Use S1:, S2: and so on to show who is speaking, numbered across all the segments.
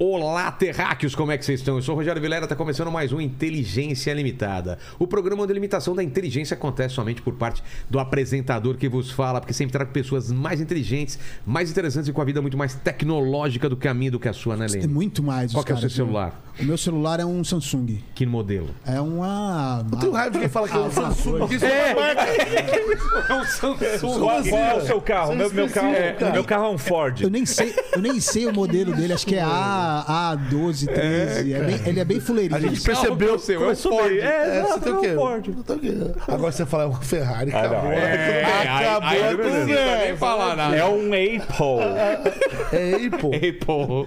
S1: Olá, terráqueos, como é que vocês estão? Eu sou o Rogério Vilera, está começando mais um Inteligência Limitada. O programa de limitação da inteligência acontece somente por parte do apresentador que vos fala, porque sempre trago pessoas mais inteligentes, mais interessantes e com a vida muito mais tecnológica do que a minha, do que a sua, né,
S2: É
S1: Lene?
S2: muito mais.
S1: Qual
S2: os
S1: que é o seu
S2: caras, viu?
S1: celular?
S2: O meu celular é um Samsung.
S1: Que modelo?
S2: É uma.
S3: Tem raiva de quem fala que é um Samsung. Isso é uma marca.
S1: É um
S4: Qual,
S1: Samsung.
S4: qual é o seu carro? Meu, meu carro é,
S3: específica.
S4: meu carro é um Ford.
S2: Eu nem sei, eu nem sei o modelo dele, acho que é A, A12, 13. É bem- ele é bem
S3: A
S2: fuleirinho.
S3: gente percebeu.
S1: o seu, é um
S4: Começou
S1: Ford.
S4: bem. É,
S3: É, você
S4: exato,
S3: tem
S4: é
S3: o
S4: um
S3: quê?
S4: Ford.
S3: Não tem o quê. Agora você fala, é uma Ferrari.
S4: Ah, não,
S3: acabou.
S4: é.
S3: Acabou
S1: aí, aí,
S3: tudo,
S1: não precisa nem
S3: velho.
S1: falar nada.
S4: É um
S3: É,
S4: Apple.
S3: Ei, pô.
S1: Ei, porra.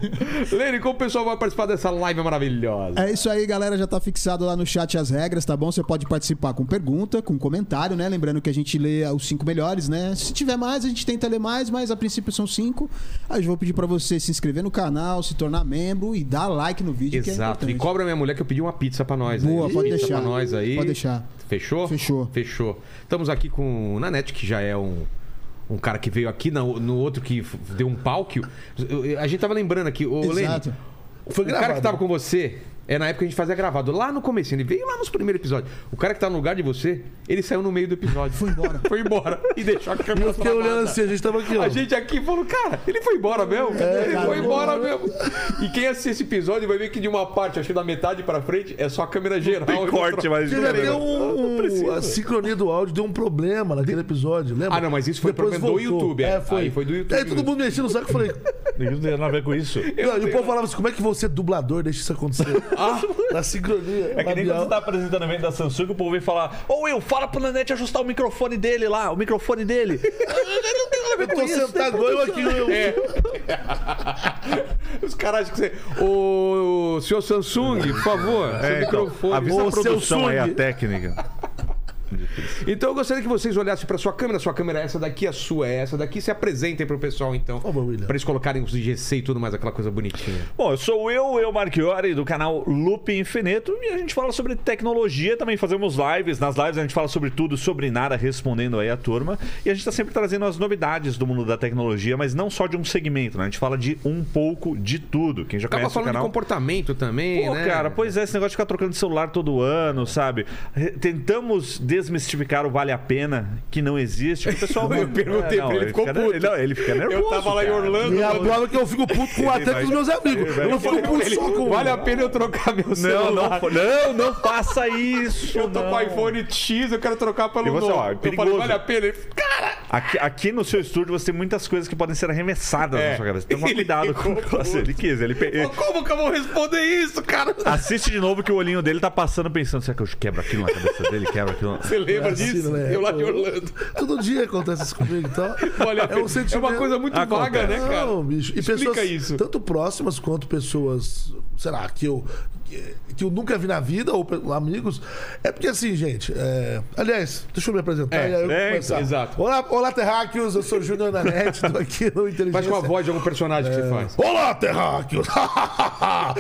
S1: Lene, como o pessoal vai participar dessa live maravilhosa?
S2: É isso aí, galera. Já tá fixado lá no chat as regras, tá bom? Você pode participar com pergunta, com comentário, né? Lembrando que a gente lê os cinco melhores, né? Se tiver mais, a gente tenta ler mais, mas a princípio são cinco. Aí eu vou pedir pra você se inscrever no canal, se tornar membro e dar like no vídeo.
S1: Exato.
S2: Que é
S1: e
S2: importante.
S1: cobra minha mulher que eu pedi uma pizza pra nós.
S2: Boa,
S1: aí.
S2: pode
S1: pizza
S2: deixar.
S1: Pra nós aí.
S2: Pode deixar.
S1: Fechou?
S2: Fechou.
S1: Fechou. Estamos aqui com o Nanete, que já é um. Um cara que veio aqui na- no outro que f- deu um palco. Eu- eu- A gente tava lembrando aqui,
S3: é
S1: ô Lene,
S2: Exato.
S3: Foi
S1: o cara
S3: gravado.
S1: que tava com você, é na época que a gente fazia gravado, lá no comecinho, ele veio lá nos primeiros episódios. O cara que tá no lugar de você, ele saiu no meio do episódio. Foi
S2: embora.
S1: foi embora. E deixou a
S3: E
S1: câmera tá?
S3: eu fiquei olhando
S1: travada.
S3: assim, a gente tava aqui, ó.
S1: A gente aqui falou, cara, ele foi embora mesmo?
S3: É,
S1: ele
S2: cara,
S1: foi
S2: não-
S1: embora
S3: né?"
S1: mesmo. E quem assiste esse episódio vai ver que de uma parte, acho que da metade pra frente, é só a câmera geral.
S4: Tem
S1: e
S4: corte,
S1: outra-
S4: mas.
S3: Teve até
S4: Não
S3: um,
S4: precisa.
S3: a sincronia do áudio deu um problema naquele episódio, lembra?
S1: Ah, não, mas isso foi problema do YouTube, é.
S3: É, foi.
S1: Aí foi do YouTube
S3: Aí todo
S1: mesmo.
S3: mundo me enchendo o saco e falei.
S4: Não tem nada a ver com isso.
S3: Não, e o povo falava assim: como é que você, dublador, deixa isso acontecer? ah, na sincronia.
S4: É que nem quando
S3: labial.
S4: você tá apresentando o evento da Samsung, o povo vem falar: Ô Will, fala pro Nanete ajustar o microfone dele lá, o microfone dele. não tem nada a ver
S3: Eu tô sentado eu aqui, eu.
S1: É. Os caras acham que você. Ô, senhor Samsung, por favor, seu
S4: É, então,
S1: microfone.
S4: avisa
S3: Ô,
S4: a produção
S3: seu
S4: aí, a
S3: Sung.
S4: técnica.
S1: Então eu gostaria que vocês olhassem pra sua câmera. Sua câmera é essa daqui, a sua é essa daqui. Se apresentem pro pessoal, então.
S3: favor, William.
S1: Pra eles colocarem os GC e tudo mais, aquela coisa bonitinha.
S4: Bom, eu sou o eu, eu Marchiori, do canal Loop Infinito, e a gente fala sobre tecnologia, também fazemos lives. Nas lives a gente fala sobre tudo, sobre nada, respondendo aí a turma. E a gente tá sempre trazendo as novidades do mundo da tecnologia, mas não só de um segmento, né? A gente fala de um pouco de tudo. Quem já
S1: Acaba
S4: conhece o
S1: falando de
S4: canal.
S1: comportamento também,
S4: Pô,
S1: né?
S4: cara, pois é, esse negócio de ficar trocando de celular todo ano, sabe? Re- Tentamos desmistificar o vale a pena, que não existe. O pessoal.
S1: Eu perguntei
S4: É, não,
S1: pra ele, ficou
S4: fica,
S1: puto.
S4: ele- Não, ele fica é nervoso.
S1: Eu tava lá em
S4: cara.
S1: Orlando.
S3: E a
S1: mano.
S3: prova é que eu fico puto com até com os meus amigos. Eu não fico puto
S1: Ele,
S3: só com
S1: vale a pena eu trocar meu
S4: Não,
S1: celular?
S4: não, fa- não, não faça isso.
S1: eu tô
S4: não.
S1: com iPhone X, eu quero trocar pelo
S4: E você,
S1: novo.
S4: ó, é
S1: eu falei,
S4: perigoso.
S1: vale a pena? Ele, cara,
S4: Aqui, aqui no seu estúdio você tem muitas coisas que podem ser arremessadas
S1: É.
S4: na sua cabeça. Toma
S1: Ele
S4: cuidado com
S1: ficou
S4: o negócio. Ele quis. Ele pe- ele-
S1: como que eu vou responder isso, cara?
S4: Assiste de novo que o olhinho dele tá passando pensando: será que eu quebro aquilo na cabeça dele? Quebra aquilo. na-"
S1: Você lembra
S3: É assim,
S1: disso?
S3: né?
S1: Eu lá de Orlando.
S3: Todo dia acontece isso comigo e tal.
S1: Olha, é,
S3: um sentimento-
S1: uma coisa muito vaga, né, cara?
S3: Não, bicho. E
S1: Explica
S3: pessoas
S1: isso.
S3: tanto próximas quanto pessoas, sei lá, que eu, que, que eu nunca vi na vida, ou pe- amigos. É porque assim, gente. é, Aliás, deixa eu me apresentar.
S1: É,
S3: e aí eu vou
S4: é,
S3: começar.
S1: exato.
S3: Olá, olá, Terráqueos. Eu sou o Júnior Nanete, tô aqui no Inteligência.
S1: Faz com a voz de algum personagem que você faz.
S3: Olá, terráqueos!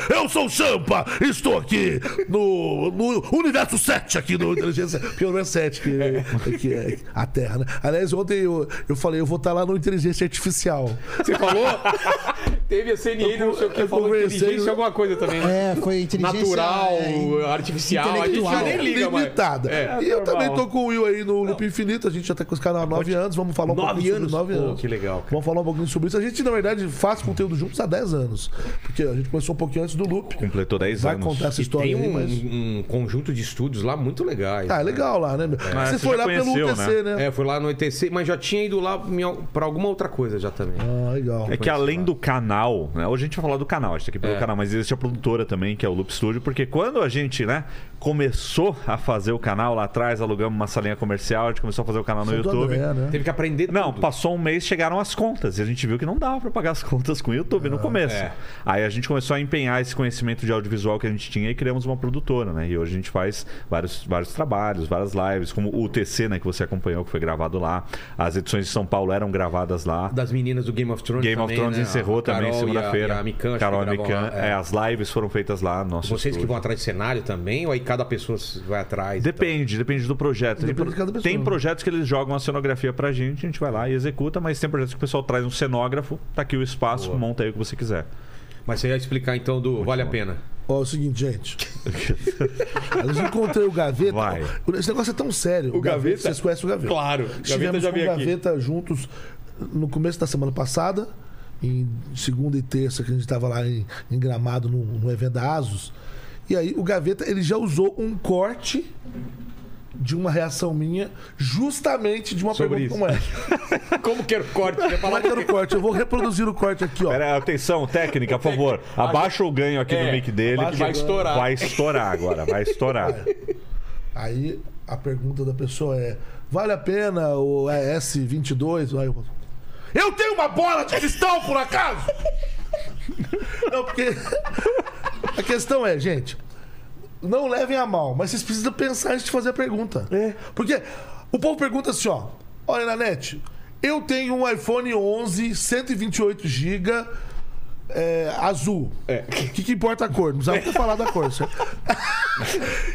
S3: Eu sou o Champa! Estou aqui no, no Universo 7, aqui no Inteligência... Porque é o Universo 7, que, que é a Terra, né? Aliás, ontem eu, eu falei, eu vou estar lá no Inteligência Artificial.
S1: Você falou? Teve a CNN, não sei o que,
S3: eu
S1: falou
S3: conversei-
S1: inteligência alguma coisa também, né?
S2: É, foi inteligência.
S1: Natural,
S2: é,
S1: artificial, a gente já
S2: intelectual.
S1: nem liga mais.
S3: Limitada.
S1: É.
S3: e eu
S4: normal.
S3: também tô com o Will aí no Loop Infinito, a gente já tá com os caras há nove anos, vamos falar um
S1: Nove
S3: pouquinho
S1: anos?
S3: sobre nove
S1: Pô,
S3: anos.
S1: que legal, cara.
S3: Vamos falar um pouquinho sobre isso. A gente, na verdade, faz conteúdo juntos há 10 anos. Porque a gente começou um pouquinho antes do Loop.
S4: Completou 10
S3: Vai
S4: anos.
S3: contar essa
S1: E
S3: história
S1: tem
S3: aí,
S1: um,
S3: mas...
S1: um conjunto de estúdios lá muito legais.
S3: Ah, é
S1: né?
S3: legal lá, né? meu?
S4: Ah,
S3: Você
S4: você
S3: foi
S4: já
S3: lá pelo
S4: conheceu,
S3: UTC, né?
S1: É, eu fui lá no ETC, mas já tinha ido lá em al- pra alguma outra coisa já também.
S3: Ah, legal.
S4: É que além do canal, né? Hoje a gente vai falar do canal, a gente tá aqui pelo
S1: É.
S4: canal, mas existe a produtora também, que é o Loop Studio, porque quando a gente, né, começou a fazer o canal lá atrás, alugamos uma salinha comercial, a gente começou a fazer o canal no
S3: Santo
S4: YouTube.
S3: André, né?
S1: Teve que aprender
S4: Não,
S1: tudo.
S4: passou um mês, chegaram as contas. E a gente viu que não dava pra pagar as contas com o YouTube no começo.
S1: é.
S4: Aí a gente começou a empenhar esse conhecimento de audiovisual que a gente tinha e criamos uma produtora, né? E hoje a gente faz vários, vários trabalhos, várias lives, como o TC, né, que você acompanhou, que foi gravado lá. As edições de São Paulo eram gravadas lá.
S1: Das meninas do Game of Thrones
S4: Game of
S1: também,
S4: Thrones
S1: né?
S4: encerrou
S1: A Carol e
S4: também
S1: a-
S4: segunda-feira.
S1: e a Mikan, acho que
S4: Carol e
S1: gravam
S4: Mikan.
S1: lá, é.
S4: é, as lives foram feitas lá. Nosso
S1: Vocês que
S4: estúdio.
S1: vão atrás de cenário também, ou aí cada pessoa vai atrás? então?
S4: Depende, depende do projeto. Tem
S3: Depende de
S4: pro-
S3: cada pessoa.
S4: tem projetos que eles jogam a cenografia pra gente, a gente vai lá e executa, mas tem projetos que o pessoal traz um cenógrafo, tá aqui o espaço, monta aí o que você quiser.
S1: Mas você ia explicar então do Vale a Pena.
S3: Ó, é o seguinte, gente. Eu já encontrei o Gaveta.
S4: Vai.
S3: Esse negócio é tão sério.
S1: O Gaveta?
S3: Vocês conhecem o Gaveta?
S1: Claro, Gaveta
S3: Estivemos
S1: já
S3: com o
S1: veio aqui.
S3: Gaveta juntos no começo da semana passada, em segunda e terça, que a gente estava lá em, em Gramado, no, evento da ASUS. E aí o Gaveta, ele já usou um corte de uma reação minha, justamente de uma
S1: Sobre
S3: pergunta como
S1: Como que era o corte? Quer falar
S3: essa. Eu quero o corte, eu vou reproduzir o corte aqui, ó.
S4: Pera, atenção, técnica, por favor. Abaixa o ganho aqui
S1: É,
S4: do mic dele.
S1: abaixa o ganho.
S4: Vai estourar agora, vai estourar.
S3: Aí a pergunta da pessoa é: vale a pena o S22? Aí eu, falo, eu tenho uma bola de cristal, por acaso? Não, porque. A questão é, gente, não levem a mal, mas vocês precisam pensar antes de fazer a pergunta. Porque o povo pergunta assim, ó. Olha, Nanete, eu tenho um iPhone 11, 128 GB, eh, azul. O que, que importa a cor? Não precisava ter falado a cor, certo?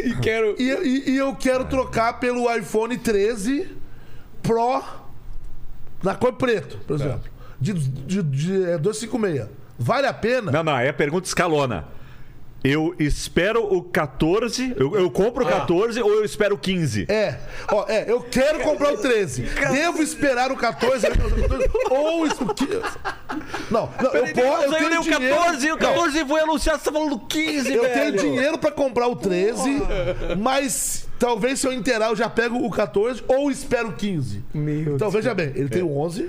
S1: E quero.
S3: E, e- e eu quero trocar pelo iPhone 13 Pro na cor preto, por
S4: Tá.
S3: exemplo. De, de, de, é, 256. Vale a pena?
S4: Não, não, é a pergunta escalona. Eu espero o 14, eu, eu compro o 14 ou eu espero o 15?
S3: É. Ó, é, eu quero comprar o 13. Devo esperar o 14 ou isso que Não, não, eu posso, eu tenho dinheiro. É.
S4: o 14 vou anunciar, você tá falando do 15,
S3: Eu tenho dinheiro pra comprar o 13, mas talvez se eu inteirar eu já pego o 14 ou espero o 15. então veja bem, ele tem o 11,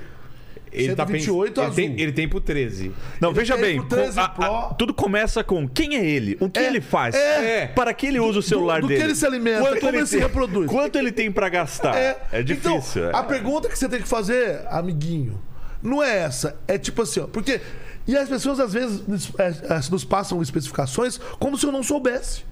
S1: Ele tá pens-
S3: 128
S1: ele tem,
S3: azul.
S1: ele tem pro 13.
S4: Não, veja
S3: tem
S4: bem,
S3: o 13
S4: com- a- a-
S3: Pro.
S4: tudo começa com quem é ele, o que
S3: É,
S4: ele faz,
S3: é.
S4: para que ele usa o celular
S3: do que
S4: dele.
S3: ele se alimenta, como ele se
S4: tem-
S3: reproduz.
S4: Quanto ele tem pra gastar. É, difícil.
S3: Então,
S4: é.
S3: a pergunta que você tem que fazer, amiguinho, não é essa. É tipo assim, ó. Porque. E as pessoas às vezes nos- é, é, nos passam especificações como se eu não soubesse.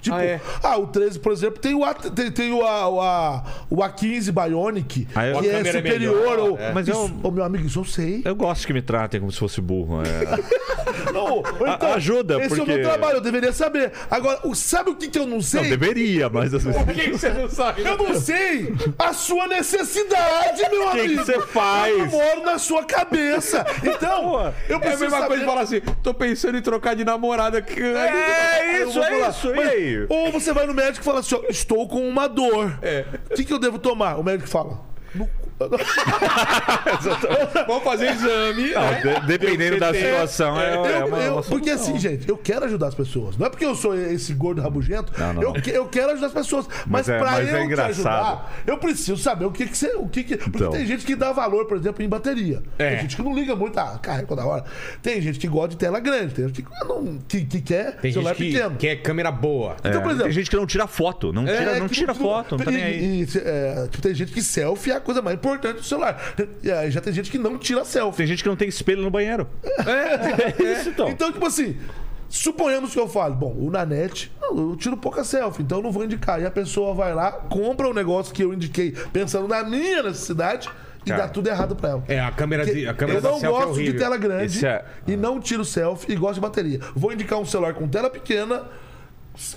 S3: Tipo,
S1: Ah,
S3: ah,
S1: é?
S3: o 13, por exemplo, tem o, A, tem, tem o, A, o, A, o A15 Bionic,
S4: Ah, é?
S3: que
S1: A
S3: é
S1: câmera é
S3: superior
S1: melhor,
S3: ao.
S4: é. Mas
S3: isso,
S4: eu-
S3: ô, meu amigo, isso eu sei.
S4: Eu gosto que me tratem como se fosse burro. é.
S3: Não, ou então,
S4: ajuda,
S3: Esse é o
S4: porque-
S3: meu trabalho, eu deveria saber. Agora, o- sabe o que, que eu não sei?
S4: Não, deveria, mas às vezes.
S1: Por que, que você não sabe?
S3: Eu não sei a sua necessidade, meu
S4: que
S3: amigo.
S4: você faz?
S3: Eu não moro na sua cabeça. Então, eu
S1: É a
S3: preciso
S1: mesma
S3: saber...
S1: coisa de falar assim, tô pensando em trocar de namorada. que-
S4: É
S3: Eu
S4: isso,
S3: vou
S4: é
S3: falar,
S4: isso. E
S3: mas-
S4: aí?
S3: Ou você vai no médico e fala assim, ó, estou com uma dor. O que, que eu devo tomar? O médico fala... "No-
S1: Vamos fazer exame.
S4: Não,
S1: né?
S4: de- dependendo da
S1: Tem-
S4: situação, é, é
S3: Eu-
S4: uma,
S3: eu-
S4: uma
S3: porque assim, gente, eu quero ajudar as pessoas. Não é porque eu sou esse gordo rabugento.
S4: Não, não,
S3: eu,
S4: não.
S3: que- eu quero ajudar as pessoas.
S4: Mas
S3: Mas,
S4: é-
S3: pra
S4: mas é
S3: eu te
S4: engraçado.
S3: ajudar, eu preciso saber o que que você... O que que, porque
S4: Então.
S3: tem gente que dá valor, por exemplo, em bateria.
S1: É.
S3: Tem gente que não liga muito, ah, carrega toda hora. Tem gente que gosta de tela grande. Tem gente que, não, que, que quer
S1: Tem
S3: celular
S1: gente que
S3: pequeno.
S1: quer câmera boa.
S3: Então, por
S4: É,
S3: exemplo...
S4: Tem gente que não tira foto, não tira,
S3: é,
S4: não
S3: que
S4: tira
S3: tu-
S4: foto, não tá
S3: e-
S4: nem aí.
S3: e, é, tipo, tem gente que selfie é a coisa mais importante do celular. E aí já tem gente que não tira selfie.
S4: Tem gente que não tem espelho no banheiro. É, é isso então.
S3: Então, tipo assim, suponhamos que eu fale, bom, o Nanete, eu tiro pouca selfie, então eu não vou indicar. E a pessoa vai lá, compra o negócio que eu indiquei, pensando na minha necessidade, e
S4: Cara.
S3: dá tudo errado pra ela.
S1: É, a câmera de. A câmera
S3: eu
S1: da
S3: não
S1: selfie é
S3: gosto de
S1: horrível.
S3: tela grande
S4: Esse é-
S3: e não tiro selfie e gosto de bateria. Vou indicar um celular com tela pequena,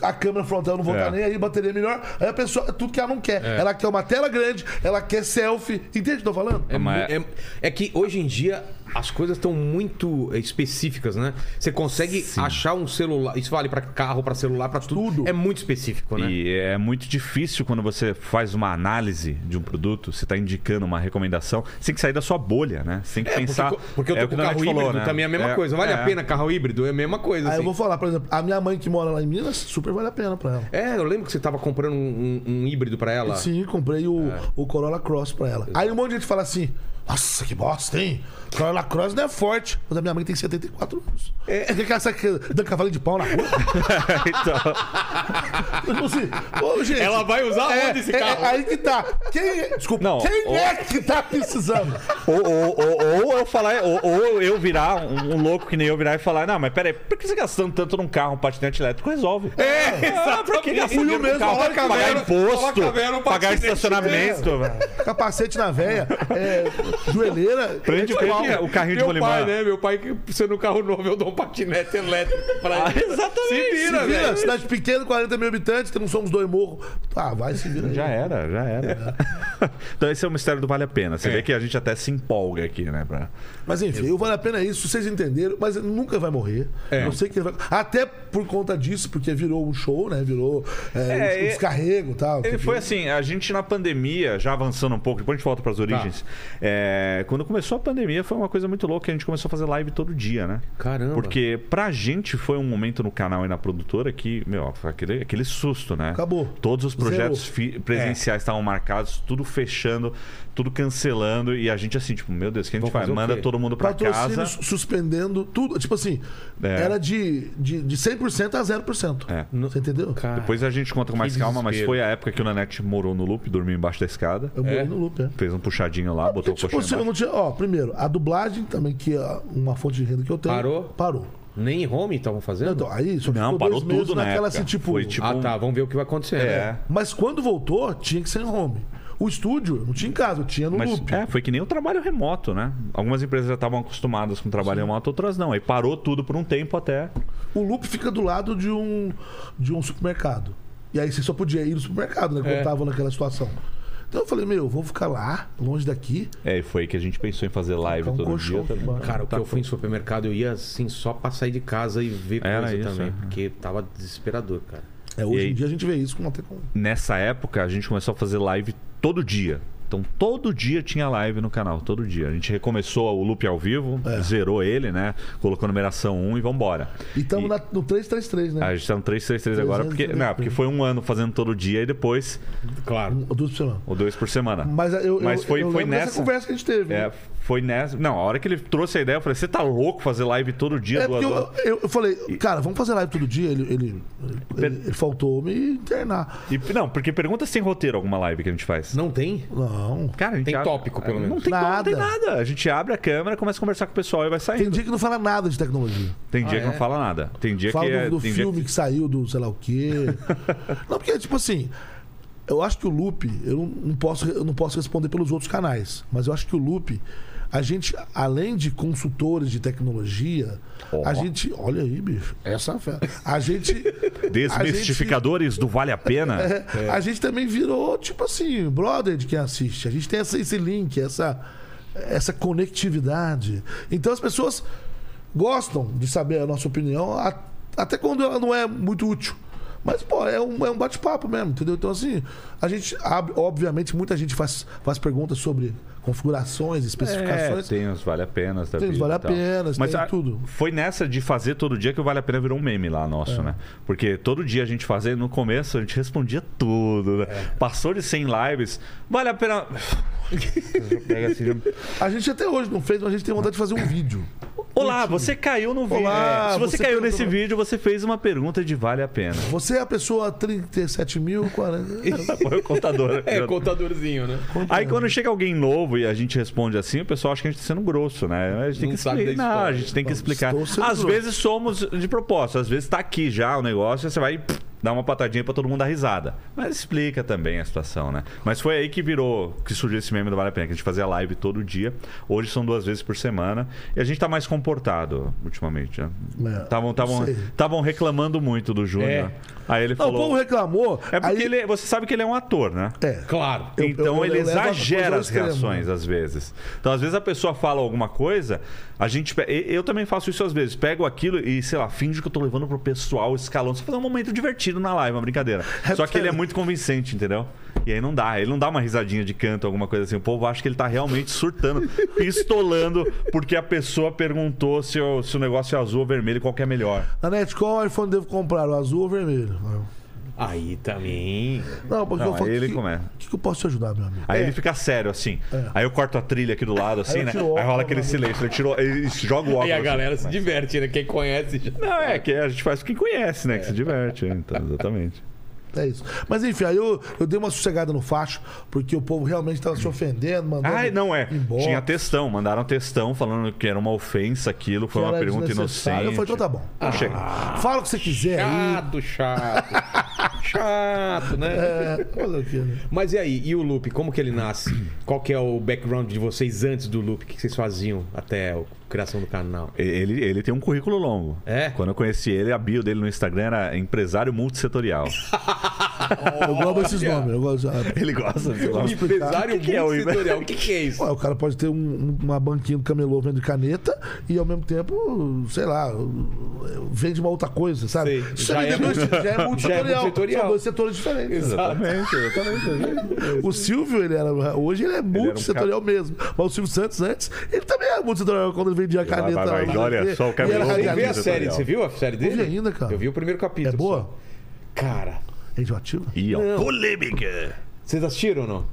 S3: a câmera frontal eu não vou
S4: É.
S3: estar nem aí, bateria melhor. Aí a pessoa, é tudo que ela não quer. Ela quer uma tela grande, ela quer selfie. Entende o que eu tô falando?
S1: É,
S4: Mas-
S1: mu- é- é que hoje em dia as coisas estão muito específicas, né? Você consegue achar um celular. Isso vale pra carro, pra celular, pra tudo.
S3: Tudo.
S1: É muito específico, né?
S4: E é muito difícil quando você faz uma análise de um produto, você está indicando uma recomendação, você tem que sair da sua bolha, né? Você tem que
S1: Porque,
S4: pensar.
S1: co- porque eu tô
S4: é o
S1: com
S4: que o
S1: carro
S4: Nanete
S1: híbrido
S4: falou, né?
S1: também é a mesma
S4: É,
S1: coisa. Vale
S4: é.
S1: a pena carro híbrido? É a mesma coisa.
S3: Aí
S1: assim.
S3: Ah, eu vou falar, por exemplo, a minha mãe que mora lá em Minas, super vale a pena pra ela.
S1: É, eu lembro que você tava comprando um, um- um híbrido pra ela.
S3: Sim, comprei o,
S1: É.
S3: o Corolla Cross pra ela. Aí um monte de gente fala assim: Nossa, que bosta, hein? Corolla Cross não é forte. Mas a minha mãe tem 74 anos. É. Você quer que ela saia dando cavalinho de pau na rua?
S4: então,
S3: Tipo assim, ô, gente.
S1: Ela vai usar
S3: é,
S1: onde esse
S3: é,
S1: carro?
S3: é aí que tá. Quem, é- desculpa,
S4: Não,
S3: quem
S4: ô-
S3: é que tá precisando?
S4: ou, ou- ou- ou eu falar, ou, ou eu virar um, um louco que nem eu virar e falar, não, mas peraí, por que você gastando tanto num carro, um patinete elétrico? Resolve.
S1: É,
S4: Ah, por que
S1: exatamente.
S4: gastar
S1: E o
S4: dinheiro
S1: mesmo,
S4: num carro?
S1: coloca a
S4: pagar
S1: vela-
S4: imposto,
S1: coloca a vela, um
S4: pagar
S1: patinete.
S4: É. estacionamento. velho.
S3: Capacete na veia, é, joelheira.
S4: Prende o
S3: pau.
S4: pau. O carrinho de
S1: Meu
S4: rolimã.
S1: pai, né? Meu pai que precisa de um carro novo, eu dou um patinete elétrico pra
S4: Ah,
S1: ele.
S4: exatamente.
S1: Se vira,
S3: Se vira,
S1: velho.
S3: cidade pequena, 40 mil habitantes, não somos dois morros. Ah, vai se vira.
S4: Já era, já era. então esse é o mistério do Vale a Pena. Você
S1: É.
S4: vê que a gente até se empolga aqui, né? pra-
S3: Mas enfim, o Vale a Pena é isso, vocês entenderam, mas ele nunca vai morrer.
S1: É.
S3: Não sei quem vai. Até por conta disso, porque virou um show, né? Virou
S4: É,
S3: é, um
S4: e-
S3: descarrego e tal.
S4: Ele foi assim, a gente na pandemia, já avançando um pouco, depois a gente volta para as origens. é, quando começou a pandemia foi uma coisa muito louca, a gente começou a fazer live todo dia, né?
S1: Caramba.
S4: Porque pra gente foi um momento no canal e na produtora que, meu, foi aquele, aquele susto, né?
S3: Acabou.
S4: Todos os projetos fi-
S1: É.
S4: presenciais estavam marcados, tudo fechando, tudo cancelando. E a gente assim, tipo, meu Deus, o que a gente
S1: Vou
S4: faz?
S1: fazer o
S4: Manda
S1: quê?
S4: todo mundo pra
S3: Patrocínio
S4: casa.
S3: su- suspendendo tudo. Tipo assim,
S4: É.
S3: era de, de, de 100% a 0%.
S4: É.
S3: Você entendeu?
S1: Cara,
S4: Depois a gente conta com mais
S1: que
S4: calma, mas
S1: desespero.
S4: foi a época que o Nanete morou no loop, dormiu embaixo da escada.
S3: Eu morri
S1: É?
S3: no loop, é.
S4: Fez um puxadinho lá, botou o
S3: Tipo
S4: colchão
S3: assim, eu
S4: embaixo.
S3: não tinha. Ó, primeiro, a dublagem também, que é uma fonte de renda que eu tenho.
S1: Parou?
S3: Parou.
S1: Nem home estavam fazendo?
S3: Então, aí só
S4: Não,
S3: ficou
S4: parou
S3: dois meses
S4: tudo na
S3: naquela
S4: época.
S3: assim, tipo.
S4: Foi, tipo,
S1: ah, tá. Vamos ver o que vai acontecer. né?
S4: É.
S3: Mas quando voltou, tinha que ser em home. O estúdio, eu não tinha em casa, eu tinha no
S4: Mas
S3: loop.
S4: é, foi que nem o trabalho remoto, né? Algumas empresas já estavam acostumadas com o trabalho remoto, outras não. Aí parou tudo por um tempo até.
S3: O loop fica do lado de um, de um supermercado. E aí você só podia ir no supermercado, né? Quando
S1: É.
S3: tava naquela situação. Então eu falei, meu, eu vou ficar lá, longe daqui.
S4: É, e foi que a gente pensou em fazer live
S3: Ficar um
S4: todo
S3: colchão,
S4: dia
S3: Tá.
S4: também.
S3: mano.
S1: Cara, o que eu fui em supermercado, eu ia assim só pra sair de casa e ver
S4: Era
S1: coisa
S4: isso,
S1: também.
S4: é.
S1: Porque tava desesperador, cara.
S3: É,
S4: E
S3: hoje
S4: aí?
S3: em dia a gente vê isso com até com.
S4: Nessa época, a gente começou a fazer live todo dia. Então, todo dia tinha live no canal, todo dia. A gente recomeçou o loop ao vivo,
S3: É.
S4: zerou ele, né? Colocou numeração 1 e vambora.
S3: E estamos
S4: E-
S3: no 333, né?
S4: A gente tá no 333 agora, porque,
S3: 333.
S4: não, porque foi um ano fazendo todo dia e depois,
S1: Claro.
S3: Um- Duas por semana.
S4: ou dois por semana.
S3: Mas eu, eu-
S4: Mas foi-
S3: eu
S4: foi
S3: lembro dessa
S4: nessa.
S3: conversa que a gente teve.
S4: É,
S3: né?
S4: foi nessa. Não, a hora que ele trouxe a ideia, eu falei: você tá louco fazer live todo dia,
S3: É
S4: duas
S3: porque eu,
S4: horas?
S3: eu, eu falei, cara, vamos fazer live todo dia. Ele, ele, ele, ele faltou me internar.
S4: E, não, porque pergunta se tem roteiro alguma live que a gente faz.
S1: Não tem?
S3: Não.
S4: Cara, a gente
S1: Tem
S4: abre-
S1: tópico, pelo
S4: Não
S1: menos.
S4: tem, nada. não tem
S3: Nada.
S4: nada. A gente abre a câmera, começa a conversar com o pessoal e vai
S3: Tem
S4: saindo.
S3: dia que não fala nada de tecnologia.
S4: Tem dia
S1: Ah,
S4: que não
S1: é?
S4: fala nada. Tem dia
S3: Fala
S4: que é.
S3: do, do
S4: tem dia
S3: filme que... saiu, do sei lá o quê. não, porque, tipo assim, eu acho que o Loop, eu não, não posso, eu não posso responder pelos outros canais, mas eu acho que o Loop, a gente, além de consultores de tecnologia,
S4: Ó.
S3: a gente. Olha aí, bicho, essa fé. A gente.
S4: que- Desmistificadores do Vale a Pena.
S3: É, A gente também virou, tipo assim, brother de quem assiste. A gente tem essa- esse link, essa, essa conectividade. Então as pessoas gostam de saber a nossa opinião, a- até quando ela não é muito útil. Mas, pô, é um, é um bate-papo mesmo, entendeu? Então, assim, a gente abre, obviamente, muita gente faz, faz perguntas sobre configurações,
S4: É,
S3: especificações.
S4: tem os vale a penas da
S3: Tem os
S4: vida
S3: vale
S4: e
S3: a
S4: tal.
S3: penas,
S4: Mas
S3: tem
S4: a-
S3: tudo.
S4: Foi nessa de fazer todo dia que o vale a pena virou um meme lá nosso,
S3: É.
S4: né? Porque todo dia a gente fazia, no começo a gente respondia tudo, né? Passou de 100 lives, vale a pena. Pega assim, já-
S3: A gente até hoje não fez, mas a gente tem vontade de fazer um vídeo.
S4: Olá, você caiu no vídeo.
S3: Olá,
S4: Se você,
S3: você
S4: caiu
S3: caiu
S4: nesse
S3: no-
S4: vídeo, você fez uma pergunta de vale a pena.
S3: Você é a pessoa 37.040.
S4: Foi o contador.
S1: É, contadorzinho, né?
S4: Aí quando chega alguém novo e a gente responde assim, o pessoal acha que a gente tá sendo grosso, né? A gente tem
S1: Não
S4: que
S1: sabe da
S4: explicar. Não,
S1: história.
S4: a gente tem que
S3: tá Não,
S4: explicar.
S3: estou sendo
S4: Às
S3: grosso.
S4: vezes somos de propósito, às vezes tá aqui já o negócio, você vai pff, dar uma patadinha pra todo mundo dar risada. Mas explica também a situação, né? Mas foi aí que virou, que surgiu esse meme do Vale a Pena, que a gente fazia live todo dia. Hoje são duas vezes por semana. E a gente tá mais comportado ultimamente, né?
S3: É,
S4: Estavam tavam,
S3: não sei.
S4: tavam reclamando muito do Júnior.
S1: É.
S4: Aí ele
S3: Não,
S4: falou.
S3: o povo reclamou.
S4: É porque
S3: aí-
S4: ele, é- você sabe que ele é um ator, né?
S3: É.
S1: Claro.
S3: Eu-
S4: Então
S3: eu- eu
S4: ele
S3: levo as coisas
S4: exagera
S3: ao
S4: as
S3: extremo. né?
S4: reações às vezes. Então às vezes a pessoa fala alguma coisa, a gente pe- e- eu também faço isso às vezes, pego aquilo e sei lá, finge que eu tô levando pro pessoal escalão, só fazer um momento divertido na live, uma brincadeira. Só que ele é muito convincente, entendeu? E aí não dá, ele não dá uma risadinha de canto, alguma coisa assim. O povo acha que ele tá realmente surtando, pistolando, porque a pessoa perguntou se o, se o negócio é azul ou vermelho, qual que é melhor.
S3: Nanete, qual iPhone devo comprar? O azul ou o vermelho?
S1: Aí também.
S3: Não, porque
S4: Não,
S3: eu falo.
S4: aí ele
S3: que,
S4: começa.
S3: O que, que eu posso te ajudar, meu amigo?
S4: Aí ele fica sério, assim. Aí eu corto a trilha aqui do lado, assim,
S3: É. eu
S4: né?
S3: tiro o
S4: Aí rola
S3: óculos,
S4: aquele
S3: né?
S4: silêncio. Ele tirou, ele joga o óculos.
S1: Aí a galera
S4: assim.
S1: se diverte, né? Quem conhece já.
S4: Não, é que a gente faz o que conhece, né? Que se diverte, então, exatamente.
S3: É isso. Mas enfim, aí eu, eu dei uma sossegada no facho, porque o povo realmente tava se ofendendo, mandando.
S4: Ah, não é.
S3: Inbox.
S4: Tinha textão, mandaram textão falando que era uma ofensa aquilo, foi
S3: que
S4: uma
S3: era
S4: pergunta
S3: desnecessário.
S4: inocente.
S3: Eu falei, então tá bom.
S4: Não chega.
S3: Fala o que você quiser
S1: Chato,
S3: aí.
S1: chato. Chato, né?
S3: É, olha aqui, né?
S1: Mas e aí, e o loop? Como que ele nasce? Qual que é o background de vocês antes do loop? O que vocês faziam até a criação do canal?
S4: Ele, ele tem um currículo longo.
S1: É?
S4: Quando eu conheci ele, a bio dele no Instagram era empresário multissetorial.
S3: Eu gosto desses nomes. Eu gosto, ah,
S4: ele gosta desse nome.
S1: Empresário
S4: O que que é o-
S1: multissetorial. O que, que é isso?
S3: Ué, o cara pode ter um- uma banquinha do camelô vendo caneta e ao mesmo tempo, sei lá, vende uma outra coisa, sabe?
S1: Sei,
S3: Isso
S1: já é
S3: aí é dois-
S1: multi-
S3: já é multissetorial.
S1: multissetorial.
S3: São dois setores diferentes.
S4: Exatamente, exatamente.
S3: O Silvio, ele era. Hoje ele é
S4: um
S3: multissetorial mesmo. Mas o Silvio Santos antes, ele também era multissetorial quando ele vendia a
S4: Vai,
S3: caneta.
S4: vai, vai.
S3: lá, não
S4: Olha
S3: sei quê.
S4: só o
S3: E
S4: cabelão
S3: era
S4: dele.
S1: Você vê a
S3: radialista.
S1: série, você viu a série dele?
S3: vi ainda, cara.
S1: Eu vi o primeiro capítulo.
S3: É boa?
S1: só. Cara,
S3: É Enjoativo?
S4: E, ó,
S1: Não.
S4: polêmica.
S1: vocês assistiram ou não?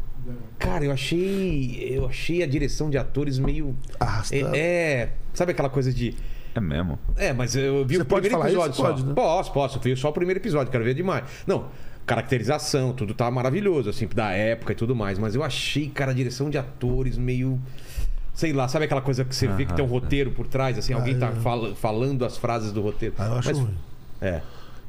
S1: Cara, eu achei. Eu achei a direção de atores meio.
S3: Arrastado.
S1: É. é- sabe aquela coisa de.
S4: É mesmo.
S1: É, mas eu vi
S3: Você
S1: o
S3: pode
S1: primeiro
S3: falar
S1: episódio
S3: isso?
S1: só.
S3: Pode, né?
S1: Posso, posso. Vi só o primeiro episódio, quero ver demais. Não, caracterização, tudo tá maravilhoso, assim, da época e tudo mais. Mas eu achei, cara, a direção de atores meio. Sei lá, sabe aquela coisa que você vê que tem um roteiro por trás, assim, alguém tá fala- falando as frases do roteiro.
S3: Ah, eu acho
S1: Mas-
S3: ruim.
S1: É.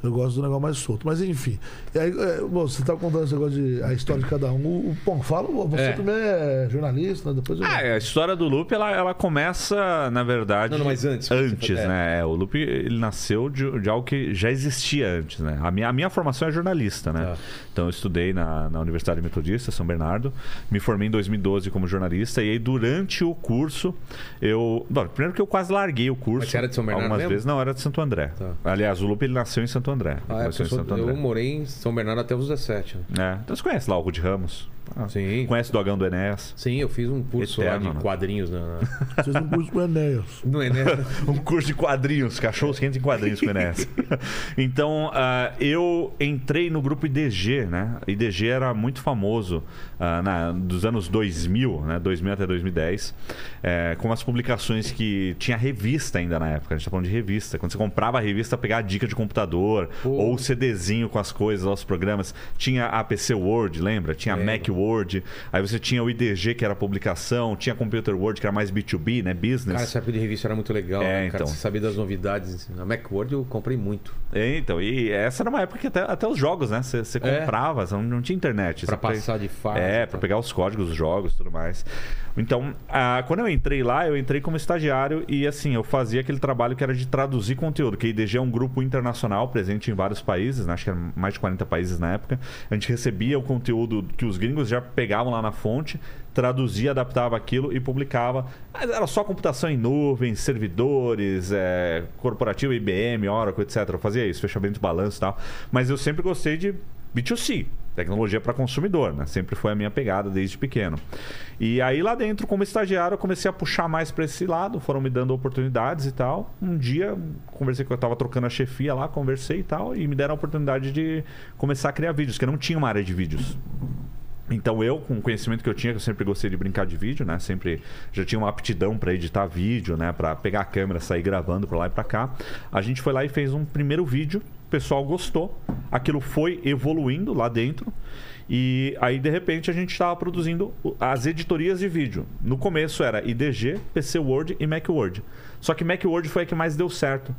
S3: Eu gosto do negócio mais solto. Mas enfim. E aí, é, bom, você tá contando esse negócio de a história de cada um. O, bom, fala, você
S1: É.
S3: também é jornalista, né? Depois eu.
S4: Ah, é, a história do Loop, ela, ela começa, na verdade.
S1: Não, não, mas antes.
S4: Antes,
S1: É.
S4: né? É, o Loop ele nasceu de, de algo que já existia antes, né? A minha, a minha formação é jornalista, né?
S1: Tá.
S4: Então eu estudei na, na Universidade Metodista, São Bernardo. Me formei em 2012 como jornalista. E aí, durante o curso, eu. Bom, primeiro que eu quase larguei o curso.
S1: Mas você era de São Bernardo
S4: Algumas
S1: mesmo?
S4: vezes. Não, era de Santo André.
S1: Tá.
S4: Aliás, o Loop ele nasceu em Santo André. Ele
S1: Ah, é porque
S4: nasceu
S1: eu,
S4: em
S1: sou,
S4: Santo
S1: eu
S4: André.
S1: morei em São Bernardo até os 17. né?
S4: É. Então você conhece lá o Rude Ramos? Ah,
S1: Sim.
S4: Conhece o Dogão do Enéas?
S1: Sim, eu fiz um curso
S4: Eterno,
S1: lá de
S4: né?
S1: quadrinhos. Né?
S3: Vocês não um curso com o Enéas.
S1: Não é, né?
S4: um curso de quadrinhos, cachorros quentes em quadrinhos com o Enéas. Então, ah, eu entrei no grupo IDG, né? IDG era muito famoso ah, na, dos anos 2000, né? 2000 até 2010, eh, com as publicações que tinha revista ainda na época. A gente tá falando de revista. Quando você comprava a revista, pegava a dica de computador ou o CDzinho com as coisas, lá, os programas. Tinha a PC Word, lembra? Tinha a Mac Word. Aí você tinha o IDG, que era publicação. Tinha a Computer Word, que era mais B2B, né? Business.
S1: Cara, é essa época de revista era muito legal.
S4: É,
S1: né, cara,
S4: então.
S1: você sabia das novidades. assim. Na Macworld eu comprei muito.
S4: É, então, e essa era uma época que até, até os jogos, né? Você você
S1: É.
S4: comprava, você não, não tinha internet.
S1: Pra
S4: Você pe-
S1: passar de fase e
S4: É, pra
S1: tal.
S4: pegar os códigos dos jogos e tudo mais. Então, ah, quando eu entrei lá, eu entrei como estagiário e, assim, eu fazia aquele trabalho que era de traduzir conteúdo, que a IDG é um grupo internacional presente em vários países, né? acho que eram mais de 40 países na época. A gente recebia o conteúdo que os gringos já pegavam lá na fonte, traduzia, adaptava aquilo e publicava. Mas era só computação em nuvem, servidores, é, corporativo, IBM, Oracle, etc. Eu fazia isso, fechamento de balanço e tal. Mas eu sempre gostei de B2C, tecnologia para consumidor, né? Sempre foi a minha pegada desde pequeno. E aí lá dentro, como estagiário, eu comecei a puxar mais para esse lado, foram me dando oportunidades e tal. Um dia, conversei que eu estava trocando a chefia lá, conversei e tal, e me deram a oportunidade de começar a criar vídeos, que eu não tinha uma área de vídeos. Então eu, com o conhecimento que eu tinha, que eu sempre gostei de brincar de vídeo, né? Sempre já tinha uma aptidão para editar vídeo, né? Para pegar a câmera, sair gravando para lá e para cá. A gente foi lá e fez um primeiro vídeo. O pessoal gostou. Aquilo foi evoluindo lá dentro. E aí de repente a gente estava produzindo o- as editorias de vídeo. No começo era IDG, PC Word e Macword. Só que Macword foi a que mais deu certo,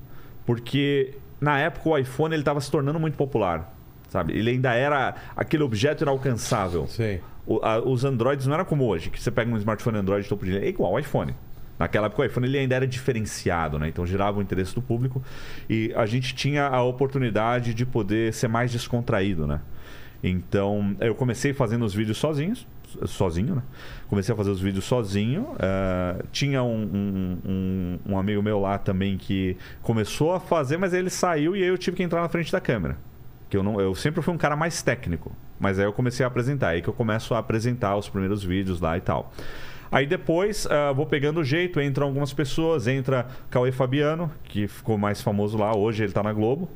S4: porque na época o iPhone ele estava se tornando muito popular. Sabe? Ele ainda era aquele objeto inalcançável.
S1: Sei.
S4: O- a- os Androids não era como hoje, que você pega um smartphone Android topo de linha, é igual ao iPhone. Naquela época o iPhone ele ainda era diferenciado, né? Então gerava o interesse do público e a gente tinha a oportunidade de poder ser mais descontraído, né? Então eu comecei fazendo os vídeos sozinhos, sozinho, né? Comecei a fazer os vídeos sozinho. ah, tinha um, um- um- um amigo meu lá também que começou a fazer, mas aí ele saiu e aí eu tive que entrar na frente da câmera que eu não eu sempre fui um cara mais técnico mas aí eu comecei a apresentar é aí que eu começo a apresentar os primeiros vídeos lá e tal aí depois ah, vou pegando o jeito entram algumas pessoas entra Cauê Fabiano que ficou mais famoso lá hoje ele tá na Globo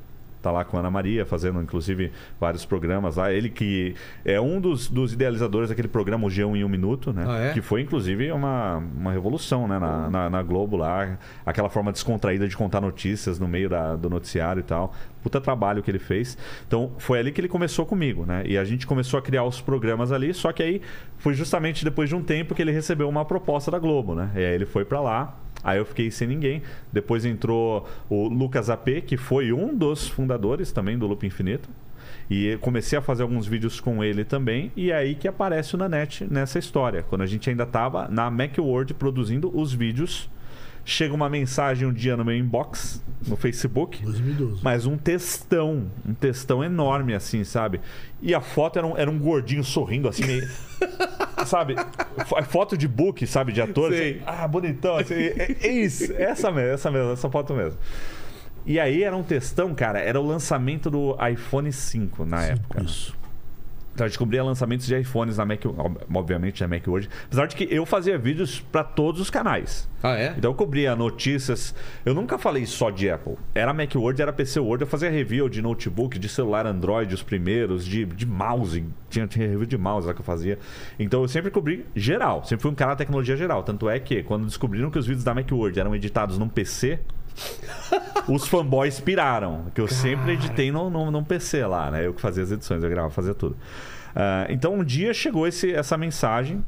S4: Tá lá com a Ana Maria, fazendo inclusive vários programas lá. Ele que é um dos, dos idealizadores daquele programa O G1 em um Minuto, né?
S1: Ah, é?
S4: Que foi inclusive uma, uma revolução né? na, na, na Globo lá, aquela forma descontraída de contar notícias no meio da- do noticiário e tal. Puta trabalho que ele fez. Então foi ali que ele começou comigo, né? E a gente começou a criar os programas ali, só que aí foi justamente depois de um tempo que ele recebeu uma proposta da Globo, né? E aí ele foi pra lá. Aí eu fiquei sem ninguém. Depois entrou o Lucas AP, que foi um dos fundadores também do Loop Infinito. E eu comecei a fazer alguns vídeos com ele também. E é aí que aparece o Nanete nessa história. Quando a gente ainda estava na Macworld produzindo os vídeos. Chega uma mensagem um dia no meu inbox, no Facebook,
S3: 2012.
S4: mas um textão, um textão enorme, assim, sabe? E a foto era um, era um gordinho sorrindo, assim, meio. sabe? Fo- Foto de book, sabe? De ator.
S1: Sei.
S4: assim, ah, bonitão. Assim, é, é isso, essa mesmo, essa mesmo, essa foto mesmo. E aí era um textão, cara, era o lançamento do iPhone 5 na época. né?
S3: Isso.
S4: Então eu descobria lançamentos de iPhones na Mac, obviamente na Mac hoje. Apesar de que eu fazia vídeos pra todos os canais.
S1: Ah, é?
S4: Então eu cobria notícias. Eu nunca falei só de Apple. Era Macworld, era PC World. Eu fazia review de notebook, de celular Android, os primeiros, de, de mouse. Tinha, tinha review de mouse lá que eu fazia. Então eu sempre cobri geral. Sempre fui um cara da tecnologia geral. Tanto é que quando descobriram que os vídeos da Macworld eram editados num PC, os fanboys piraram. Que eu sempre editei num, num, num PC lá, né? Eu que fazia as edições, eu gravava, fazia tudo. Ah, então um dia chegou esse, essa mensagem.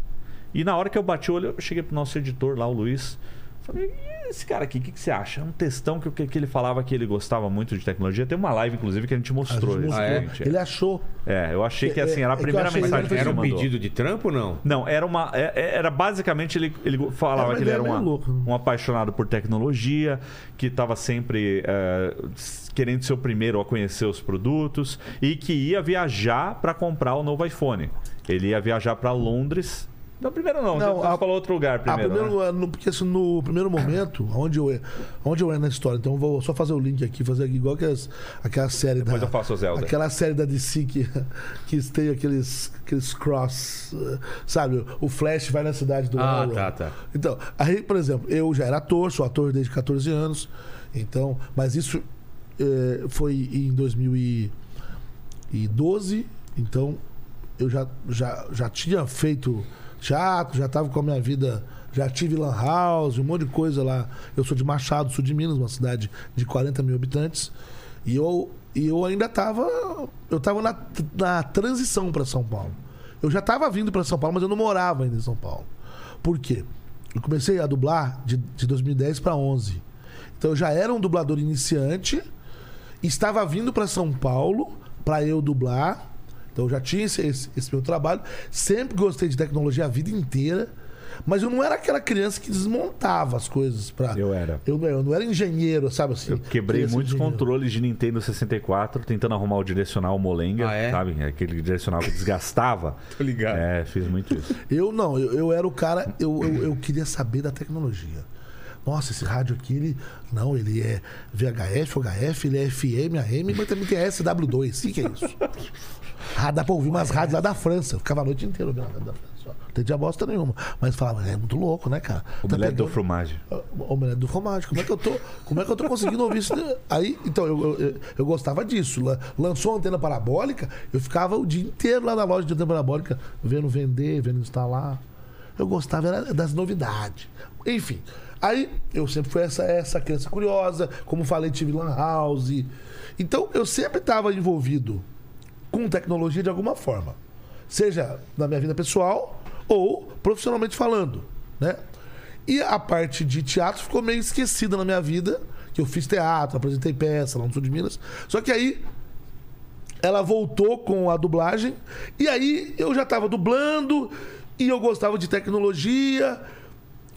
S4: E na hora que eu bati o olho, eu cheguei pro nosso editor lá, o Luiz. Falei, e esse cara aqui, o que, que você acha? É um textão que, que, que ele falava que ele gostava muito de tecnologia. Tem uma live, inclusive, que a gente mostrou.
S3: Mostrou.
S4: isso,
S1: Ah, é?
S4: gente.
S3: Ele achou.
S4: É, eu achei que assim,
S3: É,
S4: era a
S3: é que eu
S4: primeira
S3: achei-
S4: mensagem que ele
S1: Era um
S4: mandou.
S1: pedido de trampo ou não?
S4: Não, era uma. é- é- Era basicamente ele, ele
S3: Era
S4: falava
S3: uma
S4: que ele era
S3: ideia
S4: uma-
S3: meio louca.
S4: um apaixonado por tecnologia, que estava sempre é, s- querendo ser o primeiro a conhecer os produtos e que ia viajar para comprar o novo iPhone. Ele ia viajar para Londres. Não, primeiro não,
S3: Não,
S4: não
S3: a-
S4: falou outro lugar
S3: Ah,
S4: primeiro. né?
S3: primeiro, ah, no- porque assim, no primeiro momento, onde eu, onde eu era na história, então eu vou só fazer o link aqui, fazer igual aquelas, aquela série
S4: Depois
S3: da.
S4: eu faço o Zelda.
S3: Aquela série da DC que, que tem aqueles, aqueles cross. eh, Sabe, o Flash vai na cidade do
S1: Ah,
S3: Arrow.
S1: tá, tá.
S3: Então, aí, por exemplo, eu já era ator, sou ator desde 14 anos, então, mas isso eh, foi em 2012, então eu já, já, já tinha feito teatro, já estava com a minha vida, já tive lan house, um monte de coisa lá. Eu sou de Machado, sul de Minas, uma cidade de 40 mil habitantes, e eu, e eu ainda estava, eu estava na, na transição para São Paulo. Eu já estava vindo para São Paulo, mas eu não morava ainda em São Paulo. Por quê? Eu comecei a dublar de, de 2010 para 11. Então eu já era um dublador iniciante, estava vindo para São Paulo para eu dublar. Então eu já tinha esse, esse- esse meu trabalho, sempre gostei de tecnologia a vida inteira, mas eu não era aquela criança que desmontava as coisas para
S4: Eu era.
S3: Eu, não- eu não era engenheiro, sabe assim.
S4: Eu quebrei
S3: queria ser
S4: muitos
S3: engenheiro.
S4: controles de Nintendo 64 tentando arrumar o direcional molenga,
S1: Ah, é?
S4: sabe? Aquele direcional que desgastava.
S1: Tô ligado.
S4: É, fiz muito isso.
S3: Eu não, eu, eu era o cara, eu, eu, eu queria saber da tecnologia. Nossa, esse rádio aqui, ele. Não, ele é VHF, HF, ele é FM, AM, mas também tem SW2. O que, que é isso? Ah, dá pra ouvir umas rádios lá da França. Eu ficava a noite inteira ouvindo a rádio da França. ó. Não entendia bosta nenhuma. Mas falava, é muito louco, né, cara? Tá
S4: Omelete do
S3: pegando-
S4: fromage.
S3: Omelete do fromage. Como é que eu tô, como é que eu tô conseguindo ouvir isso? Aí, então, eu, eu, eu gostava disso. Lan- Lançou a antena parabólica, eu ficava o dia inteiro lá na loja de antena parabólica, vendo vender, vendo instalar. Eu gostava era das novidades. Enfim, aí eu sempre fui essa, essa criança curiosa. Como falei, tive lan house. Então, eu sempre estava envolvido com tecnologia de alguma forma. Seja na minha vida pessoal ou profissionalmente falando, né? E a parte de teatro ficou meio esquecida na minha vida, que eu fiz teatro, apresentei peça lá no sul de Minas. Só que aí ela voltou com a dublagem e aí eu já tava dublando e eu gostava de tecnologia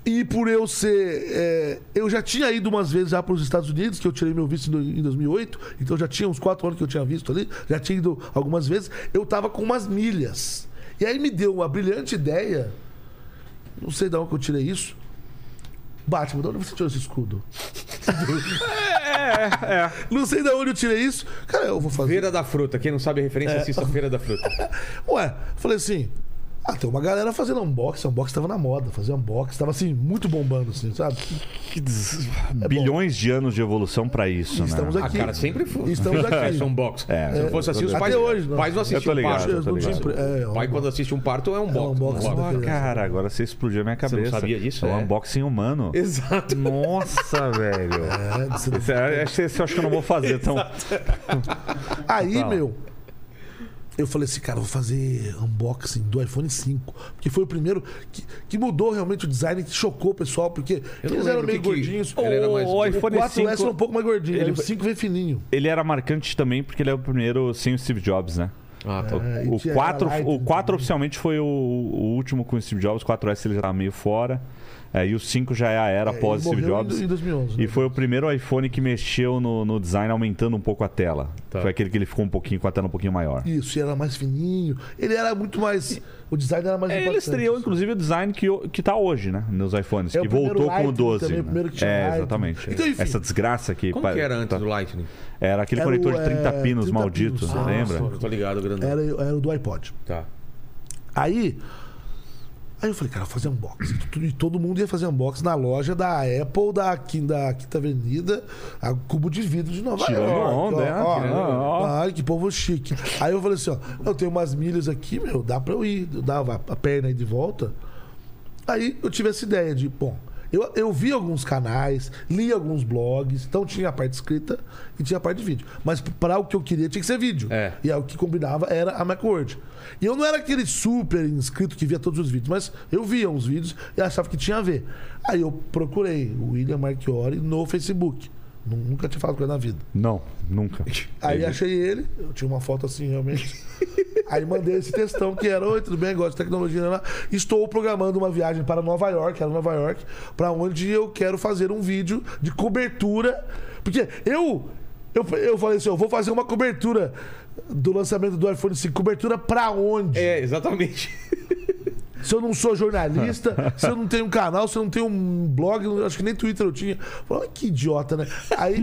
S3: e por eu ser é, eu já tinha ido umas vezes já para os Estados Unidos que eu tirei meu visto em do- em 2008 então já tinha uns quatro anos que eu tinha visto ali já tinha ido algumas vezes eu tava com umas milhas e aí me deu uma brilhante ideia não sei de onde que eu tirei isso Batman, de onde você tirou esse escudo? Não sei de onde eu tirei isso. Cara, eu vou fazer.
S1: Feira da Fruta. Quem não sabe a referência,
S3: É.
S1: assista a Feira da Fruta.
S3: Ué, falei assim. Ah, tem uma galera fazendo unboxing, unboxing tava na moda, fazer unboxing, tava assim, muito bombando, assim, sabe? É
S4: Que des- Bilhões de anos de evolução pra isso,
S3: Estamos
S4: né?
S1: Ah,
S3: aqui.
S1: cara, sempre foi.
S3: Estamos aqui.
S1: Isso é um box.
S4: É,
S1: Se não fosse assim, os
S3: até
S1: pais,
S3: hoje, não.
S1: não. pais não assistiam um
S4: ligado,
S1: parto.
S4: eu tô
S1: Não
S3: ligado.
S1: tinha-
S3: É, é um
S1: pai,
S3: box.
S1: quando assiste um parto, é um box.
S3: unboxing
S1: Um
S3: daquele-
S1: box.
S4: Cara, agora você explodiu minha
S1: Você não
S4: cabeça.
S1: sabia disso?
S4: É um
S1: É.
S4: unboxing humano.
S1: Exato.
S4: Nossa, velho.
S3: É, você-
S4: Esse, acho que esse eu acho que eu não vou fazer. Então,
S3: Aí, meu, Eu falei assim, cara, eu vou fazer unboxing do iPhone 5. Porque foi o primeiro que, que mudou realmente o design, que chocou o pessoal, porque
S1: Eu não
S3: eles eram
S1: lembro
S3: meio
S1: o que que-
S3: gordinhos.
S1: Ele era
S4: O-
S1: mais-
S4: o
S1: Tá, o
S3: O
S4: iPhone
S3: 4S
S4: 5,
S3: era um pouco mais gordinho,
S4: Ele
S3: aí o
S4: foi-
S3: 5 veio fininho.
S4: ele era marcante também porque ele é o primeiro sem o Steve Jobs, né?
S1: Ah, tá.
S3: É, e
S4: O
S3: tinha
S4: 4,
S3: highlight,
S4: o 4
S3: entendeu?
S4: oficialmente foi o, o último com o Steve Jobs, o 4S ele já tava meio fora. É, e o 5 já é a era
S3: É, ele
S4: pós Steve
S3: morreu em
S4: Jobs.
S3: do- Em 2011. né?
S4: E foi o primeiro iPhone que mexeu no, no design aumentando um pouco a tela.
S1: Tá.
S4: Foi aquele que ele ficou um pouquinho com a tela um pouquinho maior.
S3: Isso, e era mais fininho. Ele era muito mais. O design era mais
S4: É, ele
S3: impactante.
S4: estreou, inclusive, o design que, o- que tá hoje, né? Nos iPhones.
S3: assim. É o
S4: que
S3: primeiro
S4: voltou com o
S3: Lightning
S4: 12.
S3: também, o
S4: né?
S3: primeiro que tinha
S4: é,
S3: Lightning.
S4: exatamente.
S3: Então, enfim.
S4: Essa desgraça que.
S1: Como que era antes
S4: tá-
S1: do Lightning?
S4: Era aquele
S3: Era o,
S4: conector de 30
S3: é,
S4: pinos
S3: 30
S4: maldito,
S3: pinos,
S4: né?
S3: ah,
S4: lembra?
S1: Eu tô ligado, grandão.
S3: Era, era o do iPod.
S1: Tá.
S3: Aí. Aí eu falei, cara, fazer unboxing. Tudo- E todo mundo ia fazer unboxing na loja da Apple, da, Qui- da Quinta Avenida, a Cubo de Vidro de Nova
S4: Tirando
S3: York.
S4: onda, né?
S3: ó,
S4: Tirando
S3: ó,
S4: onda.
S3: Ai, que povo chique. Aí eu falei assim, ó, eu tenho umas milhas aqui, meu, dá pra eu ir. Eu dava a perna aí de volta. Aí eu tive essa ideia de, bom, eu, eu vi alguns canais, li alguns blogs, então tinha a parte escrita e tinha a parte de vídeo. Mas para o que eu queria tinha que ser vídeo.
S1: É.
S3: E aí o que combinava era a Macworld. E eu não era aquele super inscrito que via todos os vídeos, mas eu via uns vídeos e achava que tinha a ver. Aí eu procurei o William Marchiori no Facebook. Nu- Nunca tinha falado com ele na vida.
S4: Não, nunca.
S3: Aí achei ele, eu tinha uma foto assim realmente. Aí mandei esse textão que era: Oi, tudo bem? Gosto de tecnologia. né, Lá. Estou programando uma viagem para Nova York, era Nova York, para onde eu quero fazer um vídeo de cobertura. Porque eu, eu, eu falei assim: eu vou fazer uma cobertura do lançamento do iPhone 5. Cobertura para onde?
S1: É, exatamente.
S3: Se eu não sou jornalista, se eu não tenho um canal, se eu não tenho um blog, não- acho que nem Twitter eu tinha. Falei, "Olha que idiota, né? Aí,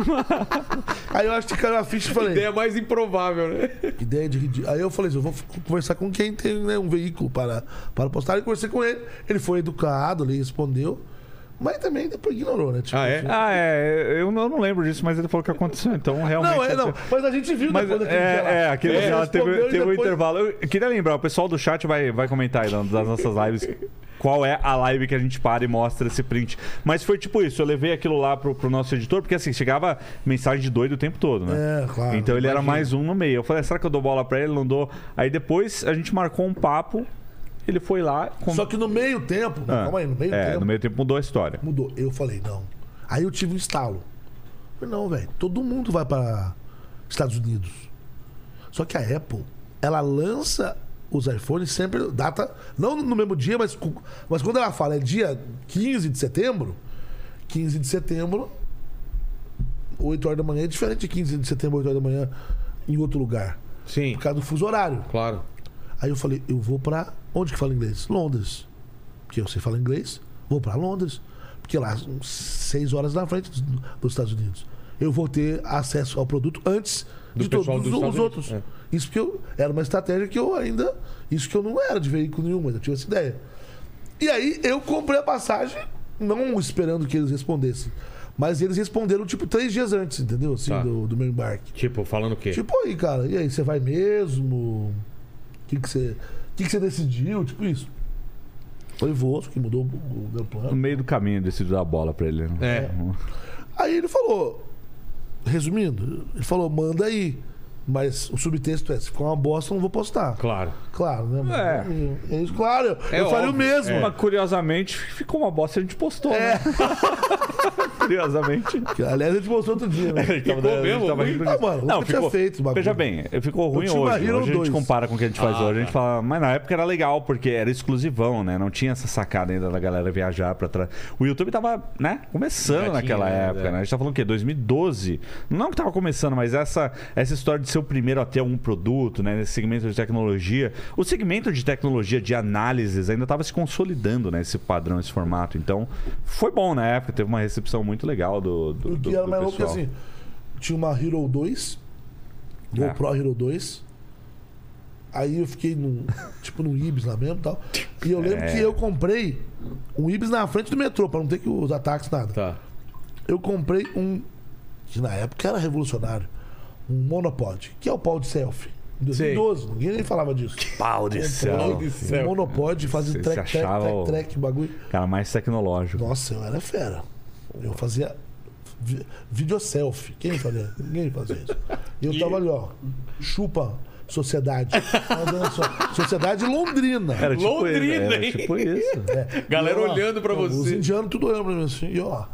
S3: aí eu acho que caiu a ficha e falei.
S1: Ideia É mais improvável, né?
S3: Que Ideia de ridículo. Aí eu falei assim, eu vou f- conversar com quem tem né, um veículo para, para postar. E conversei com ele. Ele foi educado, ele respondeu. Mas também depois ignorou, né? Tipo,
S1: Ah, é?
S3: assim,
S4: Ah, é. Eu não, eu não lembro disso, mas ele falou que aconteceu. Então, realmente.
S3: Não, é, não. Mas a gente viu
S4: Mas
S3: depois daquele dia lá.
S4: é, é, aquele
S3: Ele
S4: dia lá teve,
S3: respondeu e
S4: teve um
S3: depois-
S4: intervalo. Eu queria lembrar, o pessoal do chat vai, vai comentar aí das nossas lives qual é a live que a gente para e mostra esse print. Mas foi tipo isso, eu levei aquilo lá pro, pro nosso editor, porque assim, chegava mensagem de doido o tempo todo, né?
S3: É, claro.
S4: Então ele era mais um no meio. Eu falei, será que eu dou bola pra ele? Não dou. Aí depois a gente marcou um papo, ele foi lá... Com...
S3: Só que no meio tempo.
S4: Ah,
S3: calma aí, no meio
S4: é,
S3: tempo.
S4: no meio tempo mudou a história.
S3: Mudou. Eu falei, não. Aí eu tive um estalo. Eu Falei, não, velho, todo mundo vai para Estados Unidos. Só que a Apple, ela lança os iPhones sempre, data, não no mesmo dia, mas, cu- mas quando ela fala é dia 15 de setembro, 15 de setembro, 8 horas da manhã, é diferente de 15 de setembro, 8 horas da manhã, em outro lugar,
S1: Sim,
S3: por causa do fuso horário.
S1: claro.
S3: Aí eu falei, eu vou pra. Onde que fala inglês? Londres. Porque eu sei falar inglês, vou pra Londres. Porque lá são seis horas na frente dos, dos Estados Unidos. Eu vou ter acesso ao produto antes
S1: Do
S3: de todos
S1: pessoal dos
S3: os,
S1: Estados
S3: os outros.
S1: Unidos, é.
S3: Isso que eu. Era uma estratégia que eu ainda. Isso que eu não era de veículo nenhum, mas eu tive essa ideia. E aí eu comprei a passagem, não esperando que eles respondessem. Mas eles responderam, tipo, três dias antes, entendeu? Assim,
S1: Tá.
S3: do, do meu embarque.
S1: Tipo, falando o quê?
S3: Tipo, aí, cara, e aí, você vai mesmo? O que, que, você, que, que você decidiu? Tipo isso. Foi voo, que mudou o o meu
S4: No
S3: plano.
S4: meio do caminho eu decidi dar a bola pra ele. né?
S1: É.
S3: Aí ele falou, resumindo, ele falou, manda aí. Mas o subtexto é, se ficar uma bosta, eu não vou postar.
S1: Claro.
S3: Claro, né? mano? É. isso, claro. Eu,
S1: É
S3: eu falei o
S1: óbvio,
S3: mesmo.
S4: Mas curiosamente, ficou uma bosta e a gente postou. né? curiosamente.
S3: Que, Aliás, a gente mostrou outro dia, né?
S4: Ele tava-
S1: Ficou
S4: ele
S1: mesmo?
S4: tava rindo
S1: Ruim?
S4: disso.
S3: Ah, mano, nunca tinha feito esse bagulho.
S4: Veja bem, ficou ruim
S3: Tio
S4: hoje.
S3: Barreiro
S4: Hoje a gente
S3: 2.
S4: compara com o que a gente
S3: Ah,
S4: faz
S3: tá.
S4: hoje. A gente fala, mas na época era legal, porque era exclusivão, né? Não tinha essa sacada ainda da galera viajar pra trás. O YouTube tava, né? Começando
S1: Engatinho,
S4: naquela
S1: né?
S4: época,
S1: É.
S4: né? A gente tá falando o quê? 2012? Não que tava começando, mas essa, essa história de ser o primeiro a ter um produto, né? Nesse segmento de tecnologia. O segmento de tecnologia, de análises, ainda tava se consolidando, né? Esse padrão, esse formato. Então, foi bom na época. Teve uma recepção muito legal do, do,
S3: O que
S4: do-
S3: era
S4: do
S3: mais louco que
S4: pessoal.
S3: assim, tinha uma Hero 2,
S4: É.
S3: GoPro Hero 2. Aí eu fiquei num, tipo num Ibis lá mesmo e tal. E eu lembro
S4: É.
S3: que eu comprei um Ibis na frente do metrô, pra não ter que usar táxi nada.
S1: Tá.
S3: Eu comprei um, que na época era revolucionário, um monopod, que é o pau de selfie. Em 2012, ninguém nem falava disso.
S4: Pau de
S1: Pau
S4: céu.
S1: de
S3: Um
S1: céu.
S3: monopod, fazia
S4: Você
S3: track,
S4: se
S3: track,
S4: achava
S3: track,
S4: o-
S3: track, bagulho.
S4: Cara mais tecnológico.
S3: Nossa, eu era fera. Eu fazia vi, videoselfie. Quem fazia? Ninguém fazia isso. E eu tava ali, ó. Chupa, Sociedade. Tá andando só. Sociedade Londrina. É.
S4: Era tipo
S1: Londrina,
S4: era
S1: hein?
S4: tipo isso.
S1: Galera
S3: E, ó,
S1: olhando pra
S3: Os
S1: você.
S3: indianos tudo olhando pra mim assim. E ó,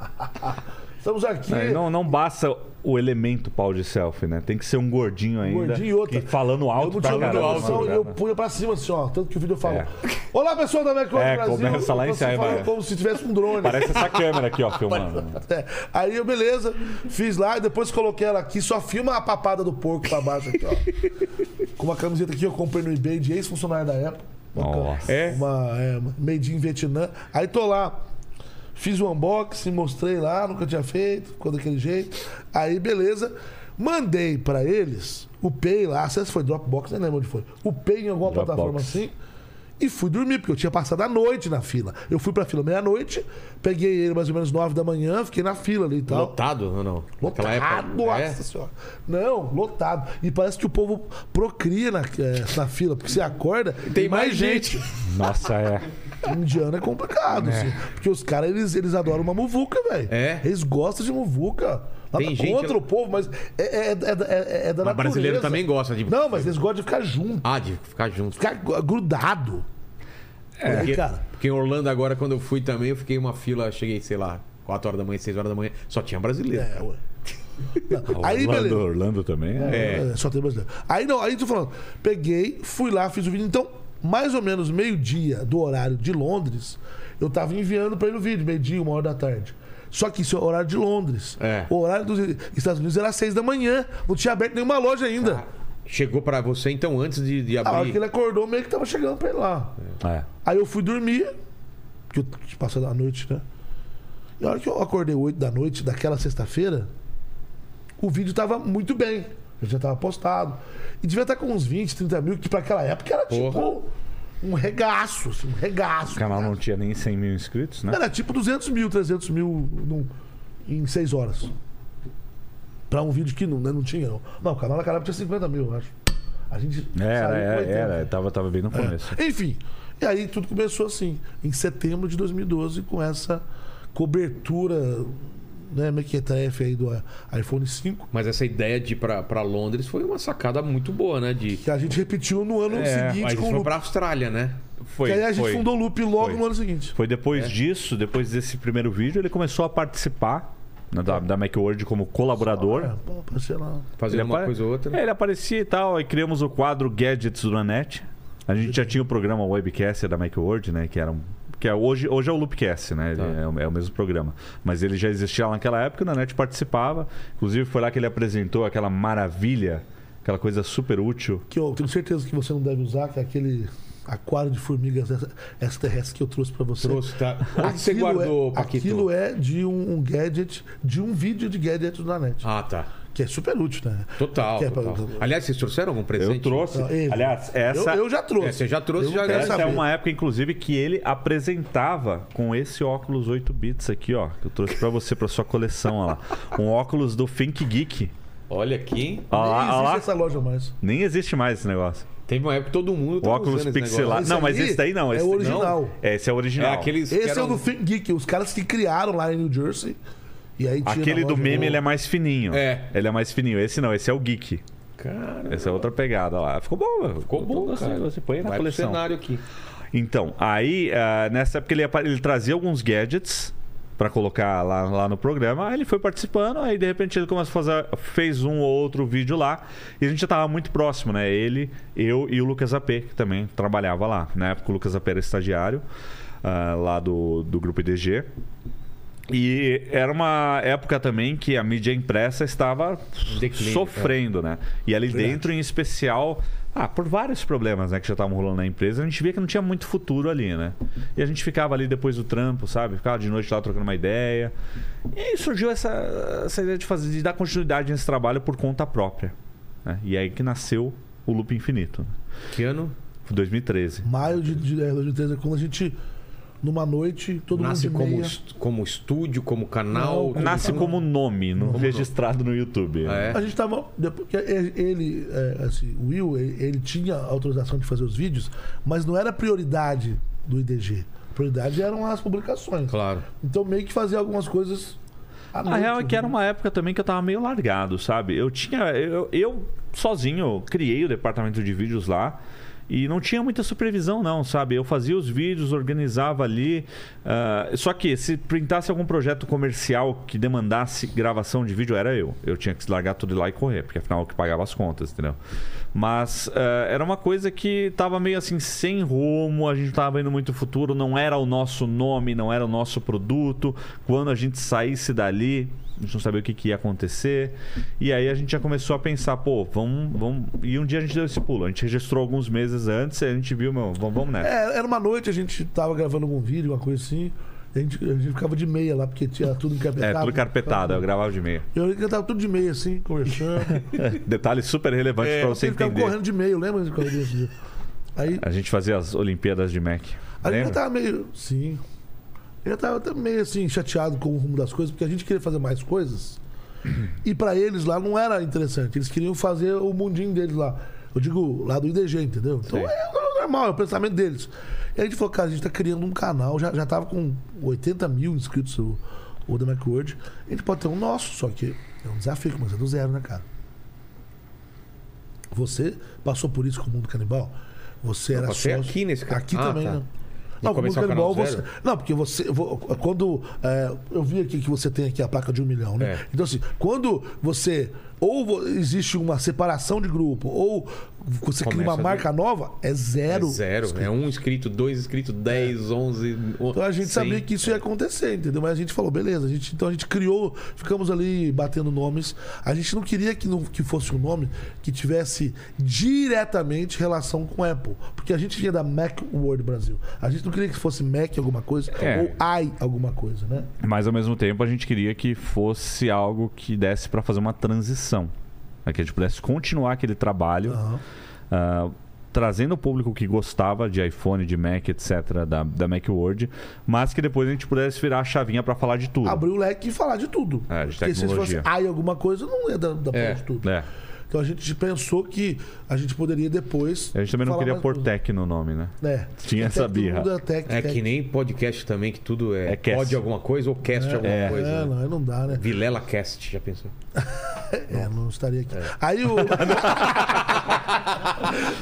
S3: estamos aqui.
S4: Aí Não, não basta o elemento pau de selfie, né? Tem que ser um gordinho ainda.
S3: Gordinho e outra.
S4: que falando alto
S3: eu não
S4: pra
S3: tinha
S4: caramba.
S3: muita noção,
S4: né?
S3: eu punha pra cima assim, ó. Tanto que o vídeo fala.
S4: É.
S3: Olá, pessoal da Macron
S4: É,
S3: Brasil.
S4: começa lá em
S3: Você
S4: cima,
S3: fala
S4: é.
S3: Como se tivesse um drone.
S4: Parece essa câmera aqui, ó, filmando.
S3: É. Aí eu, beleza, fiz lá e depois coloquei ela aqui, só filma a papada do porco pra baixo aqui, ó. Com uma camiseta que eu comprei no eBay de ex-funcionário da época.
S4: Nossa.
S1: É?
S3: Uma é, made in Vietnã. Aí tô lá. Fiz o unboxing, mostrei lá, nunca tinha feito, ficou daquele jeito. Aí, beleza. Mandei pra eles o Pay lá, se foi Dropbox, nem lembro onde foi. O Pay em alguma
S4: Dropbox.
S3: plataforma assim. E fui dormir, porque eu tinha passado a noite na fila. Eu fui pra fila meia-noite, peguei ele mais ou menos nove da manhã, fiquei na fila ali e tal.
S1: Lotado ou não?
S3: Tá. Lotado,
S1: Naquela época.
S3: nossa
S1: É?
S3: senhora. Não, lotado. E parece que o povo procria na, eh, na fila, porque você acorda. Tem,
S1: mais gente.
S4: Nossa, é.
S3: Indiano é complicado, assim. Porque os caras, eles, eles adoram uma muvuca, velho.
S1: É.
S3: Eles gostam de muvuca. Nada
S1: Tem gente-
S3: contra o povo, mas é, é, é, é, é- é da natureza.
S1: Mas brasileiro também gosta de-
S3: Não, mas eles gostam de ficar junto,
S1: Ah, de ficar junto.
S3: ficar grudado. É,
S1: Porque,
S3: cara.
S1: porque em Orlando agora, quando eu fui também, eu fiquei uma fila, cheguei, sei lá, 4 horas da manhã, 6 horas da manhã, só tinha brasileiro.
S3: É, ué. Não, Aí, beleza.
S4: Orlando, Orlando também é.
S1: É.
S3: É, só tem brasileiro. Aí não, aí tô falando. Peguei, fui lá, fiz o vídeo. Então, mais ou menos meio-dia do horário de Londres, eu tava enviando pra ele o vídeo, meio-dia, uma hora da tarde. Só que isso é horário de Londres.
S1: É.
S3: O horário dos Estados Unidos era às seis da manhã. Não tinha aberto nenhuma loja ainda.
S1: Chegou pra você, então, antes de, de
S3: A hora que
S1: abrir.
S3: ele acordou, meio que tava chegando pra ele lá.
S4: É.
S3: Aí eu fui dormir, que eu passei a noite, né? E a hora que eu acordei 8 da noite daquela sexta-feira, o vídeo tava muito bem. Ele já tava postado. E devia estar com uns 20, 30 mil, que pra aquela época era
S1: Porra.
S3: tipo um regaço, assim, um regaço.
S4: O canal não tinha nem 100 mil inscritos, né?
S3: Era tipo 200 mil, 300 mil num- em 6 horas. Pra um vídeo que não, né, não tinha, não. Não, o canal da Caramba tinha 50 mil, eu acho. A gente
S4: Era,
S3: saiu com
S4: era,
S3: 80.
S4: era. Tava, tava bem no começo.
S3: Enfim, e aí tudo começou assim, em setembro de 2012, com essa cobertura, né, mequetrefe aí do iPhone 5,
S1: Mas essa ideia de ir pra, pra Londres foi uma sacada muito boa, né? De...
S3: que a gente repetiu no ano
S1: É, Mas
S3: seguinte com o
S1: foi
S3: Loop.
S1: pra Austrália, né?
S4: É. Foi,
S3: Que aí a gente
S4: foi.
S3: fundou o Loop logo
S4: Foi.
S3: no ano seguinte.
S4: Foi depois disso, depois desse primeiro vídeo, ele começou a participar né, da, da Macworld como colaborador.
S3: É, pô, sei lá.
S1: Fazer
S4: Ele
S1: uma
S4: apare-
S1: coisa ou outra.
S4: É, ele aparecia e tal, aí criamos o quadro Gadgets do Anet. A gente já tinha o programa Webcast da Macworld, né? Que era um. Que é, hoje, hoje é o Loopcast, né? Ele
S1: Tá.
S4: é, o, é o mesmo programa. Mas ele já existia lá naquela época, o Nanete participava. Inclusive foi lá que ele apresentou aquela maravilha, aquela coisa super útil.
S3: Que eu tenho certeza que você não deve usar, que é aquele aquário de formigas extraterrestres que eu trouxe pra você.
S1: Trouxe, tá? Onde você
S3: Aquilo é-
S1: guardou, Paquito?
S3: Aquilo é de um, um gadget, de um vídeo de gadget da net.
S1: Ah, tá.
S3: Que é super útil, né?
S1: Total,
S3: Que é pra-
S1: total. Aliás, vocês trouxeram algum presente?
S4: Eu trouxe.
S3: Não, ele-
S4: Aliás, essa.
S3: Ah, Eu, eu já trouxe.
S1: É, você já trouxe,
S3: eu
S1: já-
S3: quero
S1: essa
S4: Essa é
S3: saber.
S4: uma época, inclusive, que ele apresentava com esse óculos 8 bits aqui, ó. Que eu trouxe pra você, pra sua coleção, ó lá. Um óculos do Think Geek.
S1: Olha aqui, hein?
S4: Ó
S3: Nem
S4: lá, ó
S3: existe
S4: lá.
S3: essa loja mais.
S4: Nem existe mais esse negócio.
S1: Teve uma época que todo mundo
S4: O
S1: tava
S4: óculos
S1: usando esse negócio.
S4: pixelado.
S3: Esse
S4: Não, mas
S3: aí
S4: esse daí não.
S3: é
S4: Esse daí não.
S3: original.
S4: É, esse é o
S1: É
S4: original.
S1: aqueles que um-
S3: Esse é
S1: eram-
S3: o do Think Geek, os caras que criaram lá em New Jersey. E aí tinha
S4: Aquele
S3: na
S4: do
S3: loja.
S4: meme, ele é mais fininho.
S1: É.
S4: Ele é mais fininho. Esse não, esse é o Geek.
S1: Cara,
S4: Essa é outra pegada lá. Ficou bom, meu.
S1: ficou bom,
S4: Você-
S1: cara.
S4: Você põe aí na
S1: Vai pro
S4: coleção.
S1: cenário aqui.
S4: Então, aí, ah, nessa época, ele, apa- ele trazia alguns gadgets pra colocar lá, lá no programa. Aí ele foi participando, aí de repente ele começou a fazer, fez um ou outro vídeo lá. E a gente já tava muito próximo, né? Ele, eu e o Lucas AP, que também trabalhava lá. Na época, o Lucas AP era estagiário ah, lá do, do grupo IDG. E era uma época também que a mídia impressa estava
S1: Declínio,
S4: sofrendo, né? E ali dentro, em especial, ah, por vários problemas né, que já estavam rolando na empresa, a gente via que não tinha muito futuro ali, né? E a gente ficava ali depois do trampo, sabe? Ficava de noite lá trocando uma ideia. E aí surgiu essa, essa ideia de, fazer, de dar continuidade nesse trabalho por conta própria. né? E aí que nasceu o Loop Infinito, né?
S1: É, Que ano?
S4: Foi 2013.
S3: Maio de, de 2013 é quando a gente, numa noite, todo
S1: Nasce
S3: mundo de
S1: como,
S3: meia.
S1: est- como estúdio, como canal.
S3: Não,
S1: como-
S4: Nasce como nome, não registrado no YouTube.
S1: Ah,
S4: né?
S1: é?
S3: A gente tava. Depois, que ele, é, assim, o Will, ele, ele tinha autorização de fazer os vídeos, mas não era prioridade do IDG. Prioridade eram as publicações.
S1: Claro.
S3: Então meio que fazia algumas coisas A
S4: A real é que era uma época também que eu tava meio largado, sabe? Eu tinha. Eu, eu sozinho criei o departamento de vídeos lá. E não tinha muita supervisão, não, sabe? Eu fazia os vídeos, organizava ali. ah, só que se printasse algum projeto comercial que demandasse gravação de vídeo, era eu. Eu tinha que largar tudo lá e correr, porque afinal eu que pagava as contas, entendeu? Mas ah, era uma coisa que tava meio assim, sem rumo, a gente não tava vendo muito futuro, não era o nosso nome, não era o nosso produto. Quando a gente saísse dali, a gente não sabia o que, que ia acontecer. E aí a gente já começou a pensar, pô, vamos, vamos. E um dia a gente deu esse pulo. A gente registrou alguns meses antes, aí a gente viu, meu, vamos, vamos nessa.
S3: É, era uma noite, a gente tava gravando algum vídeo, uma coisa assim. A gente, a gente ficava de meia lá, porque tinha tudo
S4: É,
S3: encarpetado.
S4: tudo carpetado, eu gravava de meia.
S3: Eu lembro que eu tava tudo de meia, assim, conversando.
S4: Detalhe super relevante pra você
S3: Ele ficava
S4: entender.
S3: É, correndo de meia, lembra de correr desse dia? Aí,
S4: A gente fazia as Olimpíadas de Mac.
S3: aí eu
S4: Lembra?
S3: tava meio. Sim. Eu tava até meio assim, chateado com o rumo das coisas, porque a gente queria fazer mais coisas. E pra eles lá não era interessante. Eles queriam fazer o mundinho deles lá. Eu digo, lá do IDG, entendeu? Então
S4: Sim.
S3: é, é normal, é o pensamento deles. E a gente falou, cara, a gente tá criando um canal, já, já tava com 80 mil inscritos o, o The Mac World. A gente pode ter um nosso, só que é um desafio, mas é do zero, né, cara? Você passou por isso com o mundo canibal? Você era
S1: passei
S3: sócio.
S1: aqui nesse ca-
S3: Aqui
S1: Ah,
S3: também,
S1: tá.
S3: né?
S1: E
S3: Não, com o mundo
S1: começar o
S3: canibal
S1: canal do
S3: você.
S1: zero?
S3: Não, porque você. vo- Quando. é, eu vi aqui que você tem aqui a placa de um milhão, né?
S1: É.
S3: Então, assim, quando você. Ou vo- existe uma separação de grupo, ou você cria uma
S1: Começa
S3: marca nova, é zero.
S1: É zero. É um inscrito, dois inscritos, dez, onze. o-
S3: Então a gente
S1: cem.
S3: sabia que isso ia acontecer, entendeu? Mas a gente falou, beleza, a gente, então a gente criou, ficamos ali batendo nomes. A gente não queria que, não, que fosse um nome que tivesse diretamente relação com Apple. Porque a gente vinha da Mac World Brasil. A gente não queria que fosse Mac alguma coisa
S4: É.
S3: ou i alguma coisa, né?
S4: Mas ao mesmo tempo a gente queria que fosse algo que desse pra fazer uma transição. Né? Que a gente pudesse continuar aquele trabalho, ah, trazendo o público que gostava de iPhone, de Mac, etc., da, da Macworld, mas que depois a gente pudesse virar a chavinha pra falar de tudo.
S3: Abrir o leque e falar de tudo.
S4: É, de
S3: Porque se fosse
S4: tecnologia.
S3: i alguma coisa, não ia dar, dar
S1: É,
S3: pra de tudo.
S4: É.
S3: Então a gente pensou que a gente poderia depois.
S4: A gente também não
S3: falar
S4: queria
S3: mais
S4: pôr
S3: coisa.
S4: tech no nome, né?
S3: É.
S4: Tinha essa
S3: Tech, todo
S4: birra.
S3: mundo tech,
S1: É
S3: tech.
S1: que nem podcast também, que tudo é,
S4: É cast.
S1: pode alguma coisa ou cast alguma
S4: é.
S1: coisa.
S3: É,
S1: né?
S3: não, aí não dá, né?
S1: Vilela Cast, já pensou?
S3: É, não estaria aqui. Aí o.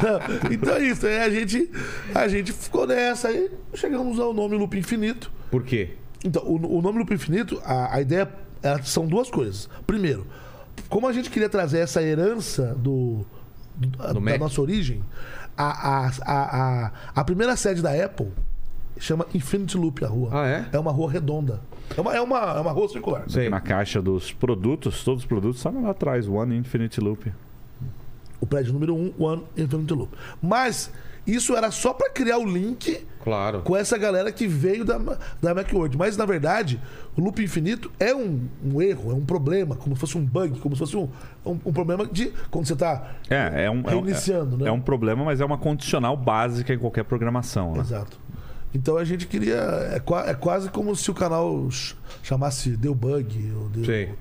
S3: Não, então é isso, aí a gente, a gente ficou nessa, aí chegamos ao nome Loop Infinito.
S1: Por quê?
S3: Então, o, o nome Loop Infinito, a, a ideia é- são duas coisas. Primeiro, como a gente queria trazer essa herança do, do- da
S1: Mac.
S3: nossa origem, a, a, a, a, a primeira sede da Apple chama Infinity Loop, a rua.
S1: Ah, é?
S3: É uma rua redonda. É uma, é uma, é uma rua circular.
S1: Sei.
S4: Na caixa dos produtos, todos os produtos, sabe lá atrás, One Infinity Loop.
S3: O prédio número 1, um, One Infinity Loop. Mas isso era só pra criar o link
S1: Claro.
S3: com essa galera que veio da, da Macworld. Mas, na verdade, o loop infinito é um, um erro, é um problema, como se fosse um bug, como se fosse um, um, um problema de quando você tá...
S4: É, é um, é um-
S3: Reiniciando,
S4: é,
S3: né?
S4: é um problema, mas é uma condicional básica em qualquer programação. Né?
S3: Exato. Então a gente queria... É, qua- é quase como se o canal ch- chamasse Deu Bug, ou Deu...
S1: Sim.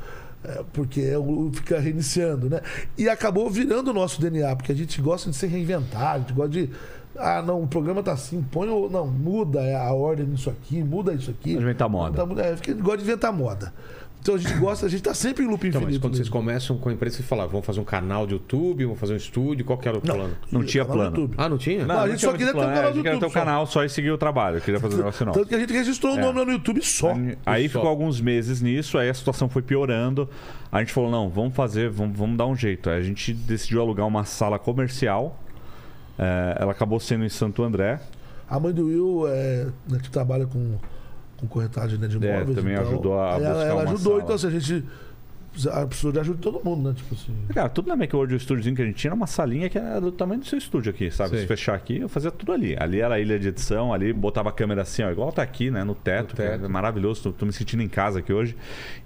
S3: É, porque é o- fica reiniciando, né? E acabou virando o nosso DNA, porque a gente gosta de se reinventar, a gente gosta de. Ah, não, o programa tá assim, põe ou não, muda a ordem disso aqui, muda isso aqui.
S4: Vamos inventar moda.
S3: Tá, muda- é, porque a gente gosta de inventar moda. Então a gente gosta, a gente tá sempre em loop
S1: Então, mas
S3: infinito.
S1: quando vocês
S3: mesmo.
S1: começam com a empresa, vocês falavam, vamos fazer um canal de YouTube, vamos fazer um estúdio, qual que era o plano?
S4: Não tinha
S3: Tá lá no
S4: plano.
S3: YouTube.
S1: Ah, não tinha?
S3: Não, a gente só
S4: tinha
S3: queria
S4: muito
S3: ter um
S4: plano.
S3: canal
S4: É, a gente
S3: do
S4: queria ter
S3: YouTube
S4: um
S3: só.
S4: canal só e seguir o trabalho. Queria fazer um negócio não.
S3: Tanto que a gente registrou o
S4: É.
S3: nome lá no YouTube só.
S4: Aí
S1: Só.
S4: ficou alguns meses nisso, aí a situação foi piorando. A gente falou, não, vamos fazer, vamos, vamos dar um jeito. Aí a gente decidiu alugar uma sala comercial. É, ela acabou sendo em Santo André.
S3: A mãe do Will é, né, que trabalha com, com corretagem né, de
S4: É,
S3: imóveis.
S4: também
S3: então,
S4: ajudou a
S3: aí Ela,
S4: buscar
S3: ela
S4: uma
S3: ajudou,
S4: sala.
S3: então assim, a gente a pessoa de ajuda de todo mundo, né? Tipo assim.
S4: Cara, tudo na Macworld, o estúdiozinho que a gente tinha era uma salinha que era do tamanho do seu estúdio aqui, sabe?
S1: Sei.
S4: Se fechar aqui, eu fazia tudo ali. Ali era a ilha de edição, ali botava a câmera assim, ó, igual tá aqui, né? No teto, que
S1: teto.
S4: é maravilhoso, tô, tô me sentindo em casa aqui hoje.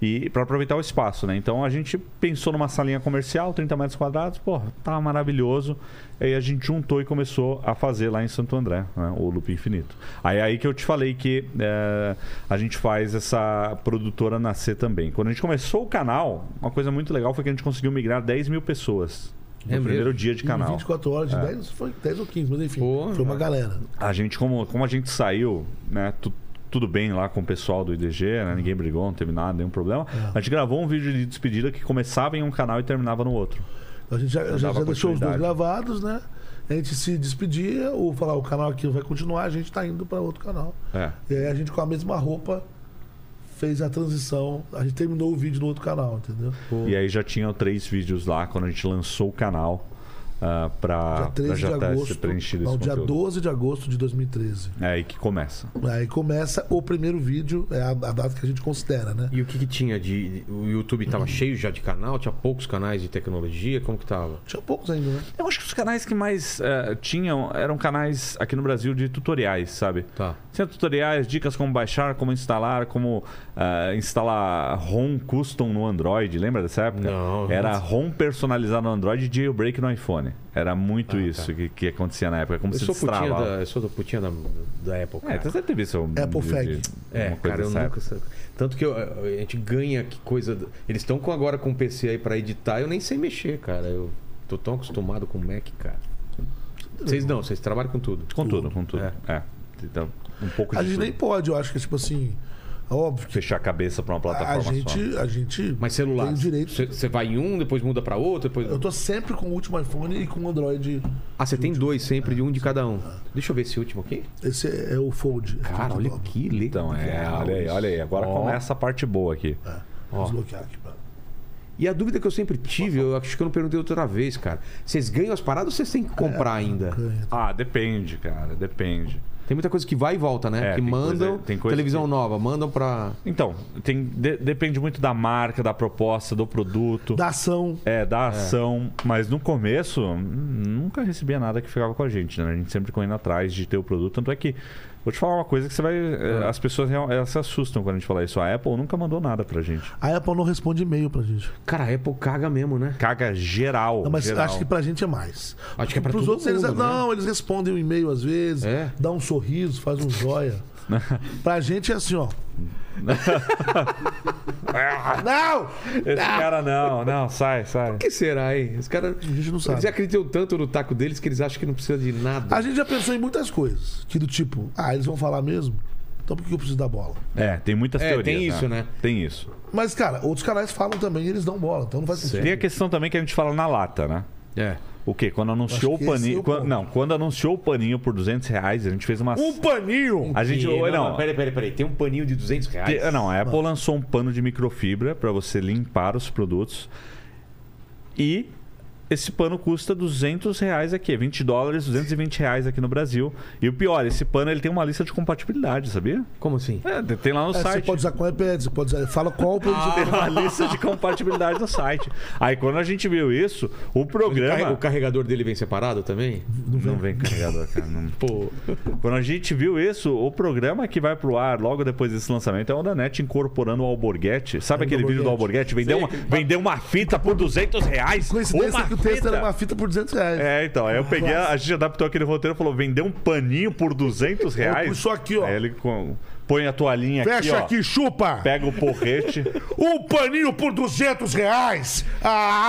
S4: E pra aproveitar o espaço, né? Então a gente pensou numa salinha comercial, 30 metros quadrados, pô, tava maravilhoso. Aí a gente juntou e começou a fazer lá em Santo André, né? O Loop Infinito. Aí aí que eu te falei que é, a gente faz essa produtora nascer também. Quando a gente começou o canal, uma coisa muito legal foi que a gente conseguiu migrar 10 mil pessoas no
S1: É mesmo?
S4: primeiro dia de
S3: Em
S4: canal. É.
S3: 24 horas, de 10, foi 10 ou 15, mas enfim,
S1: Pô,
S3: foi uma
S1: é.
S3: galera.
S4: A gente, como, como a gente saiu, né? tu- tudo bem lá com o pessoal do IDG,
S3: Uhum.
S4: né? ninguém brigou, não teve nada, nenhum problema.
S3: É.
S4: A gente gravou um vídeo de despedida que começava em um canal e terminava no outro.
S3: A gente já, já-
S4: dava
S3: já deixou os dois
S4: continuidade.
S3: gravados, né? A gente se despedia, ou falar o canal aqui vai continuar, a gente tá indo pra outro canal.
S4: É.
S3: E aí a gente com a mesma roupa fez a transição, a gente terminou o vídeo no outro canal, entendeu?
S4: E aí já tinham três vídeos lá quando a gente lançou o canal ah, pra
S3: Dia
S4: para
S3: 13
S4: já
S3: de
S4: tá
S3: agosto.
S4: ser preenchido
S3: não,
S4: esse
S3: dia
S4: conteúdo.
S3: 12 de agosto de 2013.
S4: É aí que começa.
S3: Aí começa o primeiro vídeo, é a, a data que a gente considera, né?
S1: E o que, que tinha de. O YouTube
S4: Uhum.
S1: tava cheio já de canal? Tinha poucos canais de tecnologia? Como que tava?
S3: Tinha poucos ainda, né?
S4: Eu acho que os canais que mais eh, tinham eram canais aqui no Brasil de tutoriais, sabe?
S1: Tá.
S4: Tinha tutoriais, dicas como baixar, como instalar, como ah, instalar ROM custom no Android. Lembra dessa época?
S1: Não.
S4: Era ROM personalizado no Android e jailbreak no iPhone. Era muito isso que, que acontecia na época. Como
S1: Ah, tá. Eu
S4: se
S1: sou, putinha
S4: destrava.
S1: da, eu sou da putinha da, da Apple.
S4: É,
S1: Cara.
S4: você deve ter visto um
S3: Apple
S4: vídeo
S3: Fag.
S4: de
S1: É,
S4: alguma coisa
S1: cara, eu
S4: dessa
S1: nunca. Tanto que eu- a gente ganha que coisa. Eles estão com agora com o PC aí pra editar, eu nem sei mexer, cara. Eu tô tão acostumado com o Mac, cara. Vocês não, vocês trabalham com tudo.
S4: Com tudo, com tudo. É. Então, um pouco
S3: A
S4: de
S3: gente
S4: tudo.
S3: nem pode, eu acho que, tipo assim, óbvio que
S4: fechar a cabeça pra uma
S3: a
S4: plataforma só.
S3: gente, a gente
S1: Mas celular.
S3: tem o direito.
S1: Você vai em um, depois muda pra outro, depois.
S3: Eu tô sempre com o último iPhone e com o Android.
S1: Ah, você tem dois sempre, de
S3: Ah,
S1: um de cada um. Deixa eu ver esse último aqui.
S3: Esse é o Fold.
S1: Cara, olha que
S3: aqui.
S1: legal.
S4: Então, é, olha aí, olha aí. Agora
S1: Ó.
S4: começa a parte boa aqui.
S3: Vou desbloquear aqui, pá.
S1: E a dúvida que eu sempre tive, eu acho que eu não perguntei outra vez, cara. Vocês ganham as paradas ou vocês têm que comprar
S3: É,
S1: ainda?
S3: Ganha.
S4: Ah, depende, cara, depende.
S1: Tem muita coisa que vai e volta, né?
S4: É,
S1: que
S4: tem
S1: mandam
S4: coisa- tem coisa
S1: televisão
S4: que-
S1: nova, mandam pra.
S4: Então, tem, de- depende muito da marca, da proposta, do produto.
S3: Da ação.
S4: É, da ação. Mas no começo, hum, nunca recebia nada que ficava com a gente, né? A gente sempre correndo atrás de ter o produto. Tanto é que, vou te falar uma coisa que você vai. eh, As pessoas real- elas se assustam quando a gente fala isso. A Apple nunca mandou nada pra gente.
S3: A Apple não responde e-mail pra gente.
S1: Cara, a Apple caga mesmo, né?
S4: Caga geral.
S3: Não, mas
S4: geral.
S3: acho que pra gente é mais.
S1: Acho que é pra
S3: Pros
S1: todo
S3: outros, eles,
S1: mundo, né?
S3: Não, eles respondem o e-mail às vezes,
S1: É? Né?
S3: dá um sorriso, faz um joia. pra gente é assim, ó. não!
S4: Ah! Esse cara não, não, sai, sai.
S1: O que será, hein? Os caras.
S3: A gente não sabe.
S1: Eles acreditam tanto no taco deles que eles acham que não precisa de nada.
S3: A gente já pensou em muitas coisas. Que do tipo, ah, eles vão falar mesmo? Então por que eu preciso da bola?
S4: É, tem muitas
S1: É,
S4: teorias.
S1: tem isso, né?
S4: Tem isso.
S3: Mas, cara, outros canais falam também e eles dão bola, então não faz sentido.
S4: Tem a questão também que a gente fala na lata, né?
S1: É.
S4: O quê? Quando anunciou
S3: Acho que
S4: o
S3: esse
S4: paninho.
S3: é o
S4: quan-
S3: ponto. Um
S4: não, quando anunciou o paninho por 200 reais, a gente fez uma.
S1: paninho!
S3: É,
S4: A gente-
S1: Não,
S4: não.
S1: não, peraí, peraí, peraí. Tem um paninho de 200 reais.
S4: Te- Não, a Apple lançou um pano de microfibra para você limpar os produtos. E esse pano custa 200 reais aqui, 20 dólares, 220 reais aqui no Brasil. E o pior, esse pano ele tem uma lista de compatibilidade, sabia?
S1: Como assim?
S4: É, tem lá no
S3: É, você
S4: site.
S3: pode usar com iPad, você pode usar. Fala qual produto.
S4: Tem uma lista de compatibilidade no site. Aí quando a gente viu isso, o programa.
S1: O carregador dele vem separado também?
S4: Não vem carregador, cara. não-
S1: Pô.
S4: Quando a gente viu isso, o programa que vai pro ar logo depois desse lançamento é o da NET incorporando o Alborguete. Sabe aquele vídeo do Alborguete? Vendeu uma, vendeu uma fita por 200 reais.
S3: Coincidência
S4: uma
S3: que o texto era uma Ah, fita por 200 reais.
S4: É, então. Aí eu peguei, a a gente adaptou aquele roteiro e falou: vendeu um paninho por 200 reais.
S3: puxou aqui, ó.
S4: Aí ele com- põe a toalhinha
S3: Fecha
S4: aqui,
S3: aqui, chupa!
S4: ó. Pega o porrete.
S3: Um paninho por 200 reais!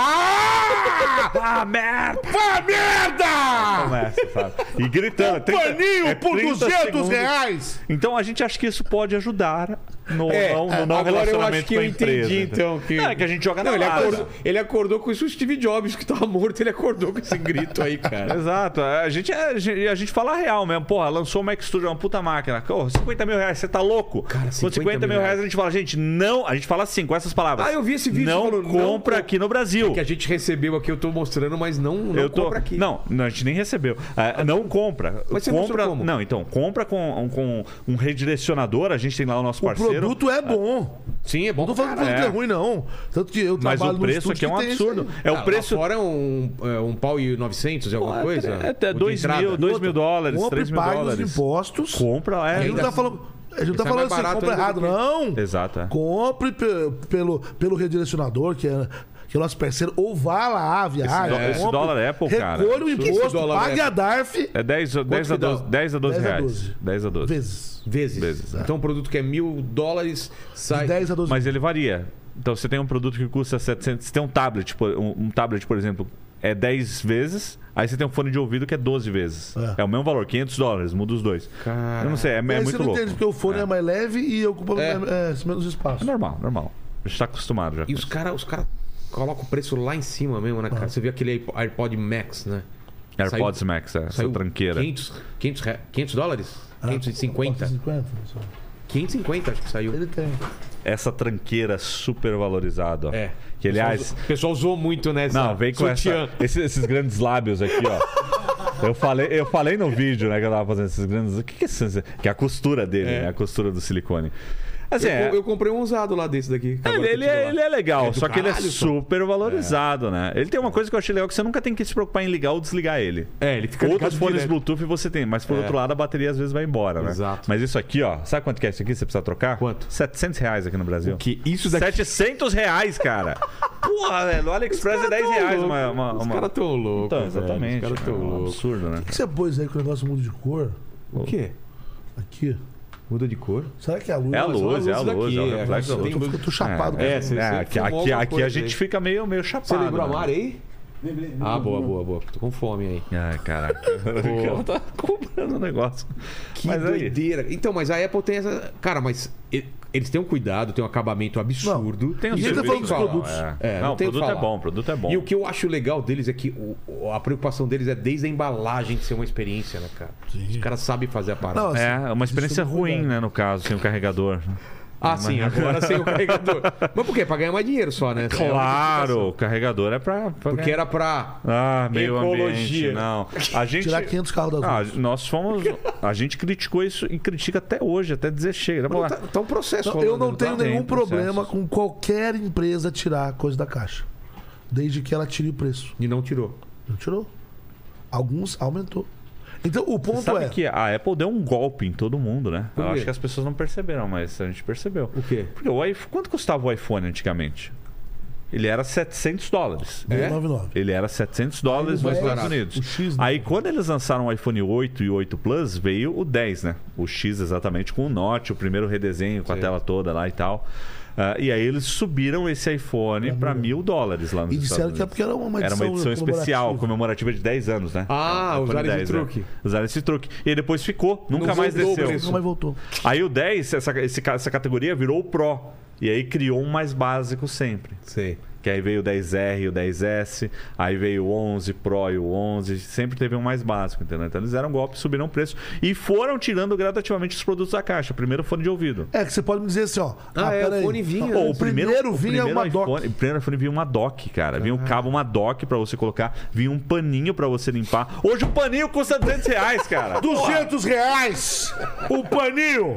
S3: Ah!
S4: ah, merda!
S3: Vá merda!
S4: Começa, sabe? E gritando.
S3: Um
S4: 30
S3: paninho
S4: é
S3: por
S4: 30
S3: 200
S4: segundos.
S3: reais!
S4: Então a gente acha que isso pode ajudar no, não, no não
S1: É, agora eu acho
S4: relacionamento
S1: que
S4: com
S1: eu
S4: a empresa.
S1: entendi, então. Que...
S4: Não, é que a gente joga na
S1: Não, ele
S4: lata.
S1: acordou, ele acordou com isso, o Steve Jobs, que tava morto, ele acordou com esse grito aí, cara.
S4: É, Exato, a gente, é- a gente- a gente fala a real mesmo. Porra, lançou o Mac Studio, é uma puta máquina. Ô, 50 mil reais, você tá louco?
S1: Cara,
S4: Com
S1: 50
S4: 50,
S1: mil
S4: mil reais
S1: reais
S4: a gente fala, gente, não. A gente fala assim, com essas palavras.
S1: Ah, eu vi esse vídeo,
S4: Não
S1: falou, não
S4: compra
S1: compra.
S4: aqui no Brasil.
S1: Que a gente recebeu aqui, eu tô mostrando, mas não, não
S4: eu tô...
S1: compra aqui.
S4: Não, não, a gente nem recebeu. Ah, não compra.
S1: Mas você
S4: compra
S1: mostrou como?
S4: Não, então, compra com, com um redirecionador. A gente tem lá o nosso
S3: O
S4: parceiro.
S3: produto é bom.
S1: Sim, é bom.
S3: Não tô falando que o
S1: pra
S3: produto
S4: é.
S3: é ruim, não. Tanto que eu
S4: Mas
S3: trabalho
S4: o
S3: num
S4: preço
S3: estúdio
S4: aqui é um
S3: que tem isso
S4: absurdo.
S3: aí.
S4: É
S1: Ah,
S4: o
S1: lá
S4: preço.
S1: Fora é um, é um pau e 900 e alguma coisa?
S4: É até
S1: Ou de
S4: 2
S1: entrada?
S4: mil, 2 mil dólares,
S3: Compre
S4: 3
S3: e
S4: mil
S3: pague um os
S4: dólares.
S3: impostos.
S4: Compra lá,
S3: A
S4: é.
S3: gente não tá falando... A gente não tá
S1: Sai
S3: falando
S1: é mais
S3: assim,
S1: barato
S3: compra
S1: ainda do
S3: errado,
S1: que-
S3: não.
S4: Exato, é.
S3: Compre pe- pelo, pelo redirecionador, que é, que é nosso parceiro, ou vá lá, viaja.
S4: dó- esse
S3: compre,
S4: dólar é Apple, cara.
S3: Recolha o
S4: Absurdo.
S1: Esse
S3: imposto,
S1: dólar
S3: pague
S1: é
S3: a DARF
S4: É 10,
S1: que
S4: a
S1: dá?
S4: 12, 10 a 12
S3: 10 a
S4: reais.
S3: 12.
S4: 10 a 12.
S3: vezes.
S1: Vezes.
S4: Vezes, é.
S1: Então, um produto que é mil dólares sai.
S3: De 10 a 12
S4: Mas ele varia. Então você tem um produto que custa 700. Você tem um tablet, por- um, um tablet, por exemplo, é 10 vezes. Aí você tem um fone de ouvido que é 12 vezes.
S3: É.
S4: É, o mesmo valor, 500 dólares, muda os dois.
S1: Cara.
S4: Eu não sei, é, é
S3: Aí
S4: muito
S3: você não
S4: louco.
S3: entende, porque o fone é, mais leve e ocupa
S1: É.
S3: é, menos espaço.
S4: É normal, normal. A gente tá acostumado já. com
S1: E os
S4: isso.
S1: caras os cara colocam o preço lá em cima mesmo, né, cara? Você viu aquele iP- AirPod Max, né?
S4: AirPods
S1: Saiu-
S4: Max, é, essa
S1: Saiu
S4: tranqueira.
S1: 500, 500, re- 500 dólares? 550?
S3: 450, pessoal.
S1: 550 acho que saiu.
S3: Ele tem.
S4: Essa tranqueira super valorizada, ó.
S1: É.
S4: Que, aliás,
S1: O pessoal usou muito nessa.
S4: Não, vem com essa,
S1: sutiã.
S4: esse- esses grandes lábios aqui, ó. Eu falei, eu falei no vídeo, né, que eu tava fazendo esses grandes. O que, que é isso? Que é a costura dele,
S1: É.
S4: né? A costura do silicone. Assim,
S1: Eu,
S4: é,
S1: eu comprei um usado lá desse daqui.
S4: é,
S1: agora que
S4: ele,
S1: eu
S4: ele
S1: tive
S4: é,
S1: lá.
S4: ele é legal,
S1: É do
S4: só que ele é
S1: caralho, só.
S4: super valorizado, né? Ele tem uma coisa que eu achei legal que você nunca tem que se preocupar em ligar ou desligar ele.
S1: É, ele fica
S4: Outros
S1: ligado
S4: fones
S1: direto.
S4: Bluetooth você tem, mas por
S1: É.
S4: outro lado a bateria às vezes vai embora, né?
S1: Exato.
S4: Mas isso aqui, ó, sabe quanto que é isso aqui? que Você precisa trocar?
S1: Quanto?
S4: 700 reais aqui no Brasil.
S1: Que isso daqui.
S4: 700 reais, cara. Porra, velho. O AliExpress é 10 reais uma. uma,
S1: tá Os
S4: uma...
S1: caras tão loucos.
S4: Então,
S1: velho,
S4: exatamente.
S1: Os caras
S4: é
S1: tão
S4: um
S1: loucos.
S4: absurdo, né?
S3: O que você pôs aí com o negócio muda de cor?
S1: O quê?
S3: Aqui.
S1: Muda de cor?
S3: Será que é a luz?
S4: É a
S1: Não, mas
S4: luz,
S1: olha
S4: é a
S1: isso
S4: luz, é
S1: daqui,
S4: o reflexo
S1: é,
S4: da luz.
S1: tem-
S3: Eu tô- tô chapado.
S4: É,
S1: É, você-
S4: é,
S1: você
S4: aqui,
S1: fumou
S4: aqui,
S1: alguma
S4: aqui a
S1: coisa
S4: gente
S1: aí.
S4: fica meio, meio chapado.
S1: Você lembrou a
S4: né?
S1: Mari aí? Ah, boa, boa, boa. Tô com fome aí.
S4: Ai, caraca. Ela tá comprando o negócio.
S1: Que
S4: Mas aí,
S1: doideira. Então, mas a Apple tem essa. Cara, mas e- eles têm um cuidado, tem um acabamento absurdo.
S4: tem
S1: Isso
S4: os
S3: Ninguém tá
S1: eu
S3: falando
S1: tenho
S3: dos
S1: que falar.
S3: produtos.
S4: É.
S1: É,
S4: não,
S1: não
S4: o
S1: tem o que
S4: produto é
S1: falar.
S4: bom, o produto é bom.
S1: E o que eu acho legal deles é que o- o- a preocupação deles é desde a embalagem de ser uma experiência, né, cara? Os caras sabem fazer a parada.
S3: Não, assim,
S4: É, uma experiência
S3: Isso é
S4: ruim,
S3: verdade.
S4: né, no caso, sem o carregador.
S1: ah, sim, agora sem o carregador. Mas por quê? Pra ganhar mais dinheiro só, né? É uma
S4: Claro, o carregador é pra... pra
S1: né? Porque era pra.
S4: Ah, meio ambiente,
S1: Ecologia.
S4: não. A gente...
S3: Tirar 500 carros das
S4: Ah,
S3: ruas.
S4: nós fomos. A gente criticou isso e critica até hoje, até dizer chega. Tá bom,
S1: Tá, tá um processo.
S3: Não,
S1: rolando,
S3: eu não
S1: tá?
S3: tenho
S4: Tem
S3: nenhum
S4: processos.
S3: problema com qualquer empresa tirar coisa da caixa. Desde que ela tire o preço.
S1: E não tirou.
S3: Não tirou. Alguns aumentou. Então, o ponto
S4: Sabe
S3: é...
S4: que a Apple deu um golpe em todo mundo, né?
S1: Por
S4: Eu
S1: quê?
S4: acho que as pessoas não perceberam, mas a gente percebeu.
S1: O quê?
S4: Porque o iPhone, quanto custava o iPhone antigamente? Ele era 700 dólares.
S1: É?
S3: 299.
S4: Ele era 700 dólares nos
S1: mais
S4: Estados
S1: barato.
S4: Unidos.
S3: O X, né?
S4: Aí quando eles lançaram o iPhone 8 e 8 Plus, veio o 10, né? O X exatamente com o Note, o primeiro redesenho com a
S1: Sim.
S4: tela toda lá e tal. Ah, e aí eles subiram esse iPhone para mil dólares lá nos
S3: E disseram
S4: Estados
S3: que
S4: Unidos.
S3: é porque era uma edição
S4: Era uma edição
S3: comemorativa.
S4: especial, comemorativa de 10 anos, né?
S1: Ah,
S4: Era o iPhone
S1: usaram esse
S4: 10, né?
S1: truque.
S4: Usaram esse truque. E aí depois ficou, nunca
S1: Não
S4: mais
S1: voltou o
S4: desceu.
S1: preço.
S3: Nunca mais voltou.
S4: Aí o 10, essa, esse ca- essa categoria virou o Pro. E aí criou um mais básico sempre.
S1: Sei.
S4: Que aí veio o 10R e o 10S, aí veio o 11 Pro e o 11, sempre teve um mais básico, entendeu? Então eles deram um golpe, subiram o preço e foram tirando gradativamente os produtos da caixa. Primeiro fone de ouvido.
S3: É que você pode me dizer assim, ó...
S1: Ah, é, o
S3: peraí.
S1: fone vinha,
S4: Pô,
S1: né?
S3: o primeiro vinha
S4: primeiro
S3: uma dock.
S4: iPhone- O primeiro iPhone vinha uma dock, cara. Vinha um cabo, uma dock pra você colocar, vinha um paninho pra você limpar. Hoje o paninho custa 200 reais, cara.
S3: 200 reais! O paninho!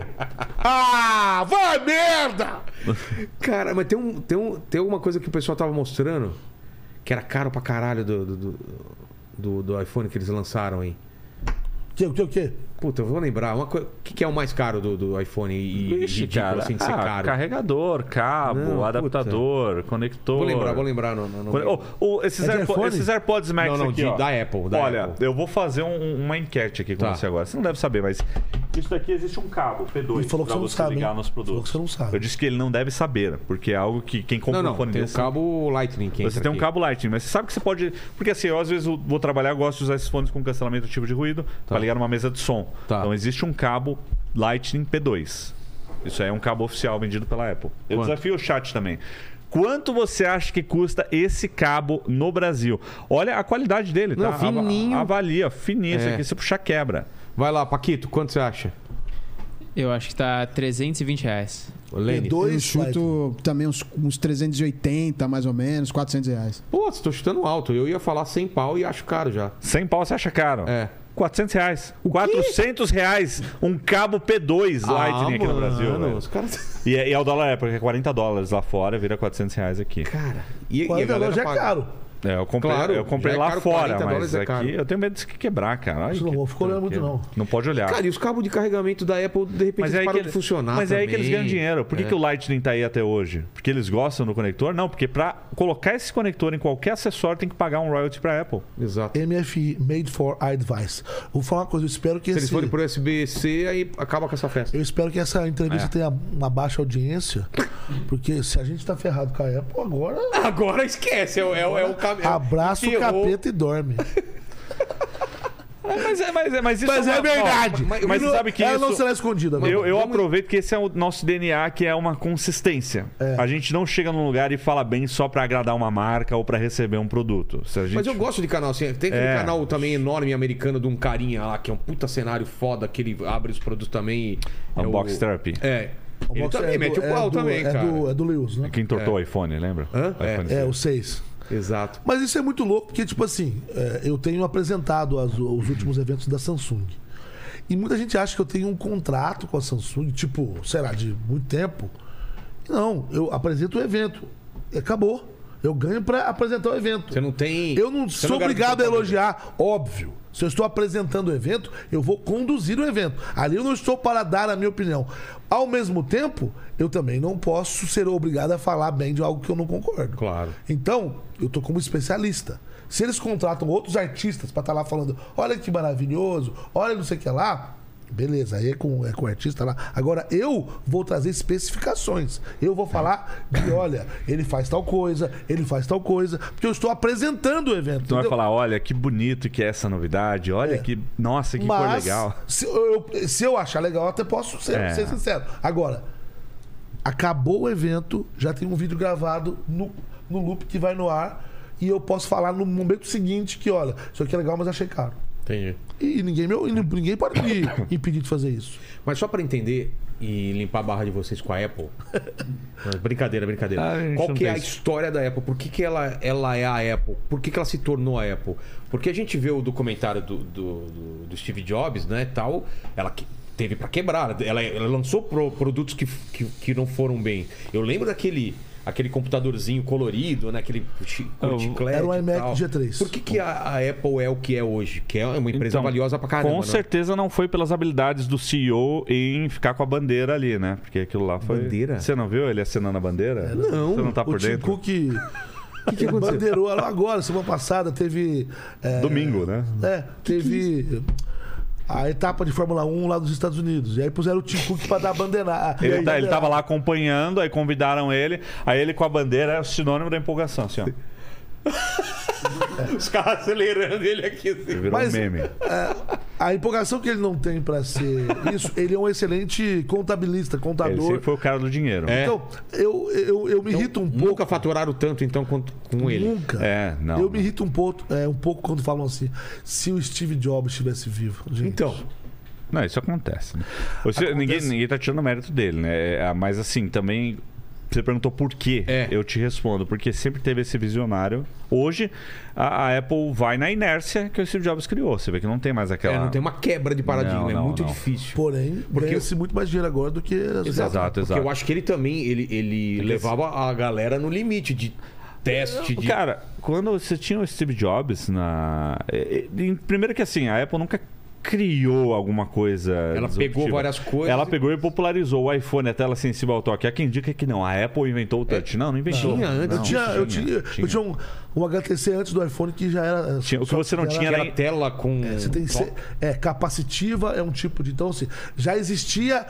S3: Ah, vai merda!
S1: Cara, mas tem, um, tem, um, tem alguma coisa que o pessoal tava mostrando que era caro pra caralho do, do, do, do- do iPhone que eles lançaram aí.
S3: Que, o que, o que?
S1: Puta, eu vou lembrar. Uma coisa- O que, que é o mais caro do, do iPhone e e
S4: Ixi,
S1: ridículo
S4: cara.
S1: assim de ser
S4: Ah,
S1: caro?
S4: Carregador, cabo,
S1: Não,
S4: adaptador, conector.
S1: Vou lembrar, vou lembrar. Não, não, não.
S4: Quando- oh, oh, esses,
S3: É de
S4: Airpo-
S3: iPhone?
S4: esses AirPods Max
S1: Não, não,
S4: aqui,
S1: de-
S4: ó.
S1: da Apple, da
S4: Olha,
S1: Apple.
S4: eu vou fazer um- uma enquete aqui com
S1: Tá.
S4: você agora. Você não deve saber, mas isso daqui existe um cabo P2
S3: Ele falou que
S4: pra
S3: você não
S4: você
S3: sabe,
S4: ligar
S3: hein?
S4: nos produtos.
S3: Falou que você não sabe.
S4: Eu disse que ele não deve saber, porque é algo que quem compra
S1: Não,
S4: um
S1: não,
S4: fone
S1: tem o
S4: desse...
S1: cabo Lightning que
S4: Você
S1: entra
S4: tem um
S1: tá aqui.
S4: cabo Lightning, mas você sabe que você pode. Porque assim, eu às vezes eu vou trabalhar, eu gosto de usar esses fones com cancelamento ativo de ruído pra ligar numa mesa de som.
S1: Tá.
S4: Então existe um cabo Lightning P2. Isso aí é um cabo oficial vendido pela Apple. Eu
S1: Quanto?
S4: desafio o chat também. Quanto você acha que custa esse cabo no Brasil? Olha a qualidade dele, tá?
S1: Não,
S4: Ava-
S1: fininho.
S4: Avalia, fininho. Isso
S1: É.
S4: aqui, se puxar, quebra.
S1: Vai lá, Paquito, quanto você acha?
S5: Eu acho que tá 320 reais.
S1: O Lene?
S3: P2.
S2: Eu
S3: Dois
S2: chuto também uns, uns 380, mais ou menos, 400 reais.
S1: Pô, você tô chutando alto. Eu ia falar sem pau e acho caro já.
S4: 100 pau você acha caro?
S1: É.
S4: 400 reais. 400 reais um cabo P2 Lightning aqui no
S3: Ah,
S4: Brasil.
S1: Ah, mano,
S4: velho.
S1: Os caras...
S4: E, é- e é o dólar é, porque é 40 dólares lá fora, vira 400 reais aqui.
S1: Cara, e, e a
S3: 40
S1: galera
S3: dólares já é
S1: paga-
S3: caro.
S4: É, eu comprei,
S1: Claro,
S4: eu comprei
S1: já é
S4: lá
S1: caro,
S4: fora,
S1: 40
S4: mas
S1: dólares é
S4: aqui
S1: caro.
S4: eu tenho medo disso que quebrar, cara. Ai,
S3: Isso não
S4: que
S3: vou ficar olhando muito,
S4: tranqueira.
S3: não.
S4: Não pode olhar.
S1: Cara, e os cabos de carregamento da Apple, de repente,
S4: mas é,
S1: eles
S4: aí
S1: param
S4: que
S1: de
S4: ele-
S1: funcionar
S4: mas é aí que eles
S1: também.
S4: ganham dinheiro. Por que,
S1: É.
S4: que o Lightning tá aí até hoje? Porque eles gostam do conector? Não, porque pra colocar esse conector em qualquer acessório tem que pagar um royalty pra Apple.
S1: Exato.
S3: MFI, Made for iDevice. Vou falar uma coisa, eu espero que
S1: Se
S3: esse...
S1: eles forem pro USB-C, aí acaba com essa festa. É.
S3: Eu espero que essa entrevista tenha uma baixa audiência. Porque se a gente tá ferrado com a Apple, agora
S1: Agora esquece, é, o- é, o- é o caminho.
S3: abraça o capeta e dorme.
S4: Mas é, mas é, mas isso
S3: Mas
S4: uma-
S3: é
S4: ó,
S3: verdade.
S4: mas mas é você sabe que
S3: Ela não
S4: isso-
S3: será escondida. mano.
S4: Eu, eu aproveito que esse é o nosso DNA, que é uma consistência.
S3: É.
S4: A gente não chega num lugar e fala bem só pra agradar uma marca ou pra receber um produto. Se a gente...
S1: Mas eu gosto de canal assim. Tem aquele
S4: É.
S1: canal também enorme americano de um carinha lá, que é um puta cenário foda, que ele abre os produtos também. e é o-
S4: Unbox Therapy.
S1: É.
S3: O
S1: Ele
S3: box
S1: também
S3: é
S1: mete
S3: do-
S1: o
S3: é
S1: pau
S3: do-
S1: também,
S3: é
S1: cara.
S3: Do, é do Lewis, né?
S4: Quem entortou o iPhone, lembra?
S1: Hã?
S4: O iPhone
S3: É,
S4: seis.
S3: o 6.
S1: Exato.
S3: Mas isso é muito louco, porque, tipo assim, é, eu tenho apresentado as- os últimos eventos da Samsung. E muita gente acha que eu tenho um contrato com a Samsung, tipo, sei lá, de muito tempo. Não, eu apresento o evento. E Acabou. Eu ganho pra apresentar o evento.
S1: Você não tem.
S3: Eu não
S1: você garante
S3: sou
S1: tá
S3: obrigado a
S1: propaganda.
S3: elogiar, óbvio. Se eu estou apresentando o evento, eu vou conduzir o evento. Ali eu não estou para dar a minha opinião. Ao mesmo tempo, eu também não posso ser obrigado a falar bem de algo que eu não concordo.
S1: Claro.
S3: Então, eu tô como especialista. Se eles contratam outros artistas para estar lá falando, olha que maravilhoso, olha não sei o que lá, beleza, aí é com, é com o artista lá. Agora, eu vou trazer especificações. Eu vou falar de, olha, ele faz tal coisa, ele faz tal coisa, porque eu estou apresentando o evento.
S4: Tu Então vai
S3: entendeu?
S4: falar, olha que bonito que é essa novidade, olha
S3: É.
S4: que. Nossa, que cor
S3: Mas,
S4: legal.
S3: Se eu, se eu achar legal, eu até posso ser,
S4: É.
S3: ser sincero. Agora, acabou o evento, já tem um vídeo gravado no, no loop que vai no ar. E eu posso falar no momento seguinte que, olha, isso aqui é legal, mas achei caro.
S1: Entendi.
S3: E ninguém, meu, e ninguém pode me impedir de fazer isso.
S1: Mas só pra entender e limpar a barra de vocês com a Apple. Não, brincadeira, brincadeira.
S4: Ah, a gente
S1: Qual
S4: não
S1: que é
S4: tem
S1: a
S4: isso.
S1: história da Apple? Por que, que ela, ela é a Apple? Por que, que ela se tornou a Apple? Porque a gente vê o documentário do, do, do- do Steve Jobs, né, tal, ela que- teve pra quebrar. Ela, ela lançou pro- produtos que, que, que não foram bem. Eu lembro daquele aquele computadorzinho colorido, né, aquele chi-
S4: Ah, o-
S1: chiclete
S3: era o
S1: e
S3: iMac
S1: tal.
S3: G3.
S1: Por que, que a, a Apple é o que é hoje? Que é uma empresa
S4: Então,
S1: valiosa pra caramba,
S4: Com
S1: né?
S4: certeza não foi pelas habilidades do CEO em ficar com a bandeira ali, né? Porque aquilo lá foi.
S1: Bandeira?
S4: Você não viu ele acenando a bandeira?
S1: Não.
S4: Você não tá
S3: o
S4: por
S3: Tim
S4: dentro?
S3: Cook bandeirou ela agora, semana passada, teve. é,
S4: Domingo, né?
S3: É, teve. A etapa de Fórmula 1 lá dos Estados Unidos. E aí puseram o Tim Cook pra dar a bandeirada.
S4: Ele, tá, ele tava lá acompanhando, aí convidaram ele, aí ele com a bandeira é o sinônimo da empolgação, assim, ó.
S1: Os caras acelerando ele aqui assim.
S4: Virou
S3: Mas-
S4: um meme.
S3: É, A empolgação que ele não tem pra ser isso, ele é um excelente contabilista,
S4: Ele
S3: contador.
S4: sempre foi né? o cara do dinheiro.
S1: É.
S3: Então, eu, eu, eu me irrito um pouco.
S1: Nunca faturaram tanto, então, quanto com ele.
S3: Nunca.
S4: É, não.
S3: Eu me irrito um pouco, é, um pouco quando falam assim, se o Steve Jobs estivesse vivo. gente.
S1: Então,
S4: Não, isso acontece. né? Você- Ninguém, ninguém tá tirando o mérito dele, né? É, ah, Mas assim, também. Você perguntou por quê?
S1: É.
S4: Eu te respondo, porque sempre teve esse visionário. Hoje, a, a Apple vai na inércia que o Steve Jobs criou. Você vê que não tem mais aquela.
S1: é, não tem uma quebra de paradigma,
S4: Não,
S1: é
S4: não,
S1: muito
S4: não.
S1: difícil.
S3: Porém,
S1: Porque-
S3: ganha-se muito mais dinheiro agora do que...
S4: Exato, exato.
S1: Porque eu acho que ele também, ele, ele levava a galera no limite de teste, de...
S4: Cara, quando você tinha o Steve Jobs na. eh, eh, em- Primeiro que assim, a Apple nunca criou alguma coisa.
S1: Ela
S4: disruptiva.
S1: pegou várias coisas
S4: Ela
S1: e-
S4: pegou e popularizou o iPhone, a tela sensível ao toque. Há quem indica que não, a Apple inventou o touch. Não, não inventou.
S1: É. Tinha antes.
S3: Eu
S4: Não,
S3: tinha, eu tinha, eu tinha um, um HTC antes do iPhone que já era...
S4: Tinha- o que
S3: só-
S4: você não
S3: já
S4: tinha
S1: Aquela
S4: era-
S1: tela com...
S3: Você tem que ser. É, capacitiva é um tipo de. Então, assim, já existia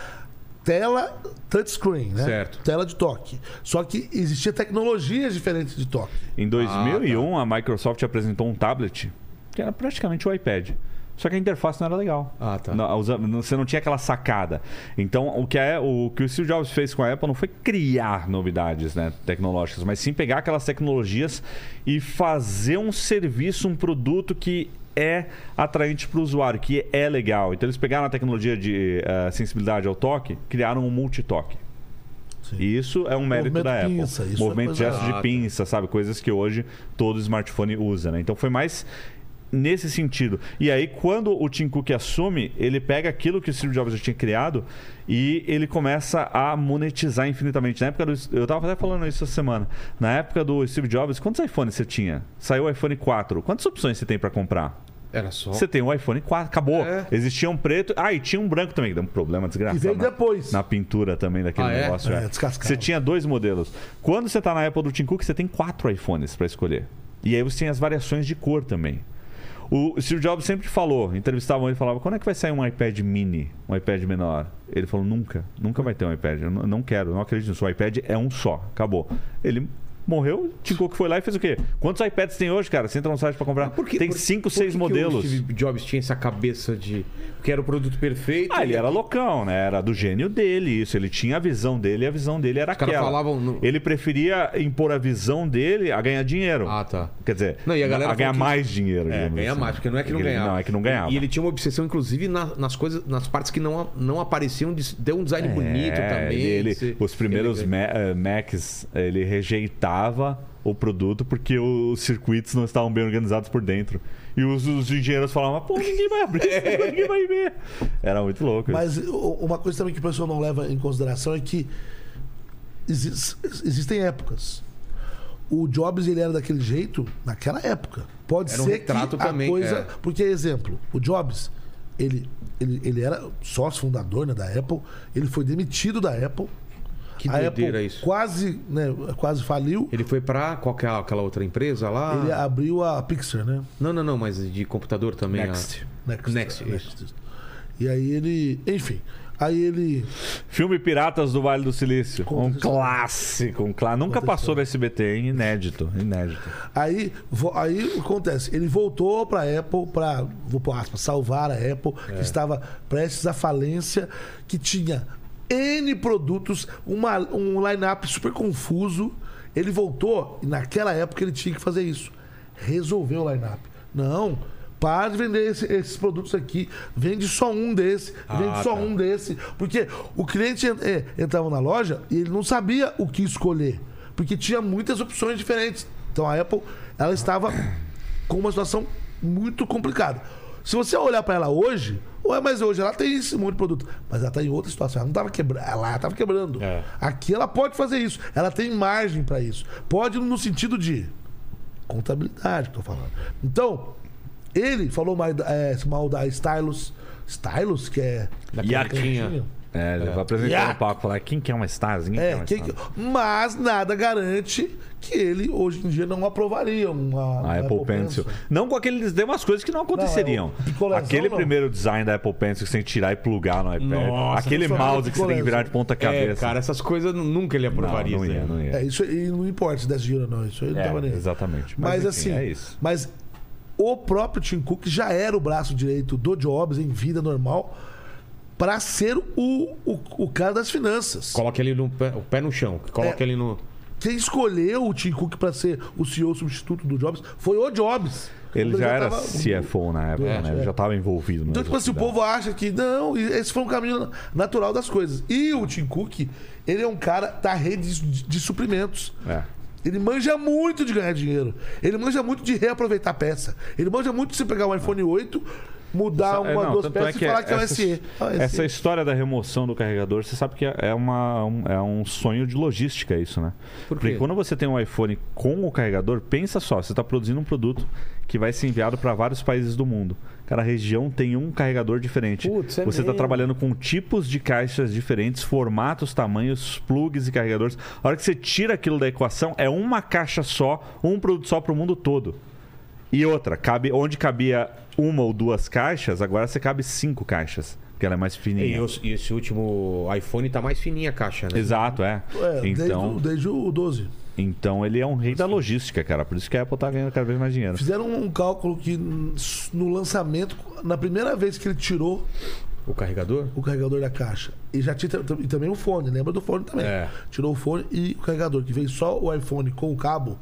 S3: tela touchscreen, né?
S1: Certo.
S3: Tela de toque. Só que existia tecnologias diferentes de toque.
S4: Em 2001,
S1: Ah, tá.
S4: a Microsoft apresentou um tablet que era praticamente o iPad. Só que a interface não era legal.
S1: Ah, tá.
S4: Não, usa- não- você não tinha aquela sacada. Então, o que, é, o que o Steve Jobs fez com a Apple não foi criar novidades né, tecnológicas, mas sim pegar aquelas tecnologias e fazer um serviço, um produto que é atraente para o usuário, que é legal. Então, eles pegaram a tecnologia de eh, sensibilidade ao toque, criaram um multitoque. E isso é um mérito
S3: Movimento
S4: da Apple.
S3: pinça, isso é
S4: Movimento
S3: coisa-
S4: gesto de pinça, sabe? Coisas que hoje todo smartphone usa, né? Então foi mais nesse sentido. E aí, quando o Tim Cook assume, ele pega aquilo que o Steve Jobs já tinha criado e ele começa a monetizar infinitamente. Na época do. Eu tava até falando isso essa semana. Na época do Steve Jobs, quantos iPhones você tinha? Saiu o iPhone 4. Quantas opções você tem para comprar?
S1: Era só... É.
S4: Você tem o iPhone 4, acabou. Existia um preto. Ah, e tinha um branco também, que deu um problema desgraçado.
S3: E veio
S4: na-
S3: depois.
S4: Na pintura também daquele
S1: Ah, é?
S4: negócio.
S3: É, descascava.
S4: Você tinha dois modelos. Quando você tá na Apple do Tim Cook, você tem quatro iPhones para escolher. E aí você tem as variações de cor também. O Steve Jobs sempre falou, entrevistavam ele e falava: quando é que vai sair um iPad mini, um iPad menor? Ele falou: nunca, nunca vai ter um iPad. Eu n- não quero, não acredito nisso. O iPad é um só, acabou. Ele morreu, Tico que foi lá e fez o quê? Quantos iPads tem hoje, cara? Você entra no site pra comprar.
S1: Por que-
S4: tem
S1: por-
S4: cinco,
S1: por
S4: seis
S1: que que
S4: modelos.
S1: O Steve Jobs tinha essa cabeça de que era o produto perfeito.
S4: Ah, ele era loucão, né? Era do gênio dele, isso. Ele tinha a visão dele e a visão dele era
S1: Os caras
S4: aquela.
S1: falavam no-
S4: Ele preferia impor a visão dele a ganhar dinheiro.
S1: Ah, tá.
S4: Quer dizer,
S1: Não, e a galera falou
S4: ganhar
S1: que-
S4: mais dinheiro.
S1: É,
S4: digamos
S1: ganhar
S4: assim.
S1: mais, porque não é que não
S4: Ele-
S1: ganhava.
S4: Não, é que não ganhava.
S1: E ele tinha uma obsessão, inclusive, na- nas coisas, nas partes que não, não apareciam, de- deu um design bonito
S4: É,
S1: também.
S4: ele-
S1: de ser
S4: os primeiros
S1: elegante.
S4: Ma- eh, Macs, ele rejeitava o produto porque os circuitos não estavam bem organizados por dentro. E os, os engenheiros falavam, pô, ninguém vai abrir, isso, ninguém vai ver. Era muito louco. isso.
S3: Mas o- uma coisa também que o pessoal não leva em consideração é que exi- existem épocas. O Jobs ele era daquele jeito naquela época. Pode
S1: Era um
S3: ser
S1: retrato
S3: que
S1: também,
S3: a coisa,
S1: é.
S3: porque exemplo, o Jobs ele, ele, ele era sócio fundador né, da Apple, ele foi demitido da Apple.
S1: Que
S3: a
S1: doideira
S3: Apple
S1: isso.
S3: quase, né, quase faliu.
S1: Ele tá- foi pra qual que é aquela outra empresa lá?
S3: Ele abriu a Pixar, né?
S1: Não, não, não, mas de computador também. a-
S4: Next.
S3: Next.
S1: Next,
S3: E aí ele, enfim, aí ele
S4: Filme Piratas do Vale do Silício.
S3: Conta
S4: um
S3: essa
S4: clássico, um clá... Nunca passou no SBT, hein? é Inédito, inédito.
S3: Aí, vo- aí o que acontece, ele voltou para a Apple para, vou pôr aspas, salvar a Apple, que estava prestes à falência, que tinha N produtos, uma, um line-up super confuso. Ele voltou e naquela época ele tinha que fazer isso. Resolveu o line-up. Não, para de vender esse- esses produtos aqui. Vende só um desse, vende só um desse. Porque o cliente en- é, entrava na loja e ele não sabia o que escolher. Porque tinha muitas opções diferentes. Então a Apple, ela estava com uma situação muito complicada. Se você olhar para ela hoje, ué, mas hoje ela tem esse monte de produto, mas ela está em outra situação. Ela não estava quebrando, ela estava quebrando.
S1: É.
S3: Aqui ela pode fazer isso, ela tem margem para isso. Pode no sentido de contabilidade que eu tô falando. Então, ele falou mal, da- é, mal da Stylus, Stylus que é
S1: Daquela
S4: Iaquinha.
S1: caixinha.
S4: É, ele vai apresentar
S3: Yeah.
S4: no palco e falar: quem quer uma Stars? Ninguém quer
S3: É,
S4: uma
S3: quem
S4: Stars.
S3: que- mas nada garante que ele hoje em dia não aprovaria uma, uma
S4: A Apple Pencil. Não com aquele desenho, umas coisas que não aconteceriam.
S3: Não, é o picolezão,
S4: aquele
S3: não.
S4: primeiro design da Apple Pencil que você tem que tirar e plugar no iPad.
S1: Nossa,
S4: aquele
S3: não falava
S4: mouse que você tem que
S3: picolezão.
S4: virar de ponta cabeça.
S1: É, cara, essas coisas nunca ele
S4: não,
S1: aprovaria.
S4: não ia,
S1: né?
S4: não ia.
S3: É, isso aí não importa se desse dinheiro ou não, isso aí não
S4: É,
S3: tava nem. aí.
S4: exatamente.
S3: Mas,
S4: enfim,
S3: assim,
S4: É isso.
S3: mas o próprio Tim Cook já era o braço direito do Jobs em vida normal para ser o, o, o cara das finanças.
S1: Coloca ele no pé, o pé no chão. Coloca
S3: É.
S1: ele no.
S3: Quem escolheu o Tim Cook para ser o CEO substituto do Jobs foi o Jobs. Então,
S4: Ele já era
S3: tava-
S4: CFO na época,
S3: É,
S4: né? Ele
S3: é.
S4: já estava envolvido.
S3: Então, tipo assim, o povo acha que não, e esse foi um caminho natural das coisas. E o Tim Cook, ele é um cara da rede de, de suprimentos.
S4: É.
S3: Ele manja muito de ganhar dinheiro. Ele manja muito de reaproveitar peça. Ele manja muito de você pegar um iPhone 8, mudar
S4: É,
S3: uma,
S4: não,
S3: duas
S4: tanto
S3: peças e falar que é um
S4: essa-
S3: SE. Ah, SE.
S4: Essa história da remoção do carregador, você sabe que é, uma, um, é um sonho de logística isso, né?
S1: Por quê?
S4: Porque quando você tem um iPhone com o carregador, pensa só, você está produzindo um produto que vai ser enviado para vários países do mundo. Cada região tem um carregador diferente.
S1: Putz, é
S4: você está
S1: mesmo.
S4: trabalhando com tipos de caixas diferentes, formatos, tamanhos, plugs e carregadores. A hora que você tira aquilo da equação, é uma caixa só, um produto só para o mundo todo. E outra, cabe onde cabia uma ou duas caixas, agora você cabe cinco caixas, porque ela é mais
S1: E,
S4: fininha.
S1: os- e esse último iPhone tá mais fininha a caixa, né?
S4: Exato, é.
S3: É,
S4: então,
S3: desde, o- desde o 12.
S4: então ele é um rei da logística, cara. Por isso que a Apple tá ganhando cada vez mais dinheiro.
S3: Fizeram um cálculo que hum, no lançamento, na primeira vez que ele tirou
S1: O carregador?
S3: o carregador da caixa. E já tinha tam- e também o fone, lembra do fone também.
S1: É.
S3: Tirou o fone e o carregador, que veio só o iPhone com o cabo.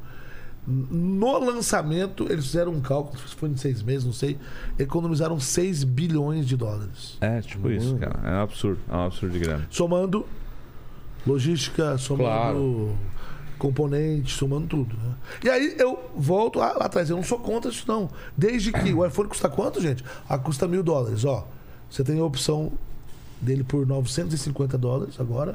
S3: No lançamento, eles fizeram um cálculo, se foi em seis meses, não sei, economizaram 6 bilhões de dólares.
S4: É, tipo isso, cara. É um absurdo. É um absurdo de grana.
S3: Somando logística, somando
S1: Claro.
S3: componente, somando tudo. né? E aí eu volto ah, lá lá atrás, eu não sou contra isso não. Desde que o iPhone custa quanto, gente? Ah, custa mil dólares, ó. Você tem a opção dele por 950 dólares agora.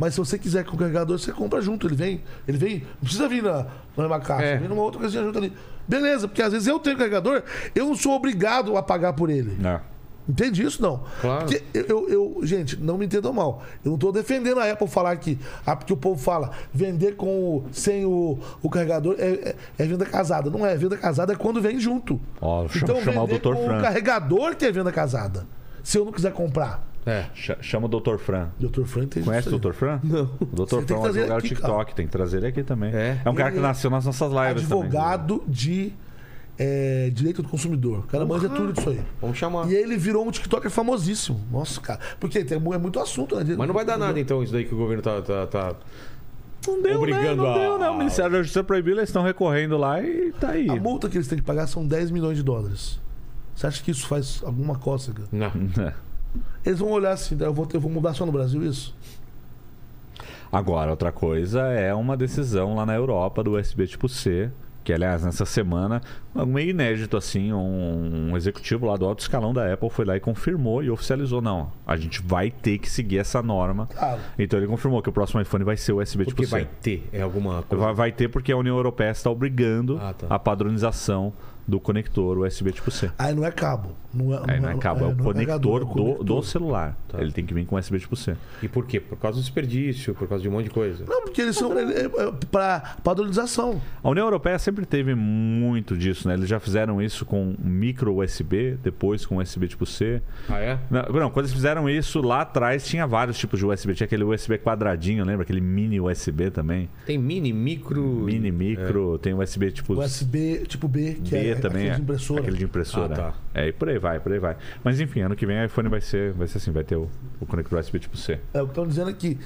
S3: Mas se você quiser com o carregador, você compra junto. Ele vem, ele vem, não precisa vir na, na mesma caixa,
S1: É.
S3: vem numa outra coisinha junto ali. Beleza, porque às vezes eu tenho carregador, eu não sou obrigado a pagar por ele.
S4: É.
S3: Entende isso, não?
S1: Claro.
S3: Porque eu, eu- eu- gente, não me entendam mal. Eu não estou defendendo a Apple falar que. Ah, porque o povo fala, vender com o- sem o, o carregador é, é- é venda casada. Não é, venda casada é quando vem junto. Então,
S4: Ó, chama- chamar o
S3: vender
S4: Dr.
S3: com
S4: Fran.
S3: o carregador que é venda casada. Se eu não quiser comprar.
S1: É.
S4: Ch- Chama o Dr. Fran.
S3: Dr. Fran entende
S4: Conhece
S3: isso
S4: o Dr.
S3: aí.
S4: Fran? Não. O
S3: Você
S4: Dr. Fran
S3: tem que
S4: é um
S3: trazer
S4: advogado
S3: aqui,
S4: TikTok, tem que trazer ele aqui também.
S1: É.
S4: um cara que
S3: Ele é
S4: nasceu nas nossas lives também.
S3: Advogado de é, direito do consumidor. O cara manja tudo disso aí.
S1: Vamos chamar.
S3: E ele virou um TikToker famosíssimo. Nossa, cara. Porque tem, é muito assunto, né?
S1: Mas não vai dar nada, então, isso daí que o governo tá. tá, tá-
S4: Não deu,
S1: Obrigando
S4: né? Não
S1: a-
S4: deu, né? O Ministério da Justiça proibiu, eles estão recorrendo lá e tá aí.
S3: A multa que eles têm que pagar são 10 milhões de dólares. Você acha que isso faz alguma cócega?
S1: Não.
S4: É.
S3: Eles vão olhar assim, eu vou, ter- eu vou mudar só no Brasil isso?
S4: Agora, outra coisa é uma decisão lá na Europa do USB tipo C, que aliás, nessa semana, algo meio inédito assim, um, um executivo lá do alto escalão da Apple foi lá e confirmou e oficializou, não, a gente vai ter que seguir essa norma.
S3: Claro.
S4: Então ele confirmou que o próximo iPhone vai ser USB
S1: Porque
S4: tipo C.
S1: vai ter é alguma coisa.
S4: Vai, vai ter porque a União Europeia está obrigando
S1: Ah, tá.
S4: a padronização do conector USB tipo C.
S3: Aí não é cabo. Não é,
S4: Aí não é cabo, é, o
S3: não
S4: conector
S3: carregador,
S4: do,
S3: é conector.
S4: do celular. Ele tem que vir com USB tipo C.
S1: E por quê? Por causa do desperdício, por causa de um monte de coisa.
S3: Não, porque eles são ele- é, é, pra padronização.
S4: A União Europeia sempre teve muito disso, né? Eles já fizeram isso com micro USB, depois com USB tipo C.
S1: Ah, é?
S4: Não, não, quando eles fizeram isso lá atrás tinha vários tipos de USB. Tinha aquele USB quadradinho, lembra? Aquele mini USB também.
S1: Tem mini, micro.
S4: Mini,
S3: é.
S4: micro, tem USB tipo
S3: USB tipo B, que
S4: B
S3: é,
S4: também.
S3: aquele de
S4: é,
S3: impressora.
S4: Aquele de impressora.
S1: Ah, tá.
S4: É, e por aí vai, por aí vai. Mas enfim, ano que vem o iPhone vai ser, vai ser assim, vai ter o, o conector USB tipo C.
S3: É, o que estão dizendo é que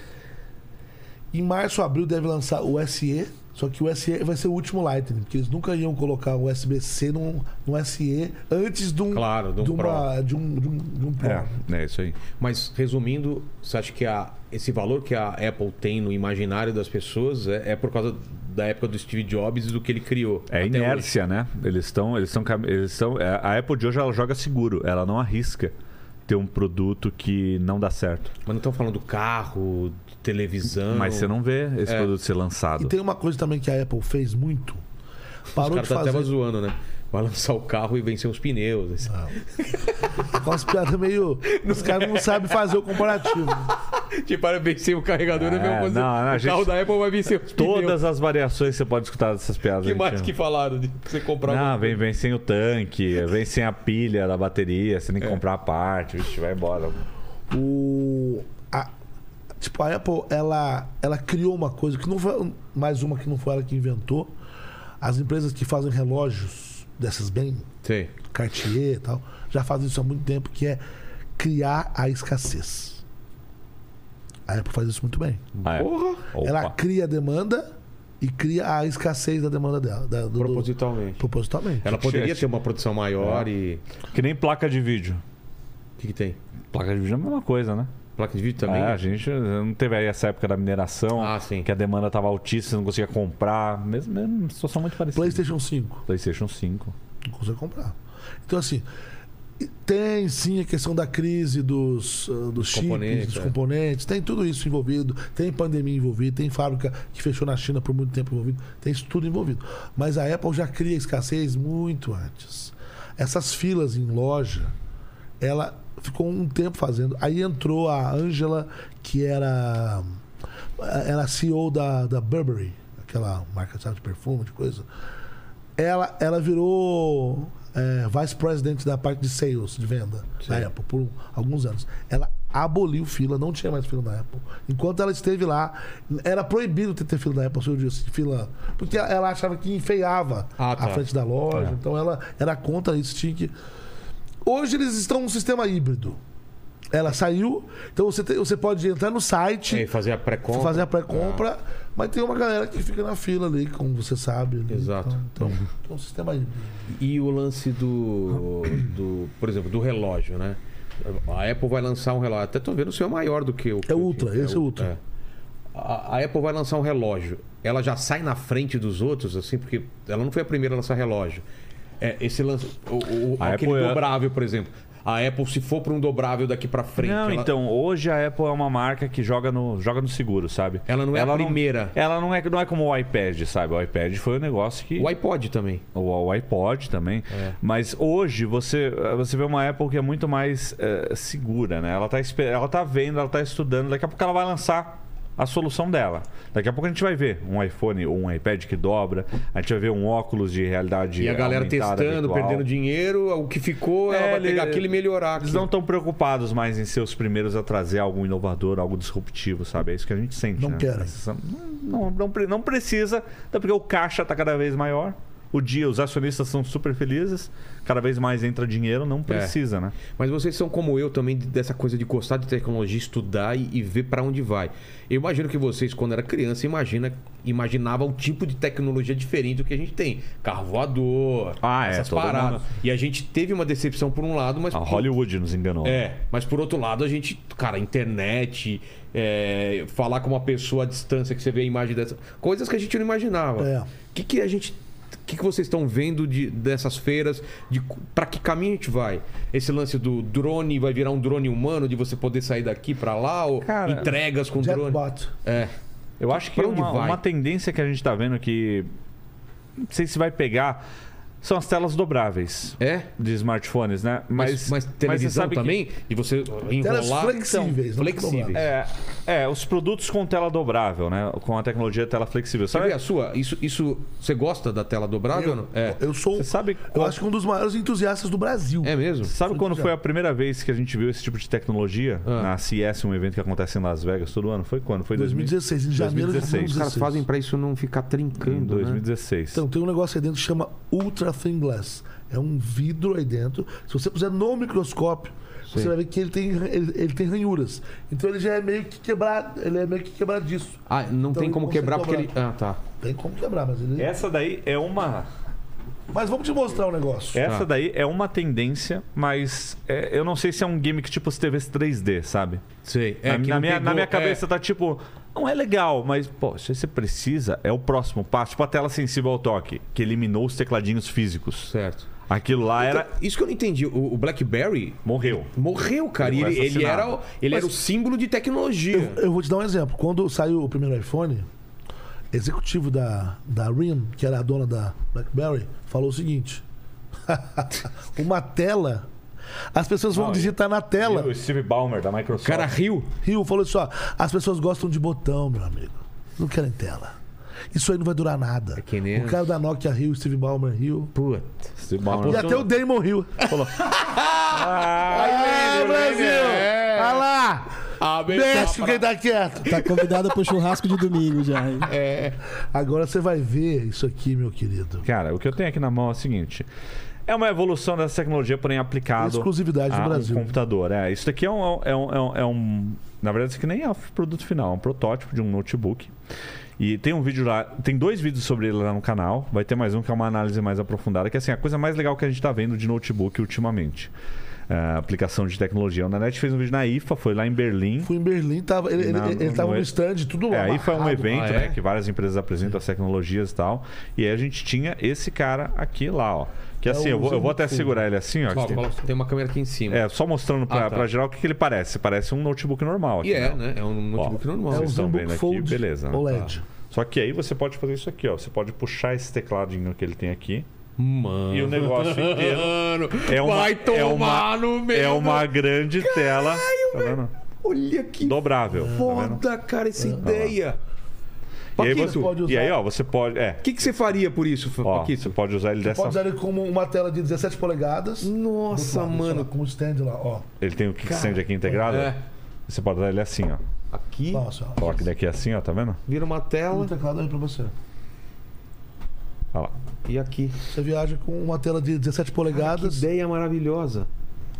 S3: em março, abril deve lançar o SE, só que o SE vai ser o último Lightning, porque eles nunca iam colocar um o USB-C num, num SE antes de um,
S1: Claro, de um
S3: uma, de um, de um, de um Pro.
S4: É, é isso aí.
S1: Mas resumindo, você acha que a- esse valor que a Apple tem no imaginário das pessoas é, é por causa da época do Steve Jobs e do que ele criou?
S4: É
S1: até hoje?
S4: inércia, né? Eles estão. Eles estão. Eles estão. é, A Apple de hoje ela joga seguro, ela não arrisca ter um produto que não dá certo.
S1: Mas não estão falando do carro, de televisão.
S4: Mas você não É. vê esse produto ser lançado.
S3: E tem uma coisa também que a Apple fez muito.
S1: Os
S3: Parou de
S1: caras tá até
S3: fazer
S1: zoando, né? Vai lançar o carro e vencer os pneus.
S3: Ah. com as piadas meio. Os caras não sabem fazer o comparativo.
S1: tipo, para vencer o carregador é, a mesma
S4: É,
S1: coisa.
S4: não, não, a
S1: o carro
S4: gente-
S1: da Apple vai vencer
S4: um
S1: os pneus.
S4: Todas as variações você pode escutar dessas piadas.
S1: que
S4: gente.
S1: mais que falaram de você comprar um
S4: Não,
S1: alguma
S4: vem, vem sem o tanque, vem sem a pilha da bateria, você tem que comprar a parte, vixe, vai embora.
S3: O. a- tipo, a Apple, ela, ela criou uma coisa que não foi. Mais uma que não foi ela que inventou. As empresas que fazem relógios dessas bem
S1: Sim.
S3: Cartier e tal, já fazem isso há muito tempo, que é criar a escassez. A Apple faz isso muito bem.
S4: Ah, é. Opa.
S3: Ela cria a demanda e cria a escassez da demanda dela. da- do- do-
S1: Propositalmente.
S3: propositalmente.
S1: Ela poderia
S4: Gente.
S1: ter uma produção
S4: É.
S1: maior e.
S4: Que nem placa de vídeo.
S1: O que, que tem?
S4: Placa de vídeo é a mesma coisa, né?
S1: Placa de vídeo também?
S4: É, a gente não teve aí essa época da mineração,
S1: Ah, sim.
S4: que a demanda tava altíssima, não conseguia comprar. Mesmo, mesmo situação muito parecida.
S3: PlayStation 5,
S4: PlayStation 5.
S3: não consegue comprar. Então, assim, e tem sim a questão da crise dos, ah, dos chips,
S1: componentes,
S3: dos
S1: é.
S3: componentes, tem tudo isso envolvido, tem pandemia envolvida, tem fábrica que fechou na China por muito tempo envolvido, tem isso tudo envolvido. Mas a Apple já cria escassez muito antes. Essas filas em loja, ela ficou um tempo fazendo. Aí entrou a Angela, que era ah, era CEO da, da Burberry, aquela marca sabe, de perfume, de coisa. Ela, ela virou é, vice-presidente da parte de sales, de venda, da Apple, por alguns anos. Ela aboliu fila, não tinha mais fila na Apple. Enquanto ela esteve lá, era proibido ter, ter fila da Apple, se eu disse, fila. Porque ela, ela achava que enfeiava
S1: Ah, tá.
S3: a frente da loja. Então ela era contra isso, tinha que. Hoje eles estão num sistema híbrido. Ela saiu, então você, tem- você pode entrar no site,
S1: É, fazer a pré-compra.
S3: fazer a pré-compra, mas tem uma galera que fica na fila ali, como você sabe. ali.
S1: Exato.
S3: Então, então, então o sistema híbrido.
S1: E o lance do, do. Por exemplo, do relógio, né? A Apple vai lançar um relógio. Até tô vendo o seu é maior do que o. que eu
S3: Ultra,
S1: tinha.
S3: esse é Ultra.
S1: é. A, a Apple vai lançar um relógio. Ela já sai na frente dos outros, assim, porque ela não foi a primeira a lançar relógio. É, esse lance. O, o-
S4: A
S1: aquele
S4: Apple é-
S1: dobrável, por exemplo. a Apple, se for para um dobrável daqui para frente,
S4: Não,
S1: ela-
S4: então, hoje a Apple é uma marca que joga no, joga no seguro, sabe?
S1: Ela não é a primeira.
S4: ela não é, não é como o iPad, sabe? O iPad foi um negócio que.
S1: o iPod também.
S4: O, o iPod também.
S1: É.
S4: Mas hoje você, você vê uma Apple que é muito mais eh, segura, né? Ela tá, espe- ela tá vendo, ela tá estudando, daqui a pouco ela vai lançar a solução dela. Daqui a pouco a gente vai ver um iPhone ou um iPad que dobra, a gente vai ver um óculos de realidade
S1: E a galera
S4: É aumentada
S1: testando,
S4: virtual.
S1: perdendo dinheiro, o que ficou, ela
S4: É,
S1: vai
S4: ele-
S1: pegar aquilo e melhorar.
S4: Eles
S1: aquilo.
S4: não estão preocupados mais em ser os primeiros a trazer algo inovador, algo disruptivo, sabe? É isso que a gente sente.
S3: Não
S4: né?
S3: querem.
S4: Essa- Não, não, pre- não precisa, até porque o caixa está cada vez maior. O dia, os acionistas são super felizes, cada vez mais entra dinheiro, não precisa, né?
S1: Mas vocês são como eu também, de- dessa coisa de gostar de tecnologia, estudar e, e ver pra onde vai. Eu imagino que vocês, quando era criança, imagina, imaginava um tipo de tecnologia diferente do que a gente tem. Carro voador,
S4: Ah, é,
S1: essas
S4: todo
S1: paradas.
S4: mundo-
S1: E a gente teve uma decepção por um lado, mas.
S4: A Hollywood nos enganou.
S1: É, mas por outro lado, a gente, cara, internet, é, falar com uma pessoa à distância que você vê a imagem dessa. Coisas que a gente não imaginava. O
S3: É.
S1: que, que a gente. O que, que vocês estão vendo de, dessas feiras? De, para que caminho a gente vai? Esse lance do drone vai virar um drone humano, de você poder sair daqui pra lá, ou
S4: Cara,
S1: entregas com Um drone.
S3: Jetbot.
S1: É.
S4: Eu acho que
S1: Pra onde
S4: uma,
S1: vai?
S4: uma tendência que a gente está vendo que. Não sei se vai pegar. São as telas dobráveis
S1: É?
S4: de smartphones, né?
S1: Mas,
S4: Mas,
S1: mas
S4: você
S1: televisão
S4: sabe que-
S1: também? E você
S3: Telas
S1: enrolar.
S3: flexíveis, não
S1: flexíveis.
S3: dobráveis.
S4: É, é, os produtos com tela dobrável, né? Com a tecnologia tela flexível.
S1: Você vê
S4: Sabe,
S1: a sua? Isso, isso, você gosta da tela dobrável? ou não? É.
S3: Eu sou.
S4: Você sabe
S3: Eu
S4: qual-
S3: acho que um dos maiores entusiastas do Brasil.
S1: é mesmo?
S4: sabe quando foi a primeira vez que a gente viu esse tipo de tecnologia?
S1: Ah.
S4: Na CES, um evento que acontece em Las Vegas todo ano. Foi quando? Foi
S3: 2016, em janeiro
S4: 2016.
S3: de
S4: Os
S1: Os caras
S3: 2016.
S1: fazem pra isso não ficar
S4: Em
S1: trincando, né?
S4: 2016.
S3: Então, tem um negócio aí dentro que chama Ultra Thin Glass. É um vidro aí dentro. Se você puser no microscópio, você vai ver que ele tem, ele, ele tem ranhuras. Então ele já é meio que quebrado. Ele é meio que quebradiço.
S1: Ah, não
S3: Então
S1: tem
S3: ele
S1: como
S3: consegue
S1: quebrar porque ele.
S3: dobrar.
S1: Ah, tá.
S3: Tem como quebrar, mas ele.
S4: Essa daí é uma.
S3: Mas vamos te mostrar um negócio.
S4: Essa
S1: Tá.
S4: daí é uma tendência, mas é, eu não sei se é um gimmick tipo os TVs 3D, sabe?
S1: Sei.
S4: na, na minha, na
S1: é.
S4: minha cabeça tá tipo, não é legal, mas, pô, se você precisa, é o próximo passo. Tipo a tela sensível ao toque, que eliminou os tecladinhos físicos.
S1: Certo. Então,
S4: Aquilo lá era.
S1: Isso que eu não entendi. O, o Blackberry
S4: Morreu.
S1: morreu, cara. E
S4: Foi
S1: ele, ele
S4: assassinado.
S1: era, o- ele era o símbolo de tecnologia.
S3: Eu vou te dar um exemplo. Quando saiu o primeiro iPhone, executivo da, da RIM, que era a dona da BlackBerry, falou o seguinte: uma tela. As pessoas vão
S4: Não,
S3: digitar na tela.
S4: O Steve Ballmer da Microsoft.
S1: O cara riu.
S3: Rio falou assim: ó, as pessoas gostam de botão, meu amigo. Não querem tela. Isso aí não vai durar nada.
S1: É que nem-
S3: O cara da Nokia Rio, Steve Ballmer Rio.
S1: Puta.
S4: Steve Ballmer.
S3: E até o Damon Rio. Falou: Aê, Brasil!
S1: É.
S3: Olha lá!
S1: Ah, bem,
S3: Mexe com quem tá quieto. É.
S2: Tá convidado pro churrasco de domingo já. hein?
S3: Agora você vai ver isso aqui, meu querido.
S4: Cara, o que eu tenho aqui na mão é o seguinte. É uma evolução dessa tecnologia, porém aplicado
S3: Exclusividade do
S4: a
S3: Brasil.
S4: um computador. É, isso daqui é um, é um- é um- é um- Na verdade, isso aqui nem é um produto final, é um protótipo de um notebook. E tem um vídeo lá, tem dois vídeos sobre ele lá no canal. Vai ter mais um que é uma análise mais aprofundada, que é assim, a coisa mais legal que a gente está vendo de notebook ultimamente. É, aplicação de tecnologia. O Nanete fez um vídeo na IFA, foi lá em Berlim.
S3: Fui em Berlim, tava, ele, ele,
S4: Não,
S3: ele
S4: não
S3: tava
S4: é.
S3: no stand, tudo lá.
S4: É, aí foi um evento,
S1: Ah, é?
S4: né? Que várias empresas apresentam as tecnologias e tal. E aí a gente tinha esse cara aqui lá, ó.
S1: É
S4: Que assim, eu vou, eu vou até segurar ele assim, ó. que
S1: Ó,
S4: tem-
S1: colo- tem uma câmera aqui em cima.
S4: é, só mostrando pra,
S1: Ah, tá.
S4: pra geral o que, que ele parece. Parece um notebook normal aqui.
S1: E é, né? É um notebook
S4: Ó,
S1: normal.
S4: vocês estão
S3: Zenbook
S4: vendo aqui,
S3: Fold
S4: beleza. né?
S3: OLED.
S4: Tá. Só que aí você pode fazer isso aqui, ó. Você pode puxar esse tecladinho que ele tem aqui.
S1: Mano.
S4: E o negócio inteiro
S1: Mano,
S4: é uma,
S1: vai tomar
S4: é uma,
S1: no meio.
S4: é uma
S1: da-
S4: grande tela. Tá vendo?
S1: Olha que
S4: Dobrável. tá vendo?
S1: foda, cara, essa ideia.
S4: E aí,
S1: Paquito,
S4: você,
S1: o
S3: pode usar.
S4: e aí, ó, você pode. É.
S1: que, que você faria por isso,
S4: Ó,
S1: Paquito?
S4: você pode usar ele dessa
S3: Pode usar ele como uma tela de 17 polegadas.
S1: Nossa,
S3: Lá,
S1: mano.
S3: lá, Com o stand lá, ó.
S4: Ele tem o kickstand aqui integrado.
S1: É.
S4: Você pode usar ele assim, ó.
S1: Aqui,
S3: Nossa, ó.
S4: Coloca ele aqui assim, ó, tá vendo?
S1: vira uma
S3: Um
S1: tela
S3: teclado aí pra você.
S4: Olha lá.
S1: e aqui.
S3: Você viaja com uma tela de 17
S1: Que
S3: polegadas.
S1: ideia maravilhosa.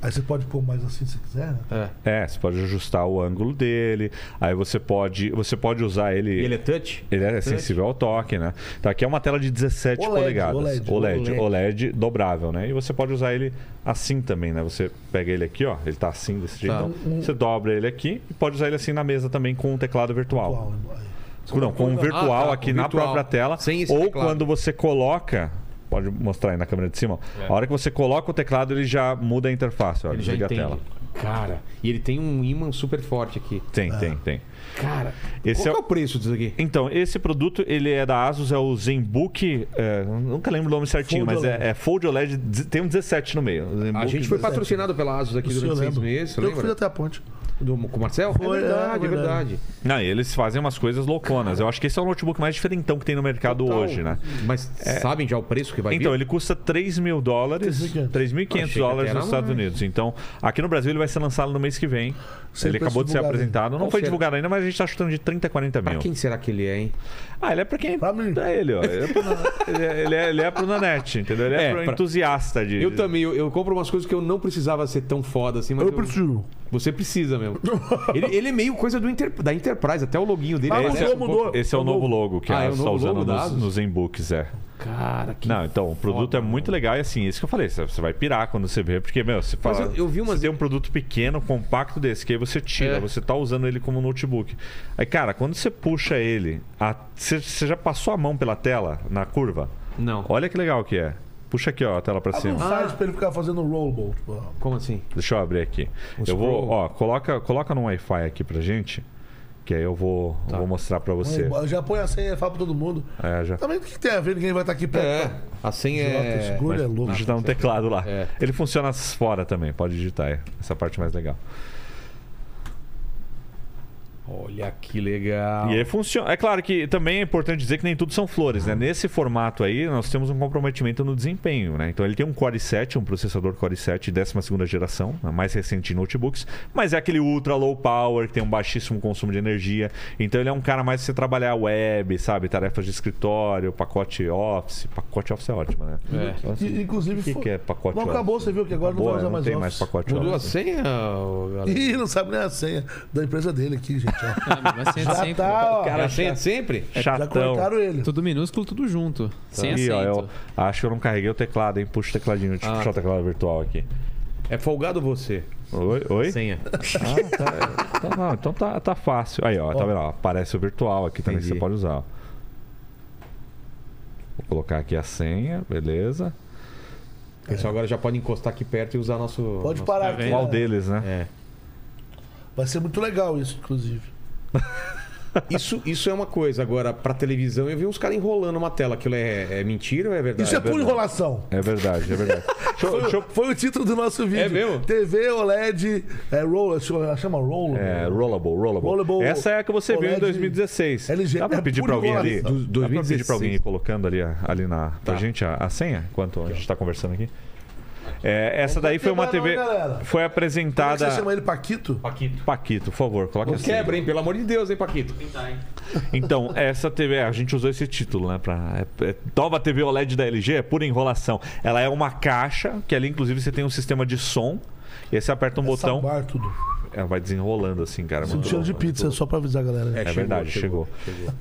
S3: aí você pode pôr mais assim se quiser, né?
S1: É.
S4: É, você pode ajustar o ângulo dele. Aí você pode, você pode usar ele.
S1: Ele é touch?
S4: Ele é sensível ao toque, né? Então aqui é uma tela de 17
S3: OLED,
S4: polegadas.
S3: OLED,
S4: OLED,
S1: OLED.
S4: OLED dobrável, né? E você pode usar ele assim também, né? Você pega ele aqui, ó. Ele tá assim desse jeito.
S1: Tá.
S4: Então, você dobra ele aqui e pode usar ele assim na mesa também com um teclado virtual.
S3: Qual? Aí.
S4: Não, com um virtual
S1: Ah, tá,
S4: aqui
S1: com
S4: na
S1: virtual.
S4: própria tela.
S1: Sem é esse
S4: ou
S1: teclado.
S4: quando você coloca Pode mostrar aí na câmera de cima. ó. A hora que você coloca o teclado, ele já muda a interface. Ó.
S1: É. Ele já
S4: Desliga a
S1: entende.
S4: tela.
S1: Cara, e ele tem um imã super forte aqui.
S4: Tem, tem, tem.
S1: Cara,
S4: Esse
S1: Ah. qual
S4: é
S1: que é o preço disso aqui?
S4: Então, esse produto, ele é da Asus, é o Zenbook... é, nunca lembro o nome certinho,
S3: Fold
S4: mas é, é Fold OLED, de- tem um 17 no meio.
S1: A
S4: Zenbook
S1: gente foi
S4: 17.
S1: patrocinado pela Asus aqui
S3: Isso eu
S1: durante seis
S3: lembro.
S1: meses,
S3: Eu fui
S1: lembra?
S3: até a ponte.
S1: Do, com o Marcel?
S3: Então, Foi,
S1: é verdade,
S3: é
S1: é verdade.
S4: Não, e eles fazem umas coisas louconas. Eu acho que esse é o notebook mais diferentão que tem no mercado hoje, né?
S1: Mas sabem já o preço que vai
S4: Então,
S1: vir?
S4: ele custa 3 mil dólares,
S3: 3.500.
S4: 3.500
S1: Achei que
S4: dólares
S1: até
S4: nos
S1: era
S4: Estados Unidos. Então, aqui no Brasil ele vai ser lançado no mês que vem.
S3: Sem
S4: ele
S3: preço
S4: acabou de ser
S3: divulgado.
S4: apresentado. Não
S1: Qual
S4: foi
S3: é?
S1: será?
S4: divulgado ainda, mas a gente tá chutando de 30 a 40 mil.
S1: Pra quem será que ele é, hein?
S4: Ah, ele é pra quem?
S3: Pra mim.
S4: É ele, ó. Ele é, pro, ele é, ele é- ele é pro Nanete, entendeu? Ele é,
S1: É,
S4: pro
S1: pra-
S4: entusiasta de...
S1: Eu também, eu, eu compro umas coisas que eu não precisava ser tão foda assim, mas
S3: Eu preciso.
S1: você precisa mesmo. ele, ele é meio coisa do Inter- da Enterprise, até o loginho dele.
S3: Mas
S1: parece
S4: Esse é,
S3: mudou,
S1: um
S3: mudou.
S1: pouco-
S4: esse é o novo logo que
S1: Ah,
S4: a
S1: é o
S4: Asus tá
S1: novo
S4: usando
S1: logo da
S4: nos,
S1: Asus?
S4: nos Zenbooks, é.
S1: Cara, que
S4: Não, então, o produto é muito legal e assim, isso que eu falei, você você vai pirar quando você vê, porque, meu, você fala.
S1: eu- eu vi umas-
S4: Você tem um produto pequeno, compacto desse, que aí você tira,
S1: É.
S4: você tá usando ele como notebook. Aí, cara, quando você puxa ele, a- você, você já passou a mão pela tela, na curva?
S1: Não. Ah,
S4: Olha que legal que é. Puxa aqui, ó, a tela pra
S3: Abre um
S4: cima.
S3: site pra ele ficar fazendo rollball. Tipo, ó.
S1: Como assim?
S4: Deixa eu abrir aqui. eu vou,
S1: Um scroll.
S4: ó, coloca, coloca no Wi-Fi aqui pra gente, que aí eu vou,
S1: Tá.
S4: eu vou mostrar pra você.
S3: Já põe a senha e fala pra todo mundo.
S4: É, já.
S3: Também o que tem a ver? Ninguém vai estar aqui
S1: É,
S3: perto.
S1: a senha
S3: Jota,
S1: é...
S3: escolha é louco.
S4: Digitar no um teclado lá.
S1: É.
S4: Ele funciona fora também, pode digitar, é. Essa parte mais legal.
S1: Olha que legal.
S4: E aí funciona. É claro que também é importante dizer que nem tudo são flores, né? Nesse formato aí, nós temos um comprometimento no desempenho, né? Então ele tem um Core i7, um processador Core i7 12ª geração, a mais recente em notebooks, mas é aquele ultra low power, que tem um baixíssimo consumo de energia. Então ele é um cara mais pra você trabalhar web, sabe? Tarefas de escritório, pacote Office. Pacote Office é ótimo, né?
S1: É.
S4: Então, assim,
S3: E, inclusive,
S4: o que, que é pacote
S3: Não
S4: Office?
S3: acabou, você viu que agora
S4: Acabou,
S3: não vai usar
S4: não
S3: mais
S4: tem mais
S3: Office.
S4: pacote
S1: Mudou a
S4: Office.
S1: senha, ô, galera?
S3: Ih, não sabe nem a senha da empresa dele aqui, gente. ó.
S5: Ah, mas assim é de
S3: Já
S5: sempre.
S3: tá, ó.
S1: Cara, a senha de sempre?
S3: É, Já
S4: Chatão.
S3: cortaram ele.
S5: Tudo minúsculo, tudo junto.
S1: Tá.
S5: Sem
S4: Ih, ó,
S1: é
S5: acento.
S4: eu acho que eu não carreguei o teclado, hein? Puxa o tecladinho, deixa eu
S1: Ah,
S4: puxar o teclado virtual aqui.
S1: É folgado você.
S4: Oi? Oi?
S1: Senha.
S4: Ah, tá. Então, não, então tá, tá fácil. Aí, ó, tá vendo? ó, aparece o virtual aqui também que você
S1: Entendi.
S4: pode usar. ó. Vou colocar aqui a senha, beleza.
S1: O pessoal agora já pode encostar aqui perto e usar nosso...
S3: Pode
S1: nosso-
S3: parar aqui.
S4: Qual
S3: né?
S4: deles, né?
S1: É.
S3: Vai ser muito legal isso, inclusive.
S1: Isso, isso é uma coisa. Agora, pra televisão, eu vi uns caras enrolando uma tela. Aquilo é, é mentira ou é verdade?
S3: Isso é pura
S1: verdade.
S3: enrolação.
S4: É verdade, é verdade. Deixa eu-
S3: Foi,
S4: Tá deixa eu-
S3: foi o título do nosso vídeo.
S1: É mesmo?
S3: TV OLED, é, roller, chama roller.
S4: É, rollable, rollable,
S3: Rollable
S4: Essa é a que você viu em
S3: OLED
S4: 2016.
S3: LG.
S4: Dá pra
S3: É
S4: pedir
S3: pura
S4: pra alguém ali?
S3: igual a
S1: essa.
S4: Dá pra pedir pra alguém ir
S1: 2016.
S4: colocando ali, a- ali na, pra
S1: Tá.
S4: gente a, a senha, enquanto a gente tá conversando aqui? É, essa daí foi uma
S3: quebrar
S4: TV.
S3: não, hein, galera?
S4: Foi
S3: Como é que
S4: apresentada.
S3: Você chama ele Paquito?
S1: Paquito. Assim.
S4: Paquito, por favor, coloque a
S1: Não
S4: senha.
S1: quebra, hein? Pelo amor de Deus, hein, Paquito?
S4: Então, essa TV, a gente usou esse título, né? Pra, é- é- nova TV OLED da LG é pura enrolação. Ela é uma caixa, que ali inclusive você tem um sistema de som. E aí você aperta um botão,
S3: Sabar tudo.
S4: ela vai desenrolando assim, cara.
S3: Um
S4: muito
S3: cheiro
S4: louco,
S3: de
S4: né?
S3: pizza, só pra avisar a galera.
S4: É verdade, chegou.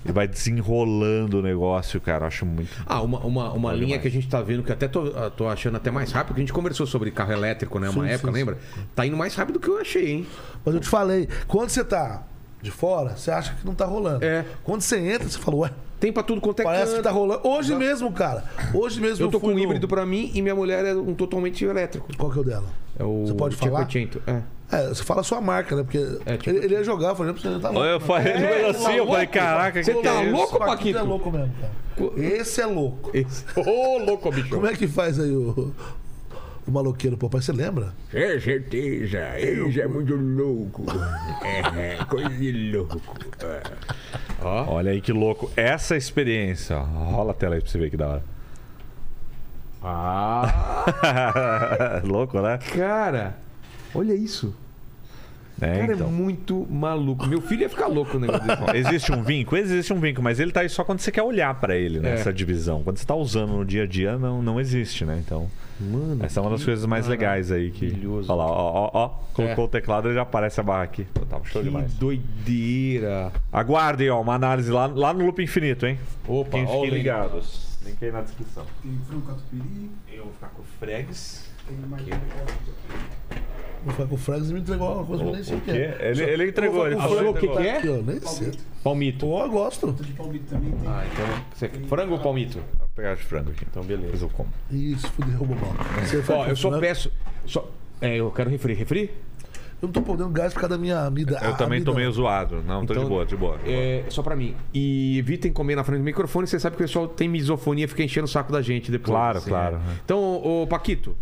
S4: E vai desenrolando o negócio, cara. eu Acho muito.
S1: Ah, uma, uma, uma linha que a gente tá vendo, que até tô, ah, tô achando até mais rápido, que a gente conversou sobre carro elétrico, né? Uma
S3: Sim,
S1: época,
S3: sim,
S1: lembra? Tá indo mais rápido do que eu achei, hein?
S3: Mas eu te falei, quando você tá de fora, você acha que não tá rolando.
S1: É.
S3: Quando você entra, você fala, ué,
S1: Tem pra tudo quanto é
S3: parece que
S1: canto.
S3: tá rolando. Hoje mesmo, cara. Hoje mesmo
S1: Eu tô com
S3: fui
S1: um
S3: no-
S1: híbrido pra mim e minha mulher é um totalmente elétrico.
S3: Qual que é o dela?
S1: É o
S3: Você pode falar?
S1: 500, É.
S3: É, você fala a sua marca, né? Porque
S1: É, tipo-
S3: ele, ele ia jogar, eu falei, você tá louco.
S4: Eu falei,
S1: É,
S4: assim, eu
S1: louco,
S4: falei, caraca, que
S1: você
S4: que
S1: tá
S4: é isso?
S1: louco?
S3: Esse
S1: Paquito.
S3: é louco mesmo, cara. Esse é louco.
S1: Esse- Ô, louco, bicho.
S3: Como é que faz aí o, o maloqueiro, papai? Você lembra?
S6: É certeza, ele já é muito louco. É, é, coisa de louco.
S4: Olha aí que louco. Essa experiência, ó. Rola a tela aí pra você ver que da hora. Ah! louco, né?
S1: Cara, olha isso.
S4: É,
S1: Cara,
S4: então.
S1: é muito maluco. Meu filho ia ficar louco no negócio desse.
S4: Bom, Existe um vinco? Existe um vinco, mas ele tá aí só quando você quer olhar pra ele, né?
S1: É.
S4: Essa divisão. Quando você tá usando no dia a dia, não, não existe, né? Então,
S1: Mano,
S4: essa é uma das coisas mais legais aí que.
S1: maravilhoso.
S4: Olha lá, ó, ó, ó. Colocou
S1: É.
S4: o teclado e já aparece a barra aqui. Pô, tá show demais.
S1: que doideira.
S4: Aguardem, ó, uma análise lá, lá no Loop Infinito, hein?
S1: Opa,
S4: Fiquem,
S1: ó o
S4: fiquem
S1: link.
S4: ligados. Link aí na descrição.
S2: Tem frango catupiry,
S4: Eu vou ficar com o Fregs.
S2: tem mais...
S3: Vou falar com o Franks e me entregou uma coisa que eu nem sei o que
S4: quê?
S3: é.
S4: Ele-
S3: Só-
S4: ele entregou,
S3: Eu
S4: ele
S3: vou
S4: falou
S3: falar
S1: Achou o que, que
S3: Aqui,
S1: é?
S3: ó, nem sei.
S1: Palmito.
S3: Pô, eu gosto.
S2: de palmito também tem.
S1: Ah, então. você- Frango ou palmito?
S4: pegar de frango aqui.
S1: Então, beleza.
S4: Depois eu como.
S3: Isso, fudeu, bobão. Você
S1: É. Ó,
S3: faz
S1: eu só
S3: funcionar-
S1: peço. Só... É, eu quero refri. Refri?
S3: Eu não tô podendo gás por causa da minha amida.
S4: Eu
S1: Ah,
S3: a-
S4: também tô
S3: amida,
S4: meio zoado. Não,
S1: Então-
S4: tô de boa, de boa.
S1: É, só pra mim. E evitem comer na frente do microfone, você sabe que o pessoal tem misofonia, fica enchendo o saco da gente depois.
S4: Claro, claro,
S1: né?
S4: né?
S1: Então, ô, ô, Paquito,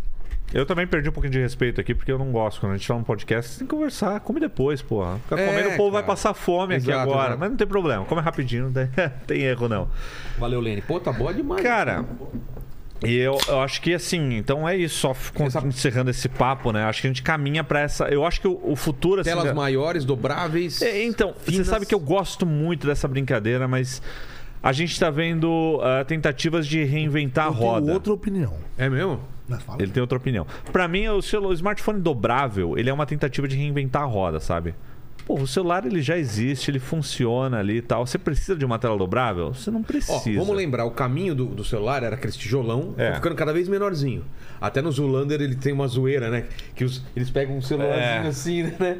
S4: Eu também perdi um pouquinho de respeito aqui, porque eu não gosto. Quando a gente fala um podcast, você tem que conversar, come depois, porra. Ficar
S1: É,
S4: comendo, o povo vai
S1: cara.
S4: passar fome aqui
S1: Exato,
S4: agora.
S1: exato.
S4: Mas não tem problema, come rapidinho, não tem, tem erro não.
S1: valeu, Lene. Pô, tá boa demais.
S4: Cara, e eu, eu acho que assim, então é isso, só f-
S1: Essa-
S4: encerrando esse papo, né? Acho que a gente caminha pra essa. Eu acho que o, o futuro. Assim,
S1: Telas
S4: né?
S1: maiores, dobráveis.
S4: É, então, você
S1: finas.
S4: sabe que eu gosto muito dessa brincadeira, mas a gente tá vendo ah, tentativas de reinventar a
S3: Eu tenho
S4: roda.
S3: outra opinião.
S1: É mesmo?
S3: Mas fala.
S4: Ele tem outra opinião. Pra mim, o, celular, o smartphone dobrável, ele é uma tentativa de reinventar a roda, sabe? Pô, o celular ele já existe, ele funciona ali e tal. Você precisa de uma tela dobrável? Você não precisa.
S1: Ó, vamos lembrar, o caminho do, do celular era aquele tijolão,
S4: É.
S1: tá ficando cada vez menorzinho. Até no Zulander ele tem uma zoeira, né? Que os- eles pegam um celularzinho
S4: É.
S1: assim, né?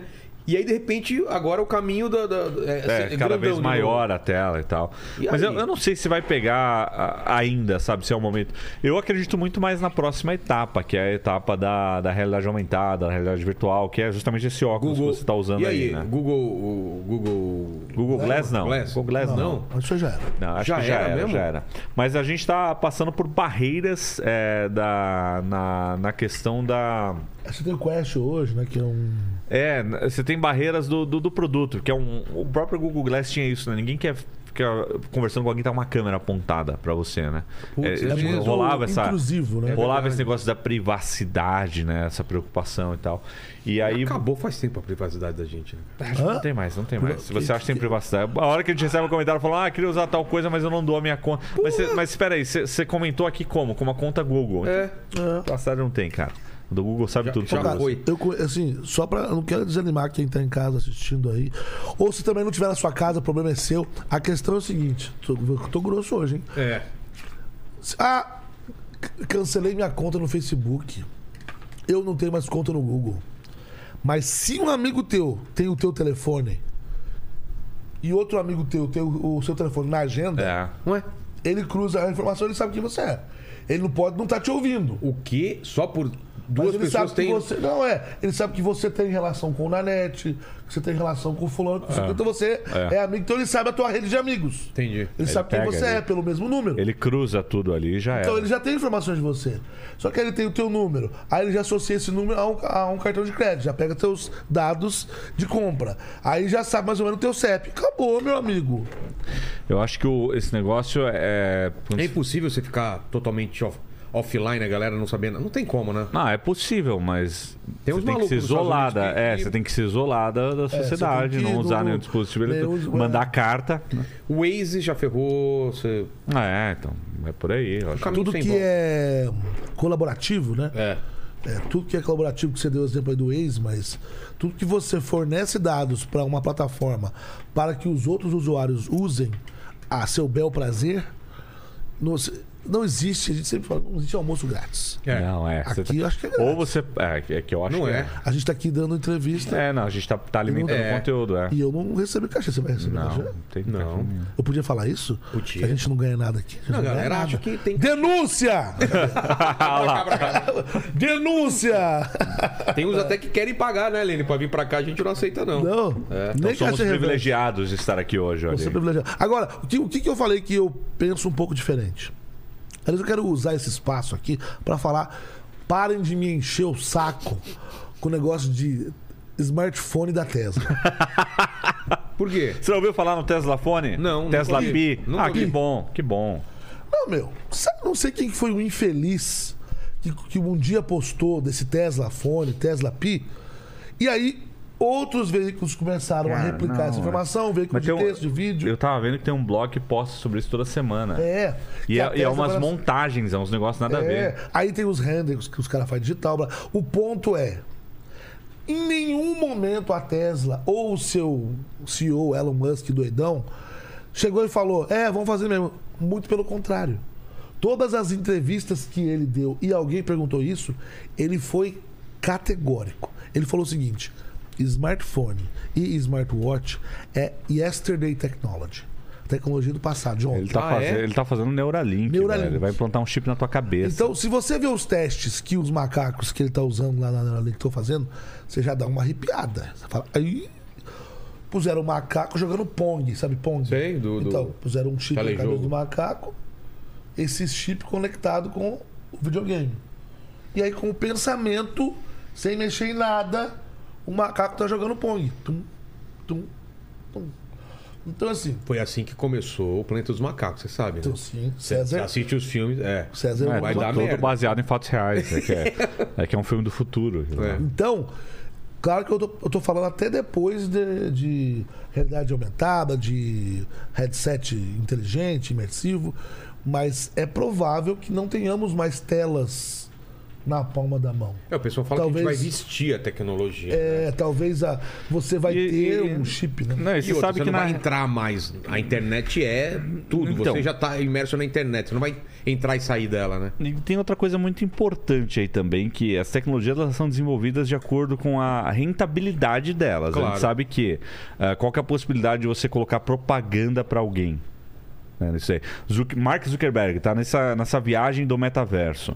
S1: E aí, de repente, agora o caminho da. da- da-
S4: É,
S1: assim,
S4: cada
S1: grandão
S4: vez
S1: de
S4: maior a tela e tal.
S1: E
S4: Mas eu,
S1: aí?
S4: eu não sei se vai pegar a- ainda, sabe, se é o momento. Eu acredito muito mais na próxima etapa, que é a etapa da, da realidade aumentada, da realidade virtual, que é justamente esse
S1: novo.
S4: óculos
S1: Google,
S4: que você está usando
S1: e
S4: aí,
S1: aí,
S4: né?
S1: Google. O, Google.
S4: Google Glass não.
S1: Glass?
S4: Google Glass não.
S3: Isso já era.
S4: Não, acho
S1: Já
S4: que já
S1: era
S4: era,
S1: mesmo?
S4: já era. Mas a gente tá passando por barreiras é, da, na, na questão da.
S3: Você tem o Quest hoje, né? Que é um.
S4: É, n- você tem barreiras do, do, do produto, que é um. O próprio Google Glass tinha isso, né? Ninguém quer ficar conversando com alguém que tá uma câmera apontada pra você, né?
S1: Putz, é
S4: tipo,
S1: mesmo.
S4: rolava essa.
S3: Intrusivo, né?
S4: rolava esse negócio da privacidade, né? Essa preocupação e tal. E aí.
S1: Acabou faz tempo a privacidade da gente, né? cara?
S4: Acho que Não tem mais, não tem mais. Se você acha que tem privacidade. A hora que a gente recebe um comentário falando, ah, queria usar tal coisa, mas eu não dou a minha conta. Mas, você, mas espera aí, você você comentou aqui como? Com uma conta Google.
S1: É.
S4: Privacidade não tem, cara. O do Google sabe tudo.
S1: já
S4: sobre você.
S1: foi.
S3: Eu, co- assim, só pra. Eu não quero desanimar quem tá em casa assistindo aí. Ou se também não tiver na sua casa, o problema é seu. A questão é o seguinte: tô, tô grosso hoje, hein?
S1: É.
S3: Ah, c- cancelei minha conta no Facebook. Eu não tenho mais conta no Google. Mas se um amigo teu tem o teu telefone e outro amigo teu tem o, o seu telefone na agenda,
S4: É.
S1: Ué?
S3: ele cruza a informação, ele sabe quem você é. Ele não pode, não tá te ouvindo.
S1: O que só por
S3: Mas
S1: duas
S3: ele
S1: pessoas
S3: sabe que
S1: tem.
S3: você. Não, é. Ele sabe que você tem relação com o Nanete, que você tem relação com o fulano, com o ciclano, Então você é. amigo, então ele sabe a tua rede de amigos.
S1: Entendi.
S3: Ele, sabe quem
S4: pega,
S3: você
S4: ele-
S3: é, pelo mesmo número.
S4: Ele cruza tudo ali e já é.
S3: Então ele já tem informações de você. Só que ele tem o teu número. Aí ele já associa esse número a um, a um cartão de crédito. Já pega teus dados de compra. Aí já sabe mais ou menos o teu CEP. Acabou, meu amigo.
S4: Eu acho que o- esse negócio é.
S1: É impossível você ficar totalmente off- offline, a galera não sabendo. Não tem como, né?
S4: Não, é possível, mas.
S1: Tem uns
S4: você tem que
S1: malucos
S4: se
S1: nos Estados
S4: isolar. da-
S1: Unidos que- É,
S4: É, você tem que se isolar da, da sociedade,
S3: que ir
S4: não usar
S3: no-
S4: nenhum dispositivo
S3: nem
S4: eletrônico.
S3: uso-
S4: Mandar
S3: é.
S4: carta.
S1: O Waze já ferrou. Você...
S4: Ah, é, então. É por aí. Eu acho.
S1: Caminho
S3: Tudo
S1: sem
S3: que
S1: volta.
S3: é colaborativo, né?
S1: É.
S3: É, tudo que é colaborativo, que você deu o exemplo aí do Waze, mas tudo que você fornece dados para uma plataforma para que os outros usuários usem a seu bel prazer, não, não existe, a gente sempre fala, não existe almoço grátis.
S1: É.
S4: Não, é. você
S3: Aqui eu acho que é
S4: Ou
S3: grátis.
S4: você. É, é que eu acho
S1: Não
S4: que
S1: é.
S3: A gente tá aqui dando entrevista
S4: É, não, a gente tá, tá alimentando
S1: É.
S4: conteúdo, é.
S3: e eu não recebi cachê. Você vai receber
S4: Não,
S3: cachê?
S4: não tem
S1: Não.
S3: Eu podia falar isso?
S1: Podia.
S3: Que a gente não ganha nada aqui. A gente
S1: Não, a
S3: ganha
S1: galera
S3: nada.
S1: acha que tem.
S3: Denúncia! Denúncia!
S1: Tem uns até que querem pagar, né, Lene? Pra vir pra cá a gente não aceita, não.
S3: Não,
S4: Então somos
S3: cachê reverso.
S4: privilegiados de estar aqui hoje, olha.
S3: Você é
S4: aí.
S3: privilegiado. Agora, o que, o que que eu falei que eu penso um pouco diferente? Aliás, eu quero usar esse espaço aqui pra falar: parem de me encher o saco com o negócio de smartphone da Tesla.
S1: Por quê?
S4: Você já ouviu falar no Tesla Fone?
S1: Não, nunca
S4: Tesla
S1: ouvi.
S4: Pi.
S1: Nunca
S4: Ah, que
S1: ouvi.
S4: bom, que bom.
S3: Não, meu, sabe, não sei quem que foi o infeliz que, que um dia postou desse Tesla Fone, Tesla Pi, e aí outros veículos começaram a
S4: Cara,
S3: replicar
S4: não,
S3: essa
S4: é.
S3: informação, veículo
S4: Mas
S3: de
S4: tem um-
S3: texto, de vídeo.
S4: Eu tava vendo que tem um blog que posta sobre isso toda semana.
S3: É.
S4: E
S3: que a
S4: é, e é
S3: Tesla
S4: umas
S3: agora-
S4: montagens, é uns negócios nada a
S3: É,
S4: ver.
S3: aí tem os renders que os caras fazem digital. blá. O ponto é, em nenhum momento a Tesla ou o seu CEO Elon Musk doidão chegou e falou, é, vamos fazer mesmo. Muito pelo contrário. Todas as entrevistas que ele deu e alguém perguntou isso, ele foi categórico. Ele falou o seguinte: smartphone e smartwatch é yesterday technology. Tecnologia do passado, John.
S4: Ele tá,
S1: Ah,
S4: fazendo,
S1: é?
S4: ele tá fazendo Neuralink,
S3: Neuralink.
S4: velho. Ele vai implantar um chip na tua cabeça.
S3: Então, se você vê os testes que os macacos que ele tá usando lá na Neuralink estão fazendo, você já dá uma arrepiada. Você fala, aí puseram o macaco jogando Pong, sabe Pong?
S1: Sei, do- do-
S3: Então, puseram um chip na
S1: telejogo.
S3: cabeça do macaco, esse chip conectado com o videogame. E aí, com o pensamento, sem mexer em nada, o macaco tá jogando Pong. Tum, tum, tum. Então, assim,
S1: Foi assim que começou o Planeta dos Macacos, você sabe, né?
S3: então, assim
S1: Você
S3: César,
S1: assiste os filmes, é.
S3: César é
S4: É,
S3: um
S1: vai
S4: tudo,
S1: dar
S4: tudo
S1: merda.
S4: baseado em fatos reais. É que é, é que é um filme do futuro.
S1: É.
S3: Então, claro que eu tô, eu tô falando até depois de, de realidade aumentada, de headset inteligente, imersivo, mas é provável que não tenhamos mais telas na palma da mão.
S1: É, o pessoal fala
S3: Talvez-
S1: que a gente vai vestir a tecnologia. né?
S3: É, talvez a, você vai
S4: E-
S3: ter
S4: e-
S3: um chip, né?
S4: Não, e você
S1: E outra,
S4: sabe
S1: você
S4: que
S1: não
S4: na...
S1: vai entrar mais. A internet é tudo.
S4: Então.
S1: Você já tá imerso na internet. Você não vai entrar e sair dela, né?
S4: E tem outra coisa muito importante aí também, que as tecnologias elas são desenvolvidas de acordo com a rentabilidade delas. A
S1: Claro.
S4: gente sabe que ah, qual que é a possibilidade de você colocar propaganda para alguém? Né, isso aí. Zuck- Mark Zuckerberg tá nessa, nessa viagem do metaverso.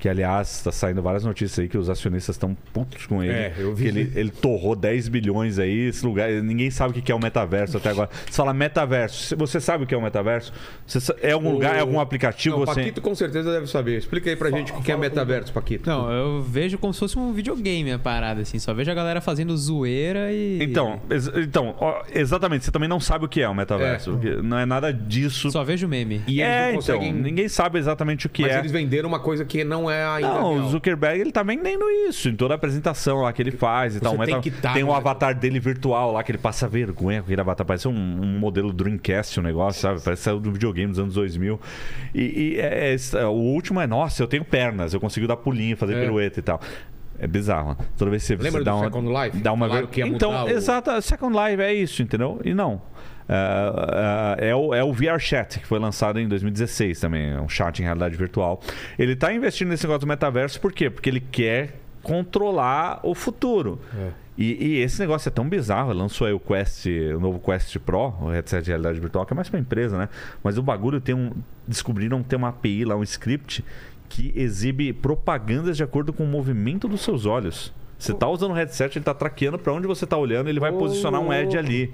S4: Que, aliás, tá saindo várias notícias aí que os acionistas estão putos com ele.
S1: É, eu vi.
S4: Que ele, ele torrou 10 bilhões aí, esse lugar. Ninguém sabe o que que é o metaverso até agora. Você fala metaverso. se- Você sabe o que é o metaverso? Você sa- é algum lugar, é algum aplicativo?
S1: Não, o
S4: você...
S1: Paquito com certeza deve saber. Explica aí pra gente o que é metaverso, Paquito.
S5: Não, eu vejo como se fosse um videogame a parada, assim. Só vejo a galera fazendo zoeira e.
S4: Então, ex- então ó, exatamente, você também não sabe o que é o metaverso.
S1: É.
S4: porque Não é nada disso.
S5: Só vejo meme.
S1: E eles
S4: é,
S1: não conseguem.
S4: então, ninguém sabe exatamente o que
S1: Mas
S4: é.
S1: eles venderam uma coisa que não é ainda.
S4: Não, o
S1: real.
S4: Zuckerberg ele tá vendendo isso em toda a apresentação lá que ele faz e tal.
S1: tem
S4: Meta-
S1: que tá
S4: tem
S1: no
S4: o avatar dele virtual lá que ele passa vergonha com aquele avatar. Parece um, um modelo Dreamcast o negócio, sabe? Parece que saiu de um videogame dos anos 2000. E, e é- é isso, é, o último é, nossa, eu tenho pernas, eu consigo dar pulinho, fazer
S1: É.
S4: pirueta e tal. É bizarro. né? Toda vez que você
S1: Lembra
S4: você
S1: do
S4: dá uma,
S1: Second Life?
S4: Dá uma
S1: Falaram
S4: ver-
S1: que é ia mudar
S4: então,
S1: o-
S4: exato, Second Life é isso, entendeu? E não. Ah, ah, é, o, é o VR Chat, que foi lançado em 2016 também, é um chat em realidade virtual. Ele está investindo nesse negócio do metaverso, por quê? Porque ele quer controlar o futuro. E, e esse negócio é tão bizarro. Lançou aí o Quest, o novo Quest Pro, o headset de realidade virtual, que é mais para empresa, né? Mas o bagulho tem um. Descobriram que tem uma API lá, um script, que exibe propagandas de acordo com o movimento dos seus olhos. Você tá usando o headset, ele tá traqueando pra onde você tá olhando, ele vai posicionar um ad ali.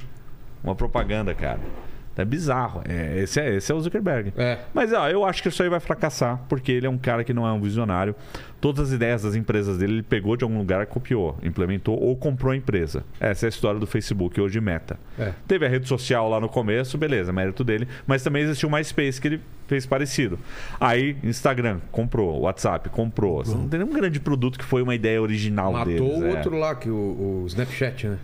S4: Uma propaganda, cara. É bizarro. É, esse, é, esse é o Zuckerberg.
S1: É.
S4: Mas ó, eu acho que isso aí vai fracassar, porque ele é um cara que não é um visionário. Todas as ideias das empresas dele, ele pegou de algum lugar, copiou, implementou ou comprou a empresa. Essa é a história do Facebook, hoje meta.
S1: É.
S4: Teve a rede social lá no começo, beleza, mérito dele. Mas também existiu o MySpace, que ele fez parecido. Aí, Instagram, comprou. WhatsApp, comprou. Você não tem nenhum grande produto que foi uma ideia original dele.
S1: Matou o outro lá, que o, o Snapchat, né?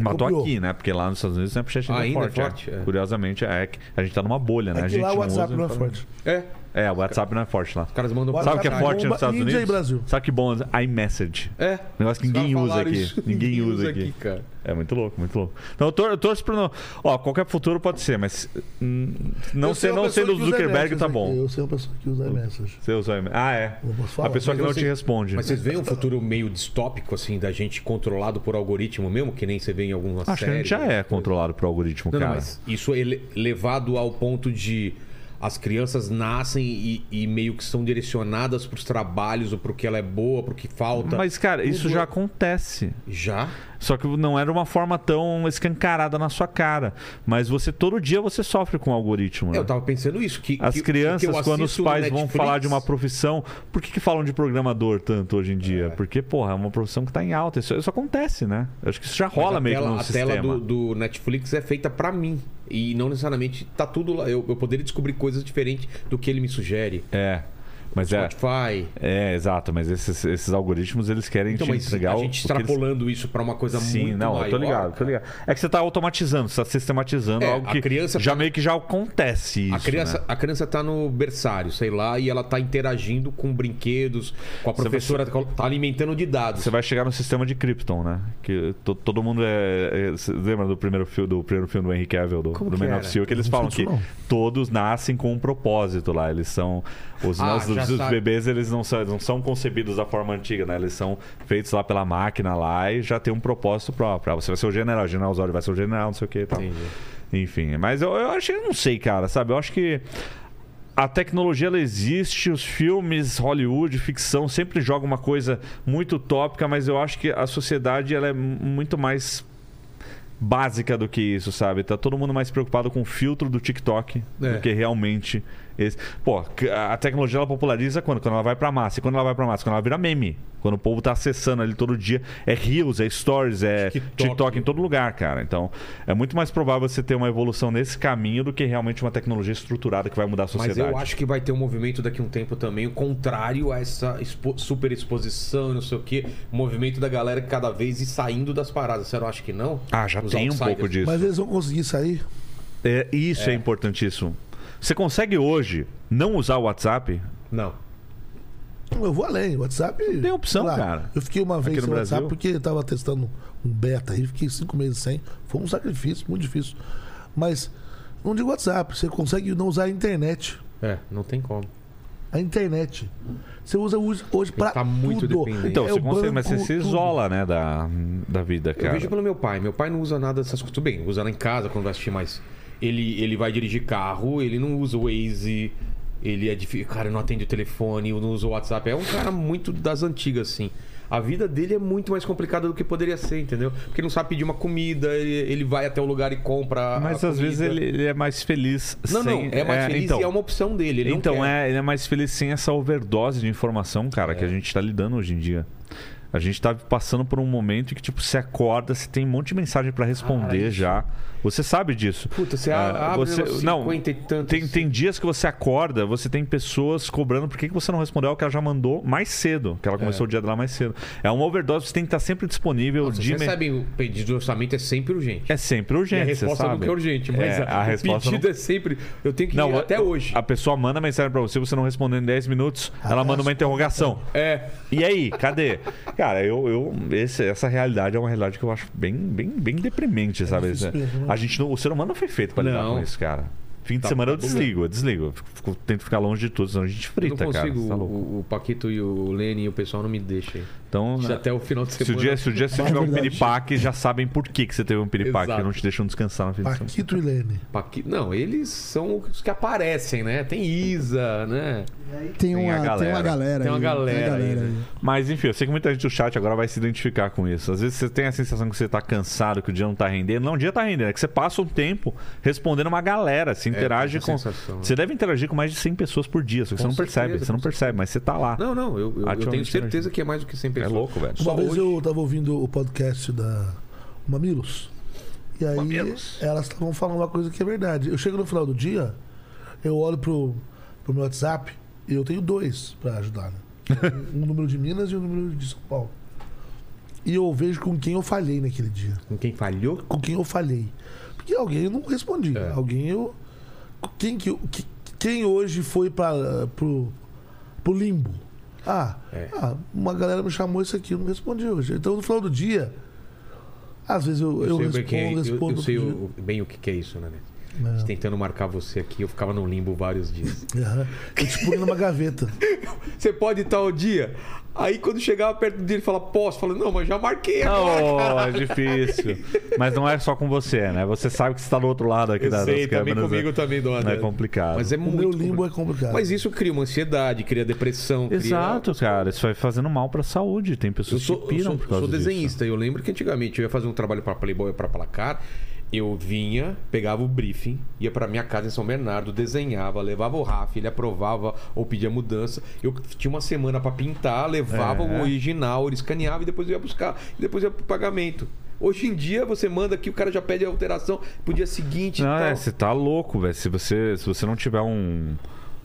S4: Matou
S3: Copiou.
S4: aqui, né? Porque lá nos Estados Unidos o Snapchat ainda,
S1: Ainda
S4: é
S1: é
S4: forte.
S1: forte,
S4: é.
S1: é.
S4: Curiosamente, é que a gente tá numa bolha, né?
S3: É
S4: a
S3: que
S4: gente
S3: lá o WhatsApp
S4: usa,
S3: não é
S4: então-
S3: forte.
S1: É,
S4: É, o WhatsApp não é forte lá.
S1: os caras mandam
S4: Sabe o que é
S3: WhatsApp
S4: forte nos
S3: bomba,
S4: Estados
S3: Índia
S4: Unidos?
S3: e Brasil.
S4: Sabe que bom? iMessage.
S1: É.
S4: Negócio que
S1: Os caras
S4: ninguém usa
S1: falaram
S4: aqui.
S1: isso.
S4: Ninguém, usa aqui.
S1: cara.
S4: É muito louco, muito louco. Então eu, tor eu torço pro. no- Ó, qualquer futuro pode ser, mas. hum, não
S3: Eu
S4: ser,
S3: sei uma
S4: não sendo
S3: pessoa que
S4: o
S3: usa
S4: Zuckerberg
S3: iMessage
S4: tá
S3: aqui,
S4: bom.
S3: Eu sei uma pessoa que usa iMessage.
S4: Você usa o iMessage. Ah, é.
S3: Não posso
S4: A
S3: falar.
S4: pessoa que
S1: mas
S4: não
S1: você-
S4: te responde.
S1: Mas vocês veem um futuro meio distópico, assim, da gente controlado por algoritmo mesmo, que nem você vê em algumas
S4: Acho que a
S1: séries?
S4: gente já é controlado por algoritmo,
S1: Não, não,
S4: cara.
S1: mas isso é ele- levado ao ponto de as crianças nascem e, e meio que são direcionadas pros trabalhos, ou pro que ela é boa, pro que falta.
S4: mas, cara, isso
S1: Tudo
S4: já
S1: é-
S4: acontece.
S1: Já?
S4: Só que não era uma forma tão escancarada na sua cara. Mas você todo dia você sofre com o algoritmo. Né?
S1: Eu tava pensando isso. Que,
S4: As
S1: que-
S4: crianças,
S1: que eu
S4: quando os
S1: assisto no
S4: pais vão
S1: Netflix-
S4: falar de uma profissão, por que, que falam de programador tanto hoje em dia? Porque, porra, é uma profissão que tá em alta. Isso, isso acontece, né? Eu acho que isso já
S1: Mas
S4: rola
S1: a
S4: meio que
S1: tela-
S4: no
S1: A
S4: sistema.
S1: tela do, do Netflix é feita pra mim. E não necessariamente tá tudo lá. Eu, eu poderia descobrir coisas diferentes do que ele me sugere.
S4: É. Mas é,
S1: Spotify.
S4: é, exato. Mas esses, esses algoritmos, eles querem
S1: Então,
S4: te
S1: mas
S4: entregar
S1: a
S4: o-
S1: gente
S4: o que eles
S1: extrapolando isso pra uma coisa
S4: Sim,
S1: muito
S4: não,
S1: maior.
S4: eu tô ligado, tô
S1: cara.
S4: ligado. É que você tá automatizando, você tá sistematizando
S1: É,
S4: algo
S1: a
S4: que
S1: criança
S4: já
S1: tá-
S4: meio que já acontece isso.
S1: A criança,
S4: né?
S1: a criança tá no berçário, sei lá, e ela tá interagindo com brinquedos, com a
S4: Você vai-
S1: professora, tá alimentando de dados.
S4: Você vai chegar no sistema de Krypton, né? Que to- todo mundo é. é- cê lembra do primeiro filme do primeiro filme do Henry Cavill, do, do Man of Steel, que eles falam que todos nascem com um propósito lá. Eles são. Os,
S1: Ah,
S4: nossos-
S1: já
S4: os
S1: sabe.
S4: bebês, eles não são, não são concebidos da forma antiga, né? Eles são feitos lá pela máquina lá e já tem um propósito próprio. Ah, você vai ser o general, o general Zório vai ser o general, não sei o que e tal. Enfim, mas eu, eu acho que eu não sei, cara, sabe? Eu acho que a tecnologia ela existe, os filmes, Hollywood, ficção, sempre joga uma coisa muito utópica, mas eu acho que a sociedade ela é mu- muito mais básica do que isso, sabe? Tá todo mundo mais preocupado com o filtro do TikTok
S1: É.
S4: do que realmente esse. Pô, c- a tecnologia ela populariza quando? Quando ela vai pra massa. E quando ela vai pra massa? Quando ela vira meme. Quando o povo tá acessando ali todo dia. É Reels, é Stories, é
S1: TikTok.
S4: TikTok, em todo lugar, cara. Então, é muito mais provável você ter uma evolução nesse caminho do que realmente uma tecnologia estruturada que vai mudar a
S1: Mas
S4: sociedade.
S1: eu acho que vai ter um movimento daqui a um tempo também, o contrário a essa expo super exposição, não sei o quê. Movimento da galera cada vez e saindo das paradas. Você não acha que não?
S4: Ah, já
S1: Os
S4: tem um
S1: outsiders.
S4: pouco disso.
S3: Mas eles vão conseguir sair?
S4: É, isso é. importantíssimo. Você consegue hoje não usar o WhatsApp?
S1: Não.
S3: Eu vou além, o WhatsApp.
S4: Tem opção,
S3: sei lá,
S4: cara.
S3: Eu fiquei uma vez
S4: Aqui no
S3: sem WhatsApp
S4: Brasil.
S3: porque eu tava testando um beta aí, fiquei cinco meses sem. Foi um sacrifício, muito difícil. Mas não digo WhatsApp, você consegue não usar a internet.
S1: É, não tem como.
S3: A internet. Você usa hoje hoje pra.
S1: tá muito
S3: tudo.
S1: dependente.
S4: Então,
S3: É
S4: você
S3: o
S4: consegue, mas você
S3: banco,
S4: se
S3: tudo.
S4: isola, né, da, da vida,
S1: Eu
S4: cara.
S1: vejo pelo meu pai. Meu pai não usa nada dessas coisas. Tudo bem, usa lá em casa quando vai assistir, mas ele, ele vai dirigir carro, ele não usa o Waze, ele é difícil. Cara, não atende o telefone, não usa o WhatsApp. É um cara muito das antigas, assim. A vida dele é muito mais complicada do que poderia ser, entendeu? Porque ele não sabe pedir uma comida, ele, ele vai até o lugar e compra. a
S4: Mas às
S1: comida.
S4: vezes ele, ele é mais feliz
S1: Não, não,
S4: sem.
S1: é mais feliz e é uma opção dele. Ele
S4: então,
S1: não quer. É.
S4: é, ele é mais feliz sem essa overdose de informação, cara, que a gente tá lidando hoje em dia. A gente tá passando por um momento em que, tipo, você acorda, você tem um monte de mensagem pra responder já. Você sabe disso.
S1: Puta, você ah,
S4: É,
S1: abre você... 50
S4: não,
S1: e tantos.
S4: Tem, tem dias que você acorda, você tem pessoas cobrando por que que você não respondeu ao que ela já mandou mais cedo,
S1: É.
S4: que ela começou o dia dela mais cedo. É uma overdose, você tem que estar sempre disponível.
S1: Vocês
S4: de me-
S1: sabem, o pedido de orçamento é sempre urgente.
S4: É sempre
S1: E
S4: urgente,
S1: a
S4: você
S1: resposta
S4: sabe.
S1: nunca é urgente, mas
S4: É,
S1: a,
S4: a
S1: o
S4: resposta
S1: pedido é sempre. Eu tenho que ir até
S4: a-
S1: hoje.
S4: A pessoa manda mensagem pra você, você não respondendo em 10 minutos, ela manda uma interrogação.
S1: É.
S4: E aí, cadê? Cara, eu, eu esse- essa realidade é uma realidade que eu acho bem, bem, bem deprimente, sabe? a gente não- o ser humano não foi feito pra lidar
S1: Não. Tá
S4: com isso, cara. Fim de semana eu desligo, eu desligo. Eu fico- fico- tento ficar longe de tudo, senão a gente
S1: Eu não
S4: frita, cara.
S1: consigo.
S4: Você tá louco.
S1: o, o Paquito e o Lenny e o pessoal não me deixam.
S4: Então,
S1: Isso até o final de
S4: se o
S1: semana.
S4: dia, se o dia você tiver um
S2: verdade.
S4: piripaque, já sabem por que, que você teve um piripaque.
S1: Exato.
S4: Não te deixam descansar no fim de semana.
S3: Paquito e Lene.
S1: Paqui- Não, eles são os que aparecem, né? Tem Isa, né?
S2: Tem,
S4: a
S2: uma, tem uma
S4: galera.
S2: galera
S1: Tem uma
S2: aí,
S1: galera aí, né?
S4: Mas enfim, eu sei que muita gente do chat agora vai se identificar com isso. Às vezes você tem a sensação que você tá cansado, que o dia não tá rendendo. Não, o dia tá rendendo. É que você passa um tempo respondendo uma galera, se interage
S1: É, essa
S4: com.
S1: sensação, né?
S4: Você deve interagir com mais de 100 pessoas por dia, só que
S1: Com
S4: você não percebe,
S1: certeza,
S4: você não
S1: com
S4: percebe, mas você tá lá.
S1: Não, não, eu, eu- eu,
S4: Ativamente
S1: tenho certeza que é mais do que 100
S4: é
S1: pessoas.
S4: louco, velho.
S1: Só
S3: Uma vez
S1: hoje.
S3: eu tava ouvindo o podcast da Mamilos. E aí
S4: Mamilos.
S3: elas estavam falando uma coisa que é verdade. Eu chego no final do dia, eu olho pro, pro meu WhatsApp e eu tenho dois pra ajudar, né? um número de Minas e um número de São Paulo. E eu vejo com quem eu falhei naquele dia.
S1: Com quem falhou?
S3: Com quem eu falhei. Porque alguém eu não respondi.
S1: É.
S3: Alguém eu. Quem, que, eu- que- quem hoje foi pra, pro, pro limbo? Ah,
S1: É.
S3: ah, uma galera me chamou isso aqui, eu não respondi hoje. Então no final do dia, às vezes eu, eu,
S1: sei bem
S3: respondo,
S1: quem é. Eu- eu,
S3: respondo.
S1: sei
S3: outro
S1: o- bem o que, que é isso, né? Neto?
S3: dia.
S1: A gente Tentando marcar você aqui, eu ficava no limbo vários dias.
S3: É, aham. Eu te ponho numa gaveta.
S1: Você pode ir tal dia? Aí quando chegava perto do dia, ele fala, posso? Fala, não, mas já marquei agora,
S4: Oh,
S1: cara.
S4: é difícil. Mas não é só com você, né? Você sabe que você tá do outro lado aqui
S1: Eu
S4: das,
S1: sei,
S4: das
S1: também
S4: câmeras.
S1: comigo
S4: né?
S1: também, dona
S4: Não é
S1: Adriana.
S4: complicado.
S1: Mas é
S3: o
S1: muito
S3: meu limbo
S1: complicado.
S3: é complicado.
S1: Mas isso cria uma ansiedade, cria depressão. cria-
S4: Exato, cara. Isso vai fazendo mal pra saúde. Tem
S1: Eu
S4: pessoas
S1: sou,
S4: que
S1: eu
S4: piram
S1: sou-
S4: por
S1: eu
S4: causa
S1: sou
S4: disso. né?
S1: desenhista. Eu lembro que antigamente eu ia fazer um trabalho pra Playboy, pra placar. Eu vinha, pegava o briefing, ia pra minha casa em São Bernardo, desenhava, levava o Rafa, ele aprovava ou pedia mudança. Eu tinha uma semana pra pintar,
S4: É.
S1: levava o original, ele escaneava e depois eu ia buscar, e depois ia pro pagamento. Hoje em dia você manda aqui, o cara já pede a alteração pro dia seguinte. e
S4: Não,
S1: tal.
S4: é, você tá louco, velho. Se você, se você não tiver um,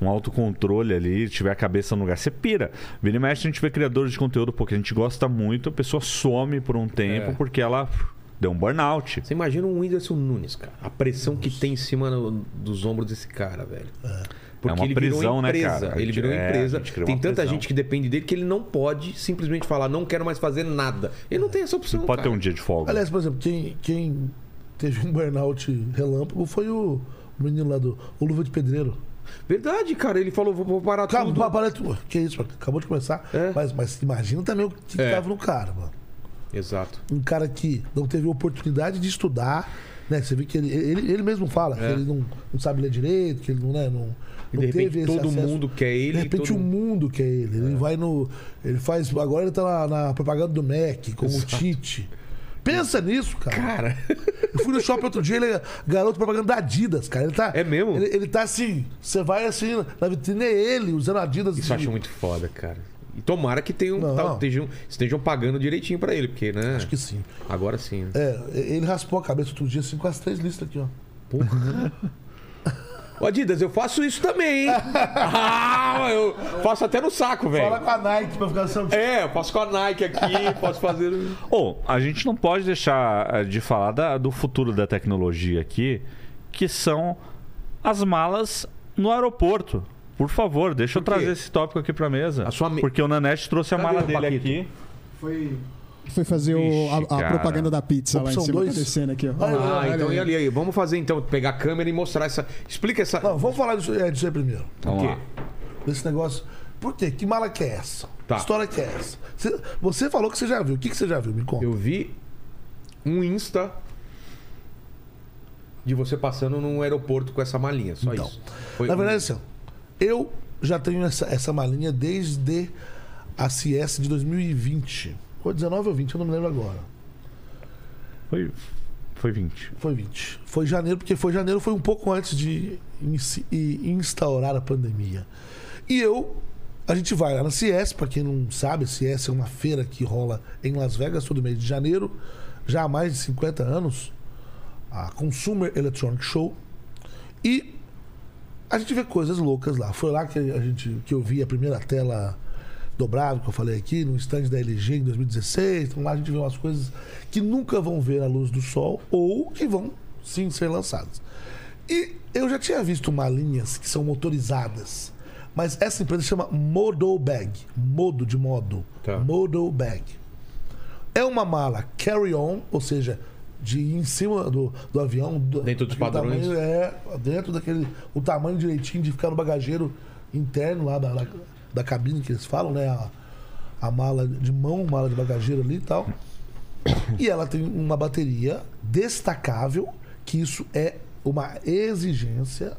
S4: um autocontrole ali, tiver a cabeça no lugar, você pira. Vira e mexe, a gente vê criadores de conteúdo, porque a gente gosta muito, a pessoa some por um tempo
S1: É.
S4: porque ela pff, deu um burnout.
S1: Você imagina o Whindersson Nunes, cara. A pressão que tem em cima no- dos ombros desse cara, velho. Porque
S4: É uma
S1: ele virou
S4: prisão, né,
S1: empresa.
S4: cara? A
S1: Ele
S4: gente-
S1: virou
S4: é, a
S1: empresa.
S4: gente criou
S1: Tem
S4: uma
S1: tanta
S4: prisão.
S1: gente que depende dele que ele não pode simplesmente falar, não quero mais fazer nada. Ele não tem essa opção.
S4: Pode ter
S1: cara.
S4: um dia de folga.
S3: Aliás, por exemplo, quem, quem teve um burnout relâmpago foi o, o menino lá do o Luva de Pedreiro.
S4: um-
S1: Verdade, cara. Ele falou, vou, vou parar
S3: Calma,
S1: tudo.
S3: para, para, que isso, mano? acabou de começar.
S1: É.
S3: Mas, mas imagina também o que, que
S1: É.
S3: tava no cara, mano.
S1: Exato.
S3: Um cara que não teve oportunidade de estudar, né? Você vê que ele, ele, ele mesmo fala que ele não, não sabe ler direito, que ele não, né, não,
S1: É. E
S3: não
S1: de repente
S3: teve esse
S1: todo
S3: acesso.
S1: mundo quer ele,
S3: De repente
S1: todo É.
S3: o mundo quer ele. Ele vai no. Ele faz. Agora ele tá na, na propaganda do Mac, como o Tite. Pensa nisso, cara.
S1: Cara.
S3: Eu fui no shopping outro dia, ele é garoto propaganda da Adidas, cara. Ele tá,
S1: É mesmo?
S3: Ele, ele tá assim, você vai assim, na vitrine é ele, usando Adidas.
S1: Isso um eu acho muito foda, cara. E tomara que tenham,
S3: Não.
S1: tal- estejam, estejam pagando direitinho pra ele, porque, né?
S3: Acho que sim.
S1: Agora sim. né?
S3: É, ele raspou a cabeça outro dia, assim, com as três listas aqui, ó.
S1: Ô, Adidas, eu faço isso também, hein? ah, eu faço até no saco,
S3: Fala
S1: velho.
S3: Tá com a Nike pra ficar assim.
S1: É, eu faço com a Nike aqui, posso fazer. um-
S4: Ou, a gente não pode deixar eh, de falar da- do futuro da tecnologia aqui, que são as malas no aeroporto. Por favor, deixa eu
S1: Por quê?
S4: trazer esse tópico aqui pra mesa.
S1: A sua me-
S4: Porque o Nanete trouxe a
S1: Cadê
S4: mala
S1: o
S4: dele
S1: Paquito?
S4: aqui.
S2: Foi. Foi fazer o-
S4: Vixe,
S2: a- a,
S4: cara.
S2: propaganda da pizza lá em
S3: Opção
S2: cima
S3: dois?
S2: da cena aqui, ó.
S3: Olha lá.
S1: Ah,
S3: Olha
S1: então
S3: aí.
S1: e ali aí. Vamos fazer então, pegar a câmera e mostrar essa. Explica essa.
S3: Não, vamos falar disso, é, disso aí primeiro.
S1: o
S4: Vamos
S1: quê?
S4: lá.
S3: Desse negócio. Por quê? Que mala que é essa?
S1: Tá.
S3: Que história que é essa? Você, você falou que você já viu. O que, que você já viu? Me conta.
S1: Eu vi um Insta de você passando num aeroporto com essa malinha, só
S3: Então,
S1: isso. Foi
S3: Na
S1: um-
S3: verdade, assim, ó, eu já tenho essa, essa malinha desde a CS de 2020. Ou 19 ou 20, eu não me lembro agora.
S4: Foi, foi 20.
S3: Foi 20. Foi janeiro, porque foi janeiro, foi um pouco antes de inici- e instaurar a pandemia. E eu, a gente vai lá na CS, pra quem não sabe, a CS é uma feira que rola em Las Vegas todo mês de janeiro, já há mais de 50 anos, a Consumer Electronic Show. E a gente vê coisas loucas lá. Foi lá que a gente que eu vi a primeira tela dobrável que eu falei aqui, no stand da LG em 2016. Então lá a gente vê umas coisas que nunca vão ver a luz do sol ou que vão sim ser lançadas. E eu já tinha visto malinhas que são motorizadas, mas essa empresa chama Modal Bag, modo de modo,
S1: Tá.
S3: Modal Bag. É uma mala carry-on, ou seja, de ir em cima do, do avião, do,
S1: Dentro dos
S3: daquele
S1: padrões.
S3: tamanho, é, dentro daquele. O tamanho direitinho de ficar no bagageiro interno lá da, da, da cabine que eles falam, né? A, a mala de mão, mala de bagageiro ali e tal. E ela tem uma bateria destacável, que isso é uma exigência.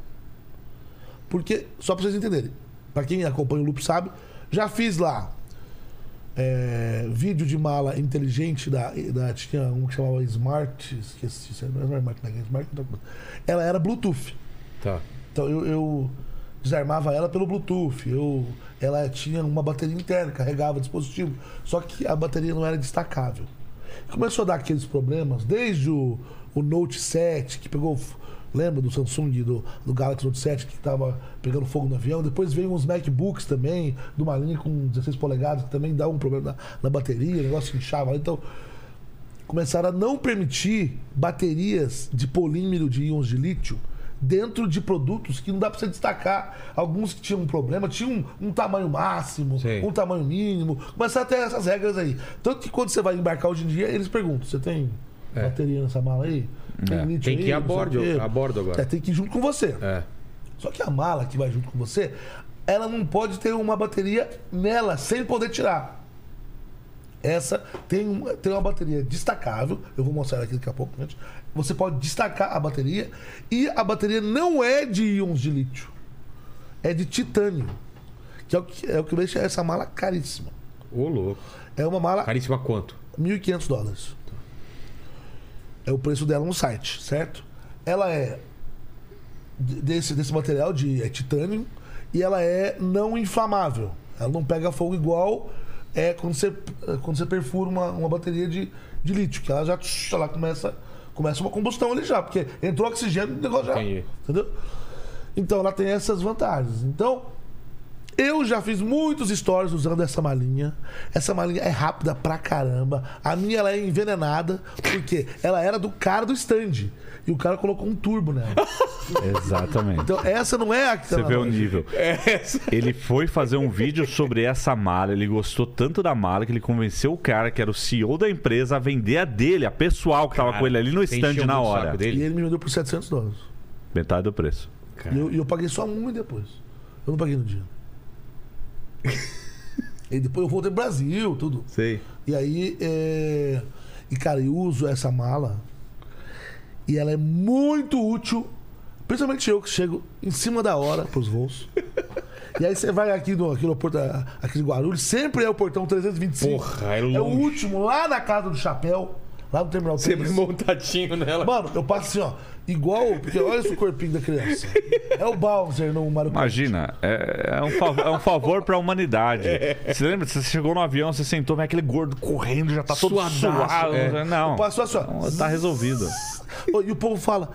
S3: Porque, só pra vocês entenderem, pra quem acompanha o Loop sabe, já fiz lá é, vídeo de mala inteligente da, da tinha um que chamava Smart, esqueci, isso aí não era Smart, não é Smart, outra coisa. ela era Bluetooth.
S1: Tá.
S3: Então eu, eu desarmava ela pelo Bluetooth. Eu, ela tinha uma bateria interna, carregava dispositivo. Só que a bateria não era destacável. Começou a dar aqueles problemas, desde o, o Note 7, que pegou. f- Lembra do Samsung, do, do Galaxy Note 7 que estava pegando fogo no avião? Depois veio uns MacBooks também, de uma linha com 16 polegadas, que também dava um problema na, na bateria, o negócio inchava. lá. Então, começaram a não permitir baterias de polímero de íons de lítio dentro de produtos que não dá para você destacar. Alguns que tinham um problema, tinham um, um tamanho máximo,
S1: Sim.
S3: um tamanho mínimo. Começaram a ter essas regras aí. Tanto que quando você vai embarcar hoje em dia, eles perguntam, você tem bateria nessa mala aí?
S4: É.
S3: lítio
S1: É. Tem que ir a
S3: não sei o
S1: bordo,
S3: quê?"
S1: a bordo agora.
S3: É, tem que ir junto com você.
S1: É.
S3: Só que a mala que vai junto com você, ela não pode ter uma bateria nela sem poder tirar. Essa tem uma, tem uma bateria destacável, eu vou mostrar aqui daqui a pouco, gente. Você pode destacar a bateria e a bateria não é de íons de lítio, é de titânio, que é o que, é o que deixa essa mala caríssima.
S1: Ô, louco.
S3: É uma mala
S1: Caríssima quanto?
S3: 1.500 dólares. É o preço dela no site, certo? Ela é de- desse, desse material de é titânio e ela é não inflamável. Ela não pega fogo igual é quando você, é, quando você perfura uma, uma bateria de, de lítio, que ela já tsh, ela começa, começa uma combustão ali já, porque entrou oxigênio o negócio já.
S1: Entendi.
S3: Entendeu? Então ela tem essas vantagens. Então, eu já fiz muitos stories usando essa malinha. Essa malinha é rápida pra caramba. A minha ela é envenenada, porque ela era do cara do stand. E o cara colocou um turbo nela.
S4: Exatamente.
S3: Então essa não é a que tá
S4: Você
S3: na
S4: vê o
S1: então,
S3: loja.
S4: nível.
S1: é
S4: Ele foi fazer um vídeo sobre essa mala. Ele gostou tanto da mala que ele convenceu o cara, que era o CEO da empresa, a vender a dele, a pessoal que tava com ele ali no
S1: Você
S4: stand
S1: encheu
S4: na
S1: o saco
S4: hora.
S3: E
S1: Dele?
S3: ele me vendeu por 700 dólares.
S4: Metade do preço.
S3: E eu, e eu paguei só um e depois. Eu não paguei no dia. e depois eu voltei pro Brasil, tudo.
S1: Sei.
S3: E aí, é... e cara, eu uso essa mala. E ela é muito útil, principalmente eu que chego em cima da hora pros voos. E aí você vai aqui no, aqui no aeroporto, ah, aqui de Guarulhos, sempre é o portão 325.
S1: Porra, é
S3: É o
S1: longe.
S3: último, lá na casa do chapéu, lá no terminal
S1: Sempre
S3: 3.
S1: montadinho nela.
S3: Mano, eu passo assim, ó, igual, porque olha esse corpinho da criança. É o Bowser no Mario Kart.
S4: Imagina, é, é um, fav- é um favor pra humanidade.
S1: É.
S4: Você lembra? Você chegou no avião, você sentou, vem aquele gordo correndo, já tá todo
S1: Suadaço,
S4: suado.
S1: é.
S4: Não,
S3: Passou assim, ó.
S4: tá resolvido.
S3: Ô, E o povo fala.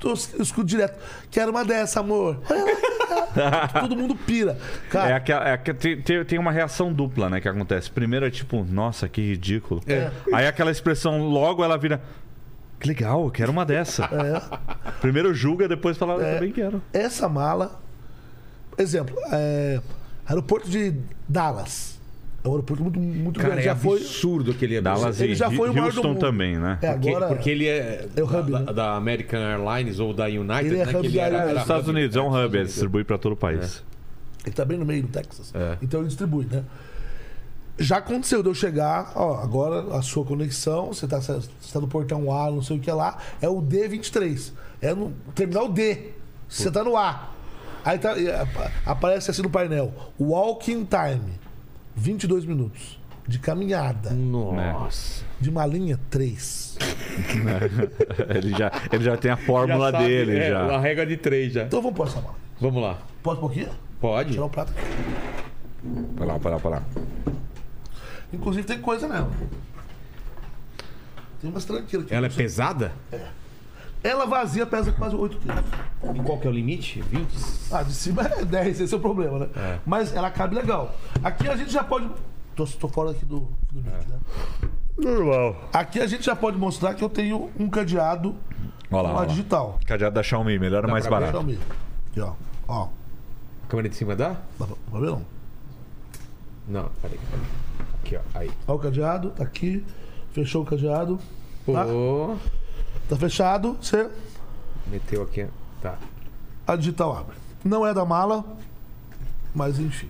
S3: tô- Eu escuto direto. Quero uma dessa, amor. Todo mundo pira.
S4: É
S3: Cara,
S4: aquela, é aque- tem- tem, tem uma reação dupla, né, que acontece. Primeiro é tipo, nossa, que ridículo. Aí aquela expressão logo ela vira, que legal, eu quero uma dessa. Primeiro julga, depois fala, eu também quero.
S1: É.
S3: essa mala. Exemplo, é, aeroporto de Dallas. É um aeroporto muito, muito
S1: Cara,
S3: grande.
S1: é
S3: Já foi.
S1: absurdo aquele
S4: Dallas
S3: Ele
S4: e
S3: já foi o
S4: Hu-
S3: maior do
S4: assim, Houston
S3: mundo.
S4: também, né?
S3: É,
S1: Porque,
S3: agora.
S1: porque ele é,
S3: É o hub,
S1: da,
S3: né?
S1: da American Airlines ou da United,
S3: Ele é
S1: né?
S3: hub
S1: que
S3: da- é,
S4: Os Estados
S1: hub.
S4: Unidos é um hub, é, distribui pra todo o país.
S3: Ele tá bem no meio do Texas.
S1: É.
S3: Então ele distribui, né? Já aconteceu de eu chegar, ó, agora a sua conexão, você tá, você tá no portão A, não sei o que lá, é o D23. É no terminal D. Você tá no A. Aí tá- e apa- aparece assim no painel: Walking time, 22 minutos. De caminhada.
S1: Nossa.
S3: De malinha, 3.
S4: ele, já, ele já tem a fórmula
S1: sabe,
S4: dele,
S1: é, A
S4: já.
S1: regra de três já.
S3: Então vamos pôr essa mala.
S1: Vamos lá.
S3: Pode um pouquinho?
S1: Pode?
S3: Tirar o prato aqui.
S4: Vai lá, vai lá, vai lá.
S3: Inclusive tem coisa nela. Tem umas tranquilas aqui.
S1: Ela é pesada?
S3: Ela vazia pesa quase 8 quilos.
S1: E qual que é o limite? 20?
S3: Ah, de cima é 10, esse é o problema, né?
S1: É.
S3: Mas ela cabe legal. Aqui a gente já pode. Tô, tô fora aqui do, do mic, né?
S4: Normal.
S3: Aqui a gente já pode mostrar que eu tenho um cadeado
S4: Olha lá,
S3: lá,
S4: olha lá.
S3: digital.
S4: Cadeado da Xiaomi, melhor ou mais
S1: pra ver?
S4: barato.
S3: Xiaomi. Aqui, ó. Ó.
S1: A câmera de cima dá?
S3: Dá pra pra ver não?
S1: Não, peraí. peraí. Aqui, ó. Aí.
S3: Ó o cadeado, tá aqui. Fechou o cadeado. Tá?
S1: Pô,
S3: Tá fechado. Você.
S1: meteu aqui. ó. Tá.
S3: A digital abre. Não é da mala, mas enfim.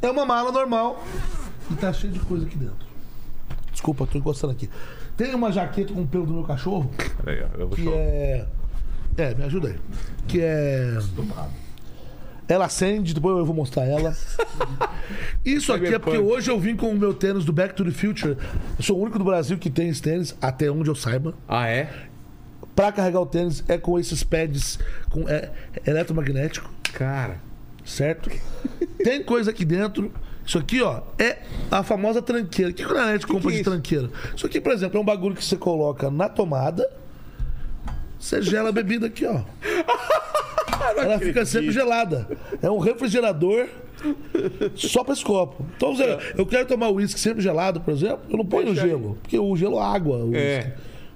S3: É uma mala normal e tá cheio de coisa aqui dentro. Desculpa, tô encostando aqui. Tem uma jaqueta com o pelo do meu cachorro
S4: Peraí, ó, eu vou
S3: que
S4: show.
S3: é. É, me ajuda aí. Que é. Ela acende, depois eu vou mostrar ela. Isso aqui é porque
S1: Cyberpunk.
S3: hoje eu vim com o meu tênis do Back to the Future. Eu sou o único do Brasil que tem esse tênis, até onde eu saiba.
S1: Ah, é?
S3: Pra carregar o tênis é com esses pads com, é, eletromagnético.
S1: Cara.
S3: certo? Tem coisa aqui dentro. Isso aqui, ó, é a famosa tranqueira. O que, que o Nanete compra
S1: que é
S3: de
S1: isso?
S3: tranqueira? Isso aqui, por exemplo, é um bagulho que você coloca na tomada, você gela a bebida aqui, ó. Ela fica sempre gelada. É um refrigerador só pra esse copo. Então, Zé, eu quero tomar uísque sempre gelado, por exemplo, eu não ponho gelo, porque o gelo é água. O
S1: É.
S3: uísque.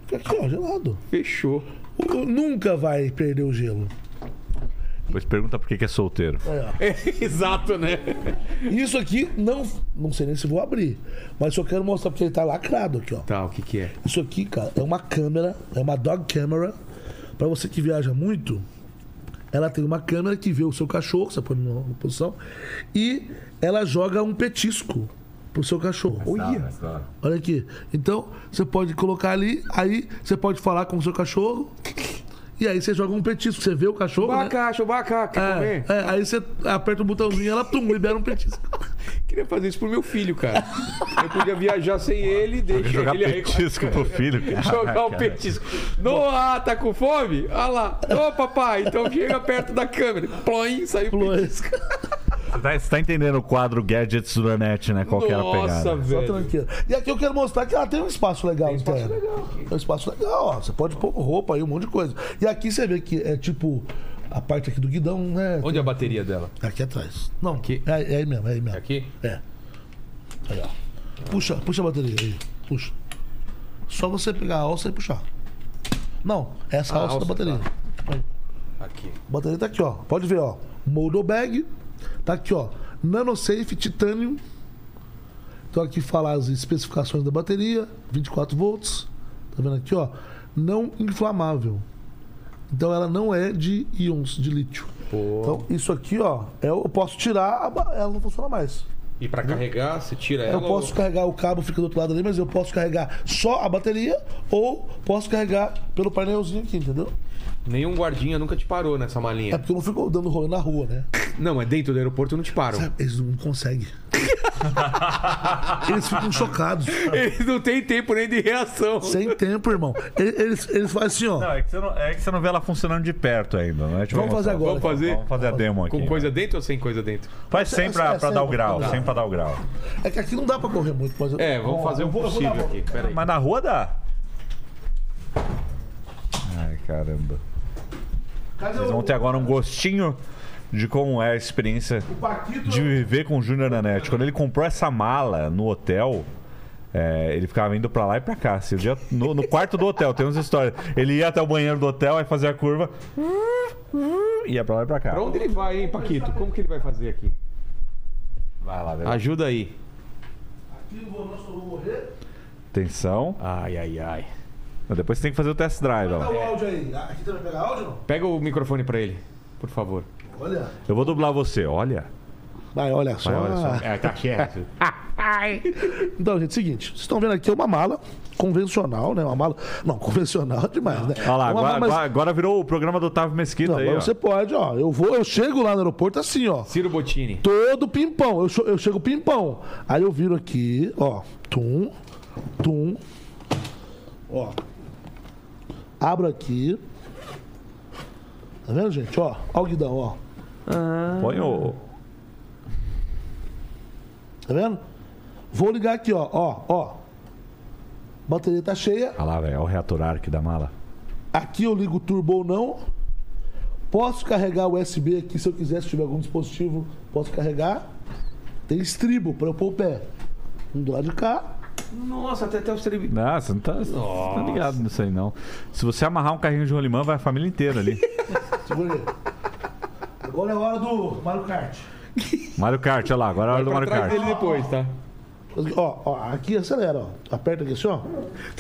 S3: Fica aqui, ó, gelado.
S1: Fechou.
S3: O- Nunca vai perder o gelo.
S4: Depois pergunta por que que é solteiro.
S3: Aí, ó.
S1: exato, né?
S3: Isso aqui não. Não sei nem se vou abrir. Mas só quero mostrar porque ele tá lacrado aqui, ó.
S1: Tá, o que que é?
S3: Isso aqui, cara, é uma câmera, é uma dog camera. Pra você que viaja muito, ela tem uma câmera que vê o seu cachorro, você põe numa numa posição, e ela joga um petisco pro seu cachorro. Olha, olha aqui. Então, você pode colocar ali, aí você pode falar com o seu cachorro, e aí você joga um petisco, você vê o cachorro. né?
S1: Baca, chubaca, quer
S3: É,
S1: comer?
S3: é, aí você aperta o botãozinho e ela tum, libera um petisco.
S1: Queria fazer isso pro meu filho, cara. Eu podia viajar sem ele, deixa
S4: Jogar
S1: ele é aí.
S4: petisco pro filho, cara.
S1: Jogar o petisco. Noah, tá com fome? Ah lá. Ô, papai, então chega perto da câmera. Ploim, saiu o petisco.
S4: Você tá, você tá entendendo o quadro Gadgets do Nanete, né? Qual que era a
S1: Nossa,
S4: pegada?
S3: Só
S1: velho.
S3: tranqueira. E aqui eu quero mostrar que ela tem um espaço legal interno. É um espaço legal, ó. Você pode pôr roupa aí, um monte de coisa. E aqui você vê que é tipo a parte aqui do guidão, né?
S1: Onde é a bateria dela?
S3: Aqui atrás. Não,
S1: Aqui?
S3: É, é aí mesmo, é aí mesmo.
S1: É aqui?
S3: É. Aí, ó. Puxa, puxa a bateria aí. Puxa. Só você pegar a alça e puxar. Não, essa
S1: Ah, alça,
S3: alça, tá. da bateria. Aí.
S1: Aqui.
S3: A bateria tá aqui, ó. Pode ver, ó. Moldou bag. Tá aqui, ó. Nanosafe titânio. Então aqui fala as especificações da bateria. 24 volts. Tá vendo aqui, ó. Não inflamável. Então ela não é de é íons de lítio. Então isso aqui, ó. Eu eu posso tirar, a ba- ela não funciona mais.
S1: E pra carregar, você tira
S3: Eu
S1: ela.
S3: posso
S1: ou-
S3: carregar o cabo, fica do outro lado ali, mas eu posso carregar só a bateria ou posso carregar pelo painelzinho aqui, entendeu?
S1: Nenhum guardinha nunca te parou nessa
S3: É
S1: malinha.
S3: porque eu não fico dando rolê na rua, né?
S1: Não, mas dentro do aeroporto não te param.
S3: Sabe, Tá, Eles não conseguem. Eles ficam chocados.
S1: Eles não têm tempo nem de reação.
S3: Sem tempo, irmão. Eles, eles, eles fazem assim, ó.
S4: Não, é que, você não, é que você não vê ela funcionando de perto ainda, né? Deixa eu
S3: Vamos
S4: mostrar.
S3: fazer agora.
S1: Vamos fazer?
S4: Vamos fazer a demo aqui.
S1: Com coisa dentro ou sem coisa dentro?
S4: Faz sem pra,
S3: É,
S4: pra
S3: sem
S4: dar o
S3: pra
S4: grau,
S3: dar.
S4: sem pra dar o grau.
S3: É que aqui não dá pra correr muito, mas eu-
S1: É, vamos fazer o
S3: eu vou- eu vou dar
S1: possível aqui. Peraí.
S4: Mas na rua dá. Ai, caramba.
S3: Cadê
S4: Vocês
S3: o,
S4: vão ter agora um gostinho de como é a experiência
S3: o Paquito?
S4: de viver com o Júnior Nanete. Quando ele comprou essa mala no hotel, é, ele ficava indo pra lá e pra cá. Assim, ele ia no, no quarto do hotel, tem umas histórias. Ele ia até o banheiro do hotel, aí fazia a curva, ia pra lá e pra cá.
S1: Pra onde ele vai, hein, Paquito? Como que ele vai fazer aqui?
S4: Vai lá, velho.
S1: Ajuda aí.
S4: Atenção.
S1: Ai, ai, ai.
S4: Mas Depois você tem que fazer o test drive.
S3: Dá
S4: Ó.
S3: Tá o áudio aí. Ah, Aqui também pega áudio, não?
S1: Pega o microfone pra ele, por favor.
S3: Olha.
S4: Eu vou dublar você, olha.
S3: Vai, olha só.
S4: olha só.
S1: É, tá quieto.
S3: Então, gente, seguinte. Vocês estão vendo aqui é uma mala convencional, né? Uma mala... Não, convencional é demais, né?
S4: Olha lá,
S3: uma
S4: agora,
S3: mala, mas-
S4: agora- agora virou o programa do Otávio Mesquita
S3: Não,
S4: aí, ó.
S3: mas você pode, ó. Eu vou, eu chego lá no aeroporto assim, ó.
S1: Ciro Bottini.
S3: Todo pimpão. Eu, cho- eu chego pimpão. Aí eu viro aqui, ó. Tum, tum. Ó. Abro aqui. Tá vendo, gente? Ó, ó o guidão, ó.
S4: Põe o...
S3: Tá vendo? Vou ligar aqui, ó. Ó, ó. Bateria tá cheia.
S4: Olha lá, velho, olha o reator arc da mala.
S3: Aqui eu ligo o turbo ou não. Posso carregar o USB aqui se eu quiser, se tiver algum dispositivo, posso carregar. Tem estribo para eu pôr o pé. Um do lado de cá.
S1: Nossa, até, até os tre...
S4: Não, você não tá, você não tá ligado nisso aí, não. Se você amarrar um carrinho de rolimã, vai a família inteira ali.
S3: Segura aí. Agora é a hora do Mario Kart.
S4: Mario Kart, olha lá, agora é a hora do
S1: Pra
S4: Mario
S1: trás
S4: Kart.
S1: dele depois, tá?
S3: Ó, ó, aqui acelera, ó. Aperta aqui assim, ó.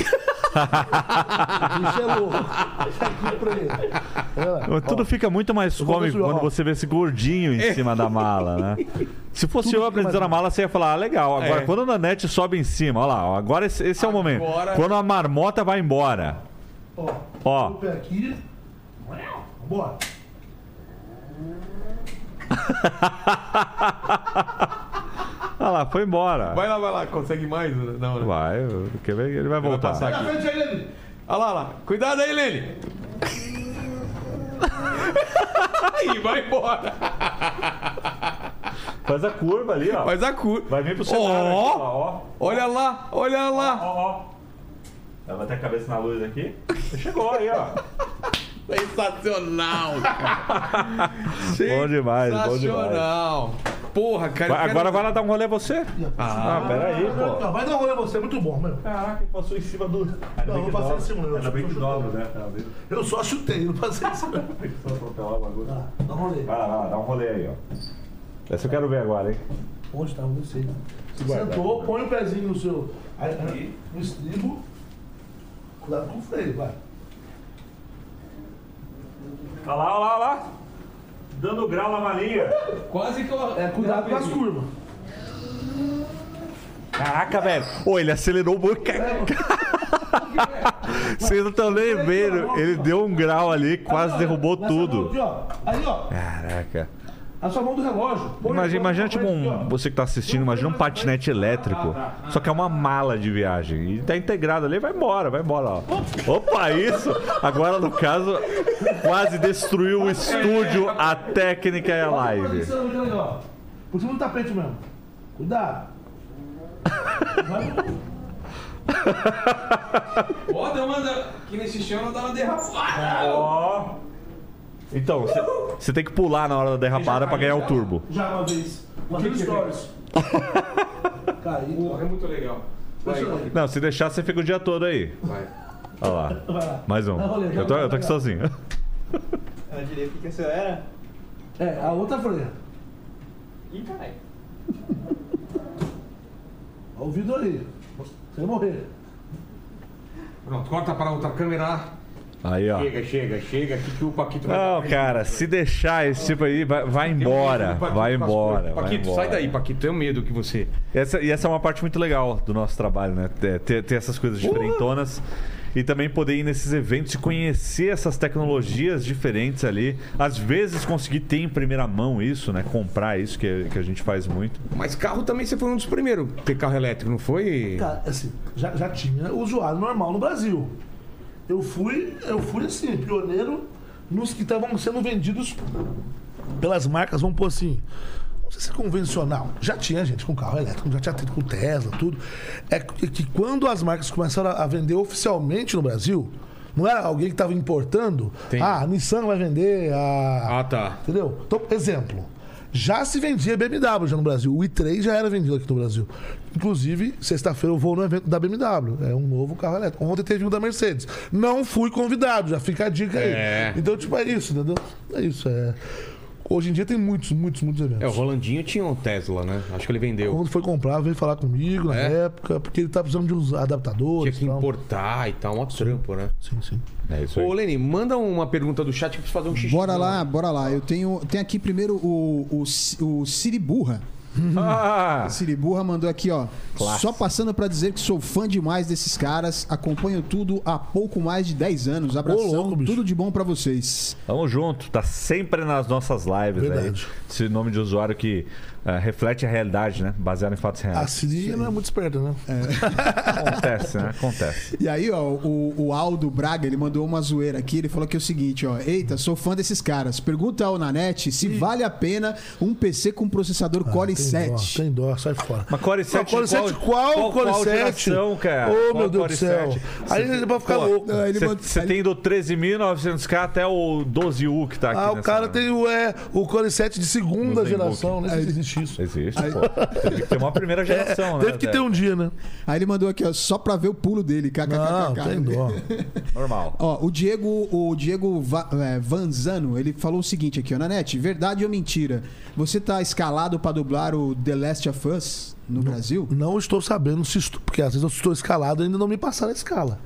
S3: Isso é louco. Isso aqui é pra ele. Olha lá.
S4: Tudo fica muito mais
S3: vou
S4: cômico
S3: subir, ó.
S4: quando você vê esse gordinho em cima da mala, né? Se fosse eu apresentando a mala, você ia falar, ah, legal. Agora,
S1: É.
S4: quando a Nanete sobe em cima, olha lá, ó, agora esse, esse é o momento.
S1: Agora-
S4: Quando a marmota vai embora,
S3: Ó,
S4: Ó.
S3: o pé aqui. Vambora.
S4: olha lá, foi embora. Vai,
S1: Vai lá, vai lá. Consegue mais? Não, né?
S4: quer ver? Ele vai
S1: Vai
S4: voltar.
S1: passar aqui.
S3: Frente aí, Lili.
S1: Olha lá, olha lá. Cuidado aí, Lene. Aí, vai embora.
S4: Faz a curva ali, ó.
S1: Faz a curva.
S4: Vai vir pro cenário. aqui,
S1: Ó,
S4: ó, ó.
S1: olha lá, olha lá.
S4: Ó, ó. Vai bater a cabeça na luz aqui. Chegou aí, ó.
S1: Sensacional, cara.
S4: Bom demais, bom demais.
S1: Sensacional. Porra, cara. eu
S4: Vai-
S1: quero-
S4: agora vai lá dar um rolê você? Ah, peraí, pô.
S3: Não, vai dar um rolê você, é muito bom, meu.
S4: Caraca, passou em cima do.
S3: Não, eu vou passar em cima, eu
S4: Ainda
S3: só
S4: bem
S3: tô
S4: que
S3: chutando.
S4: dobra, né? Ainda bem
S3: Eu só chutei, não passei isso. não.
S4: que só atropelar o bagulho.
S3: Tá, dá um rolê.
S4: Vai lá, vai lá, dá um rolê aí, ó. Essa eu quero ver agora, hein?
S3: Onde tá? Eu não sei. Você sentou, põe o pezinho no seu. Aí, aí, no estribo. Cuidado com o freio, vai.
S4: Olha lá, olha lá, olha lá. Dando grau na malinha.
S1: Quase que eu. É,
S3: Cuidado com as curvas.
S4: Caraca, velho. Ô, ele acelerou muito. Vocês não estão nem vendo. Ele deu um grau ali, quase derrubou
S3: Nessa mão
S4: tudo.
S3: Aqui, ó. Aí, ó.
S4: Caraca.
S3: A sua mão do relógio. Põe
S4: Imagina,
S3: põe-
S4: imagina tipo
S3: põe aqui,
S4: um,
S3: ó.
S4: você que tá assistindo, imagina um patinete elétrico. Só que é uma mala de viagem. E tá integrado ali, vai embora, vai embora, ó. Opa, isso! Agora, no caso, quase destruiu o estúdio, a técnica e a live.
S3: Isso é muito legal. Por cima do tapete tá mesmo. Cuidado.
S1: Ó, deu uma. Que nesse chão dá uma derrapada.
S4: Ó. Então, você- você tem que pular na hora da derrapada pra ganhar o turbo.
S3: Já uma vez. Uma vez stories. Caiu.
S1: Porra, é muito legal. Vai,
S3: Impressionante.
S4: Não, se deixar, você fica o dia todo aí.
S1: vai.
S4: Olha lá.
S3: Vai lá.
S4: Mais um. Eu tô, eu tô aqui sozinho.
S5: Ela diria que acelera.
S3: É, a outra freia.
S5: Ih, caralho.
S3: Ó o vidro ali. Você vai morrer.
S1: Pronto, corta para outra câmera.
S4: Aí, ó.
S6: Chega, chega, chega, que, que o Paquito vai
S4: Tá. Não,
S6: dar-
S4: cara, se deixar esse tipo aí, vai, vai
S1: um
S6: Tenho medo do
S4: embora.
S6: Paquito
S4: Vai
S6: com as
S4: embora.
S6: coisas. Paquito,
S4: vai
S6: sai
S4: embora.
S6: daí, Paquito. Tenho medo que você.
S4: Essa, e essa é uma parte muito legal do nosso trabalho, né? Ter, ter- ter essas coisas diferentonas. E também poder ir nesses eventos e conhecer essas tecnologias diferentes ali. Às vezes conseguir ter em primeira mão isso, né? Comprar isso, que, que a gente faz muito.
S1: Mas carro também você foi um dos primeiros a ter carro elétrico, não foi?
S3: Cara, assim, já, já tinha usuário normal no Brasil. Eu fui, eu fui assim, pioneiro nos que estavam sendo vendidos pelas marcas, vamos pôr assim. Não sei se é convencional. Já tinha gente com carro elétrico, já tinha tido com Tesla, tudo. É que que quando as marcas começaram a vender oficialmente no Brasil, não era alguém que estava importando. Ah, a Nissan vai vender, a.
S1: Ah, tá.
S3: Entendeu? Então, exemplo. Já se vendia BMW já no Brasil. O i3 já era vendido aqui no Brasil. Inclusive, sexta-feira eu vou no evento da BMW. É um novo carro elétrico. Ontem teve um da Mercedes. Não fui convidado, já fica a dica aí.
S1: É.
S3: Então, tipo, é isso, entendeu? É isso. É... Hoje em dia tem muitos, muitos, muitos
S1: É, o
S3: eventos.
S1: Rolandinho tinha um Tesla, né? Acho que ele vendeu.
S3: Quando foi comprar, veio falar comigo na
S1: É?
S3: época, porque ele tá precisando de uns
S1: Tinha
S3: adaptadores.
S1: que
S3: e tal.
S1: importar e tal, um trampo, né?
S3: então. Sim, sim.
S4: É isso aí.
S1: Ô, Leni, manda uma pergunta do chat que eu preciso fazer um xixi.
S2: Bora lá, bora lá. Eu tenho, tenho aqui primeiro o, o, Ci- o Siriburra.
S4: Ah!
S2: Siriburra mandou aqui, ó. Só passando pra dizer que sou fã demais desses caras. Acompanho tudo há pouco mais de 10 anos. Abração,
S3: Ô, louco, bicho.
S2: tudo de bom pra vocês.
S4: Tamo junto, tá sempre nas nossas lives
S3: Verdade.
S4: aí. Esse nome de usuário que ah, reflete a realidade, né? Baseado em fatos
S3: A
S4: reais.
S3: Siri não é muito esperta, né?
S4: Acontece, né? Acontece.
S2: E aí, ó, o, o Aldo Braga, ele mandou uma zoeira aqui, ele falou que é o seguinte, ó. Eita, sou fã desses caras. Pergunta ao Nanete se vale a pena um PC com processador Core
S3: Ah, tem Dó,
S2: 7.
S3: tem dó, sai fora.
S4: Mas Core 7
S3: Core 7, qual,
S4: qual-
S3: Core
S4: qual
S3: 7?
S4: geração, cara?
S3: Ô,
S4: Qual
S3: meu Deus
S4: Core
S3: do céu.
S4: 7?
S3: Aí ele vai ficar louco.
S2: Não, ele mandou-
S4: Você
S2: ele-
S4: tem do 13.900K até o 12U que tá aqui.
S3: Ah, o
S4: nessa-
S3: cara tem o, é, o Core 7 de segunda
S4: Nos
S3: geração, né? Existe isso.
S4: Existe, pô. Teve que ter uma primeira geração, né?
S3: É, Teve que ter um dia, né?
S2: Aí ele mandou aqui, ó, só pra ver o pulo dele,
S3: Não,
S2: kkkk.
S3: tem dó. um-
S4: Normal.
S2: Ó, o Diego, o Diego Va- é, Vanzano, ele falou o seguinte aqui, ó, Nanete, verdade ou mentira? Você tá escalado pra dublar o The Last of Us no Brasil?
S3: Não estou sabendo se estou, porque às vezes eu estou escalado e ainda não me passaram a escala.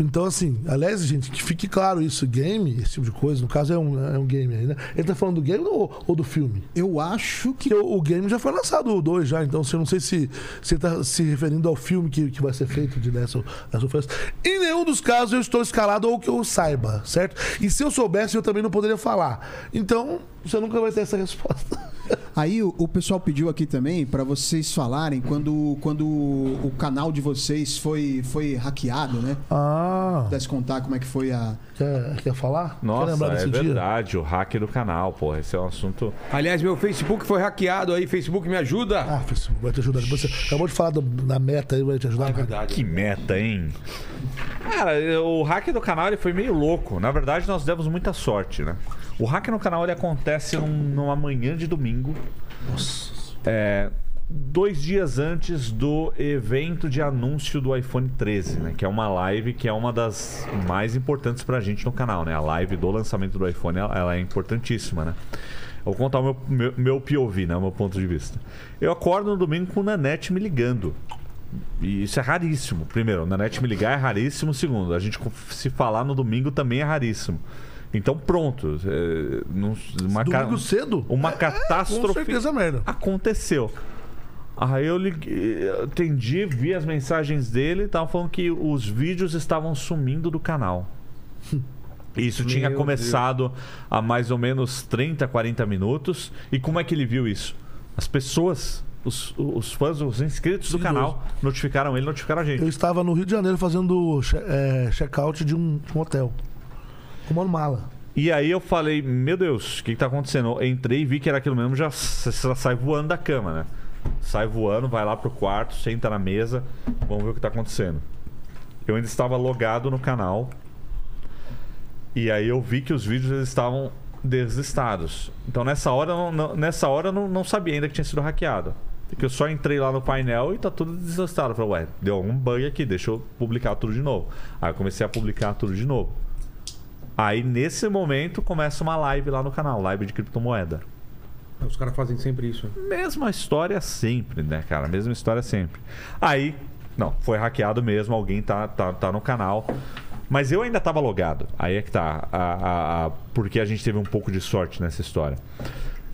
S3: Então, assim, aliás, gente, que fique claro isso, game, esse tipo de coisa, no caso é um, é um game aí, né? Ele tá falando do game ou, ou do filme?
S2: Eu acho que
S3: Que o, o game já foi lançado, o 2 já, então assim, eu não sei se você tá se referindo ao filme que, que vai ser feito de Last of Last of Us. Em nenhum dos casos eu estou escalado ou que eu saiba, certo? E se eu soubesse, eu também não poderia falar. Então, você nunca vai ter essa resposta.
S2: Aí o, o pessoal pediu aqui também pra vocês falarem quando, quando o canal de vocês foi, foi hackeado, né?
S3: Ah,
S2: Pudesse contar como é que foi a.
S3: quer, quer falar? quer
S4: Nossa,
S3: lembrar
S4: é
S3: desse dia?
S4: verdade. O hack do canal, porra. Esse é um assunto...
S1: Aliás, meu Facebook foi hackeado aí, Facebook me ajuda.
S3: Ah, Facebook vai te ajudar. Depois Você acabou de falar do- da meta aí, vai te ajudar. nada.
S1: Verdade.
S4: Que meta, hein? Cara, eu- o hack do canal ele foi meio louco. Na verdade, nós demos muita sorte, né? O hack no canal ele acontece num- numa manhã de domingo. É, dois dias antes do evento de anúncio do iPhone 13, né? Que é uma live que é uma das mais importantes pra gente no canal, né? A live do lançamento do iPhone, ela, ela é importantíssima, né? Eu Vou contar o meu, meu, meu POV, né? O meu ponto de vista. Eu acordo no domingo com o Nanete me ligando. E isso é raríssimo. Primeiro, na net me ligar é raríssimo. Segundo, a gente se falar no domingo também é raríssimo. Então, pronto. é, não- uma ca-
S3: Domingo cedo?
S4: Uma catástrofe
S3: Com certeza, merda.
S4: aconteceu. Aí eu liguei, eu atendi, vi as mensagens dele e estavam falando que os vídeos estavam sumindo do canal. Isso tinha começado há mais ou menos 30, 40 minutos. E como é que ele viu isso? As pessoas, os, os fãs, os inscritos do canal notificaram ele, notificaram a
S3: Eu
S4: gente.
S3: estava no Rio de Janeiro fazendo che- é, check-out de um, de um hotel. Arrumando mala.
S4: E aí eu falei, meu Deus, o que, que tá acontecendo? Eu entrei e vi que era aquilo mesmo, já, s- já sai voando da cama, né? Sai voando, vai lá pro quarto, senta na mesa, vamos ver o que tá acontecendo. Eu ainda estava logado no canal. E aí eu vi que os vídeos eles estavam deslistados. Então nessa hora eu não, não- nessa hora eu não, não sabia ainda que tinha sido hackeado. Porque eu só entrei lá no painel e tá tudo deslistado. Eu falei, ué, deu algum bug aqui, deixa eu publicar tudo de novo. Aí eu comecei a publicar tudo de novo. Aí nesse momento começa uma live lá no canal, live de criptomoeda.
S1: Os caras fazem sempre isso.
S4: Mesma história sempre, né, cara? Mesma história sempre. Aí, não, foi hackeado mesmo, alguém tá, tá, tá no canal. Mas eu ainda tava logado. Aí é que tá. a- a- a- porque a gente teve um pouco de sorte nessa história.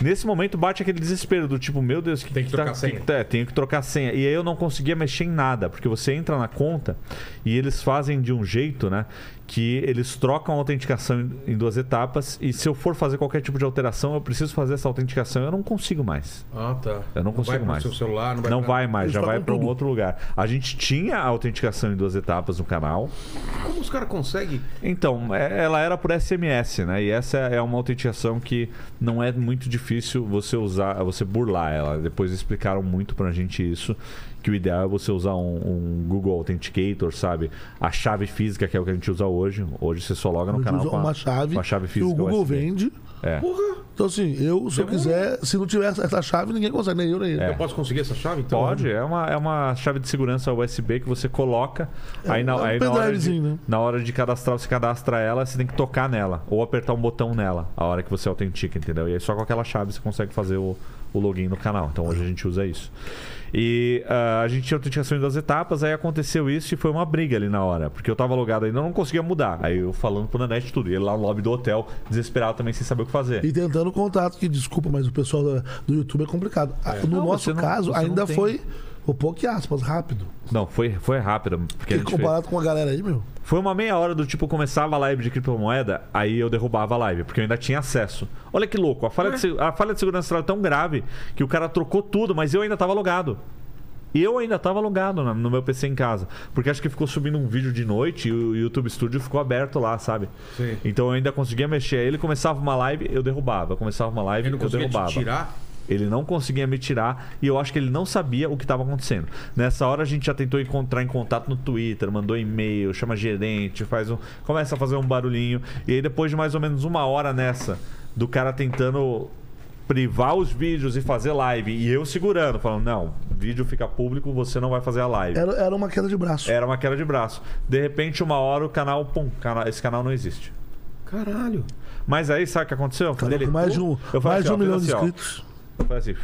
S4: Nesse momento bate aquele desespero do tipo, meu Deus, que
S1: Tem que
S4: tá-
S1: trocar senha.
S4: que tá- é, tenho que trocar senha. E aí eu não conseguia mexer em nada, porque você entra na conta e eles fazem de um jeito, né? Que eles trocam a autenticação em- em duas etapas. E se eu for fazer qualquer tipo de alteração, eu preciso fazer essa autenticação. Eu não consigo mais.
S1: Ah, tá.
S4: Eu
S1: vai
S4: não consigo
S1: pro
S4: mais.
S1: seu celular, não vai pra-
S4: mais,
S3: Eles
S4: já vai
S3: trocam
S4: para um
S3: tudo.
S4: outro lugar. A gente tinha a autenticação em duas etapas no canal.
S1: Como os caras conseguem?
S4: Então, é- ela era por SMS, né? E essa é uma autenticação que não é muito difícil você usar, você burlar ela. Depois explicaram muito pra gente isso, que o ideal é você usar um, um Google Authenticator, sabe? A chave física, que é o que a gente usa hoje. Hoje você só loga no
S3: Eles
S4: um canal
S3: usam
S4: com a,
S3: uma chave,
S4: com a chave
S3: que
S4: física.
S3: o Google
S4: USB.
S3: vende.
S4: É.
S3: Então, assim, eu, se eu quiser, se não tiver essa essa chave, ninguém consegue, nem eu, nem ele.
S1: Eu posso conseguir essa chave? Então?
S4: É. Pode,
S3: né?
S4: é uma, é uma chave de segurança USB que você coloca. aí na,
S3: é um
S4: aí na, hora de,
S3: pendrivezinho, né?
S4: na hora de cadastrar, você cadastra ela, você tem que tocar nela. Ou apertar um botão nela, a hora que você autentica, entendeu? E aí só com aquela chave você consegue fazer o, o login no canal. Então hoje a gente usa isso. E ah, a gente tinha autenticação em duas etapas, aí aconteceu isso e foi uma briga ali na hora. Porque eu tava logado ainda, eu não conseguia mudar. Aí eu falando pro Nanete tudo. E ele lá no lobby do hotel, desesperado também, sem saber o que fazer.
S3: E tentando contato, que desculpa, mas o pessoal da- do YouTube é complicado. Ah, No
S4: Não,
S3: nosso
S4: você não-
S3: caso,
S4: você não
S3: ainda
S4: tem.
S3: foi o pouco e aspas, rápido.
S4: Não, foi, foi rápido. Porque a
S3: E
S4: gente fez-
S3: comparado com a galera aí, meu.
S4: Foi uma meia hora do tipo, começava a live de criptomoeda, aí eu derrubava a live, porque eu ainda tinha acesso. Olha que louco, a
S1: É.
S4: falha, de, se- a falha de segurança era tão grave que o cara trocou tudo, mas eu ainda tava logado. Eu ainda tava logado na- no meu PC em casa. Porque acho que ficou subindo um vídeo de noite e o YouTube Studio ficou aberto lá, sabe?
S1: Sim.
S4: Então eu ainda conseguia mexer. Aí Ele começava uma live, eu derrubava. Começava uma live,
S1: Ele não
S4: eu
S1: conseguia
S4: derrubava.
S1: te tirar?
S4: Ele não conseguia me tirar e eu acho que ele não sabia o que estava acontecendo. Nessa hora a gente já tentou encontrar em contato no Twitter, mandou e-mail, chama gerente, faz um, começa a fazer um barulhinho e aí depois de mais ou menos uma hora nessa do cara tentando privar os vídeos e fazer live e eu segurando, falando não, vídeo fica público, você não vai fazer a live.
S3: Era, era uma queda de braço.
S4: Era uma queda de braço. De repente uma hora o canal, pum, cana- esse canal não existe.
S1: Caralho.
S4: Mas aí sabe o que aconteceu? Eu falei,
S3: Cara, com mais de um,
S4: Tá eu falei
S3: mais
S4: assim,
S3: de
S4: ó,
S3: um milhão
S4: fiz
S3: de
S4: assim, ó.
S3: inscritos.
S4: Eu falei assim,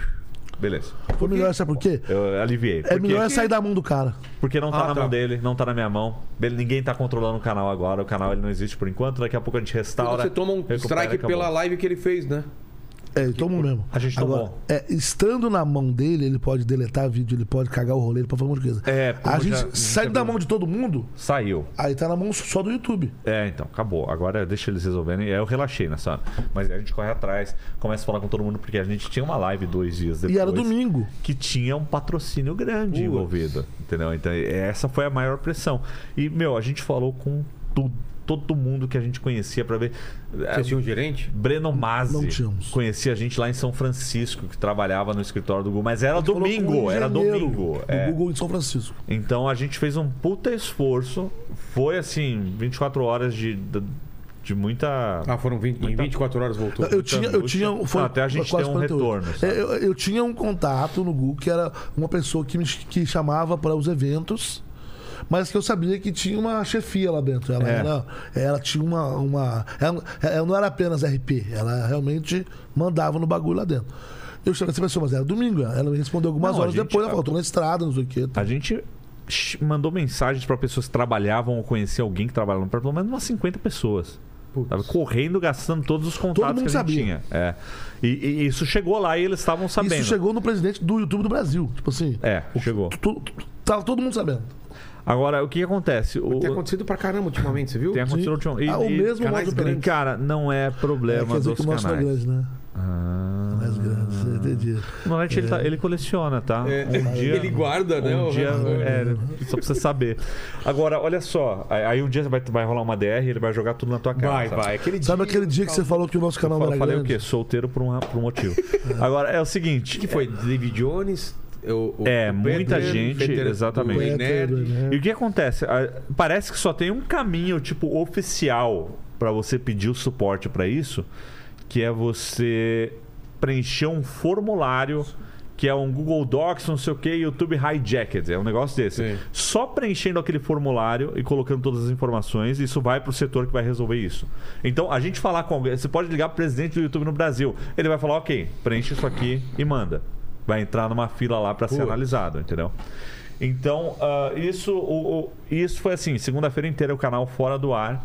S4: beleza.
S3: Foi melhor, sabe por quê?
S4: Eu aliviei.
S3: É
S4: Por quê?
S3: melhor é sair da mão do cara.
S4: Porque não tá
S1: Ah,
S4: na
S1: tá.
S4: mão dele, não tá na minha mão. Ele- ninguém tá controlando o canal agora. O canal ele não existe por enquanto. Daqui a pouco a gente restaura.
S1: Você toma um
S4: Tá, recupera e
S1: strike
S4: acabou.
S1: pela live que ele fez, né?
S3: É, ele toma um mesmo.
S4: A gente
S3: Agora,
S4: tomou.
S3: É, estando na mão dele, ele pode deletar vídeo, ele pode cagar o rolê, ele pode fazer um monte de coisa.
S4: É, porque
S3: a
S4: eu
S3: gente
S4: já-
S3: sai
S4: já-
S3: da mão de todo mundo,
S4: Saiu.
S3: aí tá na mão só do YouTube.
S4: É, então, acabou. Agora deixa eles resolverem. E aí eu relaxei nessa hora. Mas aí a gente corre atrás, começa a falar com todo mundo, porque a gente tinha uma live dois dias depois.
S3: E era domingo.
S4: que tinha um patrocínio
S1: Putz.
S4: grande envolvido, entendeu? Então essa foi a maior pressão. E meu, a gente falou com tu- todo mundo que a gente conhecia pra ver. é,
S1: Você tinha um gerente?
S4: Breno
S3: Não
S4: Mazzi
S3: tínhamos.
S4: conhecia a gente lá em São Francisco, que trabalhava no escritório do Google, mas era domingo,
S3: Colocou um
S4: era
S3: engenheiro
S4: domingo.
S3: Do
S4: é.
S3: Google de São Francisco.
S4: Então a gente fez um puta esforço, foi assim, 24 horas de, de, de muita.
S1: Ah, foram 20,
S4: Então-
S1: em 24 horas voltou.
S3: Eu tinha, eu
S4: angústia.
S3: tinha foi
S4: Não, até a gente
S3: quase
S4: ter um
S3: 48.
S4: retorno, sabe?
S3: É, Eu, eu tinha um contato no Google que era uma pessoa que me que chamava para os eventos, mas que eu sabia que tinha uma chefia lá dentro. Ela
S4: É.
S3: era, ela tinha uma, uma ela, ela não era apenas RP, ela realmente mandava no bagulho lá dentro. Eu chamei essa pessoa, mas era domingo. Ela me respondeu algumas
S4: Não, a
S3: horas
S4: gente
S3: depois, ela falou,
S4: tá-
S3: tô na estrada, não sei o quê. tá."
S4: A gente sh- mandou mensagens pra pessoas que trabalhavam ou conhecia alguém que trabalhava, pra pelo menos umas 50 pessoas. Tava correndo, gastando todos os contatos
S3: mundo
S4: que a gente
S3: sabia.
S4: tinha. É. E, e isso chegou lá e eles estavam Tá sabendo.
S3: Isso chegou no presidente do YouTube do Brasil. Tipo assim,
S4: É, chegou.
S3: tu- tu- tava todo mundo sabendo.
S4: Agora, o que que acontece? O,
S1: Tem é acontecido pra caramba ultimamente, você viu?
S4: tem acontecido ultimamente. E-
S3: Ah, o
S4: e
S3: mesmo
S4: canais grandes.
S3: modo operante.
S4: Cara, não é
S3: É,
S4: problema
S3: quer dizer
S4: dos
S3: que o nosso não é
S4: canais.
S3: grande, né?
S4: Ah.
S3: Mais grandes, entendi.
S4: O Nanete, ele, tá-
S3: É.
S4: ele coleciona, tá? Um dia...
S1: É, Ele guarda, né?
S4: Um
S1: o-
S4: dia, é, só pra você saber. Agora, olha só. aí- Aí um dia vai, vai rolar uma DR, ele vai jogar tudo na tua cara.
S1: Vai,
S4: sabe?
S1: vai. Aquele
S3: Sabe aquele dia que você falou que o nosso canal não
S4: Fala-
S3: era
S4: falei
S3: grande?
S4: o quê? Solteiro por um, por um motivo. Agora, é o seguinte.
S1: que foi? David Jones? O, o-
S4: É,
S1: o
S4: muita gente,
S1: Peter,
S4: exatamente.
S1: o Ei Nerd.
S3: Hétero, né?
S4: E o que acontece? Ah, Parece que só tem um caminho, tipo, oficial pra você pedir o suporte pra isso, que é você preencher um formulário que é um Google Docs, não sei o que, YouTube Hijacked, é um negócio desse.
S1: Sim.
S4: Só preenchendo aquele formulário e colocando todas as informações, isso vai pro setor que vai resolver isso. Então, a gente falar com alguém, você pode ligar pro presidente do YouTube no Brasil, ele vai falar, ok, preenche isso aqui e manda. Vai entrar numa fila lá pra ser analisado, entendeu? Então, ah, isso, o- o- isso foi assim, segunda-feira inteira o canal fora do ar.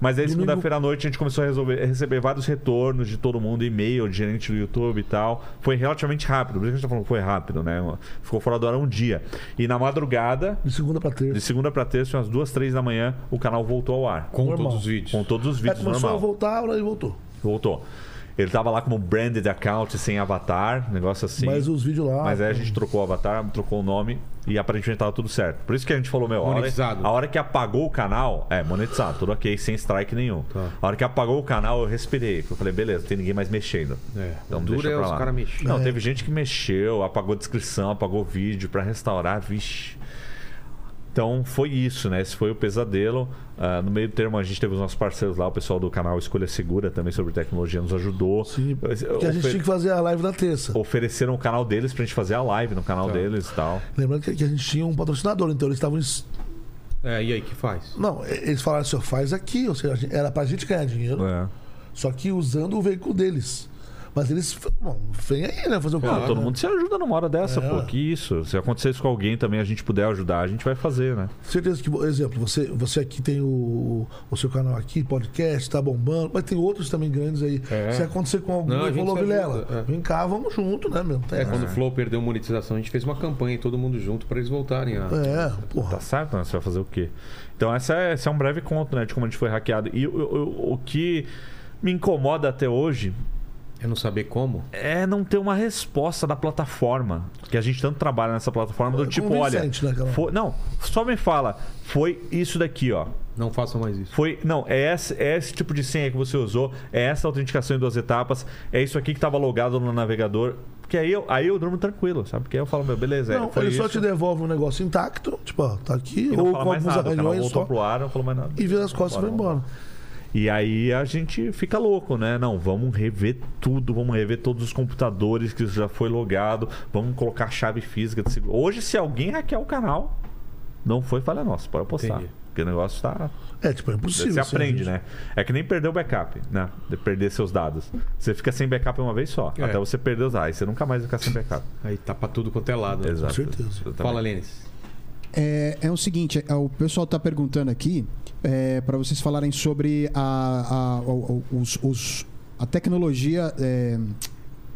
S4: Mas aí, segunda-feira à noite, a gente começou a resolver- a receber vários retornos de todo mundo, e-mail, de gerente do YouTube e tal. Foi relativamente rápido, por isso que a gente tá falando que foi rápido, né? Ficou fora do ar um dia. E na madrugada,
S3: De segunda pra terça.
S4: de segunda pra terça, umas duas, três da manhã, o canal voltou ao ar.
S1: Com
S3: Normal.
S1: todos os vídeos.
S4: Com todos os
S3: É,
S4: vídeos,
S3: começou
S4: normal.
S3: a voltar, ele voltou.
S4: Voltou. Ele tava lá como branded account, sem avatar, negócio assim. Mas,
S3: Mas os vídeos lá.
S4: aí a gente trocou o avatar, trocou o nome e aparentemente tava tudo certo. Por isso que a gente falou, meu, a hora,
S1: Monetizado.
S4: a hora que apagou o canal, é, monetizado, tudo ok, sem strike nenhum.
S1: Tá.
S4: A hora que apagou o canal, eu respirei. Eu falei, beleza, não tem ninguém mais mexendo.
S1: É,
S4: Então
S1: duro é
S4: deixa pra
S1: os
S4: lá.
S1: cara mexer.
S4: Não, teve gente que mexeu, apagou descrição, apagou vídeo pra restaurar, vixe. Então foi isso, né? Esse foi o pesadelo. Ah, no meio do termo, a gente teve os nossos parceiros lá, o pessoal do canal Escolha Segura também sobre tecnologia nos ajudou.
S3: Sim, porque a gente
S4: Ofe-
S3: tinha que fazer a live na terça.
S4: Ofereceram o canal deles pra gente fazer a live no
S3: Tá.
S4: canal deles e tal.
S3: Lembrando que que a gente tinha um patrocinador, então eles estavam. ens-
S1: É, e aí, que faz?
S3: Não, e- eles falaram assim: ó, faz aqui, ou seja, a gente- era pra gente ganhar dinheiro,
S4: É.
S3: só que usando o veículo deles. Mas eles. f- Bom, vem aí, né? Fazer o
S4: Pô,
S3: quê?
S4: Ah, todo mundo se ajuda numa hora dessa,
S3: É,
S4: pô.
S3: ué.
S4: Que isso. Se acontecer isso com alguém também, a gente puder ajudar, a gente vai fazer, né?
S3: Certeza que, por exemplo, você, você aqui tem o, o seu canal aqui, podcast, tá bombando, mas tem outros também grandes aí.
S1: É.
S3: Se acontecer com algum,
S1: Não, a
S3: ele falou,
S1: gente se
S3: Vilela,
S1: ajuda, é.
S3: vem cá, vamos junto, né, meu? Tem
S1: É,
S3: essa.
S1: quando o Flow perdeu monetização, a gente fez uma campanha, todo mundo junto, pra eles voltarem a.
S3: É, porra.
S4: Tá certo, né? Você vai fazer o quê? Então, essa é, esse é um breve conto, né? De como a gente foi hackeado. E o- o- o que me incomoda até hoje
S1: Eu não saber como.
S4: é não ter uma resposta da plataforma. Que a gente tanto trabalha nessa plataforma do tipo, olha.
S3: É convincente, né, cara?
S4: foi- não, só me fala, foi isso daqui, ó.
S1: Não façam mais isso.
S4: Foi. Não, é esse, é esse tipo de senha que você usou, é essa autenticação em duas etapas, é isso aqui que estava logado no navegador. Porque aí eu, aí eu durmo tranquilo, sabe? Porque aí eu falo, meu, beleza,
S3: Não,
S4: é, foi
S3: ele
S4: isso.
S3: só te devolve um negócio intacto, tipo, ó, tá aqui,
S4: E não
S3: ou
S4: fala
S3: com
S4: mais
S3: alguns
S4: nada, o canal
S3: arranhões
S4: voltou
S3: só,
S4: pro ar, não falou mais nada.
S3: e vira as costas e vai
S4: Bora,
S3: embora.
S4: E aí a gente fica louco, né? Não, vamos rever tudo, vamos rever todos os computadores que já foi logado, vamos colocar a chave física. desse- Hoje, se alguém hackear o canal, não foi falha nossa, pode apostar.
S1: Entendi.
S4: Porque o negócio tá.
S3: É, tipo, é
S4: Você
S3: impossível. assim,
S4: aprende,
S3: gente.
S4: né? É que nem perder o backup, né? De perder seus dados. Você fica sem backup uma vez só,
S1: É.
S4: até você perder os dados. Aí você nunca mais vai ficar sem backup.
S1: Aí tapa tudo quanto é lado. né?
S4: Exato.
S3: certeza.
S4: Exatamente.
S1: Fala, Lênis.
S2: É, é o seguinte, é, o pessoal tá perguntando aqui é, para vocês falarem sobre a, a- o- o- os- os- a tecnologia. é,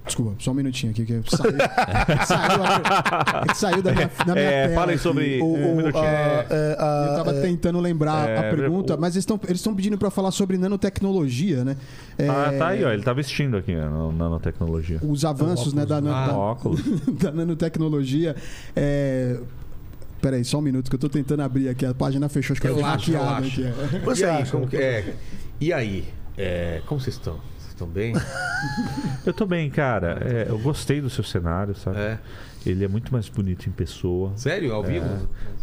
S2: Desculpa, só um minutinho aqui que saiu, saiu, a- é que saiu da minha, da minha
S4: É,
S2: tela.
S4: falem
S2: aqui.
S4: sobre. um minutinho.
S3: Ah, é, ah,
S2: Eu tava
S3: é,
S2: tentando lembrar
S4: é,
S2: a pergunta,
S4: o-
S2: mas eles estão eles tão pedindo para falar sobre nanotecnologia, né? É,
S4: Ah, tá aí, ó. Ele tá vestindo aqui, ó, na- nanotecnologia.
S2: Os
S3: É um
S2: avanços né, da,
S4: Ah,
S2: da,
S4: óculos.
S2: da nanotecnologia. É... Peraí, só um minuto que eu tô tentando abrir aqui. A página fechou, acho que eu
S1: Eu
S2: fui
S1: acho, eu
S2: hackeado
S1: acho.
S2: aqui. é.
S3: Você
S1: e aí,
S3: acha?
S1: como que- é, e aí? É, como vocês estão? Vocês estão bem?
S4: Eu tô bem, cara. É, eu gostei do seu cenário, sabe?
S1: É.
S4: Ele é muito mais bonito em pessoa.
S1: Sério?
S4: É.
S1: Ao vivo?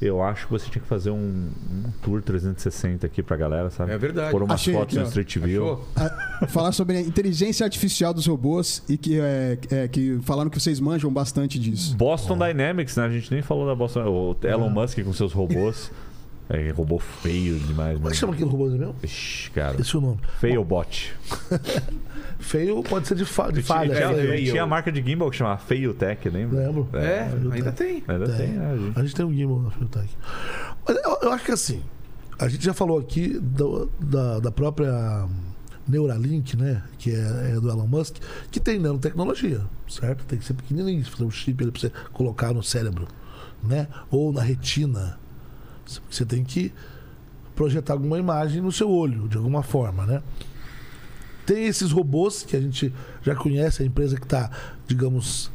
S4: Eu acho que você tinha que fazer um, um tour 360 aqui pra galera, sabe?
S1: É verdade.
S4: Por umas
S2: Achei
S4: fotos
S2: aqui,
S4: no
S2: ó.
S4: Street View.
S1: Achou?
S2: A- falar sobre a inteligência artificial dos robôs e que, é, é, que falaram que vocês manjam bastante disso.
S4: Boston Dynamics, né? A gente nem falou da Boston. O
S3: É.
S4: Elon Musk com seus robôs. é, robô feio demais,
S3: Como é
S4: mano.
S3: que chama aquele robô mesmo?
S4: Ixi, cara.
S3: Esse é o nome.
S4: Failbot.
S3: Feio pode ser de, fa de falha. né?
S4: tinha,
S3: É, feio.
S1: Fail.
S4: tinha a marca de gimbal que chamava Failtech, lembra?
S3: Lembro. É.
S1: É, ainda tem.
S4: Ainda tem, né, a gente?
S3: A gente tem um gimbal na Fiotec. Mas eu, eu acho que assim, a gente já falou aqui do- da, da própria Neuralink, né? Que é, é do Elon Musk, que tem nanotecnologia, certo? Tem que ser pequenininho, fazer um chip ali pra você colocar no cérebro, né? Ou na retina. Você tem que projetar alguma imagem no seu olho, de alguma forma, né? Tem esses robôs que a gente já conhece, a empresa que está, digamos,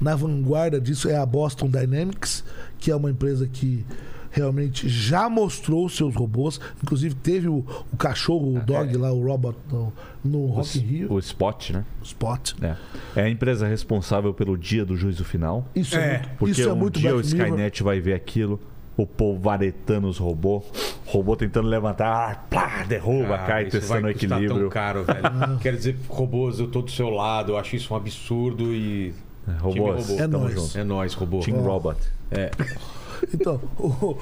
S3: na vanguarda disso é a Boston Dynamics, que é uma empresa que realmente já mostrou seus robôs. Inclusive teve o, o cachorro, o dog
S4: É.
S3: lá, o robot no, no Rock in Rio,
S4: O Spot, né?
S3: Spot.
S4: É. é a empresa responsável pelo dia do juízo final.
S3: Isso é, muito,
S4: Porque
S3: isso é
S4: um
S3: muito
S4: dia o
S3: Black Mirror.
S4: Skynet vai ver aquilo, o povo varetando os robôs, robô tentando levantar, ah, plá, derruba,
S1: Ah,
S4: cai,
S1: isso
S4: testando o
S1: vai custar
S4: equilíbrio.
S1: tão caro, velho. Quero dizer, robôs, eu tô do seu lado, eu acho isso um absurdo e.
S4: É,
S1: Time
S4: Robôs,
S1: robô.
S3: É
S4: tamo
S3: nóis.
S4: junto.
S1: É nóis, robô.
S4: Team Robot.
S3: Então, o-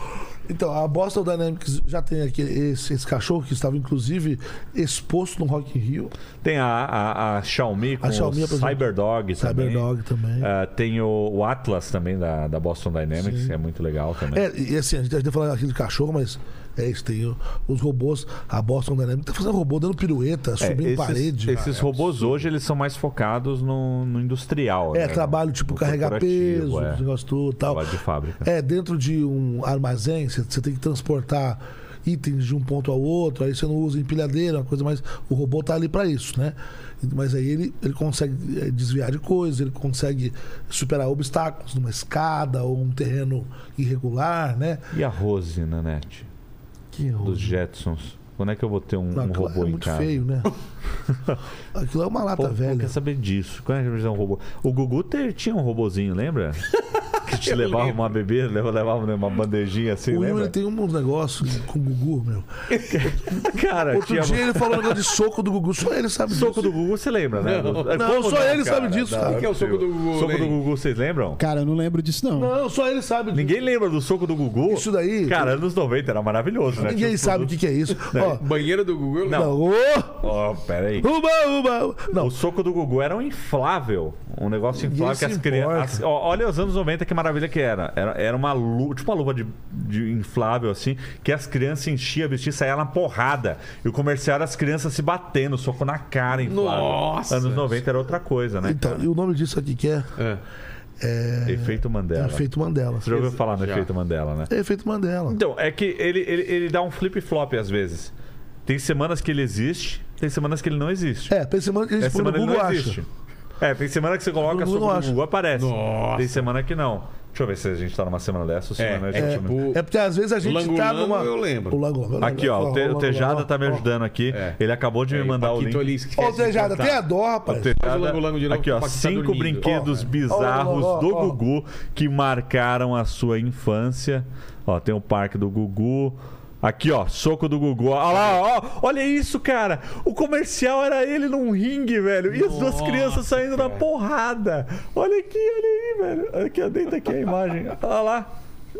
S3: Então, a Boston Dynamics já tem aqui esse, esse cachorro que estava, inclusive, exposto no Rock in Rio.
S4: Tem a, a, a Xiaomi com
S3: A Xiaomi,
S4: o
S3: por exemplo.
S4: Cyberdog também.
S3: Cyberdog também.
S4: Ah, tem o, o Atlas também da, da Boston Dynamics, que é muito legal também.
S3: É, e assim, a gente está falando aqui do cachorro, mas é isso, tem o- os robôs, a Boston Dynamics tá fazendo robô dando pirueta,
S4: É,
S3: subindo
S4: esses,
S3: parede.
S4: Esses robôs hoje eles são mais focados no, no industrial.
S3: É,
S4: né?
S3: trabalho tipo
S4: No
S3: carregar
S4: corporativo,
S3: peso,
S4: é.
S3: esse negócio tudo e tal.
S4: Trabalho de fábrica.
S3: É, dentro de um armazém, você- você tem que transportar itens de um ponto ao outro, aí você não usa empilhadeira, uma coisa mais. O robô tá ali para isso, né? Mas aí ele, ele consegue eh, desviar de coisas, ele consegue superar obstáculos numa escada ou um terreno irregular, né?
S4: E a Rose, Nanete,
S3: Que
S4: dos Jetsons. Quando é que eu vou ter um, um
S3: Não, aquilo
S4: robô
S3: é
S4: em
S3: muito
S4: casa?
S3: feio, né? aquilo é uma lata
S4: Pô,
S3: velha.
S4: quer saber disso. Quando é que a gente vai ter um robô? O Gugu te- tinha um robozinho, lembra? Que te levava uma bebida, leva- levava né, uma bandejinha assim,
S3: O Will
S4: lembra?
S3: ele tem um negócio com o Gugu, meu.
S4: Cara,
S3: Outro
S4: É, tinha
S3: dia ele falou um negócio de soco do Gugu, só ele sabe disso.
S4: soco do Gugu, você lembra, né? É,
S3: Não,
S4: como
S3: só ele sabe disso, cara.
S1: O que é o soco do Gugu?
S4: Soco do
S1: Lênin?
S4: Gugu, vocês lembram?
S2: Cara, eu não lembro disso, não.
S3: Não, só ele sabe disso.
S4: Ninguém lembra do soco do Gugu?
S3: Isso daí-
S4: Cara, anos 90 era maravilhoso, né?
S3: Ninguém sabe o que, que é isso. Ó,
S1: Banheiro do Gugu?
S4: Não.
S3: não. Ô,
S4: Ó, peraí.
S3: uba, uba. Não,
S4: O soco do Gugu era um inflável. Um negócio inflável que
S3: se
S4: as crianças.
S3: importa.
S4: ó, olha os anos 90, que maravilha que era. Era, era uma luva, tipo uma luva de, de inflável, assim, que as crianças enchiam a vestir e saia na porrada. E o comercial era as crianças se batendo, soco na cara, inflável.
S1: Nossa!
S4: Anos 90 era outra coisa, né?
S3: então, e o nome disso aqui que é,
S1: É.
S3: é,
S4: Efeito Mandela.
S3: Efeito Mandela.
S4: Você já ouviu falar no
S1: Já.
S4: efeito Mandela, né?
S3: É Efeito Mandela.
S4: Então, é que ele, ele, ele dá um flip-flop às vezes. Tem semanas que ele existe, tem semanas que ele não existe.
S3: É, tem semana que a gente
S4: Essa
S3: põe no
S4: semana ele
S3: Google
S4: não
S3: acha.
S4: existe. É, tem semana que você coloca
S3: No
S4: a
S3: Google
S4: sopa
S3: acha.
S4: do Google aparece.
S1: Nossa.
S4: Tem semana que não. Deixa eu ver se a gente tá numa semana dessa ou semana
S1: É,
S4: de
S1: é
S4: outra.
S1: tipo...
S3: É porque às vezes a gente tá
S1: Langolango,
S3: numa.
S1: eu lembro.
S3: O Langolango, eu lembro.
S4: né? Aqui, ó, o, Te- o Tejada tá me ajudando Tá. aqui.
S1: É.
S4: Ele acabou de me mandar o link.
S3: Ô, Tejada, tem a dó, rapaz.
S1: Faz o langolango de novo,
S4: Aqui, ó,
S1: que o Paquito tá
S4: cinco
S1: dormindo.
S4: brinquedos bizarros
S3: ó, ó,
S4: do
S3: ó.
S4: Gugu que marcaram a sua infância. Ó, tem o parque do Gugu. Aqui, ó, soco do Gugu. Olha lá, ó, olha isso, cara. O comercial era ele num ringue, velho. E as duas crianças saindo na porrada. Olha aqui, olha aí, velho. Aqui, ó, deita aqui a imagem. Olha lá.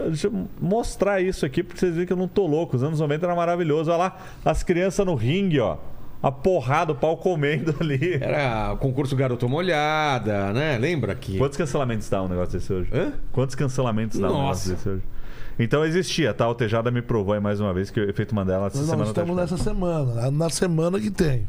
S4: Deixa eu mostrar isso aqui pra vocês verem que eu não tô louco. Os anos 90 era maravilhoso. Olha lá, as crianças no ringue, ó. A porrada, o pau comendo ali.
S1: Era o concurso Garoto Molhada, né? Lembra que...
S4: Quantos cancelamentos dá um negócio desse hoje?
S1: Hã?
S4: Quantos cancelamentos dá um negócio
S1: Nossa.
S4: desse hoje? Então existia, tá? O Tejada me provou aí mais uma vez que o efeito Mandela essa
S3: Nós não
S4: semana tá
S3: estamos
S4: de-
S3: nessa semana. Na semana que tem.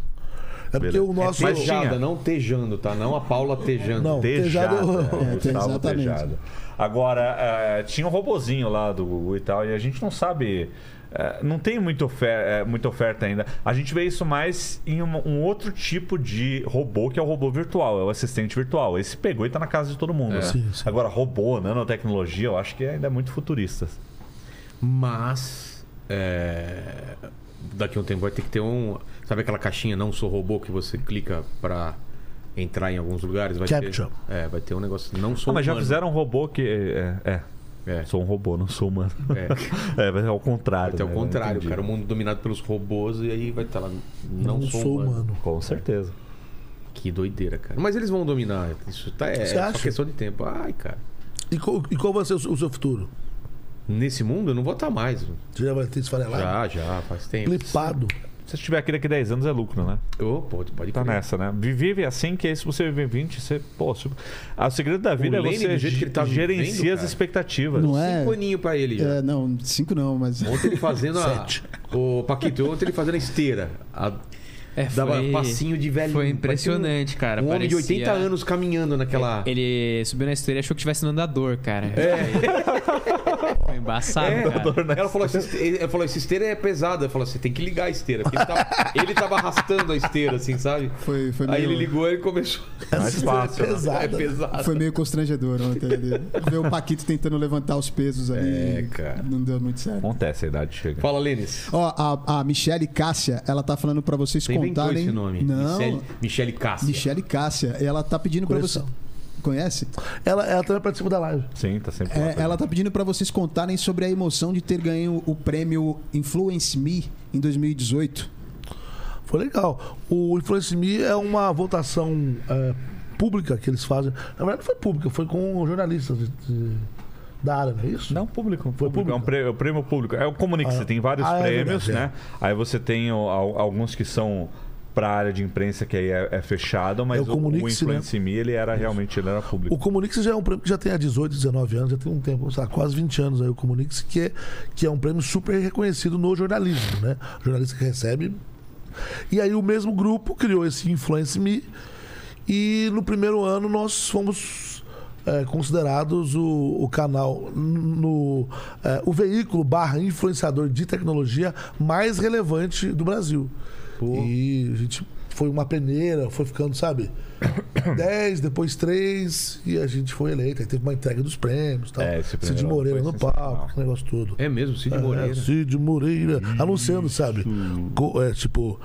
S3: É porque
S4: Beleza.
S3: o nosso.
S4: Mas tinha-
S1: Tejada, não tejando, tá? Não a Paula tejando.
S3: Não.
S4: Tejada.
S3: Tejada-
S4: é,
S2: É,
S4: Gustavo
S2: exatamente.
S4: Tejada. Agora, eh, tinha um robozinho lá do Gugu e tal, e a gente não sabe. eh, não tem muita oferta, muita oferta ainda. A gente vê isso mais em um, um outro tipo de robô, que é o robô virtual, é o assistente virtual. Esse pegou e tá na casa de todo mundo. né?
S3: É. Sim, sim.
S4: Agora, robô, nanotecnologia, eu acho que ainda é muito futurista.
S1: Mas. é, Daqui a um tempo vai ter que ter um. Sabe aquela caixinha não sou robô que você clica pra entrar em alguns lugares? Vai
S3: Captcha.
S1: Ter... É, vai ter um negócio não sou
S4: Ah, mas já
S1: humano.
S4: fizeram um robô que. É, é,
S1: É.
S4: Sou um robô, não sou humano.
S1: É.
S4: É, mas é ao contrário.
S1: Vai ter o
S4: né?
S1: contrário,
S4: Entendi.
S1: cara. O mundo dominado pelos robôs e aí vai estar lá. Não,
S3: Não sou humano.
S4: Com certeza.
S1: Que doideira, cara. Mas eles vão dominar. Isso tá, é
S3: Você
S1: só
S3: acha?
S1: questão de tempo. Ai, cara.
S3: E qual, e qual vai ser o seu- o seu futuro?
S1: Nesse mundo eu não vou estar mais.
S3: Você já vai ter esfarelado?
S1: Já, já, faz tempo.
S3: Flipado.
S4: Se você tiver aqui daqui 10 anos, é lucro, né?
S1: Ô, pô, tu pode
S4: Tá
S1: crer.
S4: nessa, né? Vi- Vive assim, que aí se você viver 20, você. Pô, se... ah, o segredo da vida é
S1: Lênin,
S4: você
S1: do jeito que ele tá
S4: gerencia
S1: vivendo,
S4: as
S1: cara.
S4: expectativas.
S2: Não é?
S1: Cinco aninhos um pra ele já.
S2: É, não, cinco não, mas.
S1: Ontem ele fazendo a.
S3: Sete.
S1: O Paquito, ontem ele fazendo a esteira. A-
S5: É,
S1: Dava um passinho de velhinho.
S5: Foi impressionante, cara.
S1: um homem de
S5: parecia-
S1: 80 anos caminhando naquela.
S5: Ele subiu na esteira e achou que tivesse no andador, cara.
S1: É.
S5: Foi embaçado, cara.
S1: Ela falou, "Essa este- ela falou, essa esteira é pesada. Ela falou assim, tem que ligar a esteira. Porque ele tava, ele tava arrastando a esteira, assim, sabe?
S2: Foi, foi meio.
S1: Aí ele ligou e começou.
S4: Mais fácil. né?
S1: É
S3: Pesado.
S1: pesado.
S2: Foi meio constrangedor ontem. Ele... Ver o Paquito tentando levantar os pesos ali.
S1: É, cara.
S2: Não deu muito certo.
S4: Acontece, a idade chega.
S1: Fala, Lênis.
S2: Ó, a, a Michelle Cássia, ela tá falando pra vocês
S1: Você inventou
S2: contarem.
S1: esse nome.
S2: Não,
S1: Michele, Michele Cássia.
S2: Michelle Cássia, ela tá pedindo pra
S3: Conheço.
S2: você. Conhece?
S3: Ela, ela também participa da live.
S4: Sim, tá sempre. lá,
S2: É, ela tá pedindo pra vocês contarem sobre a emoção de ter ganho o prêmio Influence Me em 2018.
S3: Foi legal. O Influence Me é uma votação é, pública que eles fazem. Na verdade, não foi pública, foi com jornalistas de, de- da área, não é isso?
S4: Não, público.
S3: Foi
S4: público. É um
S3: público?
S4: prê- é o prêmio público. É o Comunique,
S3: Ah,
S4: você tem vários
S3: ah, é
S4: prêmios,
S3: verdade,
S4: né? Aí você tem o- al- alguns que são para área de imprensa que aí é, é fechado, mas
S3: É o
S4: o, o,
S3: Comunique-se,
S4: Influence Me, ele era realmente ele era público.
S3: O Comunix já é um prêmio que já tem há 18, 19 anos, já tem um tempo, sei lá, quase 20 anos aí o Comunix, que é, que é um prêmio super reconhecido no jornalismo, né? O jornalista que recebe. E aí o mesmo grupo criou esse Influence Me e no primeiro ano nós fomos é, considerados o, o canal no é, o veículo barra influenciador de tecnologia mais relevante do Brasil. E a gente foi uma peneira, foi ficando, sabe? 10, depois 3, e a gente foi eleito. Aí teve uma entrega dos prêmios e tal.
S4: É, esse primeiro
S3: Cid
S4: ano
S3: Moreira
S4: foi
S3: no
S4: sensacional.
S3: palco, o negócio todo.
S1: É mesmo, Cid
S3: É,
S1: Moreira.
S3: Cid Moreira. Anunciando, sabe? Co- é, tipo.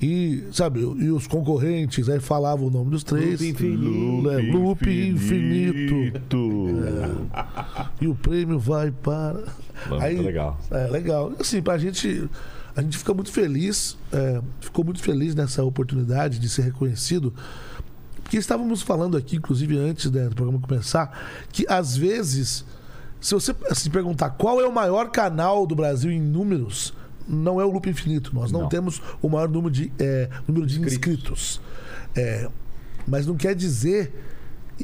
S3: E, sabe, e os concorrentes aí falavam o nome dos três. Loop infinito. Loop infinito. É. E o prêmio vai para.
S4: Muito legal.
S3: É, legal. Assim, pra gente. A gente fica muito feliz, é, ficou muito feliz nessa oportunidade de ser reconhecido. Porque estávamos falando aqui, inclusive antes né, do programa começar, que às vezes, se você se perguntar qual é o maior canal do Brasil em números, não é o Loop Infinito. Nós não,
S4: Não.
S3: temos o maior número de, é, número de inscritos. É, mas não quer dizer.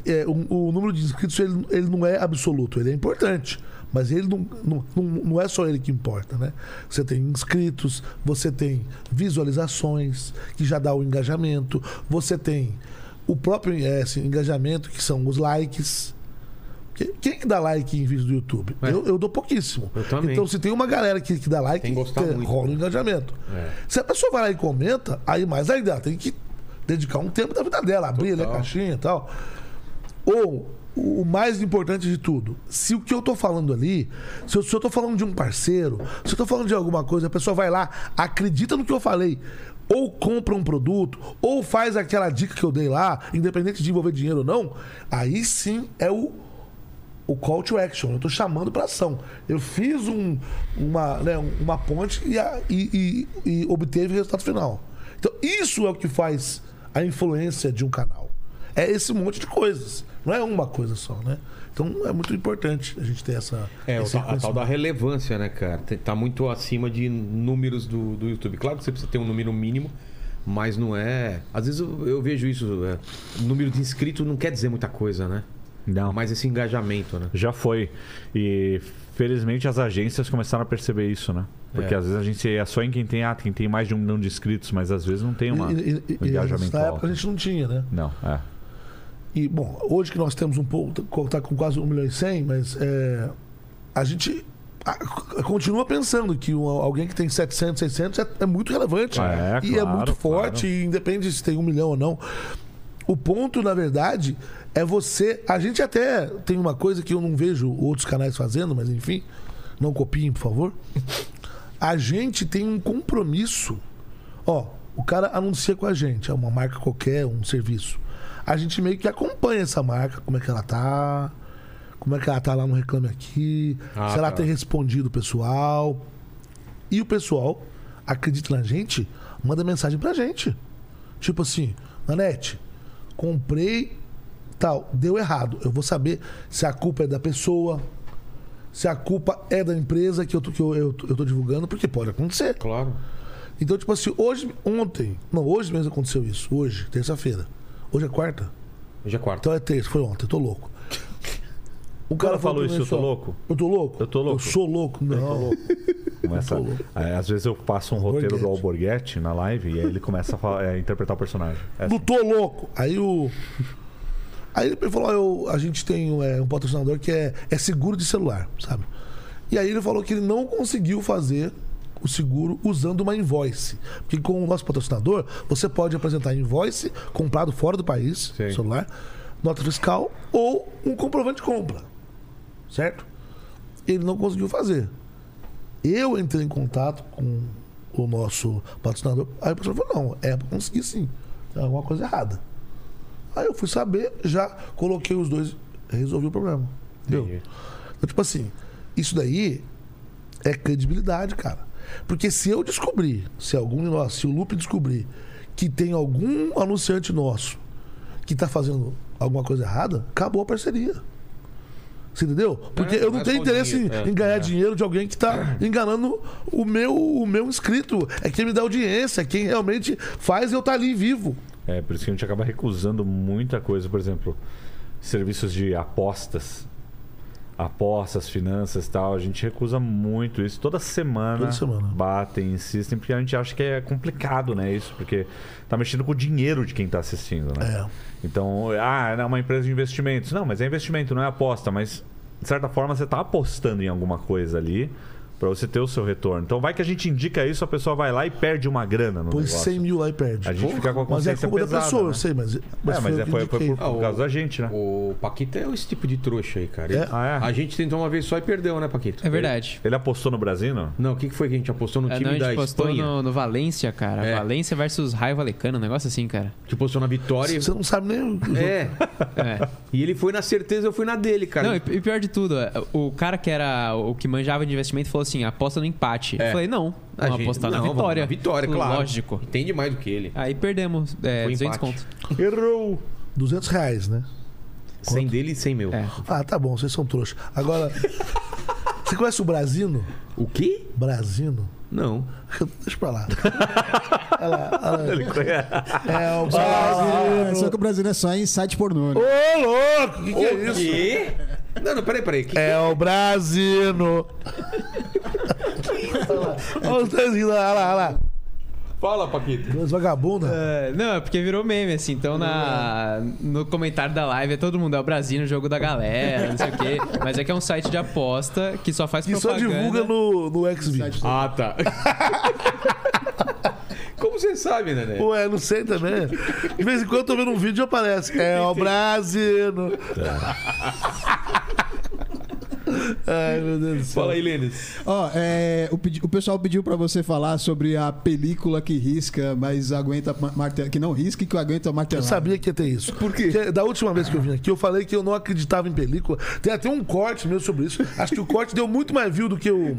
S3: é, o, o número de inscritos ele, ele não é absoluto, ele é importante. Mas ele não, não, não, não é só ele que importa, né? Você tem inscritos, você tem visualizações, que já dá o engajamento, você tem o próprio é, assim, engajamento, que são os likes. Que- Quem que dá like em vídeo do YouTube?
S1: É.
S3: Eu, eu dou pouquíssimo.
S1: Eu também.
S3: Então, se tem uma galera que, que dá like,
S1: Tem que gostar
S3: que
S1: muito,
S3: rola
S1: né?
S3: um engajamento.
S1: É.
S3: Se a pessoa vai lá e comenta, aí mais ainda, ela tem que dedicar um tempo da vida dela, abrir ali a caixinha e tal. Ou, o mais importante de tudo, se o que eu tô falando ali, se eu, se eu tô falando de um parceiro, se eu tô falando de alguma coisa, a pessoa vai lá, acredita no que eu falei, ou compra um produto, ou faz aquela dica que eu dei lá, independente de envolver dinheiro ou não, aí sim é o, o call to action. Eu tô chamando pra ação. Eu fiz um- uma, né, uma ponte e, a- e- e- e obteve o resultado final. Então, isso é o que faz a influência de um canal. É esse monte de coisas. Não é uma coisa só, né? Então, é muito importante a gente ter essa.
S1: É, o
S3: esse
S1: tal- a tal
S3: reconhecimento.
S1: da relevância, né, cara? Tem- Tá muito acima de números do, do YouTube. Claro que você precisa ter um número mínimo, mas não é. Às vezes eu, eu vejo isso. é, Número de inscrito não quer dizer muita coisa, né?
S4: Não.
S1: Mas esse engajamento, né?
S4: Já foi. E felizmente as agências começaram a perceber isso, né? Porque
S1: É.
S4: às vezes a gente é só em quem tem, ah, quem tem mais de um milhão de inscritos, mas às vezes não tem uma,
S3: E- e- e-
S4: um
S3: e
S4: engajamento
S3: na época
S4: alto.
S3: a gente não tinha, né?
S4: Não, é.
S3: E, bom, hoje que nós temos um pouco, tá com quase 1 milhão e 100, mas é, a gente a- c- continua pensando que um- alguém que tem 700, 600 é, é muito relevante.
S4: É,
S3: e é
S4: claro,
S3: muito forte,
S4: claro.
S3: e independe se tem um milhão ou não. O ponto, na verdade, é você. A gente até tem uma coisa que eu não vejo outros canais fazendo, mas enfim, não copiem, por favor. A gente tem um compromisso. Ó, o cara anuncia com a gente, é uma marca qualquer, um serviço. A gente meio que acompanha essa marca, como é que ela tá, como é que ela tá lá no Reclame Aqui,
S1: Ah,
S3: se ela
S1: tá.
S3: tem respondido o pessoal. E o pessoal acredita na gente, manda mensagem pra gente. Tipo assim, Nanete, comprei tal, deu errado. Eu vou saber se a culpa é da pessoa, se a culpa é da empresa que eu tô, que eu, eu, eu tô divulgando, porque pode acontecer.
S1: Claro.
S3: Então, tipo assim, hoje, ontem, não, hoje mesmo aconteceu isso. Hoje, terça-feira. Hoje é quarta?
S1: Hoje é quarta.
S3: Então é terça, foi ontem, eu tô louco. O
S4: cara
S3: falou
S4: falou
S3: pra mim
S4: isso, eu tô
S3: só,
S4: louco?
S3: Eu tô louco?
S4: Eu tô louco.
S3: Eu sou louco, não.
S4: Começa, Aí, às vezes eu passo um roteiro do
S3: Alborguete.
S4: Alborguete na live e aí ele começa a falar- é, interpretar o personagem. É
S3: Não tô louco. Aí o. Aí ele falou: ó, eu, a gente tem é, um patrocinador que é, é seguro de celular, sabe? E aí ele falou que ele não conseguiu fazer o seguro usando uma invoice. Porque com o nosso patrocinador, você pode apresentar invoice comprado fora do país,
S1: Sim.
S3: celular, nota fiscal ou um comprovante de compra. Certo? Ele não conseguiu fazer. Eu entrei em contato com o nosso patrocinador. Aí o professor falou: não, é pra conseguir sim. Tem alguma coisa errada. Aí eu fui saber, já coloquei os dois, resolvi o problema. Entendeu? Então, tipo assim, isso daí é credibilidade, cara. Porque se eu descobrir, se algum de nós, se o Lupe descobrir que tem algum anunciante nosso que tá fazendo alguma coisa errada, acabou a parceria. Você entendeu? Porque eu não
S1: mas
S3: tenho
S1: com
S3: interesse em,
S1: dinheiro,
S3: em ganhar dinheiro de alguém que tá enganando o meu, o meu inscrito. É quem me dá audiência, é quem realmente faz eu estar ali vivo.
S4: É, por isso que a gente acaba recusando muita coisa, por exemplo, serviços de apostas. Apostas, finanças e tal, a gente recusa muito isso. Toda semana,
S3: Toda semana.
S4: batem, insistem, porque a gente acha que é complicado, né? Isso, porque tá mexendo com o dinheiro de quem tá assistindo,
S3: É.
S4: né? Então, ah, é uma empresa de investimentos. Não, mas é investimento, não é aposta, mas de certa forma você tá apostando em alguma coisa ali pra você ter o seu retorno. Então, vai que a gente indica isso, a pessoa vai lá e perde uma grana no
S3: Põe
S4: negócio.
S3: 100 mil lá e perde.
S4: A gente fica com a
S3: mas é
S4: consciência
S3: culpa da
S4: pesada,
S3: pessoa,
S4: né?
S3: eu sei, mas.
S4: é, mas é,
S3: eu
S4: foi, foi
S3: que
S4: por,
S3: indiquei.
S1: Ah,
S4: por
S1: o-
S4: causa da gente, né?
S1: O Paquito é esse tipo de trouxa aí, cara.
S3: É?
S1: Ele-
S4: Ah, é?
S1: A gente tentou uma vez só e perdeu, né, Paquito?
S5: É verdade.
S4: Ele apostou no Brasino?
S1: Não, o que que foi que a gente apostou no
S5: É,
S1: time
S5: não, a
S1: da
S5: gente postou
S1: Espanha?
S5: no, no Valência, cara.
S1: É.
S5: Valência versus Raio Valecano, um negócio assim, cara.
S1: Que postou na vitória.
S3: Você não sabe nem. o-
S1: É.
S5: É.
S1: E ele foi na certeza, eu fui na dele, cara.
S5: Não, e e pior de tudo, é, o cara que era o que manjava de investimento falou assim: aposta no empate.
S1: É.
S5: Eu falei: não,
S1: A
S5: vamos
S1: gente-
S5: apostar
S1: não,
S5: na
S1: vamos
S5: vitória.
S1: na vitória, claro.
S5: Lógico.
S1: Entende mais do que ele.
S5: Aí perdemos é,
S1: Foi
S5: 200
S1: empate.
S5: conto.
S4: Errou!
S3: 200 reais, né?
S1: 100 dele e 100 meu.
S5: É.
S3: Ah, tá bom, vocês são trouxas. Agora. você conhece o Brasino?
S1: O quê?
S3: Brasino?
S1: Não.
S3: Deixa pra lá. É o
S2: É, só que o Brasil é só em site pornô, né?
S3: Ô, louco! O que, que é
S1: o
S3: isso?
S1: quê? Não, não, peraí, peraí. Que...
S3: É o Brasino! Olha os três rindo, olha lá, olha lá.
S1: Fala, Paquito.
S3: Duas vagabundas.
S5: É, não, é porque virou meme, assim. Então,
S1: É.
S5: na, no comentário da live, é todo mundo é o Brasil no jogo da galera, não sei o quê. Mas é que é um site de aposta que só faz
S3: que só
S5: propaganda.
S3: divulga no, no Xvideos.
S1: Ah, tá. Como você sabe, né, né?
S3: Ué, é, não sei também. De vez em quando eu tô vendo um vídeo e aparece. É o Brasino! Ai, meu Deus do céu.
S1: Fala aí, Lênis.
S2: Ó, é, o, pedi- o pessoal pediu pra você falar sobre a película que risca, mas aguenta ma- martel, que não risca e que aguenta
S3: Eu
S2: martelar.
S3: sabia que ia ter isso. Por quê? da última vez que eu vim aqui, eu falei que eu não acreditava em película. Tem até um corte meu sobre isso. Acho que o corte deu muito mais view do que o,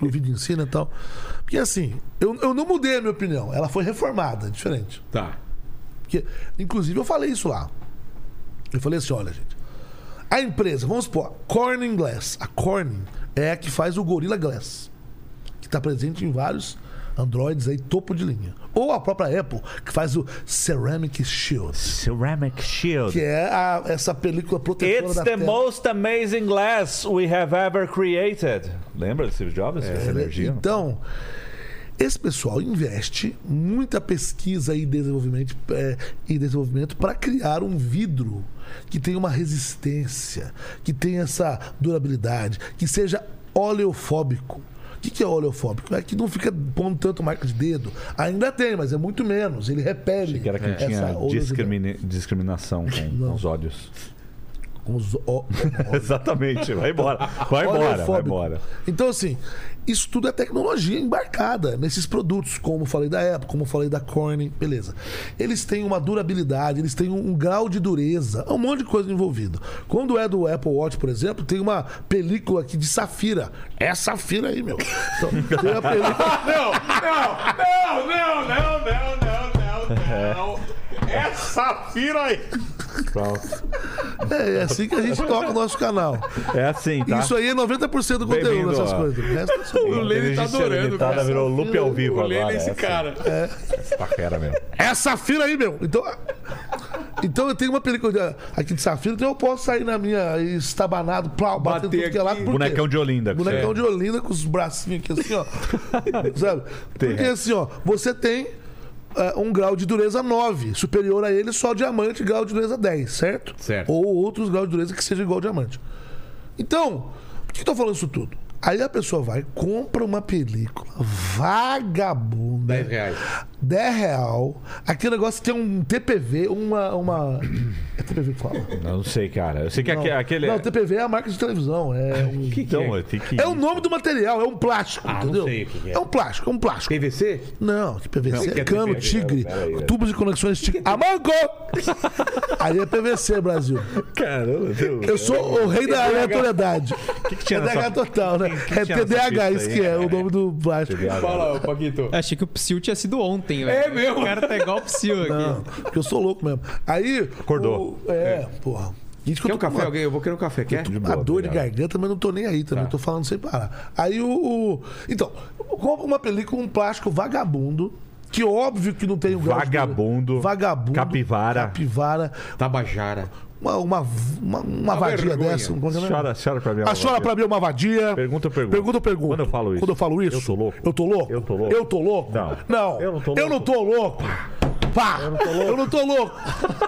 S3: o vídeo ensina e tal. Porque assim, eu, eu não mudei a minha opinião. Ela foi reformada, diferente.
S1: Tá.
S3: Porque, inclusive, eu falei isso lá. Eu falei assim, olha, gente. A empresa, vamos supor, a Corning Glass. A Corning é a que faz o Gorilla Glass. Que está presente em vários Androids aí, topo de linha. Ou a própria Apple, que faz o Ceramic Shield.
S4: Ceramic Shield.
S3: Que é a- essa película protetora
S4: It's
S3: da
S4: the
S3: tela.
S4: most amazing glass we have ever created. Lembra de Steve Jobs? Essa energia.
S3: É, Então, esse pessoal investe muita pesquisa e desenvolvimento, é, e desenvolvimento para criar um vidro que tenha uma resistência, que tenha essa durabilidade, que seja oleofóbico. O que que é oleofóbico? É que não fica pondo tanto marca de dedo. Ainda tem, mas é muito menos. Ele repele.
S4: Que era quem
S3: É. essa
S4: tinha
S3: oleosidade.
S4: discrimine- discriminação com, com os olhos.
S3: Com os o-
S4: Exatamente, vai embora. Vai embora, vai
S3: Oleofóbico.
S4: embora.
S3: Então, assim, isso tudo é tecnologia embarcada nesses produtos, como eu falei da Apple, como eu falei da Corning, beleza. Eles têm uma durabilidade, eles têm um, um grau de dureza, um monte de coisa envolvida. Quando é do Apple Watch, por exemplo, tem uma película aqui de safira. É safira aí, meu. Então, tem uma película...
S4: Não, não, não, não, não, não, não, não. Essa fira aí. Pronto.
S3: É, é assim que a gente toca o nosso canal.
S4: É assim, tá?
S3: Isso aí é 90% do conteúdo,
S4: Bem-vindo,
S3: essas
S4: ó.
S3: coisas. O resto é só...
S1: Lênis tá
S4: Inteligência
S1: adorando,
S4: limitada
S1: cara.
S4: virou loop ao vivo
S1: O
S4: agora.
S1: Lênis, esse
S4: essa.
S1: cara.
S4: Essa paquera mesmo.
S3: É safira aí, meu. Então, então eu tenho uma película de- aqui de safira, então eu posso sair na minha estabanado, plau, batendo
S1: Bater
S3: tudo que é lá.
S1: aqui.
S3: por quê?
S4: Bonecão de Olinda. É. que
S3: Bonecão
S4: você
S3: de Olinda com os bracinhos aqui assim, ó. Sabe? Porque assim, ó, você tem é, um grau de dureza 9, superior a ele só diamante, grau de dureza 10, certo?
S1: Certo.
S3: Ou outros graus de dureza que seja igual ao diamante. Então, por que eu tô falando isso tudo? Aí a pessoa vai, compra uma película vagabunda.
S1: 10 reais.
S3: 10 real. Aquele negócio que tem um TPV, uma. uma... É TPV que fala?
S4: é. Não sei, cara. Eu sei que aque-
S3: Não.
S4: aquele.
S3: Não, TPV é a marca de televisão. É, um...
S4: que então, eu tenho que Ah,
S3: é o nome do material, é um plástico,
S1: não
S3: entendeu?
S1: sei o que que é.
S3: é. um plástico, é um plástico.
S1: PVC?
S3: Não, que
S1: Não,
S3: PVC
S1: que
S3: é
S1: é
S3: cano,
S1: TPV,
S3: tigre,
S4: pera aí, né? pera aí.
S3: tubos de conexões tigre. Amanco! Aí é PVC, Brasil.
S4: Caramba,
S3: Eu sou o rei da aleatoriedade.
S4: O que, que tinha
S3: TDAH
S4: nessa...
S3: total, né?
S4: que
S3: É
S4: tinha nessa
S3: TDAH,
S4: fita
S3: isso
S4: aí,
S3: que é
S4: cara?
S3: o nome do plástico.
S1: Fala, ô, Paquito.
S5: Achei que o Psyu tinha sido ontem, velho.
S1: É mesmo?
S5: O cara tá igual o Psyu aqui.
S3: Não, porque eu sou louco mesmo. Aí.
S4: Acordou.
S3: o- é, porra. Diz que
S1: Quer
S3: eu
S1: um
S3: tô com
S1: café?
S3: uma-
S1: Alguém? Eu vou querer um café. Quer?
S4: né?
S3: a dor de garganta, mas não tô nem aí também,
S1: Tá.
S3: tô falando sem parar. Aí o. o- então, compra uma película, um plástico vagabundo, que óbvio que não tem o grau de-
S4: Vagabundo,
S3: Vagabundo.
S4: capivara.
S3: Capivara.
S1: Tabajara.
S3: Uma, uma, uma, uma
S1: Uma
S3: vadia
S1: vergonha.
S3: dessa. Como é que é?
S4: Chora, chora pra mim.
S3: A senhora pra mim é uma vadia.
S4: Pergunta, eu pergunto.
S3: Pergunta, eu pergunto.
S4: Quando eu falo isso?
S3: Quando eu falo isso?
S4: Eu tô louco.
S3: Eu tô louco?
S4: Eu tô louco.
S3: Eu tô louco?
S4: Não.
S3: Não.
S4: Eu não tô
S3: Eu não
S4: louco.
S3: tô louco. Pá! Eu não tô louco.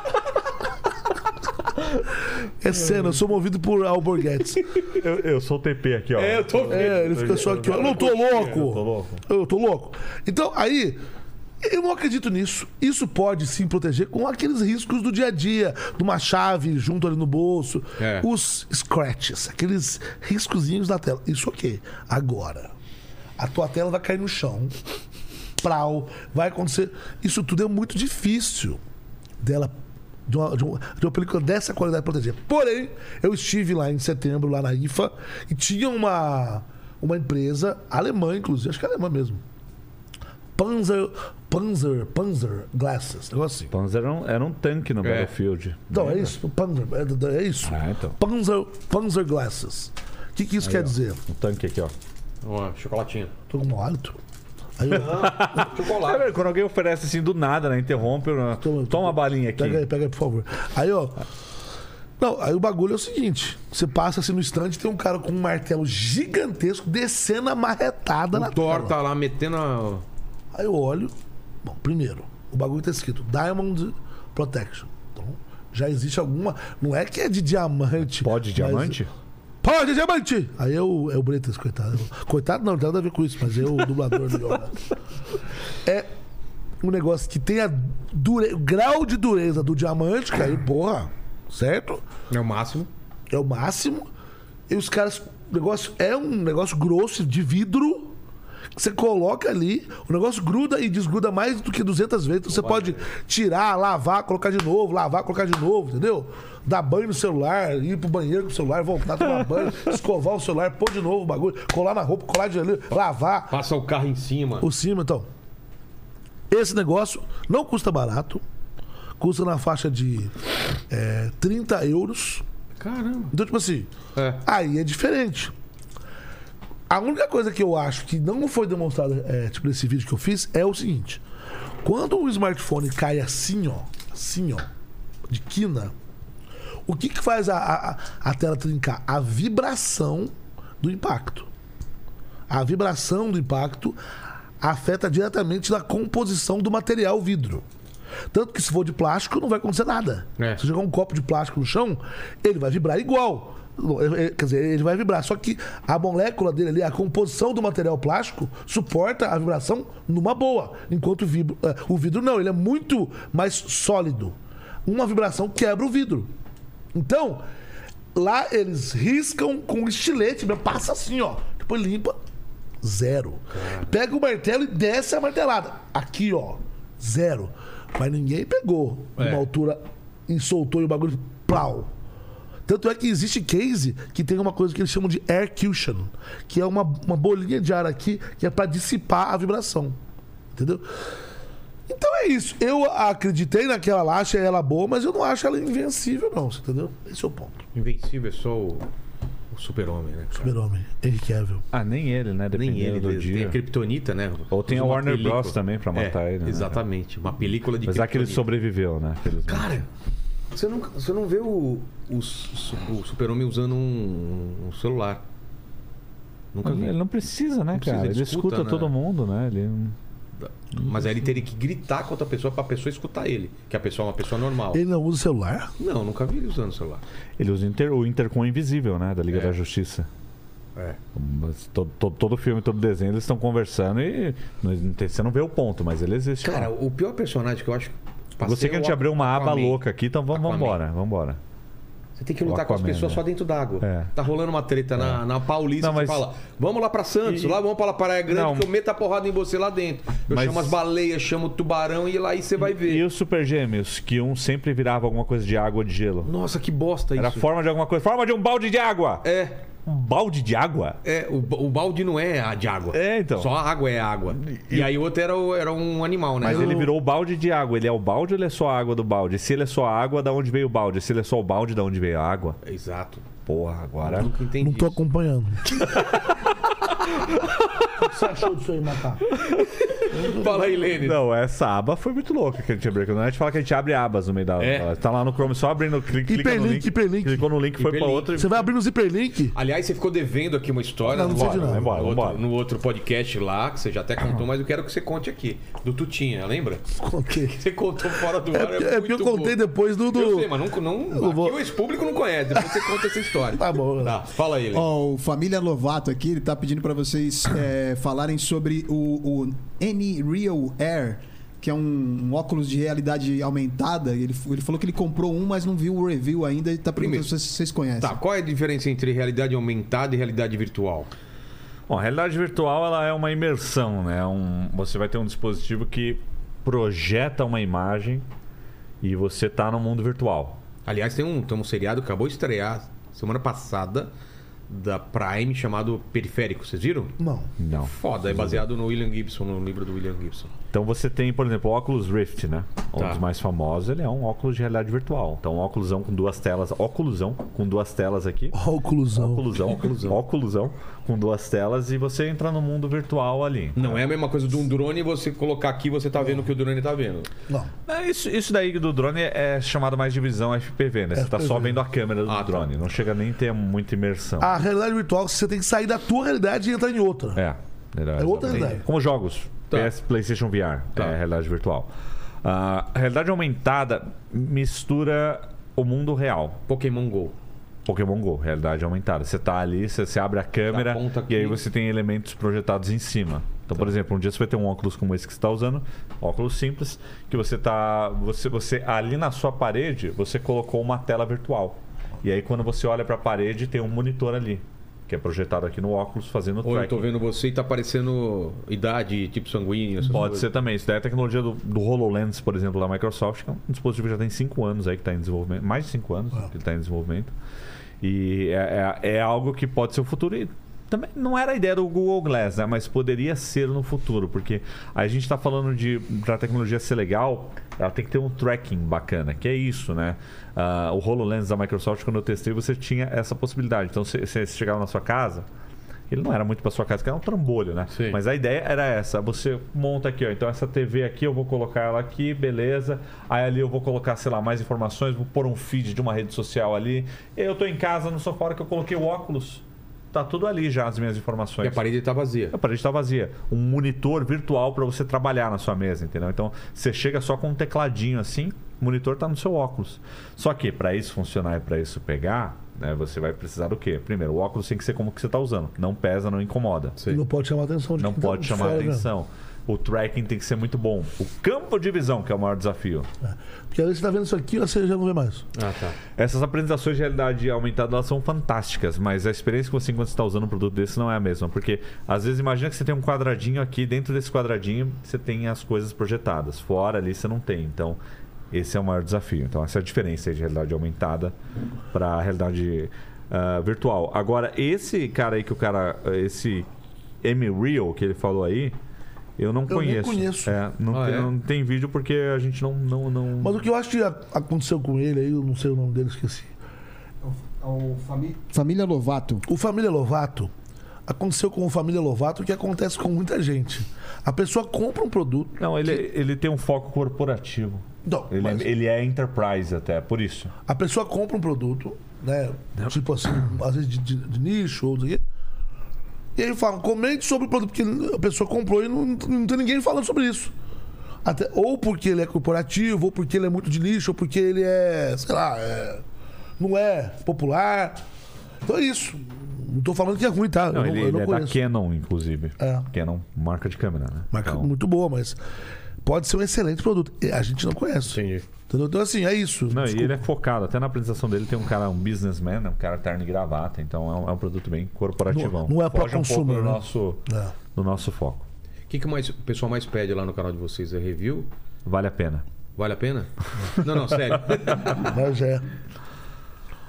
S3: É cena, eu sou movido por Alborguetes.
S4: Eu, eu sou o TP aqui, ó.
S1: É, eu tô vendo.
S3: É, ele fica só aqui, ó. Eu não tô louco.
S4: Eu tô louco.
S3: Eu tô louco. Então, aí, eu não acredito nisso. Isso pode sim proteger com aqueles riscos do dia a dia, de uma chave junto ali no bolso,
S1: É.
S3: os scratches, aqueles riscozinhos na tela. Isso ok. Agora, a tua tela vai cair no chão. Prau, vai acontecer. Isso tudo é muito difícil dela. De uma, de, uma, de uma película dessa qualidade proteger. Porém, eu estive lá em setembro, lá na IFA, e tinha uma, uma empresa alemã, inclusive, acho que é alemã mesmo. Panzer, Panzer, Panzer Glasses, negócio assim.
S4: Panzer era um, era um tanque
S3: É.
S4: no Battlefield.
S3: Então, é isso? Panzer, é do- é isso?
S4: Ah, então.
S3: Panzer, Panzer Glasses. O que, que isso quer dizer?
S4: Um tanque aqui, ó.
S1: Ó, chocolatinho.
S3: Tô com um hálito? Aí eu-
S4: Tá vendo? Quando alguém oferece assim do nada, né? Interrompe. né?
S3: Toma-
S4: Toma uma balinha aqui.
S3: Pega aí, pega aí, por favor. Aí, ó. Não, aí o bagulho é o seguinte: você passa assim no estante, tem um cara com um martelo gigantesco descendo a marretada na
S1: O Thor
S3: tela.
S1: tá lá metendo a...
S3: Aí eu olho. Bom, primeiro, o bagulho tá escrito Diamond Protection. Então, já existe alguma. Não é que é de diamante.
S4: Pode
S3: mas-
S4: diamante?
S3: Pode, diamante! Aí eu, é o Bretas, coitado. Eu- coitado não, não tem nada a ver com isso, mas eu, o dublador do Yoga. É um negócio que tem a dure- o grau de dureza do diamante, que aí, porra, certo?
S1: É o máximo.
S3: É o máximo. E os caras. O negócio é um negócio grosso de vidro. que Você coloca ali, o negócio gruda e desgruda mais do que 200 vezes. Então você pode tirar, lavar, colocar de novo, lavar, colocar de novo, entendeu? Dar banho no celular, ir pro banheiro com o celular, voltar, tomar banho, escovar o celular, pôr de novo o bagulho, colar na roupa, colar de ali, lavar
S1: Passa o carro em cima.
S3: por cima, então. Esse negócio não custa barato. Custa na faixa de é, 30 euros.
S1: Caramba.
S3: Então, tipo assim,
S1: É.
S3: aí é diferente. A única coisa que eu acho que não foi demonstrada, é, tipo, nesse vídeo que eu fiz, é o seguinte. Quando o smartphone cai assim, ó, assim, ó, de quina, o que que faz a, a, a tela trincar? A vibração do impacto. A vibração do impacto afeta diretamente na composição do material vidro. Tanto que se for de plástico, não vai acontecer nada.
S1: É.
S3: Se jogar um copo de plástico no chão, ele vai vibrar igual. Ele- ele- Quer dizer, ele vai vibrar. Só que a molécula dele ali, a composição do material plástico, suporta a vibração numa boa. Enquanto o vidro, eh, o vidro não, ele é muito mais sólido. Uma vibração quebra o vidro. Então, lá eles riscam com estilete, mas passa assim, ó. Depois limpa, zero. Pega o martelo e desce a martelada. Aqui, ó, zero. Mas ninguém pegou numa altura e soltou e o bagulho, plau. Tanto é que existe case que tem uma coisa que eles chamam de air cushion, que é uma, uma bolinha de ar aqui que é pra dissipar a vibração. Entendeu? Então é isso. Eu acreditei naquela lá, achei ela é boa, mas eu não acho ela invencível, não. você Entendeu? Esse é o ponto.
S1: Invencível é só o, o super-homem, né? cara?
S3: Super-Homem, Henry Cavill.
S4: Ah, nem ele, né? Dependendo
S1: Nem ele,
S4: do
S1: ele tem
S4: dia.
S1: a Kryptonita, né?
S4: Ou tem
S1: Usa
S4: a
S1: uma
S4: Warner Bros também pra matar ele, né?
S1: É, Exatamente, uma película de
S4: Mas é que ele
S1: Kryptonita.
S4: sobreviveu, né? Felizmente.
S1: Cara, você não, você não vê o, o, su- o super-homem usando um, um celular. Nunca
S4: Mas
S1: vi.
S4: Ele não precisa, né,
S1: precisa,
S4: cara?
S1: ele
S4: Ele
S1: escuta,
S4: escuta
S1: né?
S4: todo mundo, né? Ele...
S1: Mas aí ele teria que gritar com outra pessoa pra pessoa escutar ele. Que a pessoa é uma pessoa normal.
S3: Ele não usa celular?
S1: Não, nunca vi ele usando celular.
S4: Ele usa inter- o intercom invisível, né? Da Liga
S1: É.
S4: da Justiça.
S1: É.
S4: Mas todo, todo, todo filme, todo desenho, eles estão conversando e não- não tem- você não vê o ponto, mas ele existe.
S1: Cara,
S4: lá.
S1: o pior personagem que eu acho. que passei
S4: você que
S1: é
S4: a
S1: o
S4: gente abriu uma aba
S1: Aquaman.
S4: louca aqui, então vamos
S1: Aquaman.
S4: embora, vamos embora.
S1: Você tem que lutar com as
S4: Aquaman,
S1: pessoas
S4: né?
S1: só dentro d'água.
S4: É.
S1: Tá rolando uma treta na, na Paulista
S4: Não,
S1: que
S4: mas-
S1: fala: vamos lá pra Santos,
S4: E-
S1: lá vamos pra Praia Grande,
S4: Não.
S1: que eu meto a porrada em você lá dentro. Eu
S4: Mas-
S1: chamo as baleias, chamo o tubarão e lá aí você vai ver.
S4: E os Super Gêmeos, que um sempre virava alguma coisa de água ou de gelo.
S1: Nossa, que bosta
S4: Era
S1: isso.
S4: forma de alguma coisa. Forma de um balde de água!
S1: É.
S4: balde de água?
S1: É, o, ba- o balde não é a de água.
S4: É, então.
S1: Só a água é a água. E, aí o outro era, o- era um animal, né?
S4: Mas ele
S1: O-
S4: virou o balde de água. Ele é o balde ou ele é só a água do balde? Se ele é só a água, da onde veio o balde? Se ele é só o balde, da onde veio a água?
S1: Exato.
S4: Porra, agora.
S1: Nunca entendi.
S3: Tá? Não tô
S1: isso.
S3: acompanhando. O que você achou disso aí, Matar?
S1: Fala aí, Lene.
S4: Não, essa aba foi muito louca que a gente abriu. Quando a gente fala que a gente abre abas no meio da
S1: É.
S4: aba. Tá lá no Chrome só abrindo, cli- clica no
S3: Hiperlink,
S4: link.
S3: hiperlink.
S4: Clicou no link, foi pra
S1: Hiperlink.
S4: outra. e-
S3: Você vai abrir nos hiperlink?
S1: Aliás, você ficou devendo aqui uma história
S3: Não, não
S1: no-
S3: sei de nada.
S1: no
S4: Vambora,
S1: outro-
S4: vambora.
S1: no outro podcast lá, que você já até contou, mas eu quero que você conte aqui. Do Tutinha, lembra?
S3: Contei.
S1: Você contou fora do
S3: É,
S1: ar.
S3: porque- é porque eu
S1: muito
S3: contei
S1: bom.
S3: depois do.
S1: Eu
S3: do...
S1: sei, mas não, não, aqui
S3: vou-
S1: o ex-público não conhece. Depois você conta essa história.
S3: Tá bom.
S1: Tá, fala aí, Lene.
S2: Ó, o Família Lovato aqui, ele tá pedindo pra vocês é, falarem sobre o, o N-Real Air, que é um, um óculos de realidade aumentada. Ele, ele falou que ele comprou um, mas não viu o review ainda e tá perguntando
S1: Primeiro.
S2: se vocês conhecem.
S1: Tá, qual é a diferença entre realidade aumentada e realidade virtual?
S4: Bom, a realidade virtual ela é uma imersão, né? É Um, você vai ter um dispositivo que projeta uma imagem e você tá no mundo virtual.
S1: Aliás, tem um, tem um seriado que acabou de estrear semana passada da Prime chamado Periférico. Vocês viram?
S3: Não.
S4: Não.
S1: Foda, é baseado no William Gibson, no livro do William Gibson.
S4: Então você tem, por exemplo, o óculos Rift, né? Um
S1: Tá.
S4: dos mais famosos, ele é um óculos de realidade virtual. Então, um óculosão com duas telas, óculosão com duas telas aqui.
S3: Óculosão.
S4: Óculosão, óculosão. com duas telas e você entra no mundo virtual ali.
S1: Não é a mesma coisa de um drone e você colocar aqui você tá vendo o que o drone tá vendo.
S3: Não.
S4: É, Isso, isso daí do drone é é chamado mais de visão FPV, né? Você tá só vendo a câmera do
S1: Ah, tá.
S4: drone. Não chega nem a ter muita imersão.
S3: A realidade virtual, você tem que sair da tua realidade e entrar em outra.
S4: É.
S3: É outra realidade.
S4: Como jogos.
S1: Tá.
S4: PS, PlayStation VR.
S1: Tá.
S4: É realidade virtual. Ah, A realidade aumentada mistura o mundo real.
S1: Pokémon Go.
S4: Pokémon Go, realidade aumentada. Você tá ali, você, você abre a câmera
S1: aponta aqui. Tá.
S4: e aí você tem elementos projetados em cima. Então, por exemplo, um dia você vai ter um óculos como esse que você está usando, óculos simples, que você tá. Você, você, ali na sua parede, você colocou uma tela virtual. E aí quando você olha para a parede, tem um monitor ali, que é projetado aqui no óculos, fazendo o
S1: Ou eu tô
S4: tracking.
S1: vendo você e tá aparecendo idade, tipo sanguíneo, essas
S4: Pode
S1: coisas.
S4: ser também. Isso daí é a tecnologia do, do HoloLens, por exemplo, da Microsoft, que é um dispositivo que já tem 5 anos aí que está em desenvolvimento. Mais de 5 anos que ele está em desenvolvimento. E é, é- é algo que pode ser o futuro. E também não era a ideia do Google Glass, né? mas poderia ser no futuro, porque a gente está falando de para a tecnologia ser legal, ela tem que ter um tracking bacana, que é isso, né? Ah, o HoloLens da Microsoft, quando eu testei, você tinha essa possibilidade. Então, você você chegava na sua casa, ele não era muito para sua casa, que era um trambolho, né?
S1: Sim.
S4: Mas a ideia era essa. Você monta aqui, ó. Então essa TV aqui eu vou colocar ela aqui, beleza. Aí ali eu vou colocar, sei lá, mais informações, vou pôr um feed de uma rede social ali. Eu tô em casa no sofá a hora que eu coloquei o óculos. Tá tudo ali já as minhas
S1: E
S4: informações.
S1: a parede tá vazia.
S4: A parede está vazia. Um monitor virtual para você trabalhar na sua mesa, entendeu? Então você chega só com um tecladinho assim, o monitor está no seu óculos. Só que para isso funcionar e para isso pegar, né, você vai precisar do quê? Primeiro, o óculos tem que ser como que você está usando. Não pesa, não incomoda.
S3: E Não pode chamar atenção de
S4: Não
S3: quem tá
S4: pode
S3: de
S4: chamar
S3: fora, né?
S4: atenção. O tracking tem que ser muito bom. O campo de visão, que é o maior desafio.
S3: Porque às vezes você tá vendo isso aqui, você já não vê mais.
S1: Ah, tá.
S4: Essas apresentações de realidade aumentada elas são fantásticas, mas a experiência que você enquanto está usando um produto desse não é a mesma, porque às vezes imagina que você tem um quadradinho aqui, dentro desse quadradinho você tem as coisas projetadas, fora ali você não tem. Então, esse é o maior desafio. Então, essa é a diferença aí de realidade aumentada para a realidade ah, virtual. Agora, esse cara aí que o cara, esse M Real que ele falou aí, eu não
S3: nem
S4: conheço.
S3: conheço.
S4: É, não,
S1: Ah,
S4: tem,
S1: é?
S4: não tem vídeo porque a gente não não não
S3: Mas o que eu acho que a- aconteceu com ele aí, eu não sei o nome dele, esqueci.
S2: Família Lovato.
S3: O Família Lovato aconteceu com o Família Lovato o que acontece com muita gente. A pessoa compra um produto.
S4: Não, ele, ele tem um foco corporativo.
S3: Não,
S4: Ele,
S3: mas
S4: ele é enterprise até, por isso.
S3: a pessoa compra um produto, né? Tipo assim, às vezes de, de- de nicho ou do quê. E aí falam, comente sobre o produto, porque a pessoa comprou e não, não tem ninguém falando sobre isso. Até, ou porque ele é corporativo, ou porque ele é muito de nicho, ou porque ele é, sei lá, é- não é popular. Então é isso. Não tô falando que é ruim, tá? Eu
S4: ele,
S3: eu
S4: ele é da Canon, inclusive.
S3: É.
S4: Canon, marca de câmera, né?
S3: Marca
S4: Então,
S3: muito boa, mas pode ser um excelente produto. E A gente não conhece.
S1: Entendi.
S3: Entendeu? Então, assim, é isso.
S4: Não, e
S3: Desculpa.
S4: ele é focado. Até na apresentação dele tem um cara, um businessman, né? um cara terno e gravata. Então é um, é um produto bem corporativão.
S3: Não- não é pra
S4: Foge um pouco
S3: consumer,
S4: do
S3: né?
S4: nosso,
S3: É.
S4: do nosso foco.
S1: O que, que mais, o pessoal mais pede lá no canal de vocês? É review?
S4: Vale a pena.
S1: Vale a pena? Não, não, sério.
S3: Mas é.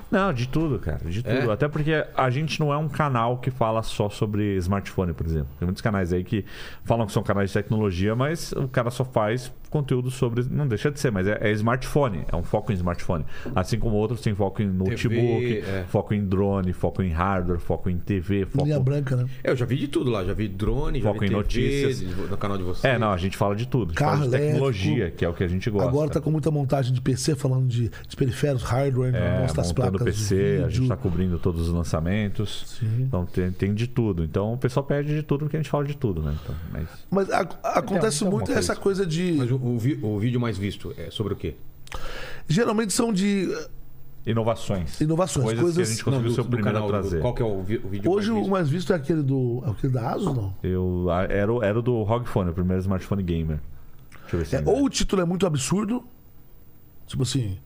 S4: Não, de tudo, cara, de tudo. Até porque a gente não é um canal que fala só sobre smartphone, por exemplo. Tem muitos canais aí que falam que são canais de tecnologia, mas o cara só faz conteúdo sobre. Não deixa de ser, mas é, é smartphone, é um foco em smartphone. Assim como outros têm foco em notebook,
S1: é.
S4: foco em drone, foco em hardware, foco em TV, foco.
S3: Linha branca, né?
S1: É, eu já vi de tudo lá. Já vi drone,
S4: Foco
S1: já vi
S4: em
S1: TV,
S4: notícias.
S1: de- no canal de vocês.
S4: É, não, a gente fala de tudo. A gente fala
S3: Carro
S4: de tecnologia, que é o que a gente gosta.
S3: Agora tá com muita montagem de PC falando de, de periféricos, hardware,
S4: É,
S3: mostra as
S4: montando
S3: placas. de
S4: PC, a gente tá
S3: vídeo.
S4: está cobrindo todos os lançamentos. Então tem, tem de tudo. Então o pessoal pede de tudo porque a gente fala de tudo, né? Então, mas...
S3: Mas a- a- acontece muito
S4: fez.
S3: essa coisa de.
S1: Mas o, o vi- o vídeo mais visto é sobre o quê?
S3: Geralmente são de. eh,
S4: Inovações.
S3: Inovações,
S4: Coisas, que a
S3: coisas-
S4: gente conseguiu ser o primeiro a
S1: do-
S4: trazer.
S1: qual que é o, vi- o vídeo mais
S3: Hoje o
S1: visto?
S3: mais visto é aquele do. é Aquele da Asus, não?
S4: Eu a- era, o- era o do ROG Phone, o primeiro smartphone gamer. Deixa eu ver se
S3: É,
S4: ainda é.
S3: ou o título é muito absurdo, tipo assim.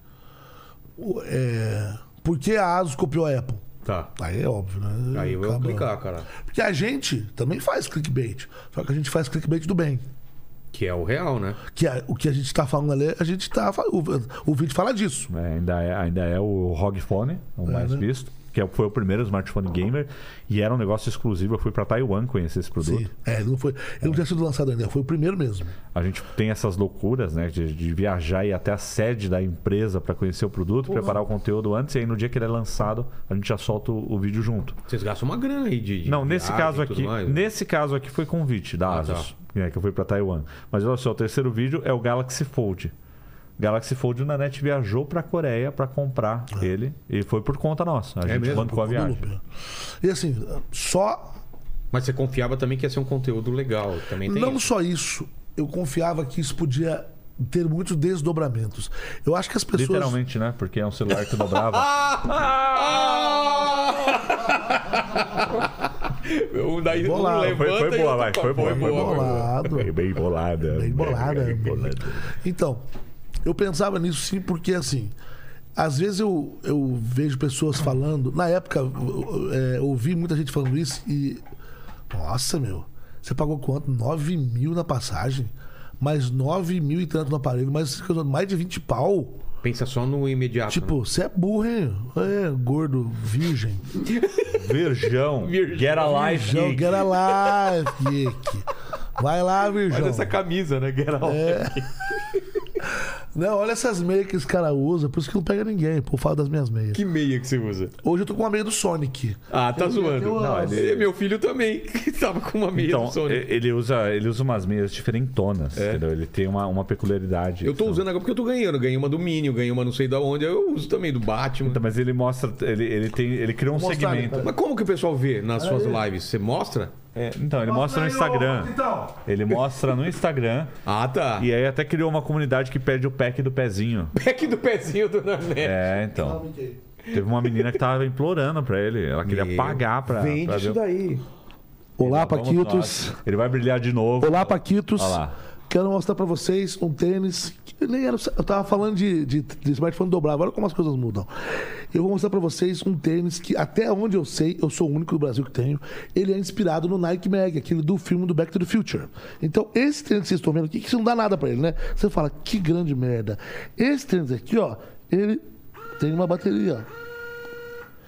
S3: o- É, por que a Asus copiou a Apple?
S1: Tá.
S3: Aí é óbvio, né?
S1: Aí eu vou
S3: Acaba-
S1: clicar, cara.
S3: Porque a gente também faz clickbait. Só que a gente faz clickbait do bem.
S1: Que é o real, né?
S3: Que é- o que a gente tá falando ali, a gente tá. fa- O, o vídeo fala disso.
S4: É, ainda, é, ainda é o ROG Phone, o mais
S3: né?
S4: visto. Que é- foi o primeiro smartphone gamer. E era um negócio exclusivo. Eu fui para Taiwan conhecer esse produto.
S3: Sim. É, ele não foi. Ele não tinha sido lançado ainda, foi o primeiro mesmo.
S4: A gente tem essas loucuras, né? De, de viajar e ir até a sede da empresa para conhecer o produto, preparar o conteúdo antes, e aí no dia que ele é lançado, a gente já solta o, o vídeo junto.
S1: Vocês gastam uma grana aí de. de
S4: Não, nesse
S1: viagem
S4: caso
S1: e tudo
S4: aqui.
S1: mais, né?
S4: nesse caso aqui foi convite da
S1: Ah,
S4: Asus, né, que eu fui para Taiwan. Mas olha só, o terceiro vídeo é o Galaxy Fold. Galaxy Fold, o Nanete viajou para a Coreia para comprar ele e foi por conta nossa. A gente
S1: Ah. É mesmo?
S4: bancou a
S3: do
S4: viagem.
S3: Lupe. E assim, só
S1: Mas você confiava também que ia ser um conteúdo legal. Também tem.
S3: Não
S1: isso.
S3: só isso, eu confiava que isso podia ter muitos desdobramentos. Eu acho que as pessoas.
S4: Literalmente, né? Porque é um celular que dobrava.
S1: Um daí um
S3: Bolado, foi-
S4: foi
S1: levanta e
S4: boa,
S1: outro
S4: vai,
S1: pa-
S4: foi boa, foi boa.
S3: Bolado.
S4: bem bolada.
S3: Bem
S4: é
S3: bolada. né? Então, eu pensava nisso sim, porque assim. Às vezes eu, eu vejo pessoas falando. Na época, eu- eu- é, ouvi muita gente falando isso e. Nossa, meu. Você pagou quanto? 9 mil na passagem? Mais 9 mil e tanto no aparelho, mais, mais de 20 pau.
S1: Pensa só no imediato. né?
S3: Tipo, você é burro, hein? É, gordo, virgem.
S4: Virgão. Get a life.
S3: Virgão,
S4: geek.
S3: get alive, geek. Vai lá, Virgão.
S4: Olha essa camisa, né?
S1: É.
S4: Get a life.
S3: Não, olha essas meias que esse cara usa, por isso que não pega ninguém, por falar das minhas meias.
S1: Que meia que você usa?
S3: Hoje eu tô com uma meia do Sonic.
S1: Ah, tá zoando.
S4: Não, ele-
S1: E Meu filho também, que tava com uma meia
S4: Então,
S1: do Sony.
S4: e- ele usa, ele usa umas meias diferentonas, entendeu? Ele tem uma, uma peculiaridade.
S1: É. Eu tô
S4: Então,
S1: usando agora porque eu tô ganhando. Ganhei uma do Minion, ganhei uma não sei da onde. Eu uso também do Batman.
S4: Então, mas ele mostra, ele, ele tem, ele criou um
S3: Mostra ali,
S4: segmento.
S3: peraí.
S1: Mas como que o pessoal vê nas suas lives? Você mostra?
S4: É, então, ele mostra no Instagram. Ele mostra no Instagram.
S1: Ah, tá.
S4: E aí até criou uma comunidade que pede o pack do pezinho.
S1: Pack do pezinho do Nané.
S4: É, então. Teve uma menina que tava implorando pra ele. Ela queria
S1: Meu,
S4: pagar pra. pra ver o-
S1: daí.
S3: Olá,
S4: Vamos
S3: Paquitos.
S4: nós. Ele vai brilhar de novo.
S3: Então, Olá, Paquitos.
S4: Olha lá.
S3: Quero mostrar pra vocês um tênis. Que nem era, eu tava falando de, de, de smartphone dobrável, olha como as coisas mudam. Eu vou mostrar pra vocês um tênis que, até onde eu sei, eu sou o único do Brasil que tenho. Ele é inspirado no Nike Mag, aquele do filme do Back to the Future. Então, esse tênis que vocês estão vendo aqui, que você não dá nada pra ele, né? Você fala, que grande merda. Esse tênis aqui, ó, ele tem uma bateria. ó.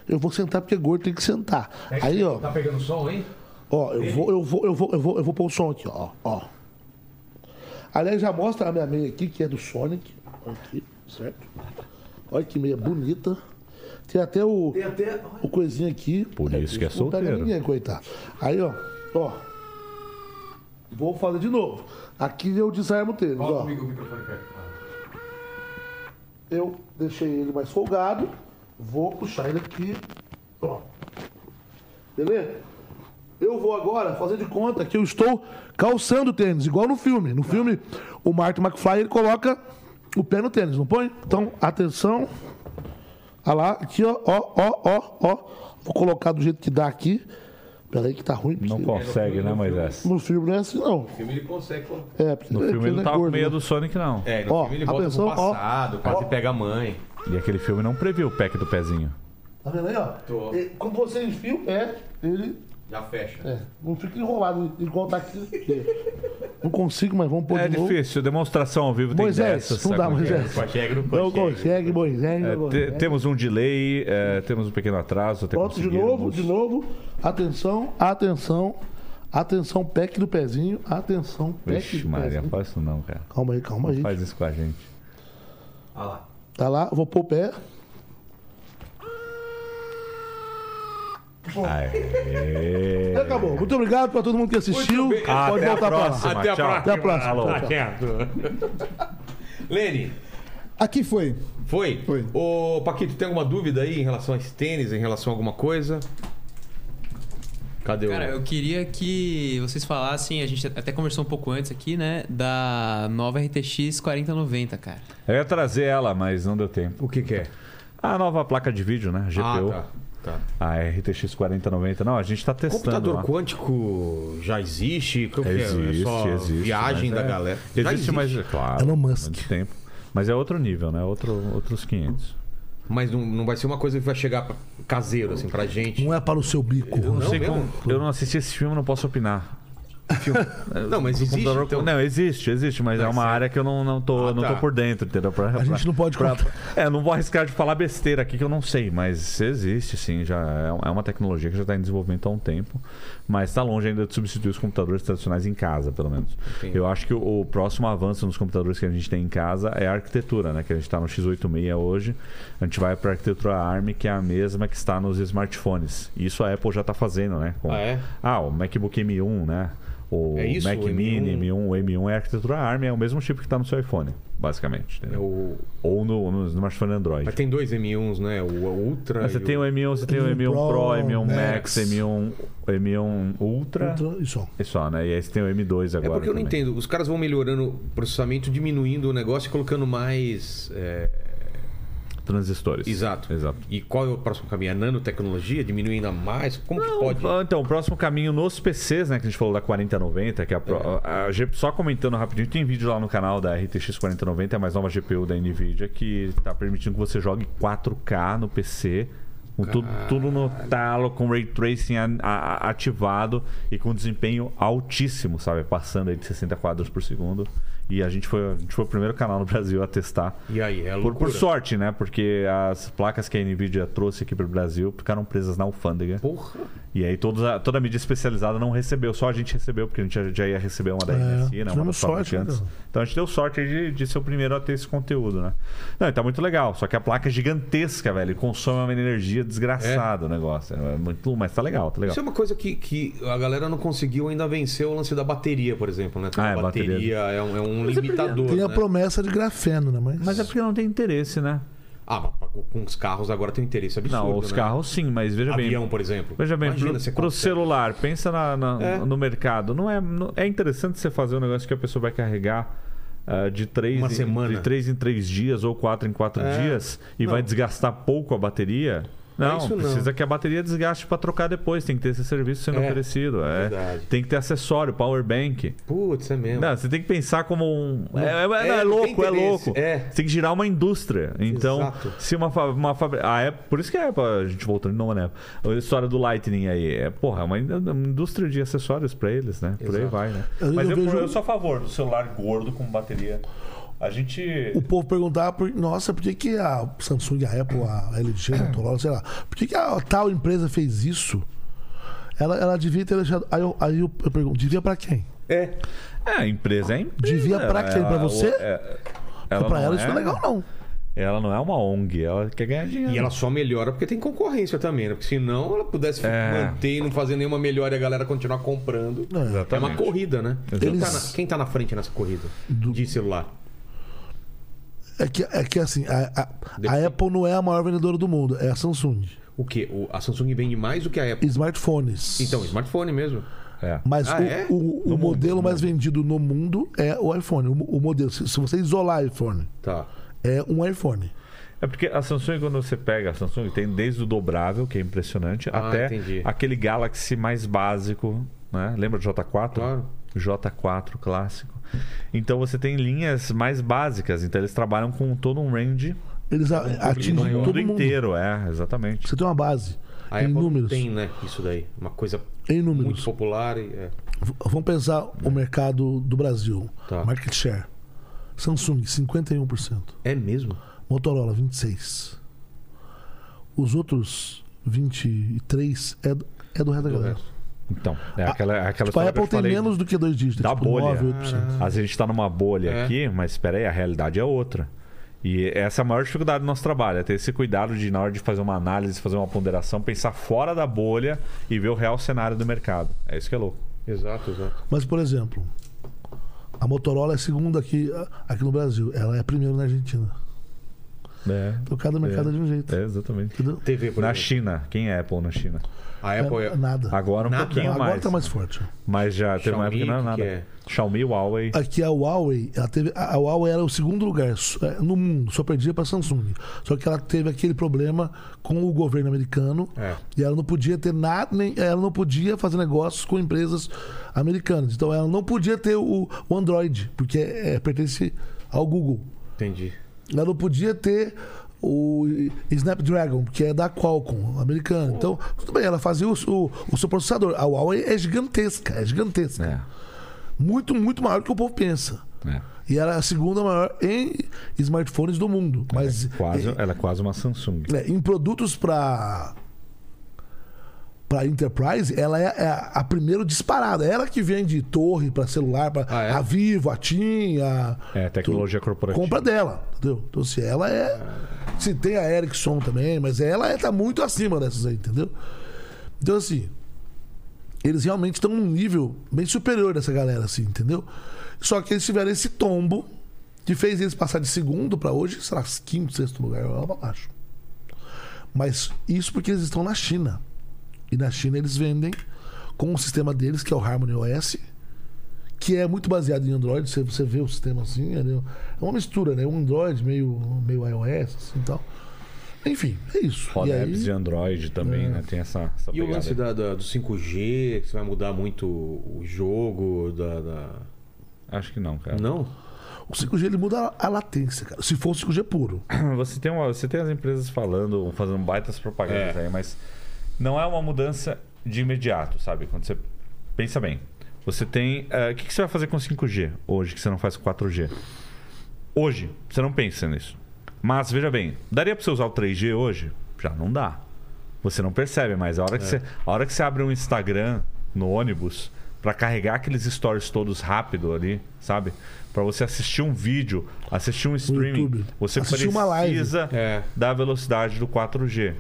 S3: Eu vou sentar porque gordo tem que sentar.
S1: É
S3: Aí, ó.
S1: tá pegando sol, hein?
S3: Ó, eu vou, eu vou, eu vou, eu vou, eu vou pôr o som aqui, ó. ó. Aliás, já mostra a minha meia aqui, que é do Sonic. Olha Aqui, certo? Olha que meia bonita. Tem até o, o coisinho aqui.
S4: Por isso que é
S3: Não pega
S4: solteiro.
S3: ninguém, coitado. Aí, ó, ó. Vou fazer de novo. Aqui eu desarmo o tênis, ó. Eu deixei ele mais folgado. Vou puxar ele aqui. Ó. Beleza? Eu vou agora fazer de conta que eu estou calçando o tênis, igual no filme. No filme, o Martin McFly ele coloca o pé no tênis, não põe? Então, atenção. Olha lá, aqui, ó, ó, ó, ó, ó. Vou colocar do jeito que dá aqui. Peraí que tá ruim. porque
S4: Não consegue, né, Moisés?
S3: No filme não é assim, não.
S1: O filme ele consegue. pô.
S3: É, porque
S4: No filme ele
S3: é
S4: não tava com
S3: gordo,
S4: meia
S3: né?
S4: do Sonic, não.
S1: É, no
S3: Ó,
S1: filme ele volta
S3: atenção,
S1: pro
S3: ó.
S1: passado, quase pega a mãe.
S4: E aquele filme não previu o pack do pezinho.
S3: Tá vendo aí, ó? E, quando você enfia o pé, ele
S1: Já fecha.
S3: É, não fica enrolado igual tá aqui. Não consigo, mas vamos pôr
S4: É
S3: de novo.
S4: difícil, demonstração ao vivo tem
S3: Moisés,
S4: dessas.
S3: não dá,
S4: sabe como é que é?
S3: Moisés.
S1: Consegue, não
S3: Não
S1: consegue.
S3: consegue, Moisés.
S4: É,
S3: não
S4: te-
S3: consegue.
S4: temos um delay, é, temos um pequeno atraso. Até
S3: Pronto, de novo, de novo. Atenção, atenção. Atenção, pack do pezinho. Atenção, pack
S4: Vixe,
S3: do
S4: Maria,
S3: pezinho.
S4: faz isso não, cara.
S3: Calma aí, calma aí.
S4: Faz isso com a gente.
S1: Olha lá.
S3: Tá lá, vou pôr o pé.
S4: Aê.
S3: Então Acabou. Muito obrigado pra todo mundo que assistiu.
S1: Muito bem.
S4: Até
S3: Pode
S4: a
S3: voltar pra lá.
S4: próxima.
S1: Até a
S4: Tchau.
S1: próxima.
S3: Até a próxima.
S4: Alô.
S3: Tchau, tchau.
S1: certo. Tá Lene,
S2: Aqui foi.
S1: foi?
S2: Foi.
S1: Ô, Paquito, tem alguma dúvida aí em relação a esse tênis, em relação a alguma coisa? Cadê
S5: Cara,
S1: o...
S5: eu queria que vocês falassem, a gente até conversou um pouco antes aqui, né? Da nova RTX 4090, cara.
S4: Eu ia trazer ela, mas não deu tempo.
S1: O que que é?
S4: A nova placa de vídeo, né? GPU.
S1: Ah, tá. tá.
S4: A RTX 4090. Não, a gente tá testando.
S1: Computador
S4: lá.
S1: quântico já existe? O que é?
S4: Existe,
S1: é só
S4: existe.
S1: viagem
S4: mas
S1: da
S4: é-
S1: galera.
S4: Existe,
S1: Já
S4: mas é claro.
S3: Elon Musk.
S4: muito tempo. Mas é outro nível, né? Outro, outros 500.
S1: Mas não, não vai ser uma coisa que vai chegar pra- caseiro, assim, pra gente.
S3: Não é para o seu bico.
S1: Não
S4: sei
S1: mesmo?
S4: como- Eu não assisti esse filme, não posso opinar.
S1: Não, mas existe,
S4: é Computador
S1: então. Tá
S4: com- Não, existe, existe, mas é uma área que eu não, não, tô,
S1: Ah,
S4: não
S1: tá.
S4: tô por dentro, entendeu? Pra-
S3: A gente
S4: pra-
S3: não pode contar.
S4: É, não vou arriscar de falar besteira aqui que eu não sei, mas existe sim, já é- é uma tecnologia que já está em desenvolvimento há um tempo, mas está longe ainda de substituir os computadores tradicionais em casa, pelo menos. Eu acho que o, o próximo avanço nos computadores que a gente tem em casa é a arquitetura, né? Que a gente está no x86 hoje, a gente vai para a arquitetura ARM, que é a mesma que está nos smartphones. Isso a Apple já está fazendo, né? Com-
S1: Ah, é?
S4: Ah, o MacBook M1, né? O
S1: É isso,
S4: Mac
S1: o M1.
S4: Mini, M1, o M1 é a arquitetura ARM, é o mesmo chip que está no seu iPhone, basicamente.
S1: É
S4: entendeu?
S1: o...
S4: Ou no, no smartphone Android.
S1: Mas tem dois M1s, né? O o um Ultra.
S4: Mas você
S1: e
S4: tem um o M1, você tem o
S3: M1
S4: M1 Pro,
S3: Pro,
S4: M1 Max,
S3: Max,
S4: M1, M1 Ultra.
S3: Isso.
S4: É só, né? E aí você tem o M2
S1: É
S4: agora.
S1: porque eu não
S4: também.
S1: entendo. Os caras vão melhorando o processamento, diminuindo o negócio e colocando mais. é,
S4: Transistores.
S1: Exato.
S4: Exato.
S1: E qual é o próximo caminho? A nanotecnologia? Diminuir ainda mais? Como que pode?
S4: Ah, Então, o próximo caminho nos PCs, né? Que a gente falou da 4090, que é a, pro- a- a G- só comentando rapidinho, tem vídeo lá no canal da RTX 4090, é a mais nova GPU da Nvidia, que tá permitindo que você jogue 4K no PC. Com tudo, tudo no talo, com ray tracing a- a- ativado e com desempenho altíssimo, sabe? Passando aí de 60 quadros por segundo. E a gente foi, a gente foi o primeiro canal no Brasil a testar.
S1: E aí, é
S4: Por,
S1: loucura.
S4: por sorte, né? Porque as placas que a Nvidia trouxe aqui para o Brasil ficaram presas na alfândega.
S1: Porra.
S4: E aí todos a- toda a mídia especializada não recebeu, só a gente recebeu, porque a gente já, já ia receber uma da
S3: É,
S4: RSI, né? Uma
S3: tivemos
S4: das
S3: sorte, né,
S4: fabricantes.
S3: cara?
S4: Então a gente deu sorte aí de, de ser o primeiro a ter esse conteúdo, né? Não, e tá muito legal. Só que a placa é gigantesca, velho. e Consome uma energia desgraçada o negócio. É muito, mas tá legal, tá legal.
S1: Isso é uma coisa que, que a galera não conseguiu ainda vencer o lance da bateria, por exemplo, né?
S4: Ah, é,
S1: a bateria,
S4: bateria.
S1: é um, é um limitador.
S3: Tem a
S1: né?
S3: promessa de grafeno, né? Mas,
S4: Mas é porque não tem interesse, né?
S1: Ah, mas com- com os carros agora tem um interesse absurdo.
S4: não, os
S1: né?
S4: carros sim, mas veja bem.
S1: Avião, por exemplo.
S4: Veja bem,
S1: Tipo, Imagina,
S4: pro,
S1: você
S4: pro
S1: consegue.
S4: celular, pensa na- na-
S1: É.
S4: no mercado. Não é, não- é interessante você fazer um negócio que a pessoa vai carregar ah, de, três
S1: Uma
S4: em,
S1: semana.
S4: de três em três dias ou quatro em quatro
S1: É.
S4: dias e vai desgastar pouco a bateria. Não,
S1: isso não.
S4: precisa que a bateria desgaste para trocar depois. Tem que ter esse serviço sendo
S1: É.
S4: oferecido. é.
S1: Verdade.
S4: Tem que ter acessório, power bank.
S1: Putz, é mesmo.
S4: Não, você tem que pensar como um. É, é- não,
S1: É, não
S4: é
S1: tem
S4: louco, é
S1: interesse,
S4: louco.
S1: é.
S4: Você tem que girar uma indústria. Então,
S1: Exato.
S4: se uma, fa- uma fábrica. Ah, é, por isso que é, a gente voltando de novo, né? A história do Lightning aí. É, porra, é uma, in- uma indústria de acessórios pra eles, né? Por aí vai, né?
S3: Eu-
S4: Mas
S3: eu
S4: eu,
S3: vejo- um
S4: eu sou a favor do celular gordo com bateria. A gente.
S3: O povo perguntava, por, nossa, por que, que a Samsung, a Apple, a LG, a Motorola, sei lá, por que, que a tal empresa fez isso? Ela, ela devia ter deixado. Aí eu, aí eu pergunto, devia pra quem?
S1: É.
S4: É, a empresa é a empresa.
S3: Devia pra quem?
S4: Ela-
S3: Pra você?
S4: é- ela
S3: pra
S4: não
S3: ela isso não é legal, não.
S4: Ela não é uma ONG, ela quer ganhar dinheiro.
S1: E ela só melhora porque tem concorrência também, né? Porque senão ela pudesse
S4: É.
S1: manter e não fazer nenhuma melhora e a galera continuar comprando. É
S4: Exatamente.
S1: uma corrida, né? Quem
S3: Eles-
S1: tá, na, quem tá na frente nessa corrida de celular?
S3: É que, é que assim, a, a- a
S1: Depende.
S3: Apple não é a maior vendedora do mundo, é a Samsung.
S1: O quê? O, a Samsung vende mais do que a Apple.
S3: Smartphones.
S1: Então, smartphone mesmo.
S4: É.
S3: Mas
S1: Ah,
S3: o,
S1: é?
S3: o- o modelo mais vendido no mundo é o iPhone. O, o modelo, se, se você isolar iPhone,
S1: Tá.
S3: é um iPhone.
S4: É porque a Samsung, quando você pega a Samsung, tem desde o dobrável, que é impressionante,
S1: Ah,
S4: até
S1: entendi.
S4: aquele Galaxy mais básico, né? Lembra do J4?
S1: Claro.
S4: J4 clássico. Então você tem linhas mais básicas, então eles trabalham com todo um range
S3: Eles a- atingem
S4: do
S3: todo
S4: mundo
S3: mundo.
S4: inteiro, é, exatamente.
S3: Você tem uma base.
S1: A
S3: em
S1: Apple
S3: números.
S1: tem, né? Isso daí. Uma coisa
S3: Em
S1: muito
S3: números.
S1: popular. E, é.
S3: V- Vamos pensar o mercado do Brasil.
S1: Tá.
S3: Market share. Samsung, 51%.
S1: É mesmo?
S3: Motorola, 26%. Os outros 23% é do, é do resto da galera.
S1: resto.
S4: Então, é aquela, é aquela
S3: Tipo, a
S4: história que eu
S3: Apple
S4: te
S3: tem
S4: falei.
S3: menos do que dois dígitos.
S4: Da
S3: tipo,
S4: bolha.
S3: 9, 8%.
S4: Às vezes a gente tá numa bolha
S1: É.
S4: aqui, mas espera aí, a realidade é outra. E essa é a maior dificuldade do nosso trabalho, é ter esse cuidado de, na hora de fazer uma análise, fazer uma ponderação, pensar fora da bolha e ver o real cenário do mercado. É isso que é louco.
S1: Exato, exato.
S3: Mas, por exemplo, a Motorola é a segunda aqui, aqui no Brasil. Ela é a primeira na Argentina.
S4: É,
S3: Então, cada mercado é de um jeito.
S4: exatamente.
S3: Entendeu?
S1: TV, por
S4: Na
S1: exemplo.
S4: China, quem é Apple na China?
S1: A Apple é...
S3: Nada.
S4: Agora um
S1: Nada.
S4: pouquinho
S3: Agora
S4: mais.
S3: tá mais forte.
S4: Mas já teve uma
S1: Xiaomi,
S4: época que não era
S1: que
S4: nada.
S1: que é?
S4: Xiaomi, Huawei.
S3: Aqui a Huawei, ela teve, a a Huawei era o segundo lugar so- eh, no mundo, só perdia para Samsung. Só que ela teve aquele problema com o governo americano
S1: É.
S3: e ela não podia ter nada, nem, ela não podia fazer negócios com empresas americanas. Então ela não podia ter o, o Android, porque eh, pertence ao Google.
S1: Entendi.
S3: Ela não podia ter o Snapdragon, que é da Qualcomm, americana. Então, tudo bem, ela fazia o, o, o seu processador. A Huawei é gigantesca, é gigantesca.
S4: É,
S3: Muito, muito maior do que o povo pensa.
S4: é.
S3: E era a segunda maior em smartphones do mundo. Mas
S4: Quase,
S3: é,
S4: ela é quase uma Samsung.
S3: é, em produtos para para Enterprise, ela é, é a primeira disparada. Ela que vende torre para celular, para
S1: Ah, é?
S3: a Vivo, a TIM, a
S4: É, tecnologia corporativa.
S3: compra dela, entendeu? Então se ela é, se tem a Ericsson também, mas ela é, tá muito acima dessas aí, entendeu? Então assim, eles realmente estão num nível bem superior dessa galera, assim, entendeu? Só que eles tiveram esse tombo que fez eles passar de segundo pra hoje, será quinto, sexto lugar, lá pra baixo. Mas isso porque eles estão na China. E na China eles vendem com o sistema deles, que é o Harmony OS, que é muito baseado em Android. Você, você vê o sistema assim, é uma mistura, né? Um Android meio, meio iOS, assim e tal. Enfim, é isso.
S4: Roda
S3: E aí- É.
S4: apps de Android também, né? Tem essa, essa
S1: E o
S4: pegada.
S1: lance da, da- do 5G, que você vai mudar muito o jogo da... da-
S4: Acho que não, cara.
S1: Não?
S3: O 5G ele muda a, a latência, cara. Se for 5G puro.
S4: Você tem, uma, você tem as empresas falando, fazendo baitas propagandas
S1: É.
S4: aí, mas não é uma mudança de imediato, sabe? Quando você pensa bem, você tem. eh, O que, que você vai fazer com 5G hoje que você não faz com 4G? Hoje, você não pensa nisso. Mas veja bem, daria pra você usar o 3G hoje? Já não dá. Você não percebe, mas a hora que, você, a hora que você abre um Instagram no ônibus pra carregar aqueles stories todos rápido ali, sabe? Pra você assistir um vídeo, assistir um streaming,
S3: YouTube.
S4: você
S3: Assistir
S4: precisa
S3: uma live.
S1: É.
S4: da velocidade do 4G.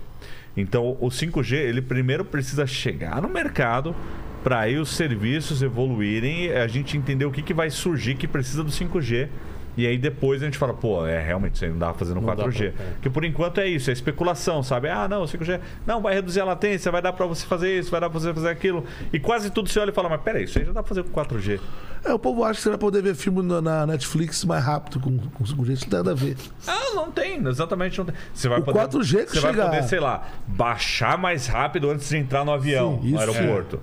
S4: Então, o 5G, ele primeiro precisa chegar no mercado para aí os serviços evoluírem e a gente entender o que, que vai surgir que precisa do 5G. E aí depois a gente fala, pô, é realmente isso aí não dá pra fazer no
S1: Não dá
S4: 4G.
S1: pra- é.
S4: Porque por enquanto é isso, é especulação, sabe? Ah, não, o 5G não vai reduzir a latência, vai dar pra você fazer isso, vai dar pra você fazer aquilo. E quase tudo você olha e fala, mas peraí, isso aí já dá pra fazer com 4G.
S3: É, o povo acha que você vai poder ver filme na, na Netflix mais rápido com, com 5G. Isso não tem nada a ver.
S4: Ah, não tem, exatamente não tem. Você vai
S3: O
S4: poder.
S3: 4G que
S4: você vai
S3: chegar.
S4: poder, sei lá, baixar mais rápido antes de entrar no avião,
S3: Sim,
S4: no
S3: isso
S4: aeroporto.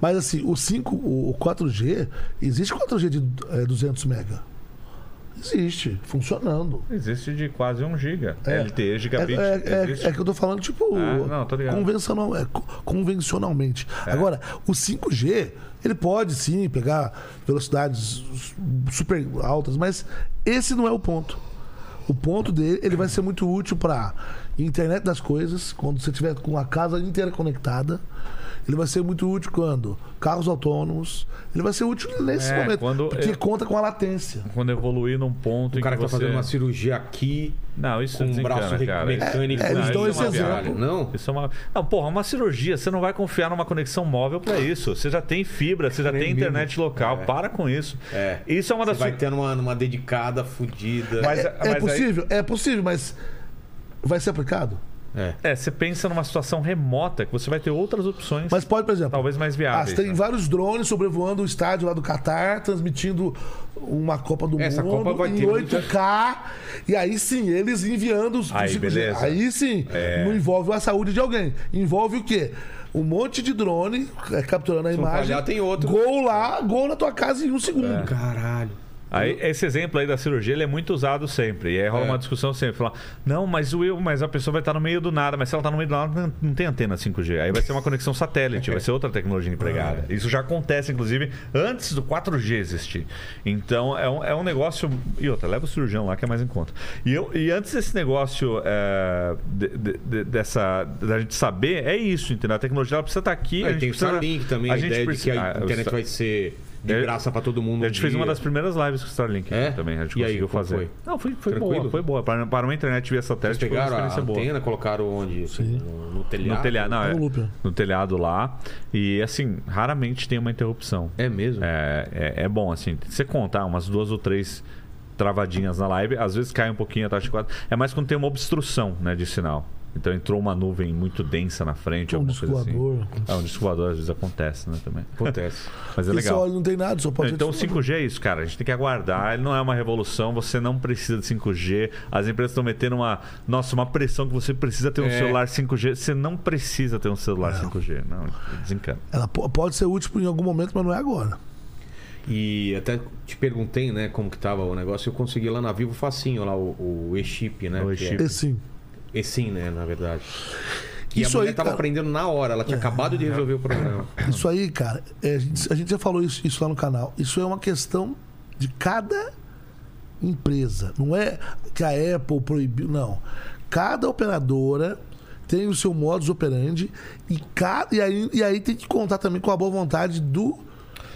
S3: Mas assim, o 5, o o 4G, existe 4G de eh, 200 mega. Existe, funcionando.
S4: Existe de quase 1 giga.
S3: É.
S4: LTE, gigabit.
S3: É, é-
S4: existe.
S3: é que eu tô falando, tipo,
S4: Ah, não, tô ligado. É.
S3: convencional, é, co- convencionalmente. Agora, o 5G, ele pode sim pegar velocidades su- super altas, mas esse não é o ponto. O ponto dele, ele vai ser muito útil para internet das coisas, quando você tiver com a casa interconectada. Ele vai ser muito útil quando carros autônomos. Ele vai ser útil nesse
S4: É,
S3: momento,
S4: quando
S3: porque
S4: eu-
S3: conta com a latência.
S4: Quando evoluir num ponto
S1: O
S4: em
S1: cara que
S4: que
S1: tá
S4: você...
S1: fazendo uma cirurgia aqui,
S4: Não, isso
S1: com um
S4: desencana,
S1: braço re-
S4: cara.
S1: mecânico...
S3: É, eles
S1: Não,
S3: dão
S1: isso é
S3: esse
S1: uma viagem.
S3: exemplo.
S1: Não?
S4: Isso é uma. Não, porra, uma cirurgia. Você não vai confiar numa conexão móvel pra isso. Você já tem fibra, você já
S1: Nem
S4: tem
S1: mesmo.
S4: internet local. Para com isso.
S1: É.
S4: Isso é uma
S1: Você
S4: das.
S1: vai ter numa, numa dedicada fodida.
S4: Mas-
S3: É, é
S4: aí-
S3: possível? É possível, mas vai ser aplicado?
S1: É.
S4: É, você pensa numa situação remota que você vai ter outras opções.
S3: Mas pode, por exemplo.
S4: Talvez mais
S3: Ah,
S4: viáveis.
S3: você tem
S4: né?
S3: vários drones sobrevoando o estádio lá do Catar, transmitindo uma Copa do
S1: Essa
S3: Mundo
S1: Copa vai
S3: em
S1: ter
S3: 8K. E aí sim, eles enviando os.
S4: Aí,
S3: os-
S4: beleza. É.
S3: Aí sim, não envolve a saúde de alguém. Envolve o quê? Um monte de drone é, capturando a
S1: não
S3: imagem.
S1: falhar, tem um outro. É.
S4: É,
S3: Gol lá, gol na tua casa em um segundo.
S1: Caralho.
S4: Aí, esse exemplo aí da cirurgia, ele é muito usado sempre. E aí
S1: É.
S4: rola uma discussão sempre. Falar, não, mas o eu, mas a pessoa vai estar no meio do nada. Mas se ela está no meio do nada, não- não tem antena 5G. Aí vai ser uma conexão satélite, vai ser outra tecnologia empregada.
S1: É.
S4: Isso já acontece, inclusive, antes do 4G existir. Então, é um, é um negócio... E outra, leva o cirurgião lá que é mais em conta. E, eu, e antes desse negócio é, de- de- de- dessa... Da gente saber, é isso, entendeu? A tecnologia, ela precisa estar aqui. a
S1: Aí
S4: gente
S1: tem o
S4: precisa-
S1: Starlink também, a, ideia de que
S4: precisa-
S1: a
S4: Ah, o
S1: internet
S4: Star-
S1: vai ser de
S4: Eu-
S1: graça pra todo mundo.
S4: a
S1: um
S4: gente fez
S1: dia.
S4: uma das primeiras lives com o Starlink
S1: É?
S4: também. A gente
S1: E aí,
S4: conseguiu
S1: como
S4: fazer.
S1: foi?
S4: Não, foi, foi
S1: Tranquilo?
S4: boa, foi boa. Para, para uma internet via
S1: Eles
S4: satélite, foi uma
S1: pegaram a
S4: experiência boa.
S1: antena, colocaram onde? Assim, no, no telhado.
S4: No telhado, não, é,
S3: no loop, né?
S4: no telhado lá. E assim, raramente tem uma interrupção.
S1: É mesmo?
S4: É, é, é bom, assim, se você contar umas duas ou três travadinhas na live, às vezes cai um pouquinho a taxa de quatro. É mais quando tem uma obstrução né, de sinal. Então entrou uma nuvem muito densa na frente,
S3: Um
S4: alguma
S3: disco
S4: coisa assim.
S3: voador.
S4: É, um disco voador às vezes acontece, né, também.
S1: Acontece.
S4: Mas é
S3: E só
S4: legal.
S3: olha, não tem nada, só pode
S4: Então, o
S3: ser. um-
S4: 5G é isso, cara. A gente tem que aguardar. Ele não é uma revolução. Você não precisa de 5G. As empresas estão metendo uma, nossa, uma pressão que você precisa ter um
S1: É.
S4: celular 5G. Você não precisa ter um celular 5G. Não, desencana.
S3: Ela po- pode ser útil em algum momento, mas não é agora.
S1: E até te perguntei, né, como que tava o negócio. Eu consegui lá na Vivo facinho, lá o, o e-chip, né?
S4: O
S1: que é-
S4: e-chip.
S3: É sim.
S1: E sim, né, na verdade. E
S3: Isso
S1: a mulher
S3: aí, tá- É.
S1: tava
S3: cara.
S1: aprendendo na hora, ela tinha acabado de resolver o problema.
S3: Isso aí, cara, é, a, gente, a gente já falou isso, isso lá no canal. Isso é uma questão de cada empresa. Não é que a Apple proibiu, não. Cada operadora tem o seu modus operandi e, ca- e, aí, e aí tem que contar também com a boa vontade do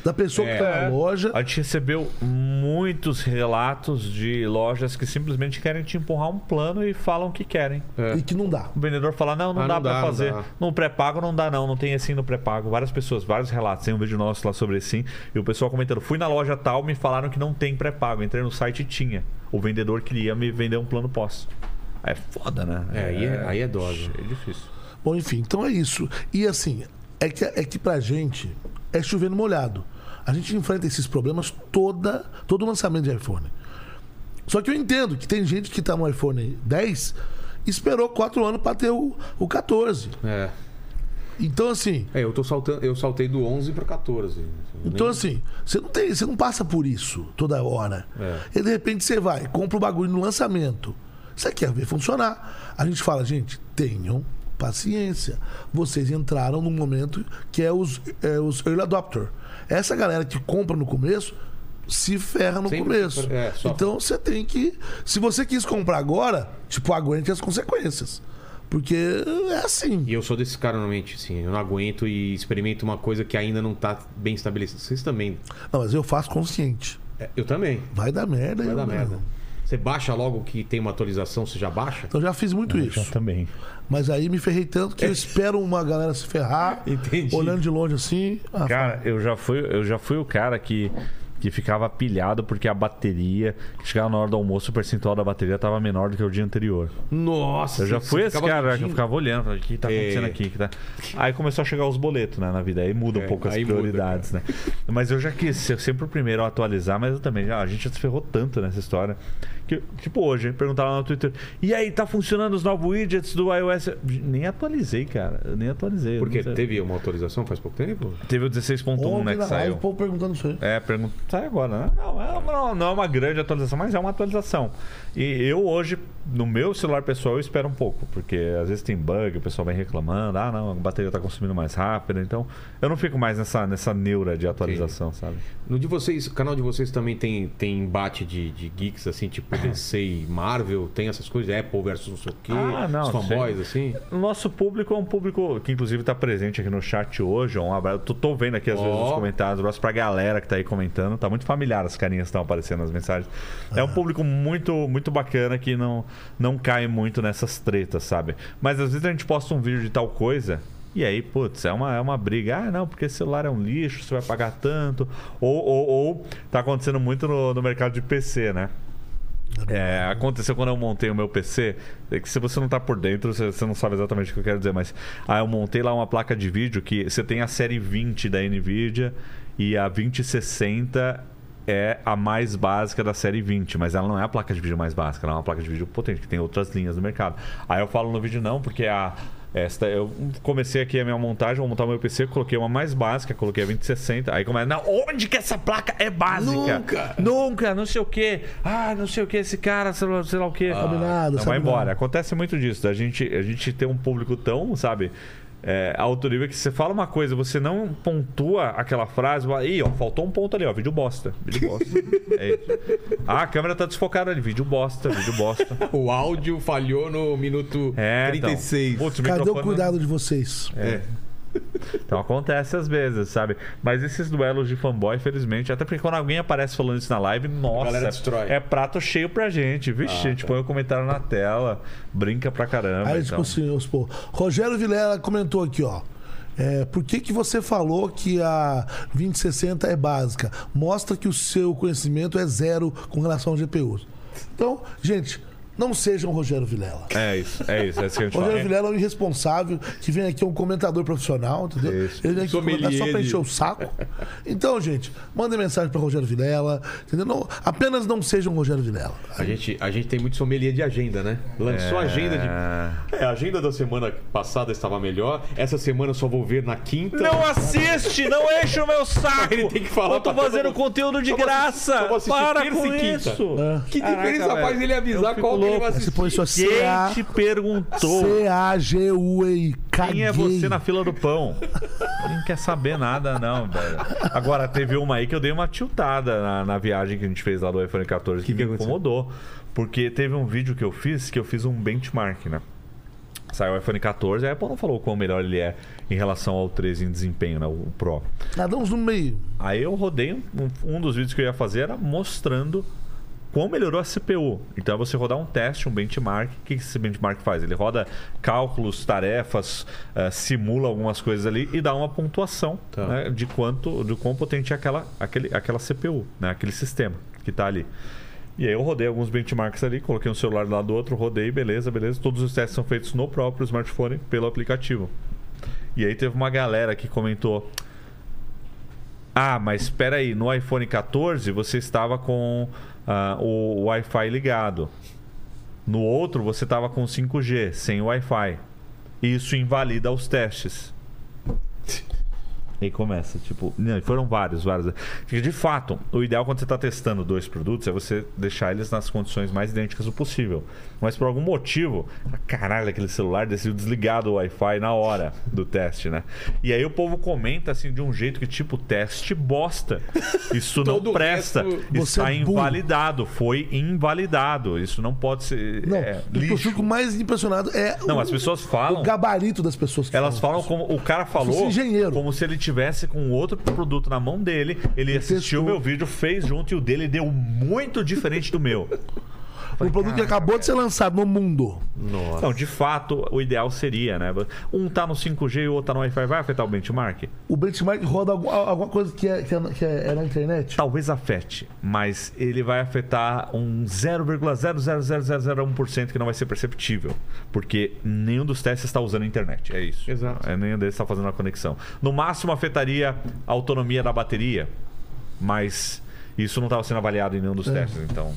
S3: da pessoa que está na loja.
S4: A gente recebeu muitos relatos de lojas que simplesmente querem te empurrar um plano e falam que querem.
S3: E que não dá.
S4: O vendedor fala: Não, não
S1: Ah,
S4: dá
S1: não
S4: pra
S1: dá, não
S4: fazer.
S1: dá.
S4: No pré-pago não dá, não. Não tem assim no pré-pago. Várias pessoas, vários relatos. Tem um vídeo nosso lá sobre assim. E o pessoal comentando: Fui na loja tal, me falaram que não tem pré-pago. Entrei no site e tinha. O vendedor queria me vender um plano pós. É foda, né?
S1: É, aí é, aí é dose.
S4: É difícil.
S3: Bom, enfim, então é isso. E assim, é que, é que pra gente é chovendo molhado. A gente enfrenta esses problemas toda, todo lançamento de iPhone. Só que eu entendo que tem gente que tá no iPhone 10 e esperou 4 anos pra ter o, o 14.
S1: É.
S3: Então, assim,
S1: É, eu tô saltando, eu saltei do 11 pro 14. assim.
S3: então assim, você não tem, você não passa por isso toda hora.
S1: É.
S3: E de repente você vai, compra o bagulho no lançamento. Você quer ver funcionar. A gente fala, gente, tenham paciência. Vocês entraram num momento que é os, é os early adopter. Essa galera que compra no começo se ferra no
S1: Sempre
S3: começo.
S1: se fer- é, sofre.
S3: então você tem que. Se você quis comprar agora, tipo, aguente as consequências. Porque é assim.
S1: E eu sou desse cara normalmente, assim, eu não aguento e experimento uma coisa que ainda não tá bem estabelecida. Vocês também. né?
S3: Não, mas eu faço consciente.
S1: É, eu também.
S3: Vai dar merda.
S1: Vai
S3: eu
S1: dar
S3: não.
S1: merda. Você baixa logo que tem uma atualização, você já baixa?
S3: Então já fiz
S1: É,
S3: muito isso.
S4: Também.
S3: Mas aí me ferrei tanto que eu espero uma galera se ferrar,
S1: Entendi.
S3: olhando de longe assim. Ah,
S4: Cara, eu já fui, eu já fui o cara que, que ficava pilhado porque a bateria, chegava na hora do almoço, o percentual da bateria tava menor do que o dia anterior.
S1: Nossa!
S4: Eu já
S1: você
S4: fui esse
S1: ficava
S4: cara que eu
S1: pedindo.
S4: ficava olhando, falando, o que tá acontecendo
S1: É.
S4: aqui? O que tá... Aí começou a chegar os boletos né, na vida, aí muda
S1: É,
S4: um pouco as
S1: aí muda,
S4: prioridades, né? Mas eu já quis ser sempre o primeiro a atualizar, mas eu também, ah, a gente já se ferrou tanto nessa história. Que, tipo hoje, perguntaram lá no Twitter, e aí, tá funcionando os novos widgets do iOS? Nem atualizei, cara, eu nem atualizei. eu
S1: Porque
S4: não sei.
S1: teve uma autorização faz pouco tempo?
S4: teve o 16.1, né,
S3: ontem
S4: que
S3: na live,
S4: saiu.
S3: o povo perguntando isso aí.
S4: É, pergunta. Sai agora, né? Não, é uma- não, não é uma grande atualização, mas é uma atualização. E eu hoje, no meu celular pessoal, eu espero um pouco, porque às vezes tem bug, o pessoal vem reclamando, ah, não, a bateria tá consumindo mais rápido, então eu não fico mais nessa, nessa neura de atualização, sabe?
S1: No de vocês, o canal de vocês também tem, tem embate de, de geeks, assim, tipo DC e Marvel, tem essas coisas, Apple versus não sei o quê,
S4: Ah, não,
S1: os fanboys, assim.
S4: O nosso público é um público que, inclusive, tá presente aqui no chat hoje. Um abraço. Tô, tô vendo aqui, às vezes,
S1: Ó.
S4: os comentários. Um abraço pra galera que tá aí comentando. Tá muito familiar as carinhas que estão aparecendo nas mensagens. É um público muito muito bacana que não, não cai muito nessas tretas, sabe? Mas às vezes a gente posta um vídeo de tal coisa. E aí, putz, é uma, é uma briga. Ah, não, porque esse celular é um lixo, você vai pagar tanto. Ou, ou, ou tá acontecendo muito no- no mercado de PC, né? É, aconteceu quando eu montei o meu PC. É que se você não tá por dentro, você, você não sabe exatamente o que eu quero dizer, mas. Ah, eu montei lá uma placa de vídeo que você tem a série 20 da Nvidia e a 2060 é a mais básica da série 20, mas ela não é a placa de vídeo mais básica, ela é uma placa de vídeo potente, que tem outras linhas no mercado. Aí eu falo no vídeo, não, porque a. Esta, eu comecei aqui a minha montagem, vou montar o meu PC, coloquei uma mais básica, coloquei a 2060. Aí começa, não, onde que essa placa é básica? Nunca! Nunca, não sei o quê. Ah, não sei o que, esse cara, sei lá, sei lá o quê.
S3: Sabe nada,
S4: não,
S3: sabe
S4: Ah, então vai embora.
S3: nada.
S4: Acontece muito disso. A gente, a gente tem um público tão, sabe? É, alto nível que você fala uma coisa, você não pontua aquela frase, fala, ih, ó, faltou um ponto ali, ó, vídeo bosta. Vídeo bosta. é isso. Ah, a câmera tá desfocada ali, vídeo bosta, vídeo bosta.
S1: O áudio falhou no minuto
S4: É, então.
S1: 36.
S4: Putz,
S3: Cadê o
S4: microfone-
S3: cuidado de vocês?
S1: É.
S4: Então acontece às vezes, sabe? Mas esses duelos de fanboy, felizmente, até porque quando alguém aparece falando isso na live, nossa,
S1: galera destrói. Ah, tá.
S4: é prato cheio pra gente. Vixe, a gente põe o comentário na tela, brinca pra caramba.
S3: Aí a gente
S4: então.
S3: conseguiu expor. Rogério Vilela comentou aqui, ó. É, por que, que você falou que a 2060 é básica? Mostra que o seu conhecimento é zero com relação ao GPUs. Então, gente, não sejam Rogério Vilela.
S4: É isso, é isso, é isso que a gente
S3: Rogério
S4: fala.
S3: Vilela é um irresponsável que vem aqui, é um comentador profissional, entendeu? Ele vem aqui comentar só pra
S1: Sommelier de-
S3: encher o saco. Então, gente, mandem mensagem pra Rogério Vilela, entendeu? Não- apenas não sejam Rogério Vilela.
S1: A gente, a gente tem muito sommelier de agenda, né? Lançou a agenda de. É, a agenda da semana passada estava melhor. Essa semana eu só vou ver na quinta.
S4: Não assiste, não enche o meu saco.
S1: Ele tem que falar
S4: Eu tô
S1: pra todo
S4: fazendo
S1: mundo.
S4: conteúdo de
S1: Só vou assi-
S4: graça.
S1: só vou assistir
S4: Para
S1: terça
S4: com
S1: e quinta.
S4: isso.
S1: Que diferença
S4: Caraca,
S1: faz
S4: velho.
S1: ele avisar qual que ele vai
S3: Você
S1: assistir?
S3: põe sua CA.
S4: Quem te perguntou?
S3: C-A-G-U-E-I.
S4: Quem é você na fila do pão? Não quer saber nada, não, velho. Agora, teve uma aí que eu dei uma tiltada na, na viagem que a gente fez lá do iPhone 14 que,
S1: que
S4: me
S1: aconteceu?
S4: incomodou. Porque teve um vídeo que eu fiz que eu fiz um benchmark, né? Saiu o iPhone 14, a Apple não falou o quão melhor ele é em relação ao 13 em desempenho, né? O Pro.
S3: Cada uns no meio.
S4: Aí eu rodei um, um dos vídeos que eu ia fazer era mostrando como melhorou a CPU. Então é você rodar um teste, um benchmark. O que que esse benchmark faz? Ele roda cálculos, tarefas, eh, simula algumas coisas ali e dá uma pontuação
S1: Tá.
S4: né, de quanto, de quão potente é aquela, aquele, aquela CPU, né, aquele sistema que está ali. E aí eu rodei alguns benchmarks ali, coloquei um celular do lado do outro, rodei, beleza, beleza. Todos os testes são feitos no próprio smartphone pelo aplicativo. E aí teve uma galera que comentou. Ah, mas espera aí, no iPhone 14 você estava com ah, o Wi-Fi ligado. No outro você estava com 5G, sem Wi-Fi. Isso invalida os testes. E começa, tipo, não, foram vários, vários. Porque, de fato, o ideal quando você está testando dois produtos é você deixar eles nas condições mais idênticas do possível. Mas por algum motivo, ah, caralho, aquele celular decidiu desligar do Wi-Fi na hora do teste, né? E aí o povo comenta assim de um jeito que, tipo, teste bosta. Isso não
S1: Todo o
S4: presta.
S1: resto,
S3: você
S4: Está
S3: é burro.
S4: invalidado. Foi invalidado. Isso não pode ser.
S3: Não,
S4: é,
S3: o que eu
S4: lixo.
S3: fico mais impressionado é
S4: Não,
S3: o,
S4: as pessoas falam.
S3: o gabarito das pessoas que
S4: Elas falam como o cara falou,
S3: fosse engenheiro.
S4: como se ele tivesse com outro produto na mão dele, ele assistiu
S3: testou.
S4: o meu vídeo, fez junto e o dele deu muito diferente do meu.
S3: O produto que acabou de ser lançado no mundo.
S4: Então, de fato, o ideal seria, né? Um tá no 5G e o outro tá no Wi-Fi, vai afetar o benchmark?
S3: O benchmark roda algum- alguma coisa que é, que é na- que é- é na internet.
S4: Talvez afete, mas ele vai afetar um 0,00001% que não vai ser perceptível. Porque nenhum dos testes está usando a internet. É isso.
S1: Exato.
S4: É, nenhum deles está fazendo a conexão. No máximo afetaria a autonomia da bateria, mas isso não estava sendo avaliado em nenhum dos testes, então.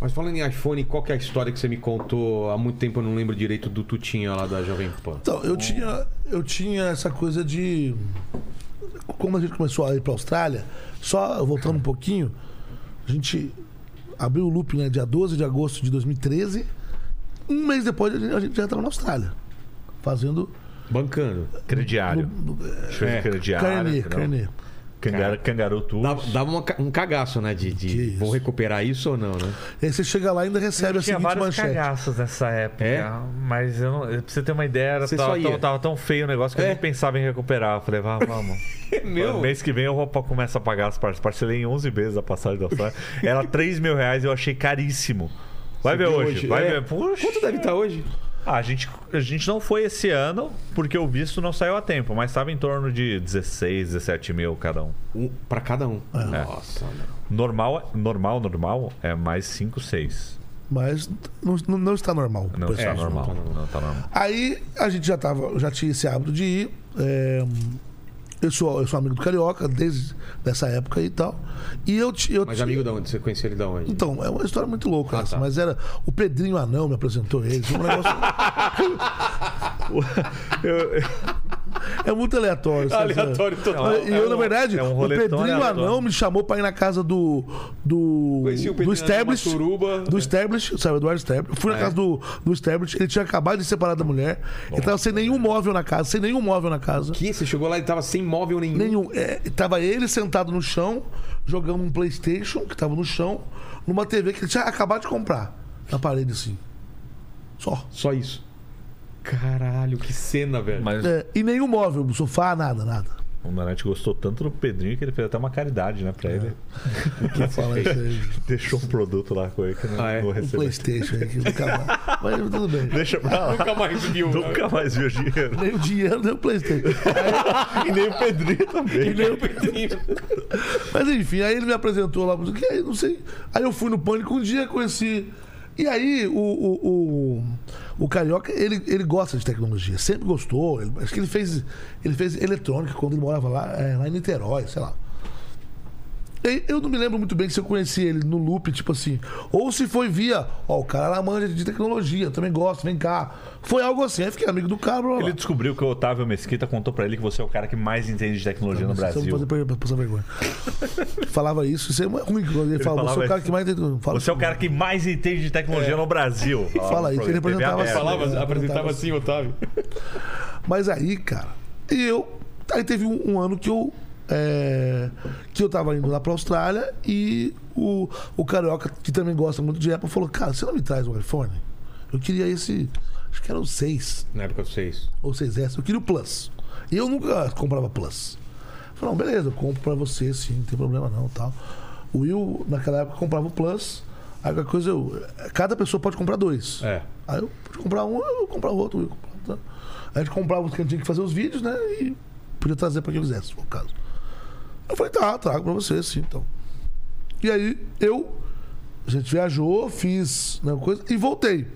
S1: Mas falando em iPhone, qual que é a história que você me contou há muito tempo? Eu não lembro direito do Tutinha lá da Jovem Pan.
S3: Então, eu tinha, eu tinha essa coisa de. Como a gente começou a ir pra Austrália, só voltando um pouquinho, a gente abriu o loop né, dia 12 de agosto de 2013. Um mês depois a gente, a gente já estava na Austrália, fazendo.
S1: Bancando.
S4: Crediário. Show de crediário.
S3: Carnê,
S4: não.
S3: carnê.
S4: Cangaro, cangaru tudo.
S1: Dava, dava uma ca- um cagaço, né? De, de-
S3: Que isso.
S1: vou recuperar isso ou não, né?
S3: E aí você chega lá e ainda recebe
S4: Tinha
S3: a seguinte
S4: vários
S3: manchete.
S4: cagaços nessa época.
S1: É?
S4: Mas eu não, pra você ter uma ideia, era
S1: Você
S4: tava,
S1: só ia.
S4: tão, tava tão feio o negócio que
S1: É.
S4: eu nem pensava em recuperar. Eu falei, vá, vamos.
S1: meu?
S4: Mês que vem eu vou pa- começar a pagar as partes. Parcelei em 11 vezes a passagem da Austrália. Era 3 mil reais, eu achei caríssimo. Vai ver
S1: viu
S4: hoje,
S1: hoje?
S4: vai
S1: É.
S4: ver. Puxa.
S1: Quanto deve estar hoje?
S4: Ah, a, gente, a gente não foi esse ano porque o visto não saiu a tempo, mas estava em torno de 16, 17 mil cada um.
S1: Um, pra cada um.
S3: É.
S1: Nossa, mano.
S4: Normal, normal, normal é mais 5, 6.
S3: Mas não, não- não está normal.
S4: Não
S3: pessoal.
S4: está
S1: não
S4: normal.
S1: tá normal.
S4: Não tá normal.
S3: Aí a gente já tava, já tinha esse hábito de ir. é, Eu sou, eu sou amigo do Carioca desde essa época e tal. E eu, ti- eu
S1: Mas
S3: ti-
S1: amigo da onde? Você conheceu ele da onde?
S3: Então, é uma história muito louca
S1: Ah,
S3: essa,
S1: tá.
S3: mas era. O Pedrinho Anão me apresentou eles. Um negócio.
S4: Eu- eu-
S3: é muito aleatório. sabe?
S4: Aleatório total.
S3: E
S4: É
S3: eu,
S4: um-
S3: na verdade,
S4: é um
S3: o
S4: rolê tão
S3: Pedrinho
S4: aleatório.
S3: Anão me chamou pra ir na casa do. Do.
S1: Conheci o
S3: do
S1: Pedrinho Anão,
S3: Stablish.
S1: uma suruba.
S3: Do Stablish, sabe, Eduardo Stablish. Fui na casa do, do Stablish, ele tinha acabado de separar da mulher. ele tava sem nenhum móvel na casa, sem nenhum móvel na casa.
S1: Que você chegou lá e tava sem móvel nenhum.
S3: Nenhum. É, tava ele sentado no chão, jogando um Playstation, que tava no chão, numa TV que ele tinha acabado de comprar. Na parede, assim. Só.
S1: Só isso. Caralho, que cena, velho.
S4: Mas
S3: É, e nenhum móvel, sofá, nada, nada.
S4: o Nanete gostou tanto do Pedrinho que ele fez até uma caridade, né, pra ele.
S3: Não fala isso aí.
S4: Deixou um produto lá com ele que não,
S1: Ah, é?
S4: não
S3: Um
S4: recebeu.
S3: Playstation aí que nunca mais. Mas tudo bem.
S4: Deixa pra lá.
S1: Nunca mais viu. né?
S4: Nunca mais viu dinheiro.
S3: Nem o dinheiro, nem o Playstation.
S4: e nem o Pedrinho também.
S1: É,
S3: Mas enfim, aí ele me apresentou lá, que aí, não sei. Aí eu fui no pânico um dia, conheci. E aí o, o, o, o Carioca, ele, ele gosta de tecnologia, sempre gostou. Ele- acho que ele fez, ele fez eletrônica quando ele morava lá, é, lá em Niterói, sei lá. E Eu não me lembro muito bem se eu conheci ele no loop, tipo assim. Ou se foi via, ó, o cara lá manja de tecnologia, também gosta, vem cá. Foi algo assim, aí fiquei amigo do cara, blá, blá, blá.
S4: Ele descobriu que o Otávio Mesquita contou pra ele que você é o cara que mais entende de tecnologia no
S3: Vocês vão
S4: Brasil.
S3: fazer pra- pra passar vergonha. Falava isso, isso é ruim quando ele, fala,
S4: falava
S3: você é o cara
S4: isso.
S3: que mais tem. Fala,
S4: Você é o cara que mais entende de tecnologia no Brasil.
S3: Fala aí, que ele apresentava
S4: assim.
S3: assim.
S1: Falava, apresentava assim, Otávio.
S3: Mas aí, cara, e eu. Aí teve um, um ano que eu. é, que eu tava indo lá pra Austrália e o, o Carioca, que também gosta muito de Apple, falou: Cara, você não me traz um iPhone? Eu queria esse. Acho que era o 6
S1: Na época vocês.
S3: ou 6S, eu queria o Plus. E eu nunca comprava Plus. Falei, não, beleza, eu compro pra você, sim, não tem problema não tal. O Will, naquela época, comprava o Plus. Aí qualquer coisa eu. Cada pessoa pode comprar dois.
S1: É.
S3: Aí eu pude comprar um, eu comprar o outro, eu comprava, tá? Aí a gente comprava os que a gente tinha que fazer os vídeos, né? E podia trazer pra quem quisesse, se for o caso. Eu falei, tá, trago pra você, sim, então. E aí eu. A gente viajou, fiz né, coisa e voltei.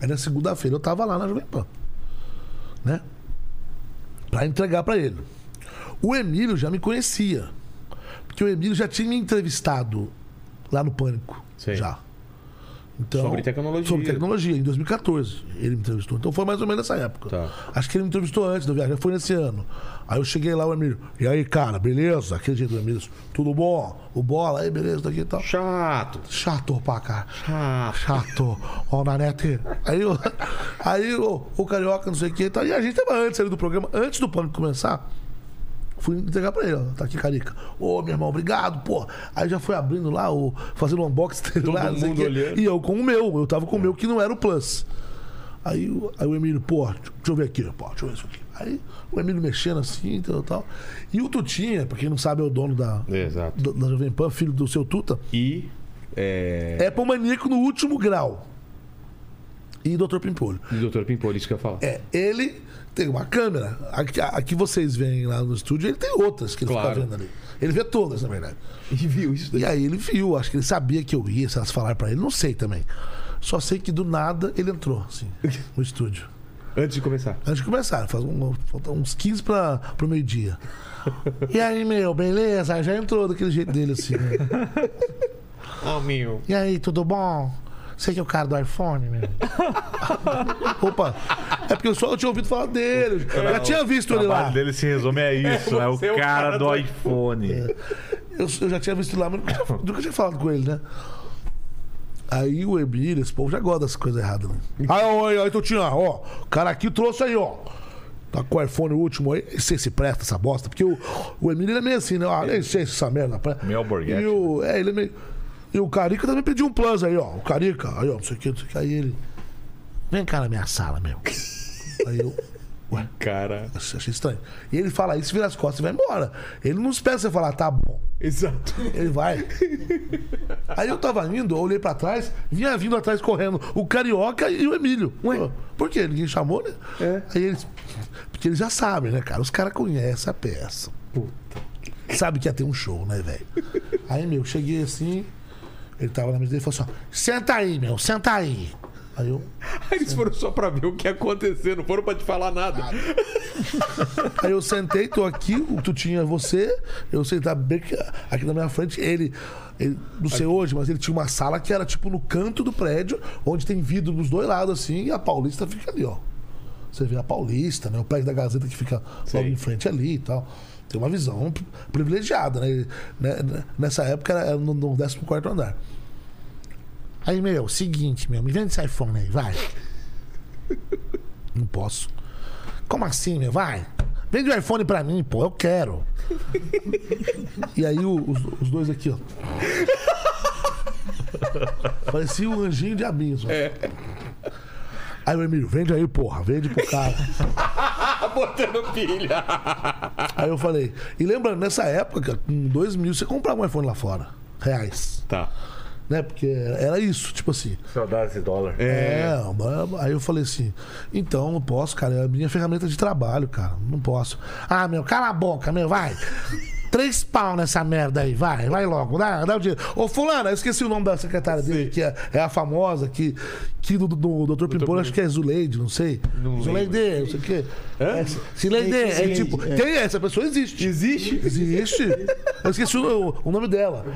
S3: Aí na segunda-feira eu tava lá na Jovem Pan. Né? Pra entregar pra ele. O Emílio já me conhecia. Porque o Emílio já tinha me entrevistado lá no Pânico.
S1: Sei.
S3: Já. Então,
S1: Sobre tecnologia.
S3: Sobre tecnologia, em 2014. Ele me entrevistou. Então foi mais ou menos nessa época.
S1: Tá.
S3: Acho que ele me entrevistou antes da viagem, foi nesse ano. Aí eu cheguei lá, o Emílio. E aí, cara, beleza? Aquele jeito do Emílio. Tudo bom? O bola, aí, beleza, daqui e tal.
S1: Chato.
S3: Chato pra cá.
S1: Ah,
S3: Chato. Ó, na net. Aí, eu, aí o, o carioca, não sei o que e tal. E a gente tava antes ali do programa, antes do pânico começar. Fui entregar pra ele, ó, tá aqui, Carica. Ô, meu irmão, obrigado, pô. Aí já foi abrindo lá, o, fazendo um unboxing dele
S1: Todo
S3: lá, não sei o
S1: mundo
S3: quê.
S1: olhando. É.
S3: E eu com o meu, eu tava com o meu que não era o Plus. Aí, o- aí o Emílio, pô, deixa eu ver aqui, pô, deixa eu ver isso aqui. Aí o Emílio mexendo assim, tal, tal. E o Tutinha, pra quem não sabe, é o dono da,
S1: É, exato.
S3: da, da Jovem Pan, filho do seu Tuta.
S1: E. É.
S3: É maníaco no último grau. E Dr. Pimpolho.
S1: E Doutor Pimpolho, isso que eu ia falar.
S3: É, ele tem uma câmera. Aqui, aqui vocês veem lá no estúdio, ele tem outras que ele
S1: Claro.
S3: fica vendo ali. Ele vê todas, na verdade.
S1: E viu isso
S3: E aí ele viu, acho que ele sabia que eu ia, se elas falaram pra ele, não sei também. Só sei que do nada ele entrou, assim, no estúdio.
S1: Antes de começar.
S3: Antes de começar, faz um, falta uns 15 pra, pro meio-dia. E aí, meu, beleza? Aí Já entrou daquele jeito dele, assim. né?
S1: Ah, meu.
S3: E aí, tudo bom? Você que é o cara do iPhone, meu? Opa, é porque eu só tinha ouvido falar dele. Eu já tinha
S4: O
S3: visto ele lá.
S4: trabalho dele se resume a isso, é, o
S1: você é
S4: cara,
S1: o cara
S4: do
S1: do
S4: iPhone.
S3: Eu, eu já tinha visto ele lá, mas nunca tinha, nunca tinha falado com ele, né? Aí o Emílio, esse povo já gosta das coisas erradas, né? Aí, ó, aí, aí, Tutinha, ó, o cara aqui trouxe aí, ó. Tá com o iPhone último aí, nem sei se presta essa bosta, porque o, o Emílio ele é meio assim, né? Ah, nem sei se essa merda presta.
S4: Meio alborguete,
S3: E o, é, ele é meio. E o Carica também pediu um plus aí, ó. O Carica, aí, ó, não sei o que, não sei o que. Aí ele. Vem cá na minha sala, meu. Aí eu. Ué,
S1: Cara.
S3: achei estranho. E ele fala isso, vira as costas e vai embora. Ele não espera você falar, tá bom.
S1: Exato.
S3: Ele vai. Aí eu tava indo, eu olhei pra trás, vinha vindo atrás correndo o Carioca e o Emílio. Ué? Por quê? Ninguém chamou, né? Aí eles. Porque eles já sabem, né, cara? Os caras conhecem a peça. Puta. Sabe que ia ter um show, né, velho? Aí, meu, cheguei assim, ele tava na mesa dele e falou assim: ó, senta aí, meu, senta aí. Aí eu.
S1: Aí eles foram só pra ver o que ia acontecer, não foram pra te falar nada.
S3: Aí eu sentei, tô aqui, o tu tinha você, eu sentar bem aqui, aqui na minha frente, ele. ele- não sei hoje, mas ele tinha uma sala que era tipo no canto do prédio, onde tem vidro dos dois lados, assim, e a Paulista fica ali, ó. Você vê a Paulista, né? O prédio da Gazeta que fica logo em frente ali e tal. Tem uma visão pri- privilegiada, né? Né? Nessa época era no, no 14 andar. Aí, meu, seguinte, meu, me vende esse iPhone aí, vai. Não posso. Como assim, meu? Vai. Vende o iPhone pra mim, pô, eu quero. e aí o- os, os dois aqui, ó. Parecia um anjinho de abismo. Aí o Emílio, vende aí, porra, vende pro cara.
S1: Tá Botando pilha.
S3: aí eu falei, e lembrando, nessa época, cara, com dois mil, você comprava um iPhone lá fora. Reais.
S1: Tá.
S3: Né? Porque era isso, tipo assim.
S4: Saudades de dólar.
S3: É, mas- aí eu falei assim, então não posso, cara, é a minha ferramenta de trabalho, cara, não posso. Ah, meu, cala a boca, meu, vai. Três pau nessa merda aí, vai, vai logo, dá, dá o dinheiro. Ô, fulano, eu esqueci o nome da secretária dele, que é, é a famosa, que, que do, do, do Dr. Pimpolho, acho que é Zuleide, não sei. Zuleide, não sei o quê. É, Zuleide, é, tipo, tem essa pessoa, existe. Existe? Existe. Eu esqueci o, o nome dela.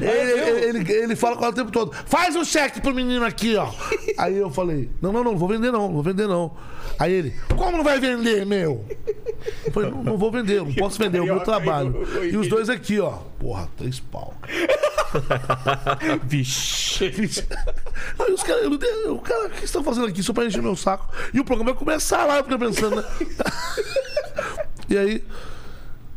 S3: Ele, ele, ele, ele fala com ela o tempo todo. Faz um cheque pro menino aqui, ó. Aí eu falei, não, não, não, não vou vender não, não vou vender não. Aí ele, como não vai vender, meu? Eu falei, não, não vou vender, eu não posso vender, é o meu trabalho. E os dois aqui, ó. Porra, três pau. Vixe. Aí os caras, eu não tenho- o cara, o que vocês estão fazendo aqui? Só pra encher meu saco. E o programa vai começar lá, eu fiquei pensando, né? E aí,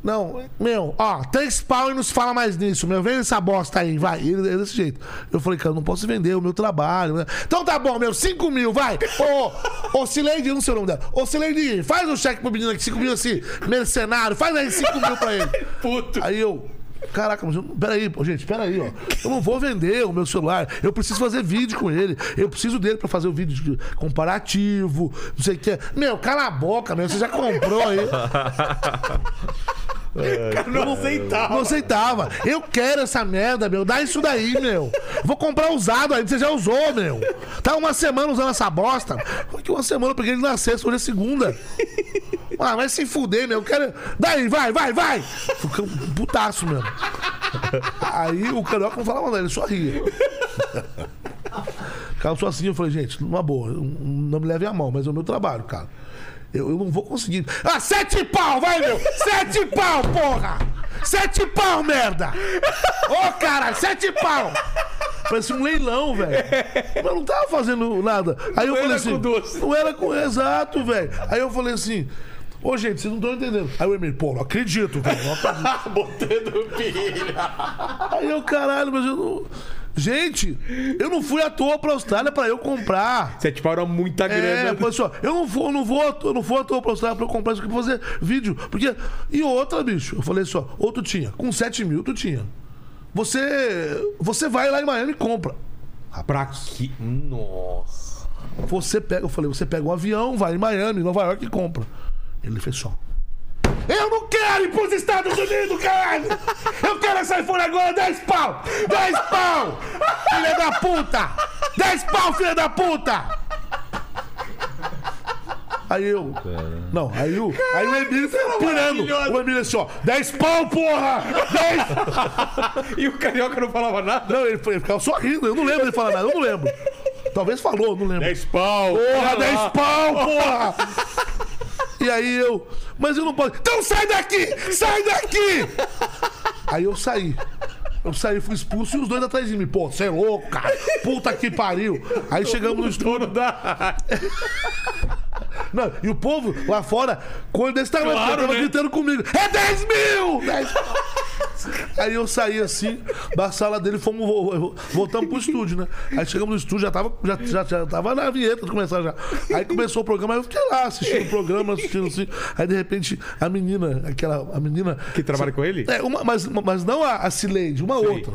S3: não, meu, ó, três pau e não se fala mais nisso, meu. Vende essa bosta aí, vai. Ele é desse jeito. Eu falei, cara, eu não posso vender o meu trabalho. né? Então tá bom, meu, cinco mil, vai. Ô, ô, Cileide, eu não sei o nome dela. Ô, Cileide, faz um cheque pro menino aqui, cinco mil assim, mercenário, faz aí cinco mil pra ele. Puto. Aí eu. Caraca, mas eu, não- peraí, pô, gente, peraí, ó. Eu não vou vender o meu celular. Eu preciso fazer vídeo com ele. Eu preciso dele pra fazer o vídeo de- comparativo, não sei o que. Meu, cala a boca, meu. Você já comprou aí.
S1: É. Não aceitava.
S3: Não aceitava. Eu quero essa merda, meu. Dá isso daí, meu. Vou comprar usado aí, você já usou, meu. Tá uma semana usando essa bosta. Foi que uma semana eu peguei ele na sexta, hoje é segunda. Ah, vai se fuder, meu. Eu quero. Daí, vai, vai, vai. Fica um putaço, meu. Aí o carioca não falava nada, ele só ria. Cara, só assim, eu falei, gente, numa boa, não me leve a mão, mas é o meu trabalho, cara. Eu, eu não vou conseguir. Ah, sete pau, vai, meu! Sete pau, porra! Sete pau, merda! Ô, cara, sete pau! Parecia um leilão, velho. Mas eu não tava fazendo nada. Aí eu falei
S1: era
S3: assim.
S1: com doce.
S3: Não era com. Exato, velho. Aí eu falei assim. Ô, gente, vocês não estão entendendo. Aí o Emílio, pô, não acredito, velho. Não acredito.
S1: tá Botando pilha.
S3: Aí eu, caralho, mas eu não. Gente, eu não fui à toa pra Austrália pra eu comprar.
S1: Sete pau tipo, era muita
S3: É,
S1: grana.
S3: mas só, eu não vou, eu não vou, à toa- eu não vou à toa pra Austrália pra eu comprar isso aqui pra fazer vídeo. Porque. E outra, bicho, eu falei só, ou tu tinha, com 7 mil tu tinha. Você. Você vai lá em Miami e compra.
S1: Pra que. Nossa.
S3: Você pega, eu falei, você pega um avião, vai em Miami, Nova York e compra. Ele fez só. Eu não quero ir pros Estados Unidos, caralho! Eu quero esse iPhone agora, 10 pau! 10 pau! Filha da puta! 10 pau, filha da puta! Aí eu. Não, aí o. Aí o Emílio pirando. O Emílio assim, ó. 10 pau, porra! 10
S1: E o carioca não falava nada?
S3: Não, ele, foi- ele ficava sorrindo. Eu não lembro ele falar nada, eu não lembro. Talvez falou, eu não lembro.
S1: 10 pau.
S3: Porra, 10
S1: ah.
S3: pau, porra! E aí eu, mas eu não posso. Então sai daqui! Sai daqui! Aí eu saí. Eu saí, fui expulso e os dois atrás de mim. Pô, você é louco, cara. Puta que pariu. Aí chegamos no estúdio.
S1: Dono da.
S3: Não, e o povo lá fora, quando desse tamanho,
S1: Claro,
S3: tava
S1: né?
S3: gritando comigo. É 10 mil! 10 mil! Aí eu saí assim da sala dele, fomos vo- vo- voltamos pro estúdio, né? Aí chegamos no estúdio, já tava, já, já, já tava na vinheta de começar já. Aí começou o programa, aí eu fiquei lá assistindo o programa, assistindo assim. Aí de repente a menina, aquela a menina
S1: Que trabalha com ele?
S3: é, uma, mas, mas não a, a Cileide, uma outra.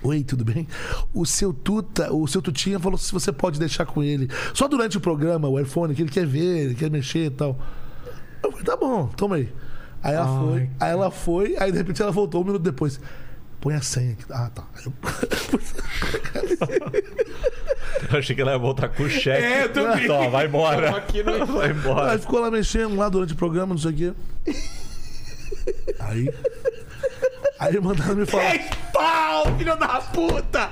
S3: Oi, tudo bem? O seu tuta, o seu tutinha falou se você pode deixar com ele. Só durante o programa, o iPhone, que ele quer ver, ele quer mexer e tal. Eu falei, tá bom, toma aí. Aí ela foi, aí ela foi, aí de repente ela voltou um minuto depois. Põe a senha aqui. Ah, tá. Aí eu-
S4: Eu achei que ela ia voltar com o cheque.
S1: É, eu também.
S4: Só, vai embora.
S1: Aqui no-
S4: Vai embora.
S3: Aí ficou lá mexendo lá durante o programa, não sei o quê. Aí. Aí mandaram me falar.
S1: 10 pau, filho da puta!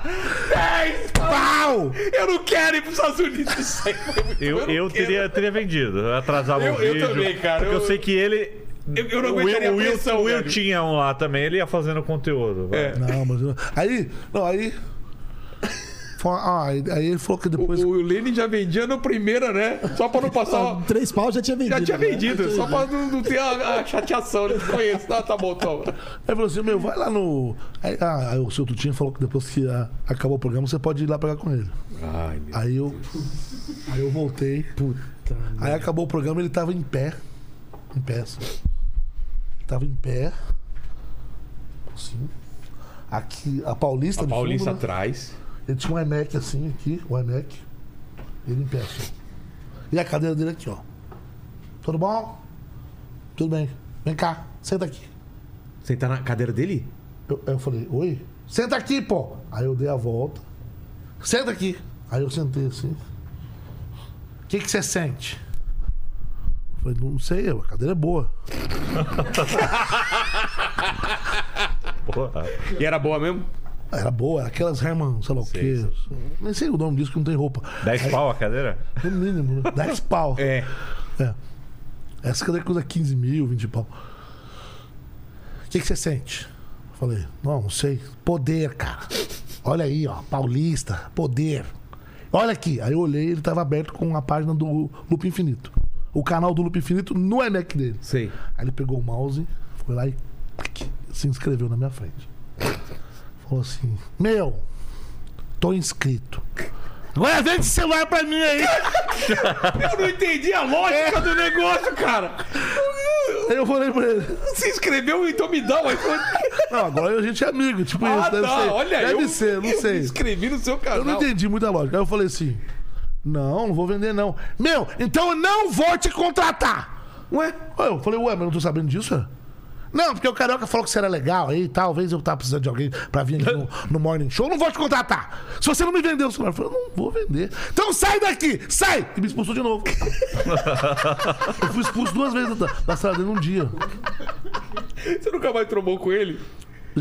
S1: 10 pau! Eu não quero ir pros Estados Unidos. Isso aí foi muito-
S4: Eu,
S1: não
S4: eu
S1: quero.
S4: teria, teria vendido. Eu atrasava
S1: Eu-
S4: o
S1: eu
S4: vídeo.
S1: também, cara.
S4: Porque eu,
S1: Eu-
S4: sei que ele.
S1: Eu- eu não
S4: o Will-
S1: aguentaria a
S4: o Will,
S1: pressão,
S4: o Will
S1: velho.
S4: tinha um lá também, ele ia fazendo conteúdo.
S1: É.
S4: vai.
S3: Não, mas. eu- Aí. Não, aí. Fala- Ah, aí aí ele falou que depois.
S1: O, o Lenny já vendia no primeiro, né? Só pra não passar.
S2: Três pau já tinha vendido.
S1: Já tinha
S2: né?
S1: vendido, só pra não, não ter a, a chateação, né? Conheço. Ah, tá bom, toma.
S3: Aí falou assim, meu, vai lá no. Aí, ah, aí o seu Tutinho falou que depois que ah, acabou o programa, você pode ir lá pegar com ele.
S1: Ai, meu
S3: Aí eu. Aí eu voltei. Aí acabou o programa, ele tava em pé. Em pé. Assim. Tava em pé. Assim. Aqui, a Paulista de
S1: Paulista tá-
S3: fundo, né?
S1: atrás.
S3: Ele tinha um iMac assim, aqui, o iMac. Ele em pé assim. E a cadeira dele aqui, ó. Tudo bom? Tudo bem. Vem cá, senta aqui.
S1: Sentar na cadeira dele?
S3: Eu, aí eu falei, oi? Senta aqui, pô! Aí eu dei a volta. Senta aqui! Aí eu sentei assim. O que que você sente? Eu falei, não sei, a cadeira é boa.
S4: Porra.
S1: E era boa mesmo?
S3: Era boa, era aquelas Herman, sei lá o quê. Nem sei o nome disso que não tem roupa.
S4: 10 pau a cadeira?
S3: No mínimo, né? 10 pau.
S1: É.
S3: É. Essa cadeira custa 15 mil, 20 pau. O que, que você sente? Eu Falei, não, não sei. Poder, cara. Olha aí, ó. Paulista, poder. Olha aqui. Aí eu olhei, ele tava aberto com a página do Loop Infinito. O canal do Loop Infinito no iMac dele.
S1: Sei.
S3: Aí ele pegou o mouse, foi lá e clic, se inscreveu na minha frente. Falou assim: Meu, tô inscrito. Agora vende esse celular pra mim aí.
S1: Eu não entendi a lógica do negócio, cara.
S3: Aí eu falei pra ele:
S1: Se inscreveu, então me dá um iPhone.
S3: Não, agora a gente é amigo, tipo isso,
S1: Ah,
S3: deve
S1: tá,
S3: ser.
S1: olha aí.
S3: deve
S1: eu-
S3: ser, não
S1: eu Me
S3: sei.
S1: inscrevi no seu canal.
S3: Eu não entendi muita lógica. Aí eu falei assim: Não, não vou vender, não. Meu, então eu não vou te contratar. Ué? Aí eu falei, ué, mas eu não tô sabendo disso? é? Não, porque o Carioca falou que você era legal aí, talvez eu tava precisando de alguém pra vir aqui no, no morning show. Eu não vou te contratar. Se você não me vender o celular, eu falei, eu não vou vender. Então sai daqui, sai! E me expulsou de novo. eu fui expulso duas vezes da, da sala dele num dia.
S1: Você nunca mais trombou com ele?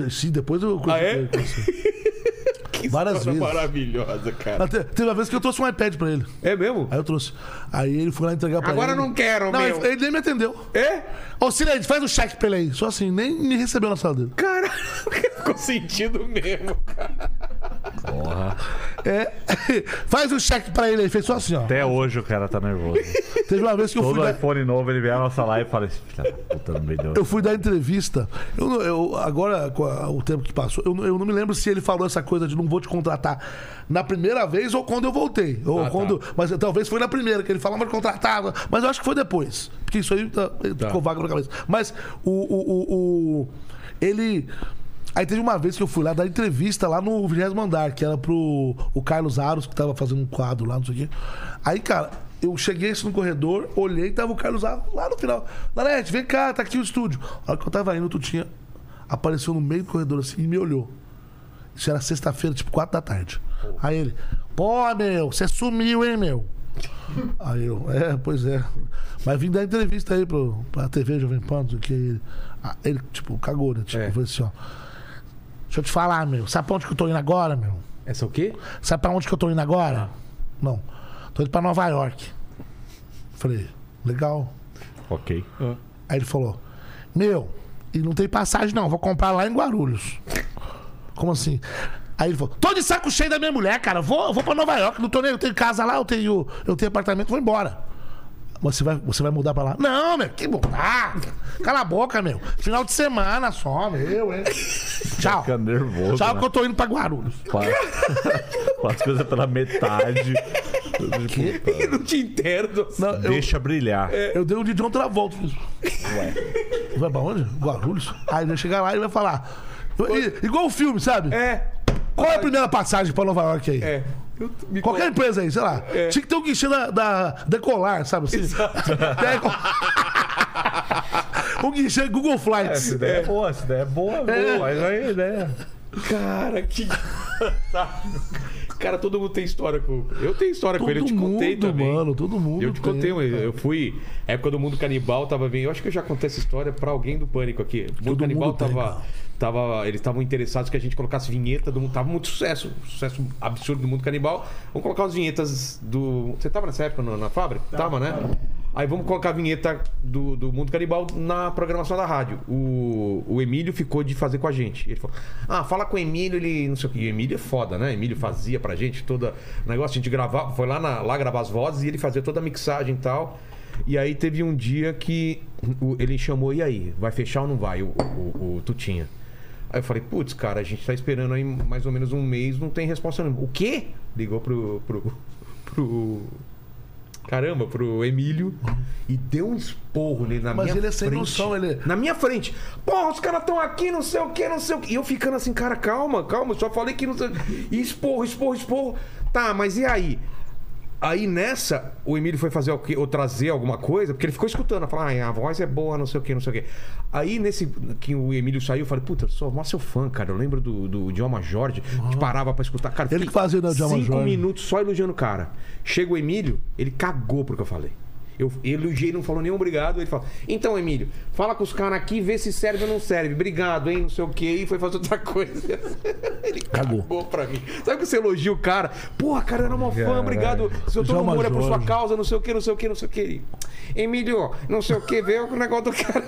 S3: Sim, depois eu...
S1: Ah, é? Que
S3: Várias
S1: história
S3: vezes.
S1: maravilhosa, cara.
S3: Mas te- Teve uma vez que eu trouxe um iPad pra ele.
S1: É mesmo?
S3: Aí eu trouxe. Aí ele foi lá entregar pra
S1: Agora
S3: ele.
S1: não quero,
S3: Não,
S1: meu.
S3: ele, ele nem me atendeu.
S1: É?
S3: Ô, Silente, faz o cheque pra ele aí. Só assim, nem me recebeu na sala dele.
S1: Cara, ficou sentido mesmo, cara.
S3: É. faz o cheque pra ele aí. Fez só assim, ó.
S4: Até hoje o cara tá nervoso.
S3: Teve uma vez que eu fui,
S4: Todo
S3: dar,
S4: iPhone novo ele vem à nossa live e fala assim: Filha da puta, não me deu.
S3: eu fui dar entrevista. Eu, não- eu- agora, com a- o tempo que passou, eu, não- eu não me lembro se ele falou essa coisa de não vou te contratar na primeira vez ou quando eu voltei. Ou quando. Mas talvez foi na primeira que ele falou, mas contratava. Mas eu acho que foi depois. Porque isso aí tá- ficou vago na cabeça. Mas o- o- o- o ele. Aí teve uma vez que eu fui lá dar entrevista lá no 20 andar, que era pro o Carlos Aros, que tava fazendo um quadro lá, não sei o quê. Aí, cara, eu cheguei assim no corredor, olhei, tava o Carlos Aros lá no final. Larete, vem cá, tá aqui o estúdio. A hora que eu tava indo, tu tinha. Apareceu no meio do corredor assim e me olhou. Isso era sexta-feira, tipo, quatro da tarde. Aí ele, pô, meu, você sumiu, hein, meu? Aí eu, é, pois é. Mas vim dar entrevista aí pro, pra TV Jovem Pan, não sei o que. Ele, ah, ele, tipo, cagou, né? Tipo,
S1: É.
S3: falou assim, ó. Deixa eu te falar, meu. Sabe pra onde que eu tô indo agora, meu?
S1: Essa o quê?
S3: Sabe pra onde que eu tô indo agora? Não. Tô indo pra Nova York. Falei, legal.
S4: Ok.
S3: Aí ele falou: Meu, e não tem passagem não, vou comprar lá em Guarulhos. Como assim? Aí ele falou: Tô de saco cheio da minha mulher, cara, vou, vou pra Nova York, não tô nem, eu tenho casa lá, eu tenho, eu tenho apartamento, vou embora. Você vai, você vai mudar pra lá? Não, meu, que mudar? Cala a boca, meu. Final de semana só, meu, hein? Tchau.
S4: Fica nervoso.
S3: Tchau
S4: né?
S3: que eu tô indo pra Guarulhos.
S4: Faz, faz coisa pela metade. Tipo,
S1: Eu não te entendo.
S3: Não, eu,
S4: Deixa brilhar.
S1: É,
S3: eu dei um de John Travolta. Ué. Vai pra onde? Guarulhos? Aí ele vai chegar lá e vai falar. I- igual o filme, sabe?
S1: É,
S3: Qual é a primeira passagem pra Nova York aí?
S1: é. Eu t- me
S3: Qualquer
S1: colo-
S3: empresa aí, sei lá. Tinha que ter um guichê da, da Decolar, sabe assim? Deco- um guichê Google
S4: Essa
S3: Flights.
S4: ideia é boa, essa ideia é boa, boa. Mas aí, né?
S1: Cara, que. Cara, todo mundo tem história com. Eu tenho história com ele, eu te contei também.
S3: mano, todo mundo.
S1: Eu te
S3: tem.
S1: contei, eu eu fui. Época do Mundo Canibal tava bem. Eu acho que eu já contei essa história pra alguém do Pânico aqui. O Mundo
S3: Todo
S1: Canibal
S3: mundo tem,
S1: tava,
S3: cara.
S1: tava. Eles estavam interessados que a gente colocasse vinheta do mundo. Tava muito sucesso. um Sucesso absurdo do Mundo Canibal. Vamos colocar as vinhetas do. Você tava nessa época na, na fábrica? Tava, né? Aí vamos colocar a vinheta do, do Mundo Canibal na programação da rádio. O, o Emílio ficou de fazer com a gente. Ele falou: Ah, fala com o Emílio, ele não sei o que. E o Emílio é foda, né? O Emílio fazia pra gente todo o negócio. A gente gravava, foi lá, na- lá gravar as vozes e ele fazia toda a mixagem e tal. E aí teve um dia que o- ele chamou: E aí, vai fechar ou não vai o, o- o Tutinha? Aí eu falei, putz, cara, a gente tá esperando aí mais ou menos um mês, não tem resposta nenhuma. O quê? Ligou pro, pro, pro Caramba, pro Emílio. E deu um esporro nele na
S3: Mas
S1: minha
S3: ele é sem
S1: frente.
S3: noção, ele-
S1: Na minha frente. Porra, os caras estão aqui, não sei o que, não sei o que. E eu ficando assim, cara, calma, calma, eu só falei que não sei. E esporro, esporro, esporro. Tá, mas e aí? Aí nessa, o Emílio foi fazer o quê? Ou trazer alguma coisa, porque ele ficou escutando, falou, ah, a voz é boa, não sei o que, não sei o que. Aí nesse que o Emílio saiu, eu falei, puta, eu sou mó seu fã, cara. Eu lembro do, do Djalma Jorge, que parava pra escutar. Cara,
S3: Ele que fazia, né, o Djalma
S1: cinco
S3: Jorge?
S1: minutos minutos só elogiando o cara. Chega o Emílio, ele cagou pro que eu falei. Eu elogiei, não falou nem obrigado. Ele fala: Então, Emílio, fala com os caras aqui, vê se serve ou não serve. Obrigado, hein? Não sei o quê. E foi fazer outra coisa. ele cagou,
S3: Cagou.
S1: pra mim. Sabe que você elogia o cara? Porra, cara, eu era uma fã,
S6: Caralho.
S1: obrigado. Seu todo
S3: Djalma
S1: humor é por sua
S3: Jorge.
S1: causa, não sei o quê, não sei o quê, não sei o quê. Emílio, não sei o quê, vê o negócio do cara.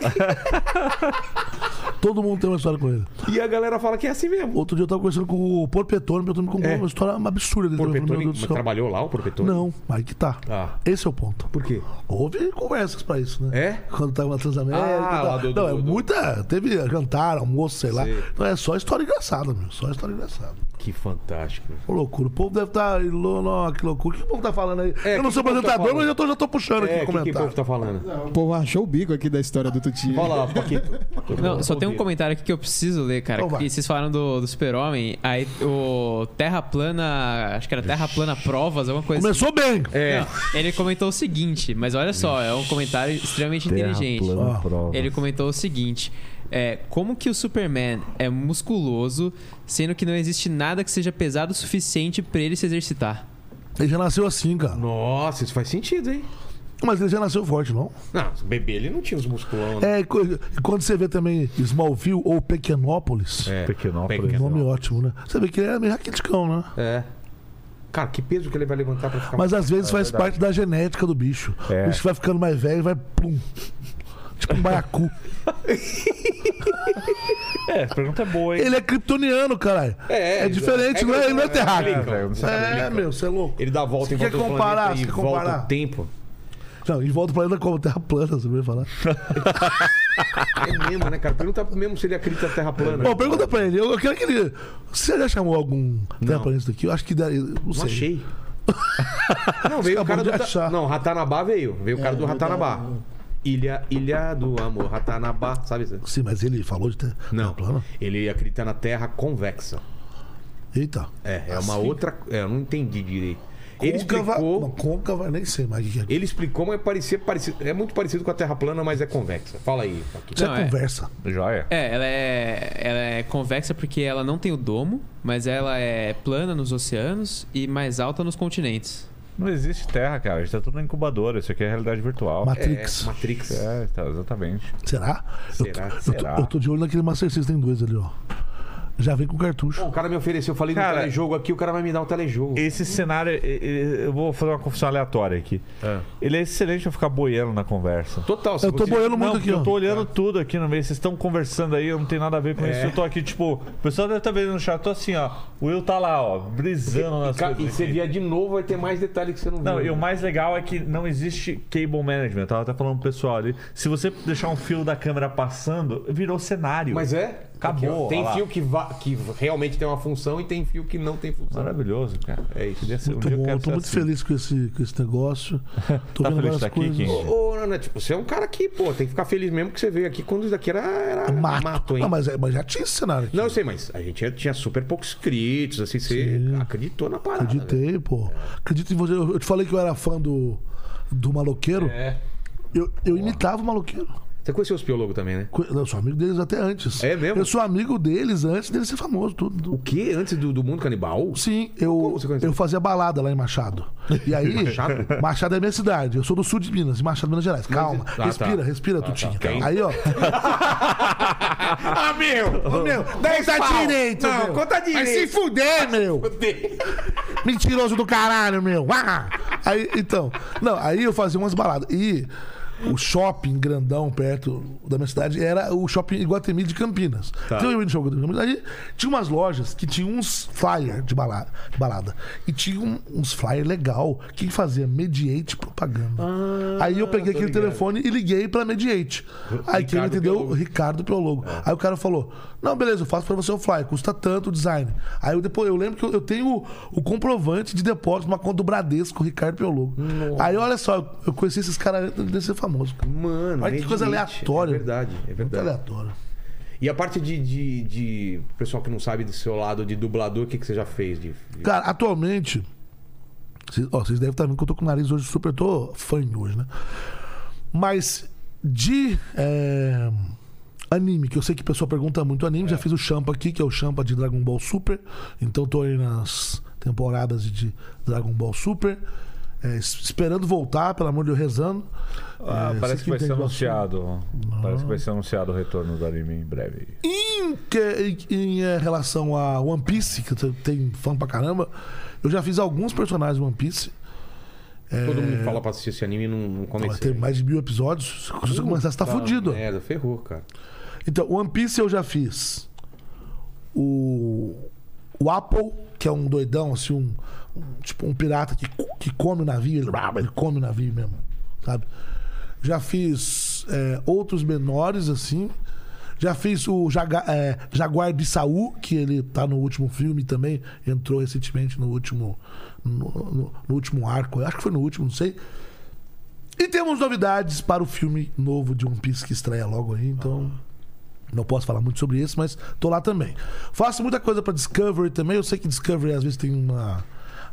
S3: Todo mundo tem uma história com ele.
S1: e a galera fala que é assim mesmo.
S3: Outro dia eu tava conversando com o Porpetone, meu me contou
S1: É.
S3: uma história absurda dele.
S1: O
S3: Eu falei, meu
S1: Porpetone
S3: Deus do céu.
S1: trabalhou lá, o Porpetone?
S3: Não, aí que tá.
S1: Ah.
S3: Esse é o ponto.
S1: Por quê?
S3: Houve conversas pra isso, né?
S1: É?
S3: Quando tava na Transamérica.
S1: Ah,
S3: e
S1: lá
S3: tal.
S1: do- do-
S3: Não, é
S1: do-
S3: muita. Teve jantar, almoço, sei lá.
S1: Sei.
S3: Então é só história engraçada, meu. Só história engraçada.
S1: Que fantástico.
S3: Ô, loucura. O povo deve estar. Tá... Que loucura. O que o povo tá falando aí?
S1: É,
S3: eu não
S1: que
S3: sou
S1: que o povo tá
S3: apresentador,
S1: falando?
S3: mas eu tô, já tô puxando
S1: É,
S3: aqui o
S1: o que, que o
S3: comentário.
S1: povo tá falando?
S2: O povo achou o bico aqui da história do Tutinho.
S1: Olha lá, Paquito.
S5: Não, só tem um comentário aqui que eu preciso ler, cara.
S3: Então vai.
S5: que vocês falaram do, do Super-Homem, aí o Terra Plana. Acho que era Terra Plana Provas, alguma coisa
S3: Começou bem.
S1: É.
S5: Não, ele comentou o seguinte, mas olha só, é um comentário extremamente inteligente.
S3: Ó,
S5: Ele comentou o seguinte: é, como que o Superman é musculoso, sendo que não existe nada que seja pesado o suficiente pra ele se exercitar?
S3: Ele já nasceu assim, cara.
S1: Nossa, isso faz sentido, hein?
S3: Mas ele já nasceu forte, não?
S1: Não, o bebê ele não tinha os musculão, né?
S3: É, e co- e quando você vê também Smallville ou Pequenópolis,
S1: É.
S7: Pequenópolis.
S3: nome ótimo, né? Você vê que ele é meio raquiticão, né?
S1: É. um Cara, que peso que ele vai levantar pra ficar
S3: Mas às vezes faz parte da genética do bicho.
S7: É.
S3: O bicho vai ficando mais velho e vai pum. Tipo um baiacu.
S4: É, a pergunta é boa, hein?
S3: ele é kryptoniano, caralho.
S1: É, é,
S3: diferente,
S1: é
S3: não é, ele não é terráqueo.
S1: É, velho, não
S3: É, meu, você é louco.
S1: Ele dá a volta
S3: Você
S1: em
S3: quer
S1: volta do
S3: comparar?
S1: planeta
S3: Você
S1: e
S3: quer
S1: volta
S3: comparar?
S1: o tempo.
S3: Não, e volta pra ele como terra plana, você vai falar.
S1: É mesmo, né, cara? Pergunta mesmo se ele acredita na Terra plana.
S3: Bom, pergunta pra ele. Eu, eu quero que ele. Você já chamou algum terraplanista daqui? Eu acho que. dá- eu Não
S1: Não
S3: sei.
S1: achei. Não, veio o cara do...
S3: Acabou de achar.
S1: Não, Ratanabá veio. Veio o cara do Ratanabá. Ilha, ilha do amor, Ratanabá, sabe? isso?
S3: Sim, mas ele falou de ter- terra
S1: Não,
S3: plana?
S1: ele acredita na Terra convexa.
S3: Eita.
S1: É, é uma outra... É, eu não entendi direito. Ele
S3: Côncava-
S1: explicou...
S3: Não, côncava, nem sei mais o que que é.
S1: Ele explicou, mas parecia parecido. É muito parecido com a Terra plana, mas é convexa. Fala aí, Paquito.
S3: Isso
S5: Não,
S3: é
S5: é.
S3: conversa.
S7: Joia.
S5: É, ela é, ela é convexa porque ela não tem o domo, mas ela é plana nos oceanos e mais alta nos continentes.
S7: Não existe terra, cara. A gente tá tudo na incubadora. Isso aqui é realidade virtual.
S3: Matrix.
S1: É, Matrix.
S7: É, tá, exatamente.
S3: Será?
S1: Será?
S3: Eu, tô- eu
S7: Será?
S3: tô, eu tô de olho naquele Master System 2 ali, ó. Já vem com cartucho.
S1: O cara me ofereceu, eu falei do
S7: Cara-
S1: telejogo aqui, o cara vai me dar um telejogo.
S7: Esse cenário, e- e- eu vou fazer uma confissão aleatória aqui. Ele é excelente pra ficar boiando na conversa.
S1: Total, se
S3: eu tô
S1: você-
S3: boiando
S7: Não,
S3: muito
S7: porque
S3: aqui,
S7: eu
S3: ó.
S7: tô olhando tudo aqui no meio. Vocês estão conversando aí, eu não tenho nada a ver com isso. Eu tô aqui, tipo, o pessoal deve estar vendo no chat. Eu tô assim, ó. O Will tá lá, ó, brisando nas
S1: Ca-
S7: coisas.
S1: E se
S7: aqui.
S1: vier de novo, vai ter mais detalhe que você não viu.
S7: Não, e o mais legal é que não existe cable management. Eu tava até falando pro pessoal ali. Se você deixar um fio da câmera passando, virou cenário.
S1: Mas é?
S7: Acabou,
S1: Aqui, ó.
S7: olha
S1: tem
S7: lá.
S1: fio que, va- que realmente tem uma função e tem fio que não tem função.
S7: Maravilhoso, cara.
S1: É isso.
S7: Queria ser- um
S3: Muito
S7: dia eu
S3: bom,
S7: quero
S3: eu tô
S7: ser
S3: muito
S7: assim.
S3: feliz com esse, com esse negócio. Tô
S7: Tá feliz
S3: vendo várias
S7: de tá aqui,
S3: coisas.
S7: Kim?
S1: Ô, Nana, tipo, você é um cara que, pô, tem que ficar feliz mesmo que você veio aqui quando isso daqui era, era
S3: Mato.
S1: hein?
S3: Não, mas, é- mas já tinha esse cenário aqui.
S1: Não, eu sei, mas a gente tinha super poucos críticos, assim, você acreditou na parada. velho.
S3: Acreditei, pô. Acredito em você. Eu eu te falei que eu era fã do, do maloqueiro.
S1: É.
S3: Eu, eu imitava o maloqueiro.
S1: Você conheceu os piologos também, né?
S3: Co- Eu sou amigo deles até antes.
S1: É mesmo?
S3: Eu sou amigo deles antes dele ser famoso. Tudo,
S1: O quê? Antes do, do mundo canibal?
S3: Sim,
S1: Como
S3: eu,
S1: você conheceu?
S3: eu fazia balada lá em Machado. E aí,
S1: Machado?
S3: Machado? é minha cidade. Eu sou do sul de Minas, de Machado, Minas Gerais. Calma,
S1: Ah, tá.
S3: respira, respira, Tutinha.
S1: tá.
S3: Aí, ó.
S1: Ah, meu!
S3: Ô, meu, conta direito,
S1: Não,
S3: meu.
S1: conta
S3: Vai se
S1: direito.
S3: fuder, meu. Mentiroso do caralho, meu. Ah! Aí, então, não, aí eu fazia umas baladas. E o shopping grandão perto da minha cidade era o shopping Iguatemi de Campinas. Então eu ia no shopping de Campinas. Aí tinha umas lojas que tinham uns flyer de balada. balada. E tinha um- uns flyer legal que fazia Mediate propaganda. aí eu peguei aquele telefone e liguei pra Mediate. Aí quem
S1: Ricardo
S3: entendeu,
S1: Piologo.
S3: Ricardo Piologo. Aí o cara falou: Não, beleza, eu faço pra você o flyer, custa tanto o design. Aí eu depois eu lembro que eu, eu tenho o, o comprovante de depósito, uma conta do Bradesco, Ricardo Piologo. Aí olha só, eu, eu conheci esses caras antes de ser famoso. cara.
S1: Mano,
S3: Olha que coisa
S1: Mediate.
S3: aleatória.
S1: É verdade, é
S3: Muito
S1: verdade.
S3: aleatório.
S1: E a parte de, de, de- pessoal que não sabe do seu lado de dublador, o que, que você já fez? De... de-
S3: Cara, atualmente. Vocês, ó, vocês devem estar vendo que eu tô com o nariz hoje super. Tô fanho hoje, né? Mas de. é, anime, que eu sei que o pessoal pergunta muito anime, já fiz o Champa aqui, que é o Champa de Dragon Ball Super. Então tô aí nas temporadas de Dragon Ball Super. é, es- esperando voltar, pelo amor de Deus, rezando.
S7: Ah,
S3: É,
S7: parece
S3: sei
S7: que vai ser
S3: entende do assunto.
S7: anunciado. Parece que vai ser anunciado o retorno do anime em breve.
S3: Em, que- em, eh, relação a One Piece, que eu tenho fã pra caramba, eu já fiz alguns personagens de One Piece.
S1: Todo mundo fala pra assistir esse anime e não, não
S3: Mas
S1: comecei.
S3: É. tem mais de mil episódios. Se você começar, você tá fudido.
S1: Merda, ferrou, cara.
S3: Então, One Piece eu já fiz. O. O Apple, que é um doidão, assim, um. um- tipo, um pirata que, que come o navio. Ele, braba, ele come o navio mesmo, sabe? Já fiz é, outros menores, assim. Já fiz o Jaga- é, Jaguar de Saul, que ele tá no último filme também, entrou recentemente no último. No, no- no último arco, acho que foi no último, não sei. E temos novidades para o filme novo de One Piece que estreia logo aí, então. Não posso falar muito sobre isso, mas tô lá também. Faço muita coisa pra Discovery também. Eu sei que Discovery às vezes tem uma.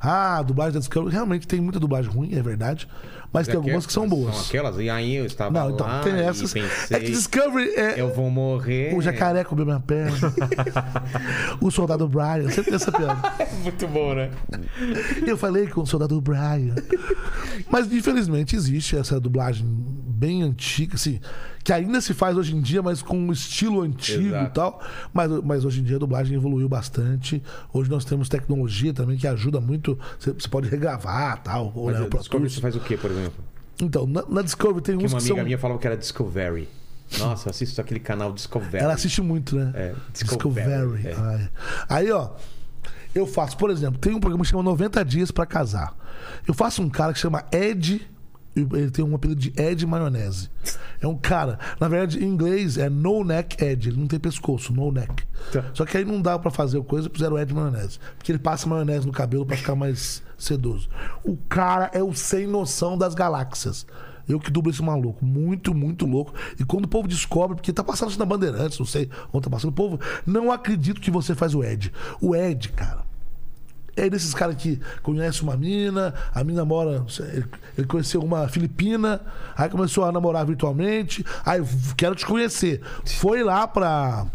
S3: Ah, a dublagem da Discovery. Realmente tem muita dublagem ruim, é verdade. Mas tem algumas que são boas.
S1: aquelas? E aí eu estava
S3: Não, então,
S1: lá
S3: tem essas.
S1: e pensei,
S3: É que Discovery é.
S1: eu vou morrer.
S3: O jacaré comeu minha perna. o soldado Brian. Sempre tem essa piada.
S1: Muito bom, né?
S3: Eu falei com o soldado Brian. Mas infelizmente existe essa dublagem bem antiga, assim, que ainda se faz hoje em dia, mas com um estilo antigo
S1: Exato.
S3: e tal. Mas, mas hoje em dia a dublagem evoluiu bastante. Hoje nós temos tecnologia também que ajuda muito. Você, você pode regravar tal. Ou,
S1: Mas
S3: né, o Pro
S1: Discovery você
S3: Tools.
S1: faz o quê, por exemplo?
S3: Então, na, na Discovery tem
S1: Que
S3: uns
S1: uma
S3: que
S1: amiga
S3: são.
S1: minha falava que era Discovery. Nossa, eu assisto aquele canal Discovery.
S3: Ela assiste muito, né?
S1: É, Discovery,
S3: Discovery.
S1: é.
S3: Ai. Aí, ó, eu faço, por exemplo, tem um programa que chama 90 Dias pra Casar. Eu faço um cara que chama Ed. Ele tem um apelido de Ed Maionese. É um cara, na verdade, em inglês é no neck Ed, ele não tem pescoço, no neck.
S1: Tá.
S3: Só que aí não dá pra fazer o coisa, puseram o Ed Maionese. Porque ele passa maionese no cabelo pra ficar mais sedoso. O cara é o sem noção das galáxias. Eu que dublo esse maluco. Muito, muito louco. E quando o povo descobre, porque tá passando isso na Bandeirantes, não sei onde tá passando, o povo, não acredito que você faz o Ed. O Ed, cara. É desses caras que conhece uma mina, a mina mora. não sei, Ele, ele conheceu uma filipina, aí começou a namorar virtualmente, aí v- quero te conhecer. Foi lá pra,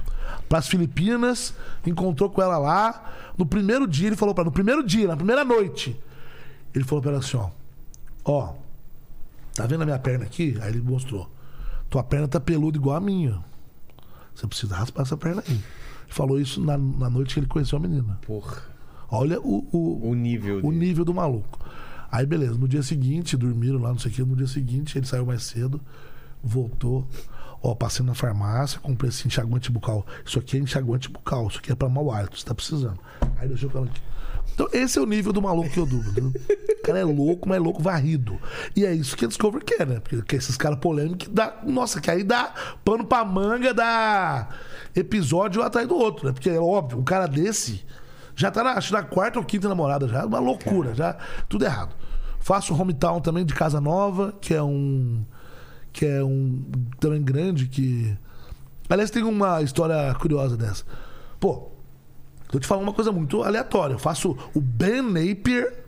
S3: pras Filipinas, encontrou com ela lá. No primeiro dia, ele falou pra ela, no primeiro dia, na primeira noite, ele falou pra ela assim: ó, ó, tá vendo a minha perna aqui? Aí ele mostrou: tua perna tá peluda igual a minha. Você precisa raspar essa perna aí. Ele falou isso na, na noite que ele conheceu a menina.
S1: Porra,
S3: Olha o, o,
S1: o nível
S3: o
S1: dele.
S3: nível do maluco. Aí, beleza, no dia seguinte, dormiram lá, não sei o que. No dia seguinte, ele saiu mais cedo, voltou. Ó, passei na farmácia, comprei esse enxaguante bucal. Isso aqui é enxaguante bucal, isso aqui é pra mau hálito, você tá precisando. Aí deixou ela aqui. Então, esse é o nível do maluco que eu dublo. entendeu? O cara é louco, mas é louco varrido. E é isso que a Discovery quer, né? Porque que esses caras polêmicos que dá. Nossa, que aí dá pano pra manga, dá episódio atrás do outro, né? Porque é óbvio, um cara desse. Já tá na, acho, na quarta ou quinta namorada já. Uma loucura, já. Tudo errado. Faço hometown também de Casa Nova, que é um. Que é um. Também grande que. Aliás, tem uma história curiosa dessa. Pô, tô te falando uma coisa muito aleatória. Eu faço o Ben Napier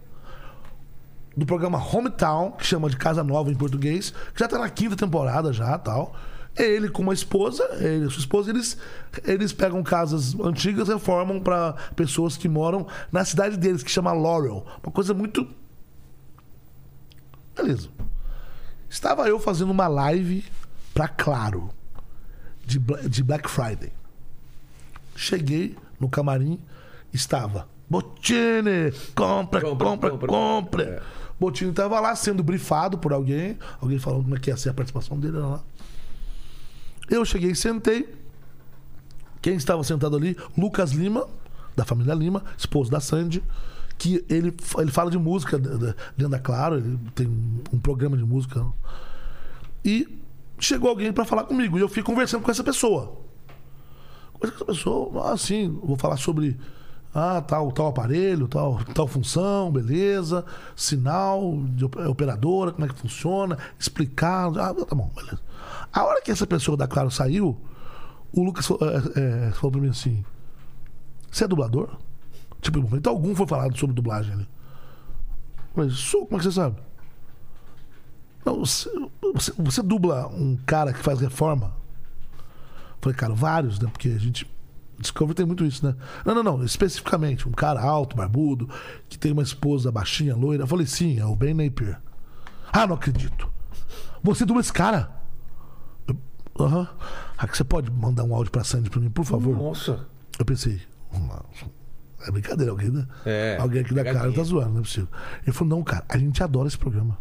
S3: do programa Hometown, que chama de Casa Nova em português, que já tá na quinta temporada já, tal. Ele com uma esposa, ele, sua esposa, eles, eles pegam casas antigas, reformam para pessoas que moram na cidade deles, que chama Laurel. Uma coisa muito. Beleza. Estava eu fazendo uma live pra Claro, de, Bla- de Black Friday. Cheguei no camarim, estava. Botini, compra, compra, compra.
S1: compra, é.
S3: Botini estava lá sendo brifado por alguém, alguém falando como é que ia ser a participação dele. Lá. lá. Eu cheguei, sentei. Quem estava sentado ali? Lucas Lima, da família Lima, esposo da Sandy, que ele, ele fala de música da- da- dentro da Claro, ele tem um programa de música. E chegou alguém para falar comigo, e eu fiquei conversando com essa pessoa. Conversando com essa pessoa, ah, assim, vou falar sobre ah, tal, tal aparelho, tal, tal função, beleza, sinal de op- operadora, como é que funciona, explicar. Ah, tá bom, beleza. A hora que essa pessoa da Claro saiu, o Lucas falou, é, é, falou pra mim assim: Você é dublador? Tipo, em momento algum foi falado sobre dublagem ali. Eu falei, sou, como é que você sabe? Não, você, você- você dubla um cara que faz reforma? Eu Falei, cara, vários, né? Porque a gente. Discovery tem muito isso, né? Não, não, não. Especificamente, um cara alto, barbudo, que tem uma esposa baixinha, loira. Eu falei, sim, é o Ben Napier. Ah, não acredito. Você dubla esse cara? Eu, Aham. Aqui você pode mandar um áudio pra Sandy pra mim, por favor?
S1: Nossa.
S3: Eu pensei, uma- é brincadeira, alguém, né?
S1: É,
S3: alguém aqui da cara
S1: pegadinha.
S3: tá zoando, não é possível. Ele falou, não, cara, a gente adora esse programa.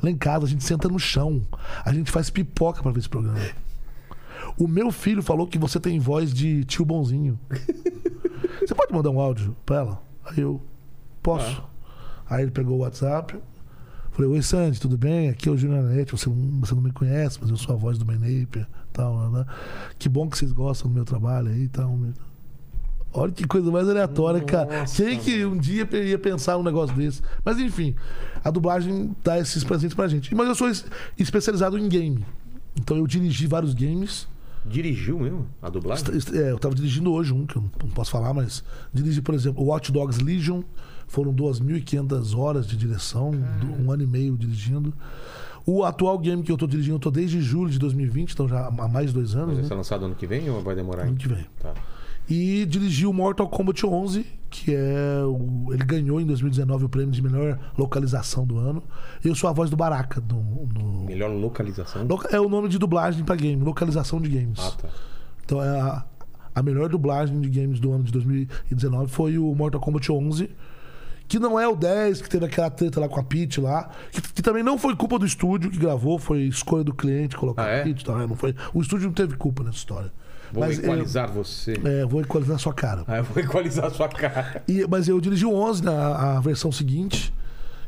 S3: Lá em casa, a gente senta no chão, a gente faz pipoca pra ver esse programa. O meu filho falou que você tem voz de tio bonzinho. Você pode mandar um áudio pra ela? Aí eu, posso. Aí ele pegou o WhatsApp. Falei, oi Sandy, tudo bem? Aqui é o Júnior Net, você, não- você não me conhece, mas eu sou a voz do Ben Napier, tal, lá, lá. Que bom que vocês gostam do meu trabalho aí e tal. meu." Olha que coisa mais aleatória, cara. Quem que um dia pe- ia pensar um negócio desse? Mas enfim, a dublagem dá esses presentes pra gente. Mas eu sou es- especializado em game. Então eu dirigi vários games.
S1: Dirigiu mesmo a dublagem?
S3: Est- est- é, eu tava dirigindo hoje um, que eu não- não posso falar, mas dirigi, por exemplo, Watch Dogs Legion. Foram 2.500 horas de direção, do- um ano e meio dirigindo. O atual game que eu tô dirigindo, eu tô desde julho de 2020, então já há mais de dois anos,
S1: Vai
S3: né?
S1: ser lançado ano que vem ou vai demorar
S3: Ano
S1: ainda?
S3: que vem.
S1: Tá.
S3: E dirigiu Mortal Kombat 11, que é o, ele ganhou em 2019 o prêmio de melhor localização do ano. Eu sou a voz do Baraka do, no-
S1: Melhor localização.
S3: Loca- É o nome de dublagem pra game, localização de games.
S1: Ah, tá.
S3: Então é a, a melhor dublagem de games do ano de 2019 foi o Mortal Kombat 11, que não é o 10 que teve aquela treta lá com a Peach lá, que, que também não foi culpa do estúdio que gravou, foi escolha do cliente colocar
S1: Ah, é?
S3: a Peach, tá, não foi. O estúdio não teve culpa nessa história.
S1: Vou
S3: Mas eu-
S1: equalizar você.
S3: é, vou equalizar a sua cara.
S1: Ah, eu vou equalizar a sua cara.
S3: E- mas eu dirigi o 11 na a versão seguinte,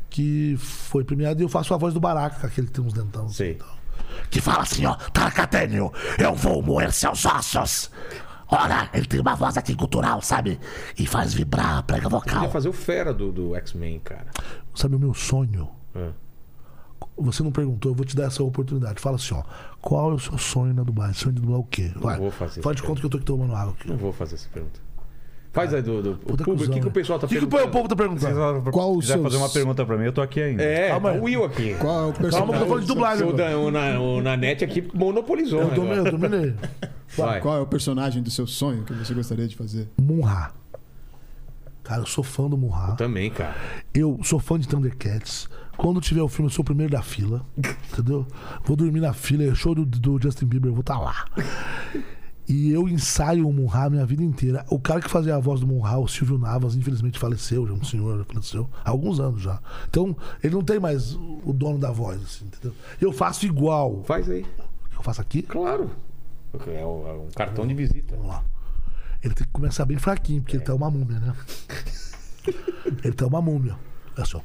S3: que foi premiada, e eu faço a voz do Baraka, aquele que tem uns dentão. assim,
S1: Sei.
S3: então. Que fala assim, ó, Tarcatênio, eu vou moer seus ossos. Ora, ele tem uma voz aqui cultural, sabe? E faz vibrar a prega
S1: Ia
S3: vocal.
S1: fazer o fera do, do X-Men, cara.
S3: Sabe o meu sonho?
S1: É.
S3: Você não perguntou, eu vou te dar essa oportunidade. Fala assim, ó, qual é o seu sonho na Dubai? Sonho de dublar o quê? Vai,
S1: vou fazer
S3: faz de
S1: essa
S3: conta que eu tô aqui tomando água aqui.
S1: Não vou fazer essa pergunta. Faz aí do, do o
S3: Puta
S1: público. o que,
S3: cuzão,
S1: que o
S3: né?
S1: pessoal tá
S3: O que, que o
S1: perguntando?
S3: povo tá perguntando?
S2: Qual
S7: Qual
S2: o
S7: quiser
S2: seu-
S7: fazer uma pergunta pra mim, eu tô aqui ainda.
S1: É,
S3: Calma aí.
S1: o Will aqui.
S2: Qual é o
S3: Calma que eu tô
S2: personagem?
S3: falando de dublagem.
S1: O,
S3: agora.
S1: Dan, o, na, o Nanete aqui monopolizou.
S3: Eu
S1: o
S3: dominei, eu
S1: negócio.
S3: dominei.
S1: Vai.
S2: Qual é o personagem do seu sonho que você gostaria de fazer?
S3: Munra. Cara, eu sou fã do Munra.
S1: Também, cara.
S3: Eu sou fã de Thundercats. Quando tiver o filme, eu sou o primeiro da fila. Entendeu? Vou dormir na fila. É show do, do Justin Bieber, eu vou estar lá. E eu ensaio o Munra a minha vida inteira. O cara que fazia a voz do Munra, o Silvio Navas, infelizmente faleceu, já um senhor já faleceu, há alguns anos já. Então, ele não tem mais o dono da voz, assim, entendeu? Eu faço igual.
S1: Faz aí.
S3: O que eu faço aqui?
S1: Claro. É o- é um cartão de visita.
S3: Vamos lá. Ele tem que começar bem fraquinho, porque ele tá uma múmia, né? ele tá uma múmia. É só.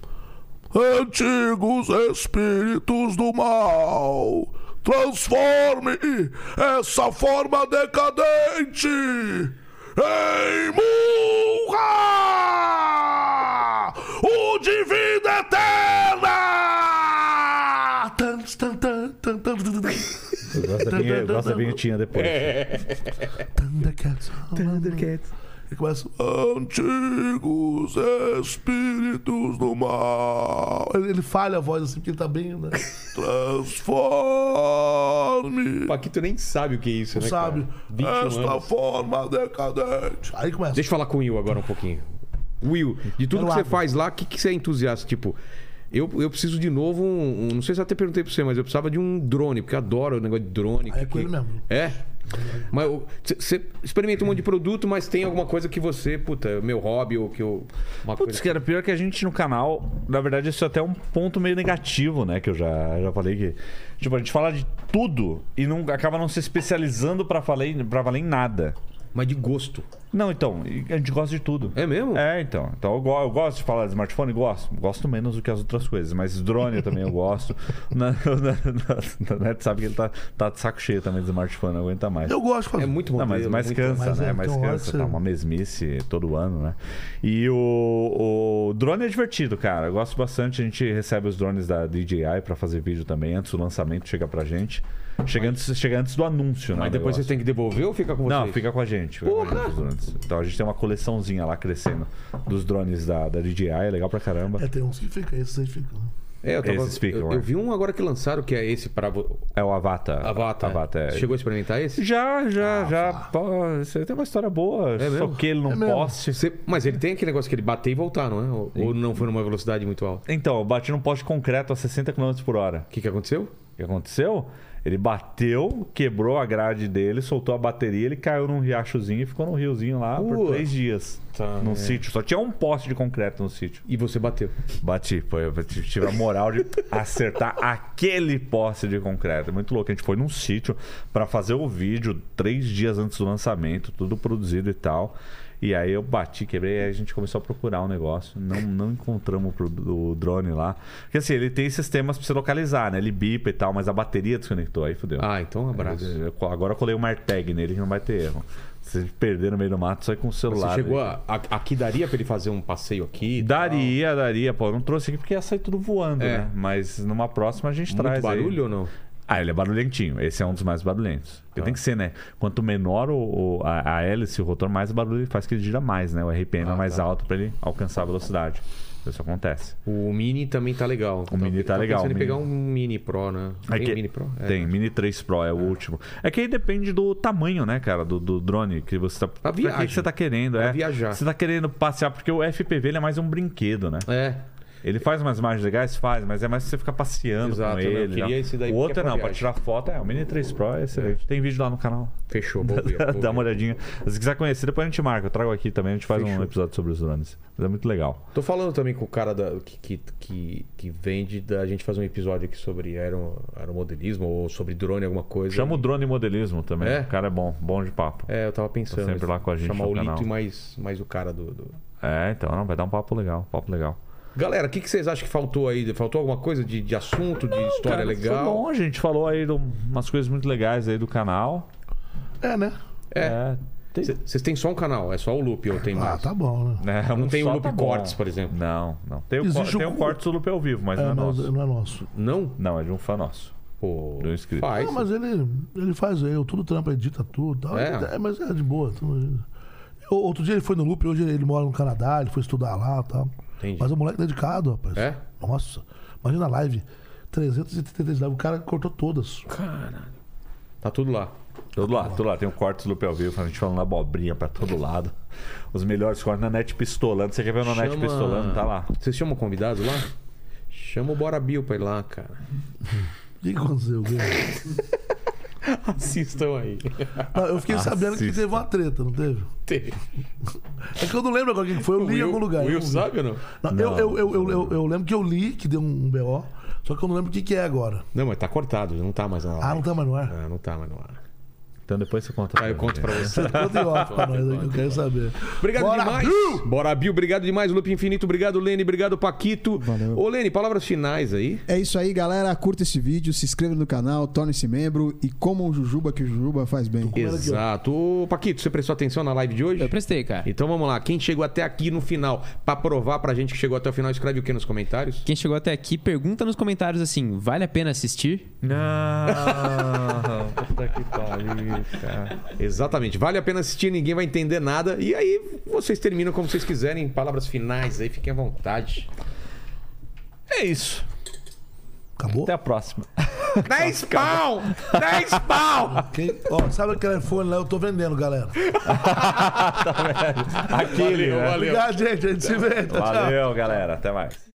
S3: Antigos espíritos do mal, transforme essa forma decadente em murra! O de vida eterna! Tan, tan, tan, tan, tan, tan, tan.
S7: Gosta bem- Gosta bem que tinha depois.
S3: Thundercats. Thundercats. E começa. Antigos espíritos do mal, Ele falha a voz assim, porque ele tá bem, né? Transforme!
S1: Paquito nem sabe o que é isso, né? cara?
S3: Sabe? Ah,
S1: 21
S3: Esta
S1: anos.
S3: forma decadente. Aí começa.
S1: Deixa eu falar com o Will agora um pouquinho. Will, de tudo
S3: Quero
S1: que você
S3: água.
S1: faz lá, o que, que você é entusiasta? Tipo, eu, eu preciso de novo um, um- Não sei se eu até perguntei pra você, mas eu precisava de um drone, porque eu adoro o negócio de drone.
S3: Aí é
S1: que-
S3: com ele
S1: que-
S3: mesmo.
S1: É? Mas eu- c- você experimenta um monte de produto, mas tem alguma coisa que você, puta, é meu hobby ou que eu. Uma
S4: Putz,
S1: coisa...
S4: cara, pior que a gente no canal, na verdade, isso é até um ponto meio negativo, né? Que eu já, já falei que. Tipo, a gente fala de tudo e não, acaba não se especializando pra, falei, pra valer em nada.
S1: Mas de gosto.
S4: Não, então, e a gente gosta de tudo.
S1: É mesmo?
S4: É, então. Então eu, go- eu gosto de falar de smartphone, gosto. Gosto menos do que as outras coisas, mas drone também eu gosto. Na, na, na, na- sabe que ele tá, tá de saco cheio também de smartphone, não aguenta mais.
S3: Eu gosto quando.
S1: É muito
S4: Não,
S1: modelo.
S4: mas, mas
S1: muito-
S4: cansa,
S3: Mas
S4: né?
S3: é,
S4: Mas
S3: então,
S4: cansa,
S3: essa-
S4: tá uma mesmice todo ano, né? E o, o drone é divertido, cara. Eu gosto bastante. A gente recebe os drones da DJI pra fazer vídeo também. Antes do lançamento chega pra gente. Chega antes, chega antes do anúncio, né?
S1: Mas depois
S4: o negócio.
S1: vocês têm que devolver ou fica com vocês?
S4: Não, fica com a gente. fica com a gente os drones. Então a gente tem uma coleçãozinha lá crescendo dos drones da, da DJI, é legal pra caramba.
S3: É, tem uns que ficam, esses aí ficam.
S1: É, eu, tava,
S4: Esses ficam,
S1: eu,
S4: né?
S1: eu vi um agora que lançaram que é esse para
S4: É o Avatar.
S1: Avatar.
S4: Avatar é.
S1: Chegou a experimentar esse?
S4: Já, já, já. Pô, você tem uma história boa. só
S1: mesmo?
S4: que ele não
S3: Ah, É mesmo.
S4: poste.
S1: Você- mas ele tem aquele negócio que ele bater e voltar, não é? Ou, ou não foi numa velocidade muito alta?
S4: Então, eu bati num poste concreto a 60 km por hora.
S1: O que, que aconteceu?
S4: O que aconteceu? Ele bateu, quebrou a grade dele, soltou a bateria, ele caiu num riachozinho e ficou num riozinho lá por
S1: Pua.
S4: três dias.
S3: Tá, é.
S4: num sítio. Só tinha um poste de concreto no sítio.
S1: E você bateu.
S4: Bati. Foi, eu t- tive a moral de acertar aquele poste de concreto. É Muito louco. A gente foi num sítio pra fazer o vídeo três dias antes do lançamento, tudo produzido e tal. E aí eu bati, quebrei, aí a gente começou a procurar o negócio. Não, não encontramos o pro- o drone lá. Porque assim, ele tem sistemas pra você localizar, né? Ele bipa e tal, mas a bateria desconectou. Aí fudeu.
S1: Ah, então um abraço. Você
S4: Eu- Agora eu colei uma AirTag nele que não vai ter erro. Se perder no meio do mato, sai com o celular.
S1: chegou
S4: né?
S1: a, a- Aqui daria pra ele fazer um passeio aqui? e
S4: Daria, daria, pô. Eu não trouxe aqui porque ia sair tudo voando,
S1: É.
S4: né? Mas numa próxima a gente
S1: tal?
S4: traz.
S1: Muito
S4: aí.
S1: barulho Tá. ou não?
S4: Ah, ele é barulhentinho. Esse é um dos mais barulhentos. Porque tem que ser, né? Quanto menor o, o- a, a hélice, o rotor, mais barulho ele faz que ele gira mais, né? O
S1: Ah, tá.
S4: RPM é mais alto pra ele alcançar a velocidade. Isso acontece.
S1: O Mini também tá legal. O
S4: Mini tá legal,
S1: pensando em
S4: o
S1: pegar
S4: Mini.
S1: um Mini Pro, né?
S4: É
S1: tem
S4: que-
S1: um Mini Pro? É.
S4: Tem, Mini 3 Pro é o último. É que aí depende do tamanho, né, cara, do, do drone que você tá. pra que
S1: viagem.
S4: que você tá querendo,
S1: Pra
S4: é?
S1: viajar.
S4: Você tá querendo passear, porque o FPV ele é mais um brinquedo, né?
S1: É.
S4: Ele faz umas imagens legais? Faz, mas é mais pra você ficar passeando
S1: Exato,
S4: com
S1: né?
S4: ele.
S1: Eu queria
S4: né?
S1: esse daí
S4: o
S1: porque
S4: outro
S1: é pra
S4: não, pra
S1: viagem.
S4: tirar foto. É, o Mini 3 Pro é excelente. Tem vídeo lá no canal.
S1: Fechou, vou ver. vou
S4: Dá
S1: ver.
S4: uma olhadinha. Se quiser conhecer, depois a gente marca. Eu trago aqui também, a gente faz um
S1: Fechou.
S4: episódio sobre os drones. Mas é muito legal.
S1: Tô falando também com o cara da- que, que, que, que vende da gente fazer um episódio aqui sobre aero, aeromodelismo ou sobre drone, alguma coisa.
S4: Chama o drone modelismo também.
S1: É?
S4: O cara é bom, bom de papo.
S1: É, eu tava pensando.
S4: sempre lá com a gente
S1: Chamar
S4: no
S1: o Lito
S4: canal.
S1: e mais, mais o cara do- do...
S4: É, então, não, vai dar um papo legal. Papo legal.
S1: Galera, o que, que vocês acham que faltou aí? Faltou alguma coisa de, de assunto, de história
S4: Cara,
S3: é
S1: legal?
S4: Foi bom, a gente falou aí de umas coisas muito legais aí do canal.
S3: É, né?
S4: É. tem-
S1: C- Vocês têm só um canal, é só o loop ou tem
S3: Ah,
S1: mais?
S3: tá bom, né?
S4: né,
S1: Não
S4: um
S1: tem o
S4: só
S1: loop
S4: tá bom.
S1: cortes, por exemplo.
S4: Não, não. Tem o,
S3: Existe
S4: cor- tem
S3: o-
S4: o corte do loop ao vivo, mas
S3: É,
S4: não é
S3: mas
S4: nosso.
S3: não é nosso.
S1: Não?
S4: Não, é de um fã nosso.
S1: Pô.
S4: Do inscrito.
S1: Faz.
S3: Não, mas ele, ele faz aí, eu tudo trampa, edita tudo e tal.
S1: É?
S3: É, mas é de boa. tudo. Eu- Outro dia ele foi no loop, hoje ele mora no Canadá, ele foi estudar lá e tal.
S1: Entendi.
S3: Mas o moleque é dedicado, rapaz.
S1: É?
S3: Nossa, imagina a live. 333 live, o cara cortou todas.
S1: Tá tudo lá.
S4: Todo lá, todo lá. Tem o corte do loop ao vivo, a gente falando abobrinha pra todo lado. Os melhores cortes na net pistolando. Você quer ver na net
S1: Chama-
S4: pistolando? Tá lá.
S1: Vocês chamam convidados lá? Chama o Bora Bill pra ir lá, cara.
S3: O que que aconteceu?
S1: Assistam aí.
S3: Não, eu fiquei sabendo que
S4: Assista.
S3: teve uma treta, não teve?
S1: Teve.
S3: É que eu não lembro agora quem foi, eu li em
S1: Will-
S3: algum lugar.
S1: o
S3: Eu
S1: Will
S3: não-
S1: sabe ou não?
S3: Não,
S4: Não,
S3: eu, eu, eu,
S4: não
S3: eu, eu- eu lembro que eu li que deu um BO, só que eu não lembro o que, que é agora.
S1: Não, mas tá cortado, não tá mais na
S3: Ah,
S1: live.
S3: não tá mais no ar?
S1: Ah, não tá mais no ar.
S4: Então depois você conta.
S1: Tá, eu conto pra você.
S3: Conta em off pra nós, eu quero saber.
S1: Obrigado
S3: Bora,
S1: demais.
S3: Bill!
S1: Bora, Bill. Obrigado demais, Loop Infinito. Obrigado, Lene. Obrigado, Paquito. Valeu. Ô, Lene, palavras finais aí.
S2: É isso aí, galera. Curta esse vídeo, se inscreva no canal, torne-se membro e comam jujuba que o jujuba faz bem.
S1: Exato. Ô, Paquito, você prestou atenção na live de hoje?
S5: Eu prestei, cara.
S1: Então vamos lá, quem chegou até aqui no final, pra provar pra gente que chegou até o final, escreve o que nos comentários?
S5: Quem chegou até aqui, pergunta nos comentários assim: vale a pena assistir?
S4: Não, puta que pariu, cara.
S1: Exatamente, vale a pena assistir, ninguém vai entender nada. E aí vocês terminam como vocês quiserem, palavras finais aí, fiquem à vontade.
S4: É isso.
S3: Acabou?
S4: Até a próxima.
S1: 10 pau! 10 pau!
S3: Quem- Ó, sabe aquele telefone lá? Eu tô vendendo, galera.
S4: Aquele, né?
S3: Obrigado, gente. A gente se vê. Tchau, tchau.
S4: Valeu, galera. Até mais.